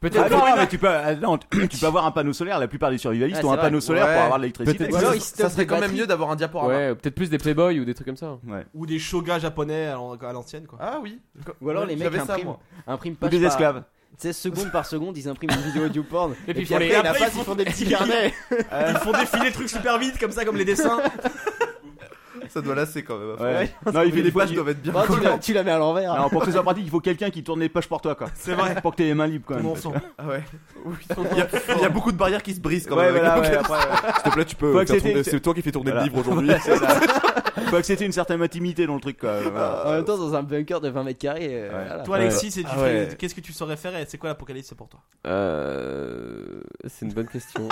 Peut-être pas, mais tu peux, euh, non, tu tu peux avoir un panneau solaire. La plupart des survivalistes
Ah,
ont un
c'est vrai.
panneau solaire
Ouais.
pour avoir de l'électricité.
Peut-être- ou alors ils stockent des batteries.
d'avoir un diaporama.
Ouais, peut-être plus des Playboy ou des trucs comme ça.
Ou des shogas japonais à l'an- à l'ancienne, quoi.
Ah oui.
Ou alors les mecs
J'avais ça,
impriment,
moi.
impriment page par- 16 secondes par seconde, ils impriment une vidéo du porn.
Et puis, ils font
après,
les-
la
après,
passe, ils font des petits carnets.
Ah.
ils font défiler le truc super vite, comme ça, comme les dessins.
Ça doit lasser quand même.
Ouais.
Enfin,
Non, il fait
les
des fois,
pages
il-
doivent être bien.
Oh, tu
collées.
l'as-
tu la mets à l'envers.
Non, pour que ce soit pratique, il faut quelqu'un qui tourne les pages pour toi, quoi.
C'est vrai.
Pour que t'aies les mains libres, quand même.
Comment on sent Ah ouais. Il y, a, il y a beaucoup de barrières qui se brisent quand
Ouais,
même. avec
voilà,
le-
ouais, après, ouais.
S'il te plaît, tu peux.
Faut
faire
accepter-
tourner- C'est toi qui fais tourner
Voilà.
le livre aujourd'hui.
Ouais, c'est ça. euh, Faut accepter une certaine intimité dans le truc, quoi. Voilà. Bah,
En même temps, dans un bunker de 20 mètres carrés. euh, voilà.
Toi, Alexis, c'est du
Ah
fait-
ouais.
qu'est-ce que tu saurais faire et c'est quoi l'apocalypse pour toi
Euh, c'est une bonne question.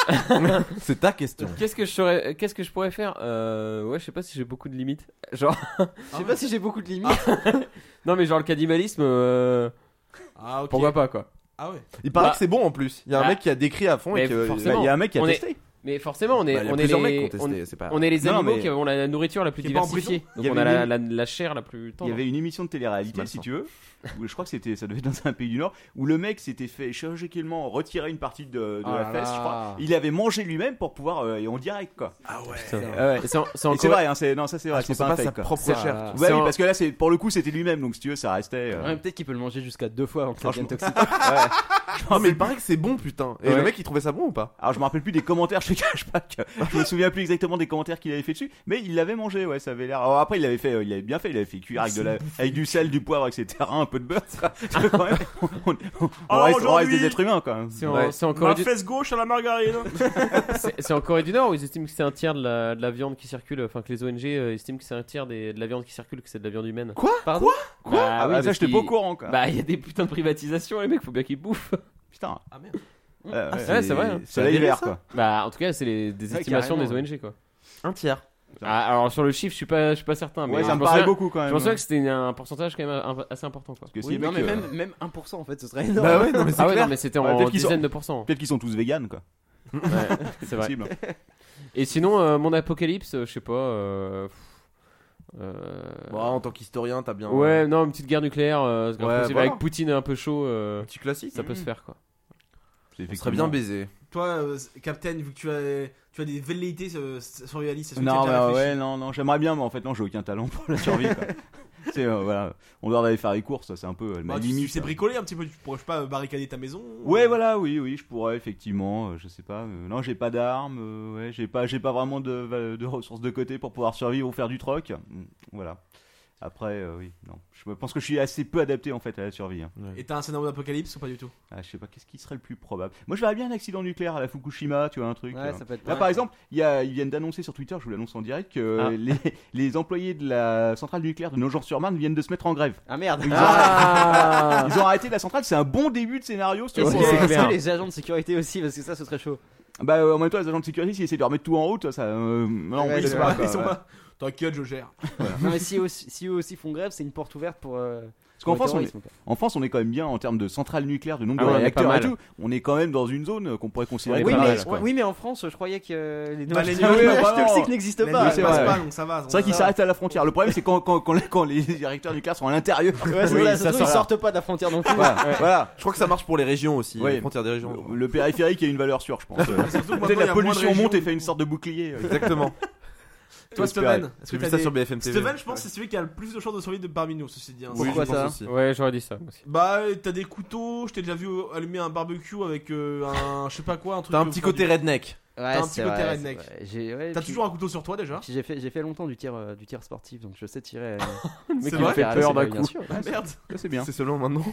C'est ta question.
Qu'est-ce que je saurais- qu'est-ce que je pourrais faire Euh, Ouais, je sais pas si j'ai beaucoup de limites. Genre,
Je
Hein
sais pas si j'ai beaucoup de limites.
non mais genre le cannibalisme. euh,
Ah, ok.
Pourquoi pas quoi
Ah ouais.
Il paraît
Bah,
que c'est bon en plus. Il y a un
bah,
mec qui a décrit à fond et
mais
que-
forcément,
il y a un mec qui a
on est-
testé.
Mais forcément, on est
Bah, il y a
on est
plusieurs mecs qui
les
ont testé,
on est-
c'est pas-
on est les
Non,
animaux
mais-
qui ont la nourriture la plus
Qui est pas en
diversifiée.
prison.
Donc
Il y
on
avait
a la,
une-
la- la chair la plus.
Il y
tendre.
avait une émission de télé-réalité,
malsain.
si tu veux, où je crois que c'était, ça devait être dans un pays du Nord, où le mec s'était fait chirurgicalement retirer une partie de, de
Ah là
la fesse, je
là.
crois. Il avait mangé lui-même pour pouvoir, euh, et en direct, quoi. Ah ouais.
Putain. Ah ouais. Et C'est en- c'est en
Et c'est
Corée-
vrai, hein, c'est, non, ça c'est vrai,
Ah, je
c'est
pensais
pas,
pas
un
à
fake,
sa
quoi.
propre
C'est-
chair,
Ouais,
tu vois.
oui,
C'est en-
parce que là, c'est, pour le coup, c'était lui-même, donc si tu veux, ça restait. euh,
Ouais, Peut-être qu'il peut le manger jusqu'à deux fois avant que ça devienne toxique.
Non, mais il paraît que c'est bon, putain. Et le
Ouais.
mec, il trouvait ça bon ou pas
Alors je me rappelle plus des commentaires, je te cache pas que je me souviens plus exactement des commentaires qu'il avait fait dessus, mais il l'avait mangé, ouais, ça avait l'air. Alors après il l'avait fait, euh, il l'avait bien fait, il avait fait cuire avec de la, avec du sel, du poivre, etc., un peu de beurre. Parce que quand même, on, on-
Oh,
on reste, on reste
aujourd'hui,
des êtres humains quand même.
C'est en- Ouais. c'est en Corée
Ma
du-
fesse gauche à la margarine. hein.
C'est- C'est en Corée du Nord où ils estiment que c'est un tiers de la, de la viande qui circule, enfin que les ONG euh, estiment que c'est un tiers des- de la viande qui circule, que c'est de la viande humaine.
Quoi
Pardon
Quoi
Bah
Quoi Ah bah ça,
parce
j'étais pas au
qu'ils-
courant, quoi.
Bah il y a des putains de privatisations, les mecs, faut bien qu'ils bouffent.
Putain.
Ah merde.
Euh,
Ah, c'est ouais, c'est vrai. hein.
C'est la
avéré,
hiver,
ça.
quoi.
Bah en tout cas, c'est les- des
Ouais,
estimations des
carrément.
ONG quoi.
Un tiers.
Ah, alors sur le chiffre, je suis pas, je suis pas certain. Mais
Ouais, ça
je
me
pense
paraît
bien-
beaucoup, quand même. hein,
Je pensais que c'était un pourcentage quand même un- assez important quoi.
Parce que si
Oui,
les
non, mais
mecs, euh,
même, même 1% en fait, ce serait énorme.
Bah ouais, non, mais c'est
ah ouais,
clair.
non, mais c'était
Ouais,
en
peut-être qu'ils sont-
dizaines de pourcents.
Peut-être qu'ils sont tous véganes, quoi.
Ouais, c'est vrai.
Possible.
Et sinon, euh, mon apocalypse, euh, je sais pas. euh, pff, euh,
Bon, Bah,
Bah,
en tant qu'historien, t'as bien.
Ouais, non, une petite guerre nucléaire, euh, c'est grave
Ouais,
possible.
voilà.
avec Poutine un peu chaud. euh,
Petit classique.
ça peut
Mm.
Mhm.
se faire quoi.
C'est
On serait bien
effectivement-
baisé.
Toi, euh, Captain, vu que tu as, tu as des velléités euh, survivalistes, est-ce que
Non,
tu as déjà
bah, ouais,
réfléchi
non, non, j'aimerais bien, mais en fait, non, j'ai aucun talent pour la survie, quoi. C'est, euh, voilà. On doit aller faire les courses, ça, c'est un peu euh, ma
Bah, tu-
limite.
Tu sais
hein.
bricoler un petit peu, tu pourrais je sais pas barricader ta maison
Ouais, voilà, oui, oui, je pourrais effectivement, euh, je sais pas. euh, non, j'ai pas d'armes, euh, ouais, j'ai pas, j'ai pas vraiment de, va- de ressources de côté pour pouvoir survivre ou faire du troc. Mm, Voilà. Après, euh, oui, non, je pense que je suis assez peu adapté en fait à la survie. hein.
Et t'as un scénario d'apocalypse ou pas du tout
Ah, je sais pas, qu'est-ce qui serait le plus probable Moi, je verrais bien un accident nucléaire à la Fukushima, tu vois, un truc.
Ouais,
euh.
ça peut être pas
Là, par
mal.
exemple, il y a- ils viennent d'annoncer sur Twitter, je vous l'annonce en direct, que euh,
Ah.
les, les employés de la centrale nucléaire de Nogent-sur-Marne viennent de se mettre en grève.
Ah merde
Ils ont,
Ah.
ils ont arrêté la centrale, c'est un bon début de scénario, si tu
Est-ce
veux.
que, est-ce que les agents de sécurité aussi Parce que ça, ce serait chaud.
Bah euh, en même temps les agents de sécurité s'ils essaient de remettre tout en route ça euh, non
Ouais,
on
ils
glisse
sont
pas,
pas-
quoi,
ils sont
ouais.
pas-
T'inquiète, je gère.
non, mais si, eux aussi- si eux aussi font grève, c'est une porte ouverte pour. euh, pour
parce qu'en
le
France, on est,
terrorisme, quoi.
en France on est quand même bien en termes de centrales nucléaires de nombre
Ah ouais,
de
on est
réacteurs
pas
et
mal.
tout on est quand même dans une zone euh, qu'on pourrait considérer
Oui,
comme
mais,
reste, quoi.
oui, mais en France, je croyais que euh, les
Bah, les
nuages
nuages,
les nuages
vraiment.
toxiques n'existent
Les
pas.
nuages,
c'est
passe
vrai.
pas, donc ça va.
c'est vrai qu'ils s'arrêtent à la frontière le problème c'est quand, quand, quand, quand les réacteurs nucléaires sont à l'intérieur
Ouais, c'est
Oui,
ça, ça se
ça
trouve,
sort
ils
là.
sortent pas de la frontière non plus.
Voilà, voilà.
Je crois que ça marche pour les régions aussi,
Oui.
les frontières des régions.
Le- le périphérique a une valeur sûre je pense
maintenant,
peut-être
il y
la
a moins de
pollution
régions.
monte et fait une sorte de bouclier euh,
Exactement.
Toi, Steven, est-ce que
J'ai vu
t'as
ça
des-
sur BFM TV.
Steven, je pense que c'est celui qui a le plus de chances de survie de parmi nous, ceci dit. hein.
Oui, Pourquoi je pense ça aussi.
Ouais, j'aurais dit ça. moi aussi.
Bah, t'as des couteaux, je t'ai déjà vu allumer un barbecue avec euh, un. Je sais pas quoi, un truc.
T'as un
de-
petit côté
du-
redneck.
T'as un petit
c'est
côté
vrai,
redneck.
c'est vrai. J'ai- ouais,
T'as
puis-
toujours un couteau sur toi déjà
puis j'ai fait, j'ai fait longtemps du tir, euh, du tir sportif, donc je sais tirer. euh,
mec,
C'est
il me
vrai
fait
Ah,
peur
c'est
d'un
vrai, bien
coup.
sûr.
Ah, merde
ça c'est bien
C'est selon maintenant.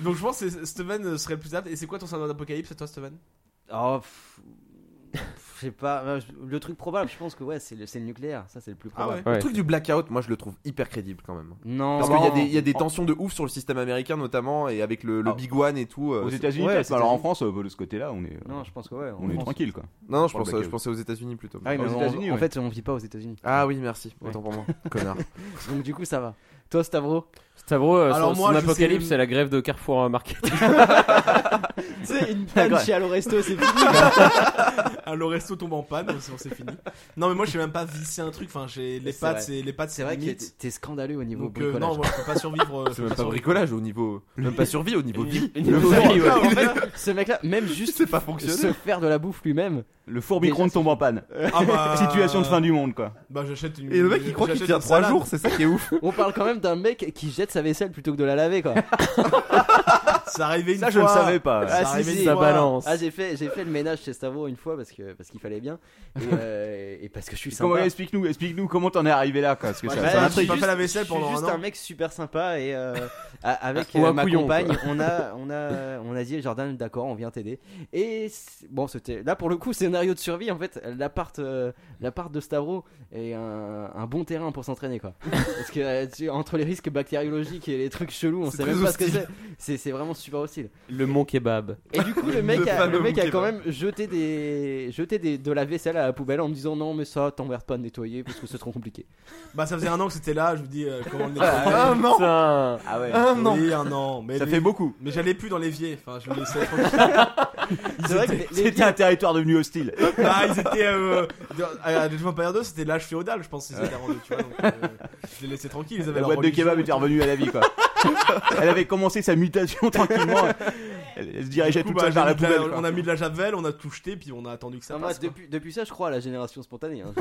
Donc je pense que c'est- Steven serait le plus apte. Et c'est quoi ton scénario d'apocalypse, toi, Steven
Oh, pff, pff, je sais pas. euh, je- Le truc probable, je pense que ouais, c'est le, c'est le nucléaire. Ça, c'est le plus
Ah
probable.
Ouais.
Le truc du blackout, moi je le trouve hyper crédible quand même.
Non.
Parce qu'il y a
non.
des- il y, a des tensions de ouf sur le système américain notamment et avec le, le
Ah.
Big One et tout. euh,
aux
c'est-
États-Unis
ouais,
peut-être,
c'est
mais alors en
États-Unis.
France euh, de ce côté là on est
Non, je pense que ouais. en
on est
France.
tranquille quoi
Non, non, je,
Pour le
pense, je
blackout.
pensais aux États-Unis plutôt.
Ah oui, mais
Aux
on-
États-Unis,
en
ouais.
fait, on vit pas aux États-Unis.
Ah oui, merci. Autant pour moi. Connard.
Donc du coup, ça va. Toi, Stavro
Stavro, euh,
Alors
son,
moi,
son
je
apocalypse,
sais-
c'est la grève de Carrefour euh, Market.
C'est une
panne chez
Aloresto, c'est
fini. Aloresto Ah, tombe en panne, sinon c'est fini. Non, mais moi je sais même pas visser un truc. Enfin, j'ai les
C'est
pattes,
vrai.
c'est les pattes,
C'est vrai que
limite.
t'es scandaleux au niveau
Donc, euh,
bricolage.
non, moi je peux pas survivre. euh, je
C'est
peux
même pas
survivre.
bricolage au niveau. Même pas survie au niveau vie.
Une
Le
fourmi,
fourmi,
ouais.
ouais.
En fait, ce mec-là, même juste
C'est pas fonctionné.
se faire de la bouffe lui-même.
Le fourmicron tombe en panne.
Ah bah-
Situation de fin du monde, quoi.
Bah, j'achète une.
Et le mec, il croit qu'il
j'achète
tient
une
trois
salade.
jours, c'est ça qui est ouf.
On parle quand même d'un mec qui jette sa vaisselle plutôt que de la laver, quoi.
Ça arrivait une
Ça,
fois.
je le savais
pas.
Ça
Ah, si,
arrivait
si.
une fois.
Ah, j'ai fait, j'ai fait le ménage chez Stavro une fois parce que parce qu'il fallait bien et, euh, et parce que je suis
Comment-
sympa.
Explique-nous, explique-nous comment t'en es arrivé là, quoi. Parce que
Ouais,
ça-
bah,
ça
je suis
m'intrigue.
juste-
vaisselle
je suis
pendant
juste
un an.
un mec super sympa et euh, a- avec
Ou un
euh, ma
couillon,
compagne,
quoi.
on a, on a, on a dit Jordan, d'accord, on vient t'aider. Et c'est- bon, c'était là pour le coup scénario de survie en fait. L'appart, euh, l'appart de Stavro est un, un bon terrain pour s'entraîner quoi. Parce que euh, tu- entre les risques bactériologiques et les trucs chelous, on sait même
très
pas ce que
hostile.
c'est. c'est. C'est vraiment super hostile.
Le Mont Kebab.
Et du coup, le mec,
Le
a,
fameux
le mec
Mont
a quand
Kebab.
même jeté, des, jeté des, de la vaisselle à la poubelle en me disant non, mais ça, t'emmerdes pas de nettoyer parce que c'est trop compliqué.
Bah, ça faisait un an que c'était là. Je vous dis euh, comment le
Ah,
nettoyer.
un an
Putain.
Ah ouais.
Un an.
Oui,
un an. Mais
Ça
les-
fait beaucoup.
Mais j'allais plus dans l'évier. Enfin, je me laissais tranquille. Ils
C'est vrai que
étaient-
les- C'était un territoire devenu hostile.
Ah, ils étaient euh, dans- à Age of Empire 2, c'était l'âge féodal, je pense, ils étaient rendus, tu vois. Donc, euh, je les laissais tranquilles, ils avaient
La
leur
boîte de
religion
kebab
et
était
tout.
revenue à la vie, quoi. Elle avait commencé sa mutation tranquillement. Elle, elle se dirigeait
Du coup,
toute
bah,
seule
j'ai
vers la
mis de la-
poubelle. quoi. Ah,
on a mis de la javel, on a tout jeté, puis on a attendu que ça
Moi,
passe. quoi.
depuis, depuis ça, je crois à la génération spontanée. hein.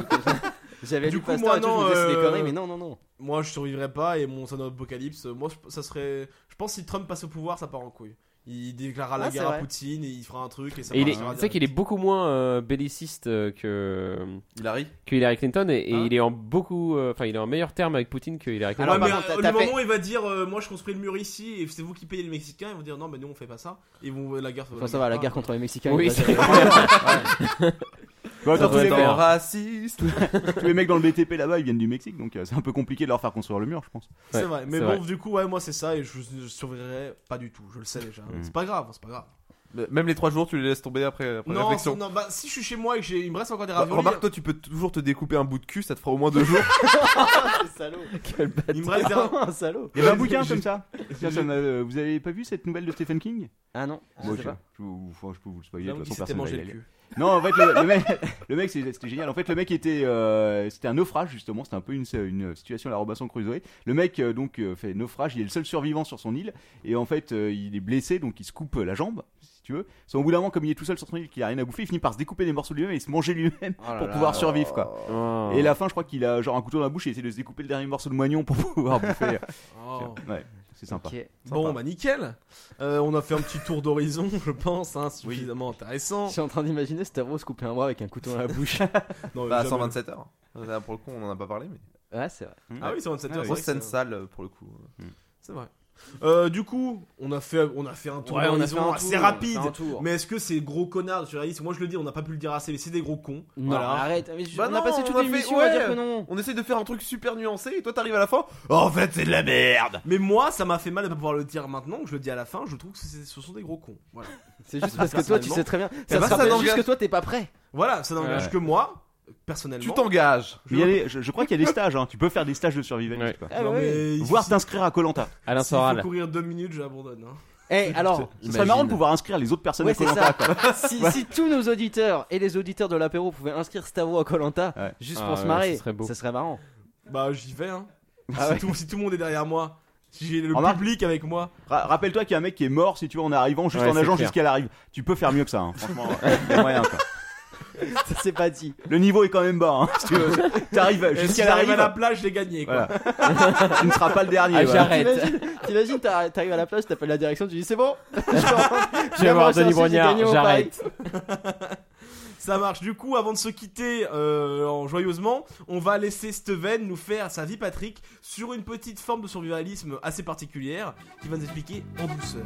J'avais
Du
lu
coup,
Pasteur
moi,
et tout, je
non.
me disais, c'est des
euh,
conneries, mais non, non, non.
Moi, je survivrais pas et mon son apocalypse, euh, moi, je- ça serait. Je pense que si Trump passe au pouvoir, ça part en couille. Il déclarera la
Ah, c'est
guerre à
vrai.
Poutine et il fera un truc et ça
Et il est,
partira
tu sais qu'il est beaucoup moins euh, belliciste euh, que
Hillary,
que Hillary Clinton et, et il est en beaucoup, euh, enfin il est en meilleur terme avec Poutine que Hillary
Ouais,
Clinton.
mais euh, le moment où il va dire euh, Moi je construis le mur ici et c'est vous qui payez les Mexicains, ils vont dire Non, mais nous on fait pas ça. Et ils vont euh, la guerre.
Enfin, ça va, la guerre contre les Mexicains.
Oui,
il va
c'est
gérer.
clair.
Bon, attends,
Ça
tous
doit
les
être
mecs-
un
raciste.
tous les mecs dans le BTP là-bas, ils viennent du Mexique, donc euh, c'est un peu compliqué de leur faire construire le mur, je pense.
C'est vrai, mais bon, du coup, ouais, moi c'est ça et je, je survivrai pas du tout, je le sais déjà.
Mm.
C'est pas grave, c'est pas grave.
Même les 3 jours, tu les laisses tomber après, après
Non,
réflexion.
non, bah si je suis chez moi et que j'ai- il me reste encore des
Bah,
raviolis.
remarque, toi, tu peux toujours te découper un bout de cul, ça te fera au moins deux jours.
il me reste des
un salaud.
Il y avait un bouquin comme ça. Tiens, ça m'a- euh, vous avez pas vu cette nouvelle de Stephen King
Ah non,
Moi,
je sais
je,
pas.
je vous- enfin, je peux vous le spoiler. de
L'homme
toute
qui
façon,
s'était
personne
mangé
va y
le
aller.
cul.
Non, en fait, le, le mec, le mec, c'est- c'était génial. En fait, le mec était, euh, c'était un naufrage justement. C'était un peu une, une situation à la Robinson Crusoe. Le mec euh, donc euh, fait naufrage. Il est le seul survivant sur son île et en fait, euh, il est blessé donc il se coupe euh, la jambe, si tu veux. Sauf au bout d'un moment, comme il est tout seul sur son île, qu'il a rien à bouffer, il finit par se découper des morceaux de lui-même et se manger lui-même
Oh
pour pouvoir survivre quoi.
Oh.
Et la fin, je crois qu'il a genre un couteau dans la bouche et essaie de se découper le dernier morceau de moignon pour pouvoir bouffer.
Oh.
Ouais, c'est sympa.
Ok.
Bon, bah nickel. Euh, on a fait un petit tour d'horizon, je pense, hein, suffisamment
Je
intéressant.
suis en train d'imaginer Stavro se couper un bras avec un couteau dans la bouche.
Non,
Bah, à
jamais.
127 heures. Là, pour le coup, on en a pas parlé, mais.
ouais, c'est vrai.
Ah oui, 127 heures.
Grosse
c'est vrai
scène
que c'est-
sale, euh, pour le coup.
C'est vrai. Euh, du coup, on a fait, on a fait un tour
Ouais, on a
d'horizon
fait un
assez
tour,
rapide.
on a fait un tour.
Mais est-ce que ces gros connards de surréalistes, moi je le dis, on n'a pas pu le dire assez, mais c'est des gros cons.
Non,
Voilà.
arrête. mais je-
Bah
on
non,
a passé toute
a
l'émission
fait-
à dire
ouais.
que non.
On essaie de faire un truc super nuancé et toi t'arrives à la fin. En fait, c'est de la merde.
Mais moi, ça m'a fait mal de pas pouvoir le dire maintenant. Je le dis à la fin. Je trouve que c'est- ce sont des gros cons. Voilà.
C'est juste parce que toi, tu
Personnellement.
sais très bien.
bah,
Ça
ça
sera pas
n'engage-
juste que toi, t'es pas prêt.
Voilà, ça n'engage
Ouais.
que moi,
Tu
personnellement.
t'engages.
Mais il y a des- je, je crois qu'il y a des stages, hein. tu peux faire des stages de survivaliste. Quoi.
Ah
Non,
ouais.
mais il-
Voire t'inscrire à Colanta.
Alain
s'il faut
Soral.
courir deux minutes, j'abandonne. hein.
Eh, alors,
Ce serait marrant de pouvoir inscrire les autres personnes
Ouais,
à
c'est
Colanta.
ça. si, si tous nos auditeurs et les auditeurs de l'apéro pouvaient inscrire Stavo à Colanta
Ouais.
juste
Ah
pour se
ouais,
marrer,
ce serait beau.
ça serait marrant.
Bah, j'y vais. Hein.
Ah
si,
ouais.
tout, si tout le monde est derrière moi, si j'ai le
Remarque-
public avec moi.
Rappelle-toi qu'il y a un mec qui est mort si tu veux en arrivant, juste
Ouais,
en
c'est
nageant
clair.
jusqu'à l'arrivée. Tu peux faire mieux que ça, hein. franchement. il y a moyen, quoi.
Ça c'est pas dit.
Le niveau est quand même bas. Hein, si tu veux. T'arrives
Et si
jusqu'à
j'arrive
l'arrivée.
à la plage, j'ai gagné. Quoi.
Voilà. tu ne seras pas le dernier.
Ah,
voilà.
j'arrête.
T'imagines, t'arri- t'arrives à la plage, t'appelles la direction, tu dis c'est bon. Je
Je vais voir Denis Brognard, j'arrête.
Ça marche. Du coup, avant de se quitter euh, en joyeusement, on va laisser Steven nous faire sa vie Patrick sur une petite forme de survivalisme assez particulière qui va nous expliquer en douceur.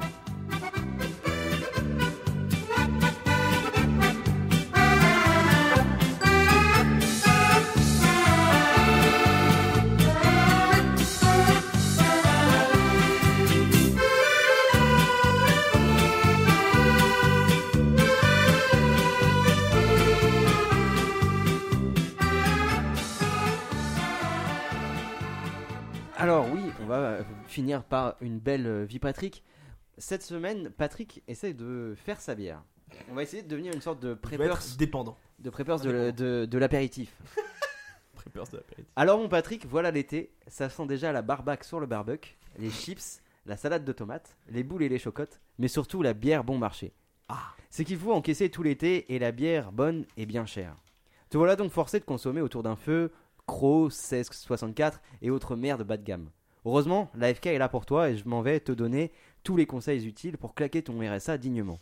Alors oui, on va euh, finir par une belle euh, vie Patrick. Cette semaine, Patrick essaie de faire sa bière. On va essayer de devenir une sorte de preppers
être dépendant.
De preppers de, de- de l'apéritif.
Preppers de l'apéritif.
Alors mon Patrick, voilà l'été, ça sent déjà la barbac sur le barbuck, les chips, la salade de tomates, les boules et les chocottes, mais surtout la bière bon marché. C'est qu'il faut encaisser tout l'été et la bière bonne et bien chère. Te voilà donc forcé de consommer autour d'un feu Crow 1664 et autres merdes bas de gamme. Heureusement, l'AFK est là pour toi et je m'en vais te donner tous les conseils utiles pour claquer ton RSA dignement.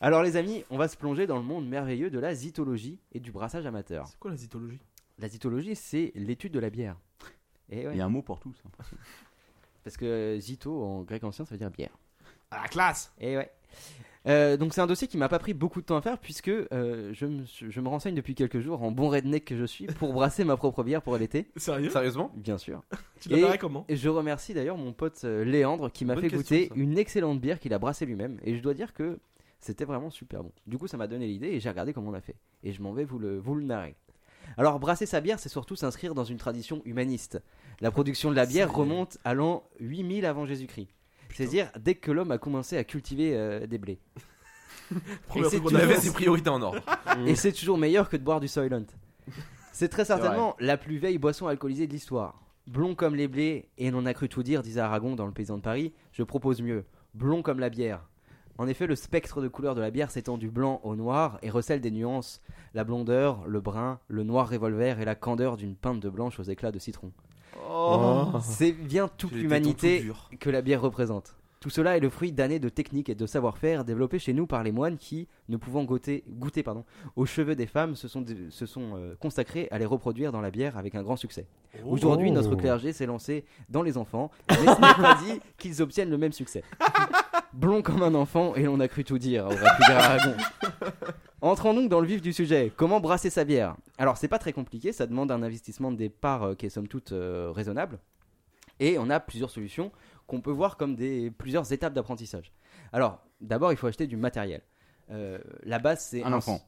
Alors les amis, on va se plonger dans le monde merveilleux de la zytologie et du brassage amateur.
C'est quoi la zytologie
La zytologie, c'est l'étude de la bière. Et
Il y a un mot pour tout, c'est
Parce que euh, zyto en grec ancien, ça veut dire bière.
À la Ah, classe
Et Eh ouais. Euh, donc c'est un dossier qui m'a pas pris beaucoup de temps à faire puisque euh, je, me, suis- je me renseigne depuis quelques jours en bon redneck que je suis pour brasser ma propre bière pour l'été.
Sérieux
Sérieusement
Bien sûr.
Tu l'appellerais comment
Et je remercie d'ailleurs mon pote euh, Léandre qui m'a
Bonne
fait
question,
goûter une excellente bière qu'il a brassée lui-même et je dois dire que c'était vraiment super bon. Du coup ça m'a donné l'idée et j'ai regardé comment on l'a fait et je m'en vais vous le, vous le narrer. Alors brasser sa bière c'est surtout s'inscrire dans une tradition humaniste. La production de la bière
C'est-
remonte à l'an 8000 avant Jésus-Christ. C'est-à-dire dès que l'homme a commencé à cultiver euh, des blés.
Première
Et c'est
truc qu'on a fait,
toujours-
ses priorités en ordre.
Mm.
Et c'est toujours meilleur que de boire du Soylent. C'est très
C'est
certainement la plus vieille boisson alcoolisée de l'histoire. Blond comme les blés, et l'on a cru tout dire, disait Aragon dans Le Paysan de Paris, je propose mieux. Blond comme la bière. En effet, le spectre de couleurs de la bière s'étend du blanc au noir et recèle des nuances. La blondeur, le brun, le noir revolver et la candeur d'une pinte de blanche aux éclats de citron.
Oh.
C'est bien toute
J'ai les
l'humanité
tétons tout
que la bière représente. Tout cela est le fruit d'années de techniques et de savoir-faire développés chez nous par les moines qui, ne pouvant goûter, goûter pardon, aux cheveux des femmes, se sont, se sont euh, consacrés à les reproduire dans la bière avec un grand succès.
Oh.
Aujourd'hui, notre clergé s'est lancé dans les enfants, mais ce n'est pas dit qu'ils obtiennent le même succès. Blond comme un enfant, et l'on a cru tout dire, aurait pu dire Aragon. Entrons donc dans le vif du sujet. Comment brasser sa bière Alors, c'est pas très compliqué, ça demande un investissement de départ euh, qui est somme toute euh, raisonnable. Et on a plusieurs solutions qu'on peut voir comme des, plusieurs étapes d'apprentissage. Alors, d'abord, il faut acheter du matériel. Euh, la base, c'est.
Un enfant.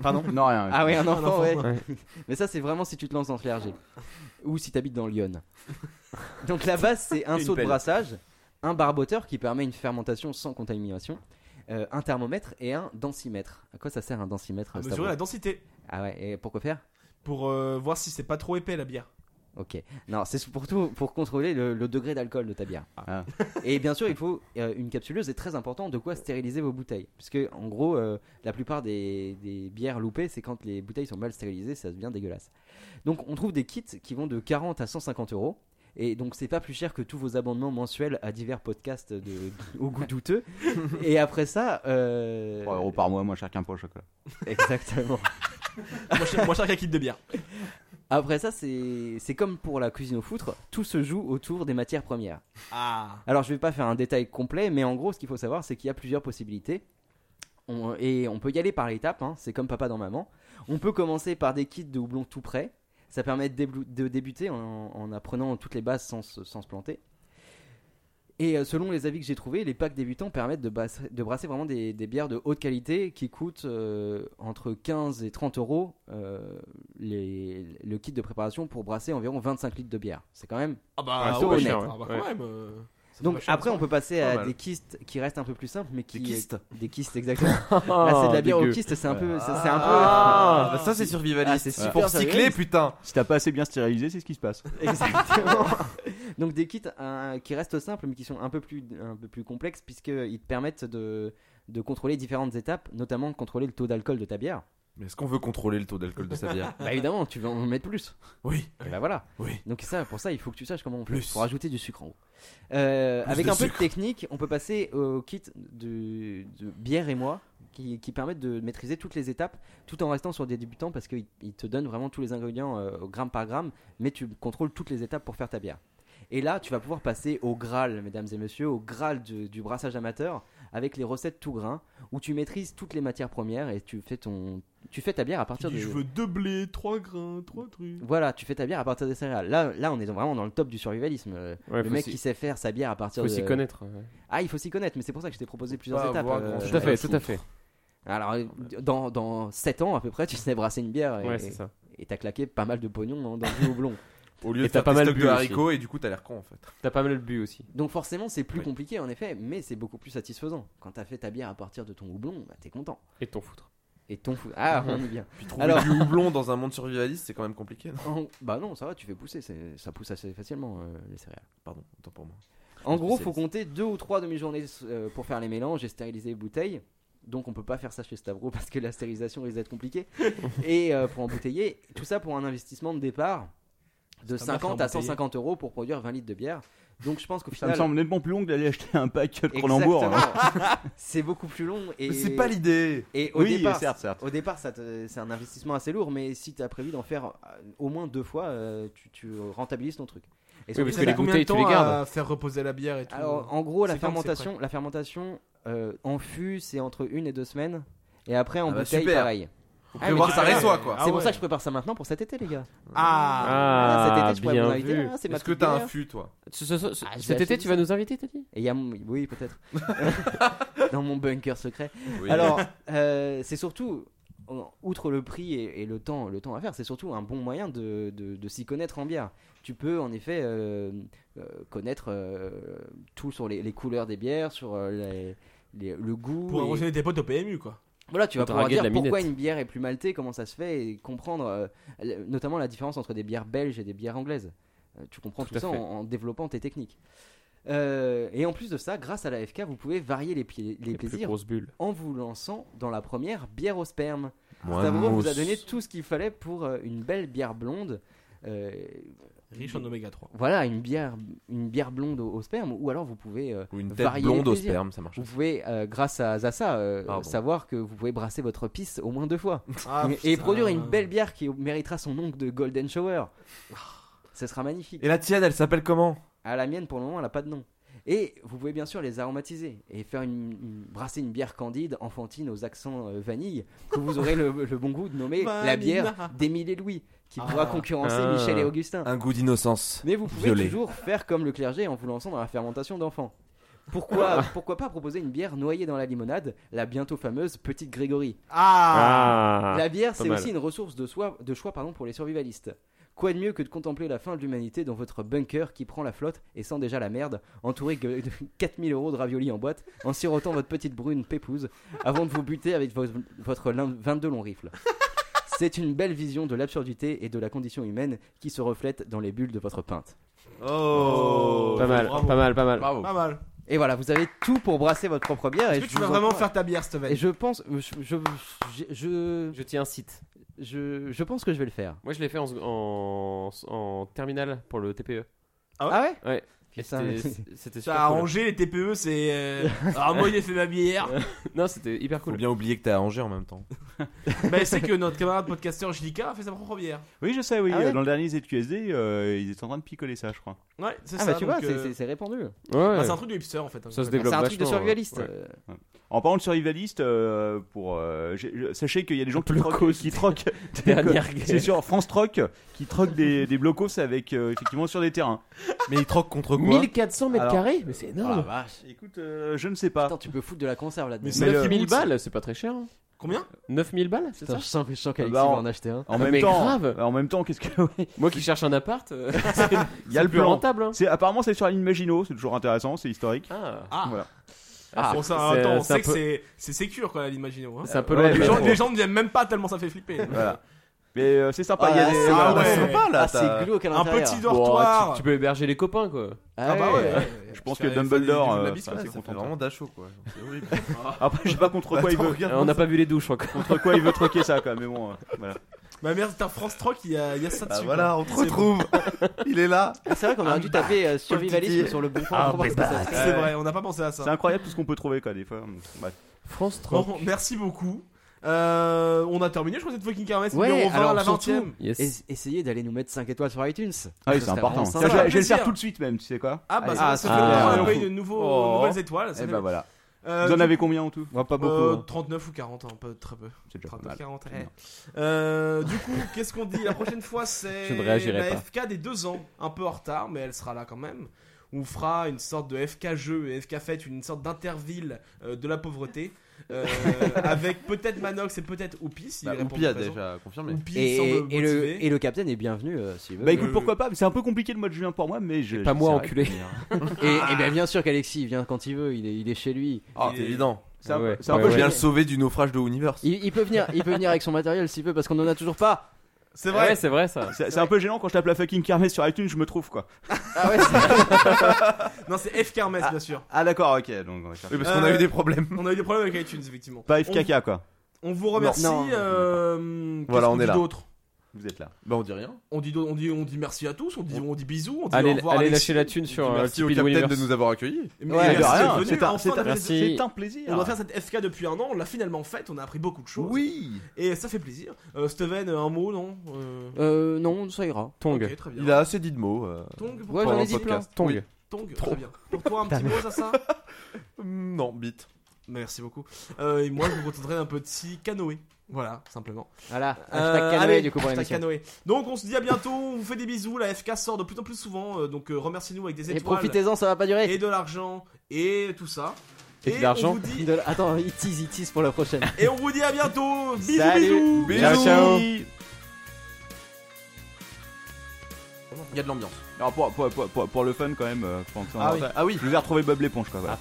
Pardon
Non, rien, rien.
Ah oui, un
Un
enfant,
enfant,
ouais.
ouais.
Mais ça, c'est vraiment si tu te lances dans le clergé. Ou si tu habites dans Lyon. Donc, la base, c'est un
Une
seau de
pelle.
brassage, un barboteur qui permet une fermentation sans contamination, euh, un thermomètre et un densimètre. À quoi ça sert un densimètre
À
Stavro
mesurer la densité.
Ah ouais, et pourquoi faire
Pour euh, voir si c'est pas trop épais la bière.
Ok. Non, c'est surtout pour contrôler le, le degré d'alcool de ta bière.
Ah.
Hein. Et bien sûr, il faut euh, une capsuleuse est très important de quoi stériliser vos bouteilles. Puisque, en gros, euh, la plupart des, des bières loupées, c'est quand les bouteilles sont mal stérilisées, ça devient dégueulasse. Donc, on trouve des kits qui vont de 40 à 150 euros. Et donc, c'est pas plus cher que tous vos abonnements mensuels à divers podcasts de, au goût douteux. Et après ça. Euh...
3 euros par mois, moins cher qu'un pot au chocolat.
Exactement.
Moins cher- moins cher qu'un kit de bière.
Après ça, c'est c'est comme pour la cuisine au foutre, tout se joue autour des matières premières.
Ah.
Alors je vais pas faire un détail complet, mais en gros, ce qu'il faut savoir, c'est qu'il y a plusieurs possibilités. On- et on peut y aller par étapes, hein, c'est comme papa dans maman. On peut commencer par des kits de houblon tout prêt. Ça permet de, déblou- de débuter en, en apprenant toutes les bases sans, se- sans se planter. Et euh, selon les avis que j'ai trouvés, les packs débutants permettent de, basser- de brasser vraiment des, des bières de haute qualité qui coûtent euh, entre 15 et 30 euros euh, les- le kit de préparation pour brasser environ 25 litres de bière. C'est quand même
Ah bah,
plutôt
ouais,
honnête.
cher, ouais. Ah bah, quand même, euh, ça fait
Donc
pas cher,
après,
ça.
on peut passer
Pas
à
mal.
des kystes qui restent un peu plus simples, mais qui
Des kystes. Oh,
des kystes exactement. Là, c'est de la bière au
Dégueu.
kyste, c'est un peu, c'est c'est un peu.
Ah,
bah ça, c'est survivaliste.
Ah, c'est super
Pour
survivaliste.
cycler, putain Si t'as pas assez bien stérilisé, c'est ce qui se passe.
Exactement. Donc des kits euh, qui restent simples mais qui sont un peu plus, un peu plus complexes puisqu'ils te permettent de, de contrôler différentes étapes, notamment de contrôler le taux d'alcool de ta bière.
Ah
Mais est-ce qu'on veut contrôler le taux d'alcool de sa bière
Bah évidemment, tu veux en mettre plus.
Oui.
Et bah voilà.
Oui.
Donc ça, pour ça, il faut que tu saches comment on fait.
Plus.
Pour ajouter du sucre en haut. Euh,
Plus
avec
de
un peu de
sucre.
technique, on peut passer au kit de, de bière et moi qui, qui permettent de maîtriser toutes les étapes tout en restant sur des débutants parce qu'ils ils te donnent vraiment tous les ingrédients euh, au gramme par gramme, mais tu contrôles toutes les étapes pour faire ta bière. Et là, tu vas pouvoir passer au Graal, mesdames et messieurs, au Graal du, du brassage amateur avec les recettes tout grain où tu maîtrises toutes les matières premières et tu fais ton tu fais ta bière à partir de
Je veux deux blés, trois grains, trois trucs.
voilà, tu fais ta bière à partir des céréales. Là, là on est vraiment dans le top du survivalisme. Euh,
Ouais,
le
faut
mec
s'y-
qui sait faire sa bière à partir
faut
de.
s'y connaître, ouais.
Ah, il faut s'y connaître, mais c'est pour ça que je t'ai proposé plusieurs
pas
étapes. euh,
avoir grand-chose Tout à fait, à tout à foutre. fait.
Alors, euh, dans, dans 7 ans à peu près, tu sais brasser une bière et
Ouais, c'est ça.
et t'as claqué pas mal de pognon dans dans du houblon.
Au lieu
Et
de faire
t'as pas
tes
mal
stocks
bu
de
aussi.
haricots
et du coup t'as l'air con en fait.
T'as pas mal bu aussi.
Donc forcément, c'est plus compliqué en effet, mais c'est beaucoup plus satisfaisant. Quand t'as fait ta bière à partir de ton houblon, bah, t'es content.
Et ton foutre.
Et ton foutre. Ah, on y vient.
Puis trouver Alors... du houblon dans un monde survivaliste, c'est quand même compliqué. non
En- Bah non, ça va, tu fais pousser, c'est- ça pousse assez facilement euh, les céréales.
Pardon, autant pour moi.
En
Les
gros, faut
spécialistes.
compter deux ou trois demi-journées euh, pour faire les mélanges et stériliser les bouteilles. Donc on peut pas faire ça chez Stavro parce que la stérilisation risque d'être compliquée. et euh, pour embouteiller, tout ça pour un investissement de départ de
C'est pas mal,
50 à
faire embouteiller.
150 euros pour produire 20 litres de bière. Donc je pense qu'au
Ça
final,
me semble nettement plus long que d'aller acheter un pack de Cronenbourg.
Exactement.
hein.
c'est beaucoup plus long et
Mais c'est pas l'idée.
Et au
hein. Oui,
départ,
certes, certes.
au départ, ça te- c'est un investissement assez lourd, mais si tu as prévu d'en faire euh, au moins deux fois, euh, tu, tu rentabilises ton truc.
Oui,
surtout,
parce
ça
que les
met
bouteilles,
combien de
tu les
temps
gardes.
à faire reposer la bière et tout.
Alors, en gros, la
C'est quand que c'est
fermentation, la fermentation euh, en fût, c'est entre une et deux semaines, et après en
Ah bah
bouteille,
super.
pareil.
Faut
Ah, mais
prévoir
tu
sa
prépares-
résoie, quoi.
C'est
Ah
pour
ouais.
ça que je prépare ça maintenant pour cet été, les gars.
Ah.
Voilà, cet
Ah,
été, je pourrais
bien
vous inviter.
vu.
Ah, c'est ma
Est-ce que
petite
t'as un
bière.
fût, toi Ce- ce- ce- cet
j'ai
été,
acheté
tu vas nous inviter, t'as dit
Et il y a mon- Oui, peut-être. Dans mon bunker secret.
Oui.
Alors, euh, c'est surtout, en- outre le prix et, et le, temps, le temps à faire, c'est surtout un bon moyen de, de- de s'y connaître en bière. Tu peux en effet euh, euh, connaître euh, tout sur les, les couleurs des bières, sur euh, les- les- le goût.
Pour
et-
enchaîner tes potes au PMU, quoi.
Voilà, tu vas pouvoir
draguer de
dire
la minette.
pourquoi une bière est plus maltée, comment ça se fait, et comprendre euh, la- notamment la différence entre des bières belges et des bières anglaises. Euh, tu comprends tout,
à
ça en,
fait.
en développant tes techniques. Euh, et en plus de ça, grâce à la FK, vous pouvez varier les, pi- les plaisirs
grosses bulles.
en vous lançant dans la première bière au sperme.
Moi,
Stavro vous a
mousse.
donné tout ce qu'il fallait pour euh, une belle bière blonde. euh,
Riche en oméga 3.
Voilà, une bière, une bière blonde au, au sperme, ou alors vous pouvez euh,
Ou une tête
varier les
blonde au
plaisirs.
sperme, ça marche
Vous pouvez, euh, grâce à Zassa, euh,
Pardon.
savoir que vous pouvez brasser votre pisse au moins deux fois.
Ah,
et
putain.
produire une belle bière qui méritera son nom de Golden Shower. Ah, Ce sera magnifique.
Et la tienne, elle s'appelle comment
À Ah, la mienne, pour le moment, elle n'a pas de nom. Et vous pouvez bien sûr les aromatiser et faire une, une- brasser une bière candide, enfantine, aux accents euh, vanille, que vous aurez le, le bon goût de nommer la
Vanilla.
bière d'Émile et Louis, qui pourra
Ah.
concurrencer
Ah.
Michel et Augustin.
Un goût d'innocence.
Mais vous pouvez
Violet.
toujours faire comme le clergé en vous lançant dans la fermentation d'enfants. Pourquoi, pourquoi pas proposer une bière noyée dans la limonade, la bientôt fameuse Petite Grégory
Ah. Ah.
La bière,
Pas
c'est
mal.
aussi une ressource de, soi- de choix pardon, pour les survivalistes. Quoi de mieux que de contempler la fin de l'humanité dans votre bunker qui prend la flotte et sent déjà la merde, entouré que- de 4000 euros de raviolis en boîte, en sirotant votre petite brune pépouse avant de vous buter avec vos- votre lin- 22 longs rifles. C'est une belle vision de l'absurdité et de la condition humaine qui se reflète dans les bulles de votre pinte.
Oh. Pas mal, Bravo. pas mal, pas mal. Bravo.
Pas mal.
Et voilà, vous avez tout pour brasser votre propre bière.
Est-ce
et
que
je
tu
vous
vas vraiment
encourage.
faire ta bière, Steven
Et je pense, je, je, je, je,
t'y incite.
Je, je pense que je vais le faire.
Moi, je l'ai fait en, en, en terminale pour le TPE.
Ah ouais
ouais Ouais. Et
Putain,
c'était-
mais-
C'était
Ça
super
a
cool.
arrangé les TPE, c'est. euh, Alors moi, il a fait ma bière.
non, c'était hyper cool.
Faut bien oublier que t'es à Angers en même temps.
Bah, c'est que notre camarade podcasteur Jlika a fait sa propre bière.
Oui, je sais, oui.
Ah ouais
Dans le dernier ZQSD, euh, ils étaient en train de picoler ça, je crois.
Ouais, c'est
Ah
ça.
bah tu vois,
donc,
c'est-
euh,
c'est- c'est répandu. Ouais,
Bah, c'est un truc de hipster en fait. hein.
Ça se
développe
développe
C'est un truc de vachement, survivaliste. ouais.
Ouais. En parlant de survivaliste, euh, pour, euh, j'ai- je- sachez qu'il y a des gens qui troquent, qui troquent
Dernière
c'est
guerre.
sur France Troc, qui troquent des, des blocos avec euh, effectivement sur des terrains. Mais ils troquent contre
1400 mètres
Alors-
carrés Mais c'est énorme.
Écoute, euh, je ne sais pas.
Attends, tu peux foutre de la conserve là-dedans.
Mais 9000 balles, c'est pas très cher. hein.
Combien
9000 balles, c'est
Putain,
ça
je sens, je sens qu'Alexis
Bah,
va en acheter un.
En
Ah,
même
mais
temps,
grave.
En même temps, qu'est-ce que.
Moi qui cherche un appart, euh,
Il y a le
plus
plan.
rentable, hein.
C'est apparemment c'est sur la ligne Maginot, c'est toujours intéressant, c'est historique.
Ah.
Voilà.
Ah, bon, ça, attends, on sait que
peu-
c'est c'est sécure quoi, l'imagino. Hein.
C'est un peu
les,
loin du
gens,
métro.
les gens ne viennent même pas tellement ça fait flipper.
Voilà. Mais euh, c'est sympa,
Ah
il y a
là,
des-
c'est
voilà.
sympa, là, Ah, c'est t'as-
glauque à
Un l'intérieur. petit dortoir.
tu, tu peux héberger les copains, quoi.
Ah bah ouais.
Je pense que Dumbledore, euh, enfin, c'est
Ça fait
content.
vraiment d'achot quoi. C'est horrible.
Après, je sais pas contre quoi il
Attends,
veut.
regarde.
On n'a pas vu les douches encore.
Contre quoi il veut troquer ça, quand même, mais bon, euh, voilà.
Ma mère, Bah, c'est un France Troc, il y a, il y a ça
Bah
dessus.
voilà,
quoi.
on te
C'est
retrouve.
bon.
Il est là.
C'est vrai qu'on aurait dû taper euh, survivalisme sur le bon point. pour voir ce que ça fait.
C'est vrai, on n'a pas pensé à ça.
C'est incroyable tout ce qu'on peut trouver, quoi, des fois. Bref.
France
Bon, merci beaucoup. Euh, on a terminé, je crois, cette fucking kermesse.
Ouais,
numéro 20
alors
à la 20
surtout,
e
es- essayez d'aller nous mettre 5 étoiles sur iTunes.
Ah oui,
Ce
c'est
serait
important.
vraiment
Tiens,
sympa.
je, vais- je vais le faire
plaisir.
tout de suite, même, tu sais quoi
Ah, bah,
Allez.
ça, ça fait
Ah,
plaisir.
on
On paye
fout.
de nouveaux- nouvelles étoiles, ça
Eh
fait
ben
plaisir.
voilà.
Euh,
Vous en
du
avez
coup-
combien en tout
Euh, 39 ou 40, un peu très peu.
C'est déjà pas
39,
mal.
40,
C'est
eh.
bien.
Euh, du coup, qu'est-ce qu'on dit La prochaine fois, c'est
Je ne réagirai
la
pas.
FK des deux ans. Un peu en retard, mais elle sera là quand même. On fera une sorte de FK jeu et FK fête, une sorte d'interville euh, de la pauvreté. Euh, avec peut-être Manox et peut-être Oupi. Si
Bah,
il répond
Oupi a
présent.
déjà confirmé.
Oupi
Et-
semble
et le-
motivé.
et le capitaine est bienvenu, euh, s'il veut.
Bah écoute,
Euh,
pourquoi pas C'est un peu compliqué le mois de juin pour moi, mais je.
Pas moi,
hein,
j'essaierai
enculé.
de venir.
et, et bien bien sûr qu'Alexis il vient quand il veut, il est, il est chez lui.
Ah, c'est évident.
C'est un peu- c'est
Ah,
un peu bien le
gênant.
sauver du naufrage de Universe.
Il, il peut venir, il peut venir avec son matériel s'il veut parce qu'on en a toujours pas.
C'est
vrai. Ouais,
c'est vrai ça.
C'est c'est un peu gênant quand je tape la fucking kermesse sur iTunes, je me trouve quoi.
Ah ouais, c'est- Non, c'est F. Kermès, bien sûr.
Ah d'accord, ok. Donc, d'accord.
Euh, On a eu des problèmes avec iTunes, effectivement.
Pas
On-
FKK quoi.
On vous remercie.
Non.
euh, qu'est-ce
Voilà,
qu'on
on
dit
est là.
d'autre
Vous êtes là.
Bah on dit rien.
On dit, d'autres- on dit, on dit merci à tous, on dit, on dit bisous, on dit
Allez-
au revoir.
allez
Alexis.
lâcher la thune
On dit
sur, euh,
merci
Tipeee
au
de
capitaine
Weavers.
de nous avoir accueillis.
Mais Ouais,
de
merci
rien,
d'être venu.
c'est un-
Enfin,
c'est un-
on avait-
c'est un plaisir.
On doit faire cette FK depuis un an, on l'a finalement faite, on a appris beaucoup de choses.
Oui.
Et ça fait plaisir. Euh, Steven, un mot, non Euh,
Euh, non, ça ira.
Tong.
Ok, très bien.
Il a assez dit de mots. euh,
Tong, pour
Ouais,
toi,
j'en ai
un
dit plein.
podcast.
Tong.
Oui. Tong, très bien. Pour toi, un
Ta
petit mot,
mère.
ça, ça
Mm, Non, bite.
Merci beaucoup. Euh, et moi, je vous contenterai d'un petit canoë. Voilà, simplement.
Voilà,
Euh,
hashtag canoë,
allez,
du coup, pour
hashtag
l'émission.
canoë. Donc, on se dit à bientôt. On vous fait des bisous. La FK sort de plus en plus souvent. euh, donc, euh, remerciez-nous avec des
Et
étoiles.
profitez-en, ça va pas durer.
Et de l'argent. Et tout ça.
Et de l'argent.
on vous dit-
De l- Attends, il tease, il tease pour la prochaine.
Et on vous dit à bientôt. Bisous,
Salut.
bisous.
Ciao,
Bisous.
ciao.
Il y a de l'ambiance.
Alors pour, pour, pour, pour- pour le fun quand même. euh, quand on-
Ah oui.
Je vais retrouver Bob l'éponge quoi. voilà.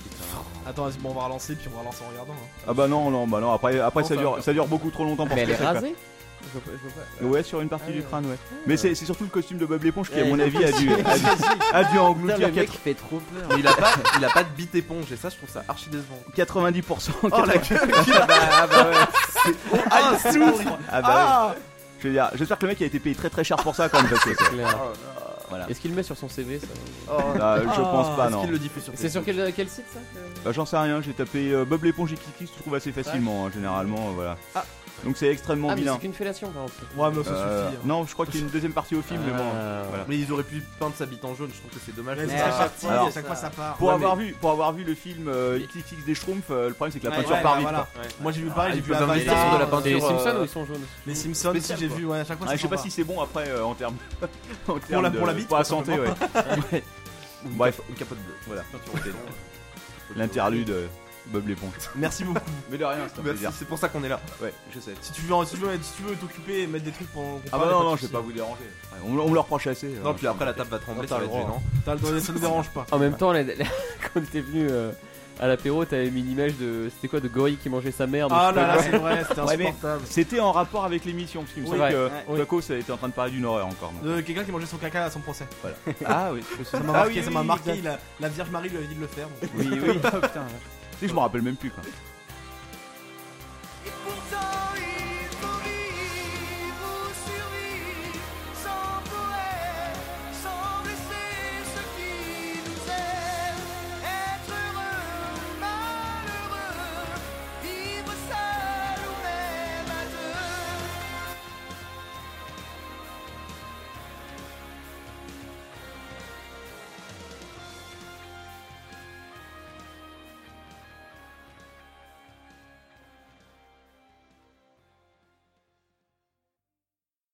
Attends, vas-y, bon, on va relancer. Puis on va relancer en regardant. hein.
Ah bah non, non, bah non. Après, après
Non, ça
ça
va
dure,
pas.
ça dure beaucoup trop longtemps pour
Mais
ce que
elle est
c'est, quoi.
rasée
Je vois pas- je vois pas.
Ouais, sur une partie
Ah,
du
ouais.
crâne, ouais. Mais c'est c'est surtout le costume de Bob l'éponge qui, à
Ouais.
mon avis, a dû, a dû, a dû engloutir
Putain, le mec
quatre-
fait trop peur.
Mais il a pas, il a pas de bite éponge et ça je trouve ça archi décevant.
90%.
Oh la gueule qu'il a.
Ah bah ouais.
C'est-
Ah,
Ah,
souffre.
souffre.
Ah bah
Ah.
ouais. Je veux dire, j'espère que le mec a été payé très très cher pour ça quand même. Parce que c'est
Ah,
Voilà.
Est-ce qu'il le met sur son CV ça
Ah, je pense pas, non.
C'est sur
euh,
quel, quel site ça
Bah, J'en sais rien, j'ai tapé euh, Bob l'éponge et Kiki, se trouve assez facilement, hein, généralement, euh, voilà.
Ah.
Donc c'est extrêmement
Ah, mais
vilain.
c'est qu'une fellation par contre.
Ouais, mais ça
Euh,
suffit. hein.
Non, je crois qu'il y a une deuxième partie au film, mais bon. voilà.
Mais ils auraient pu peindre sa bite en jaune, je trouve que c'est dommage.
Mais
que
c'est
ça
la
parte.
partie,
Alors,
à chaque fois ça part.
Pour,
Ouais,
avoir vu, pour avoir vu le film euh, XXX des Schtroumpfs, euh, le problème c'est que la
Ouais,
peinture
ouais,
part
bah
vite.
voilà.
quoi. Ah,
Ouais. Moi, j'ai vu pareil, j'ai
ils
vu
peuvent
Avatar,
investir sur
C'est les Simpsons
euh,
ou ils sont jaunes
Les Simpsons, si j'ai vu, ouais, à chaque fois
Ah,
ça
je sais pas
s'en
si
va.
c'est bon après euh, en termes. en
Pour
termes
la-
de-
pour la bite,
Pour la
tout
santé, ouais.
simplement.
Ouais.
Ou
Bref,
une capote bleue. Voilà.
l'interlude euh, Bob l'éponge.
Merci beaucoup.
Mais de rien, c'est un
Merci,
plaisir.
C'est pour ça qu'on est là.
Ouais, je sais.
Si tu veux, si tu veux, si tu veux t'occuper et mettre des trucs pendant qu'on
Ah
parle,
bah
y a
non,
pas de
non, je
souci.
vais pas vous déranger. Ouais, On, on me le reproche assez.
Non,
euh,
puis après la table va trembler, ça va être gênant.
T'as le droit, ça ne dérange pas.
En même temps, la- la- quand t'es venu euh, à l'apéro, t'avais mis l'image de. C'était quoi De gorille qui mangeait sa mère donc
Ah
je sais
là là,
pas quoi.
c'est vrai, c'était
Ouais, mais
insupportable.
C'était en rapport avec l'émission, parce qu'il me
Oui. Euh,
semble que
Ouais.
euh, Coco ça était en train de parler d'une horreur encore. donc.
De quelqu'un qui mangeait son caca à son procès.
Voilà. Ah oui,
Ça m'a
Ah
marqué,
oui,
ça m'a
oui,
marqué.
exact.
la, la Vierge Marie lui a dit de le faire. donc.
Oui, oui. Tu sais, je m'en rappelle même plus quoi.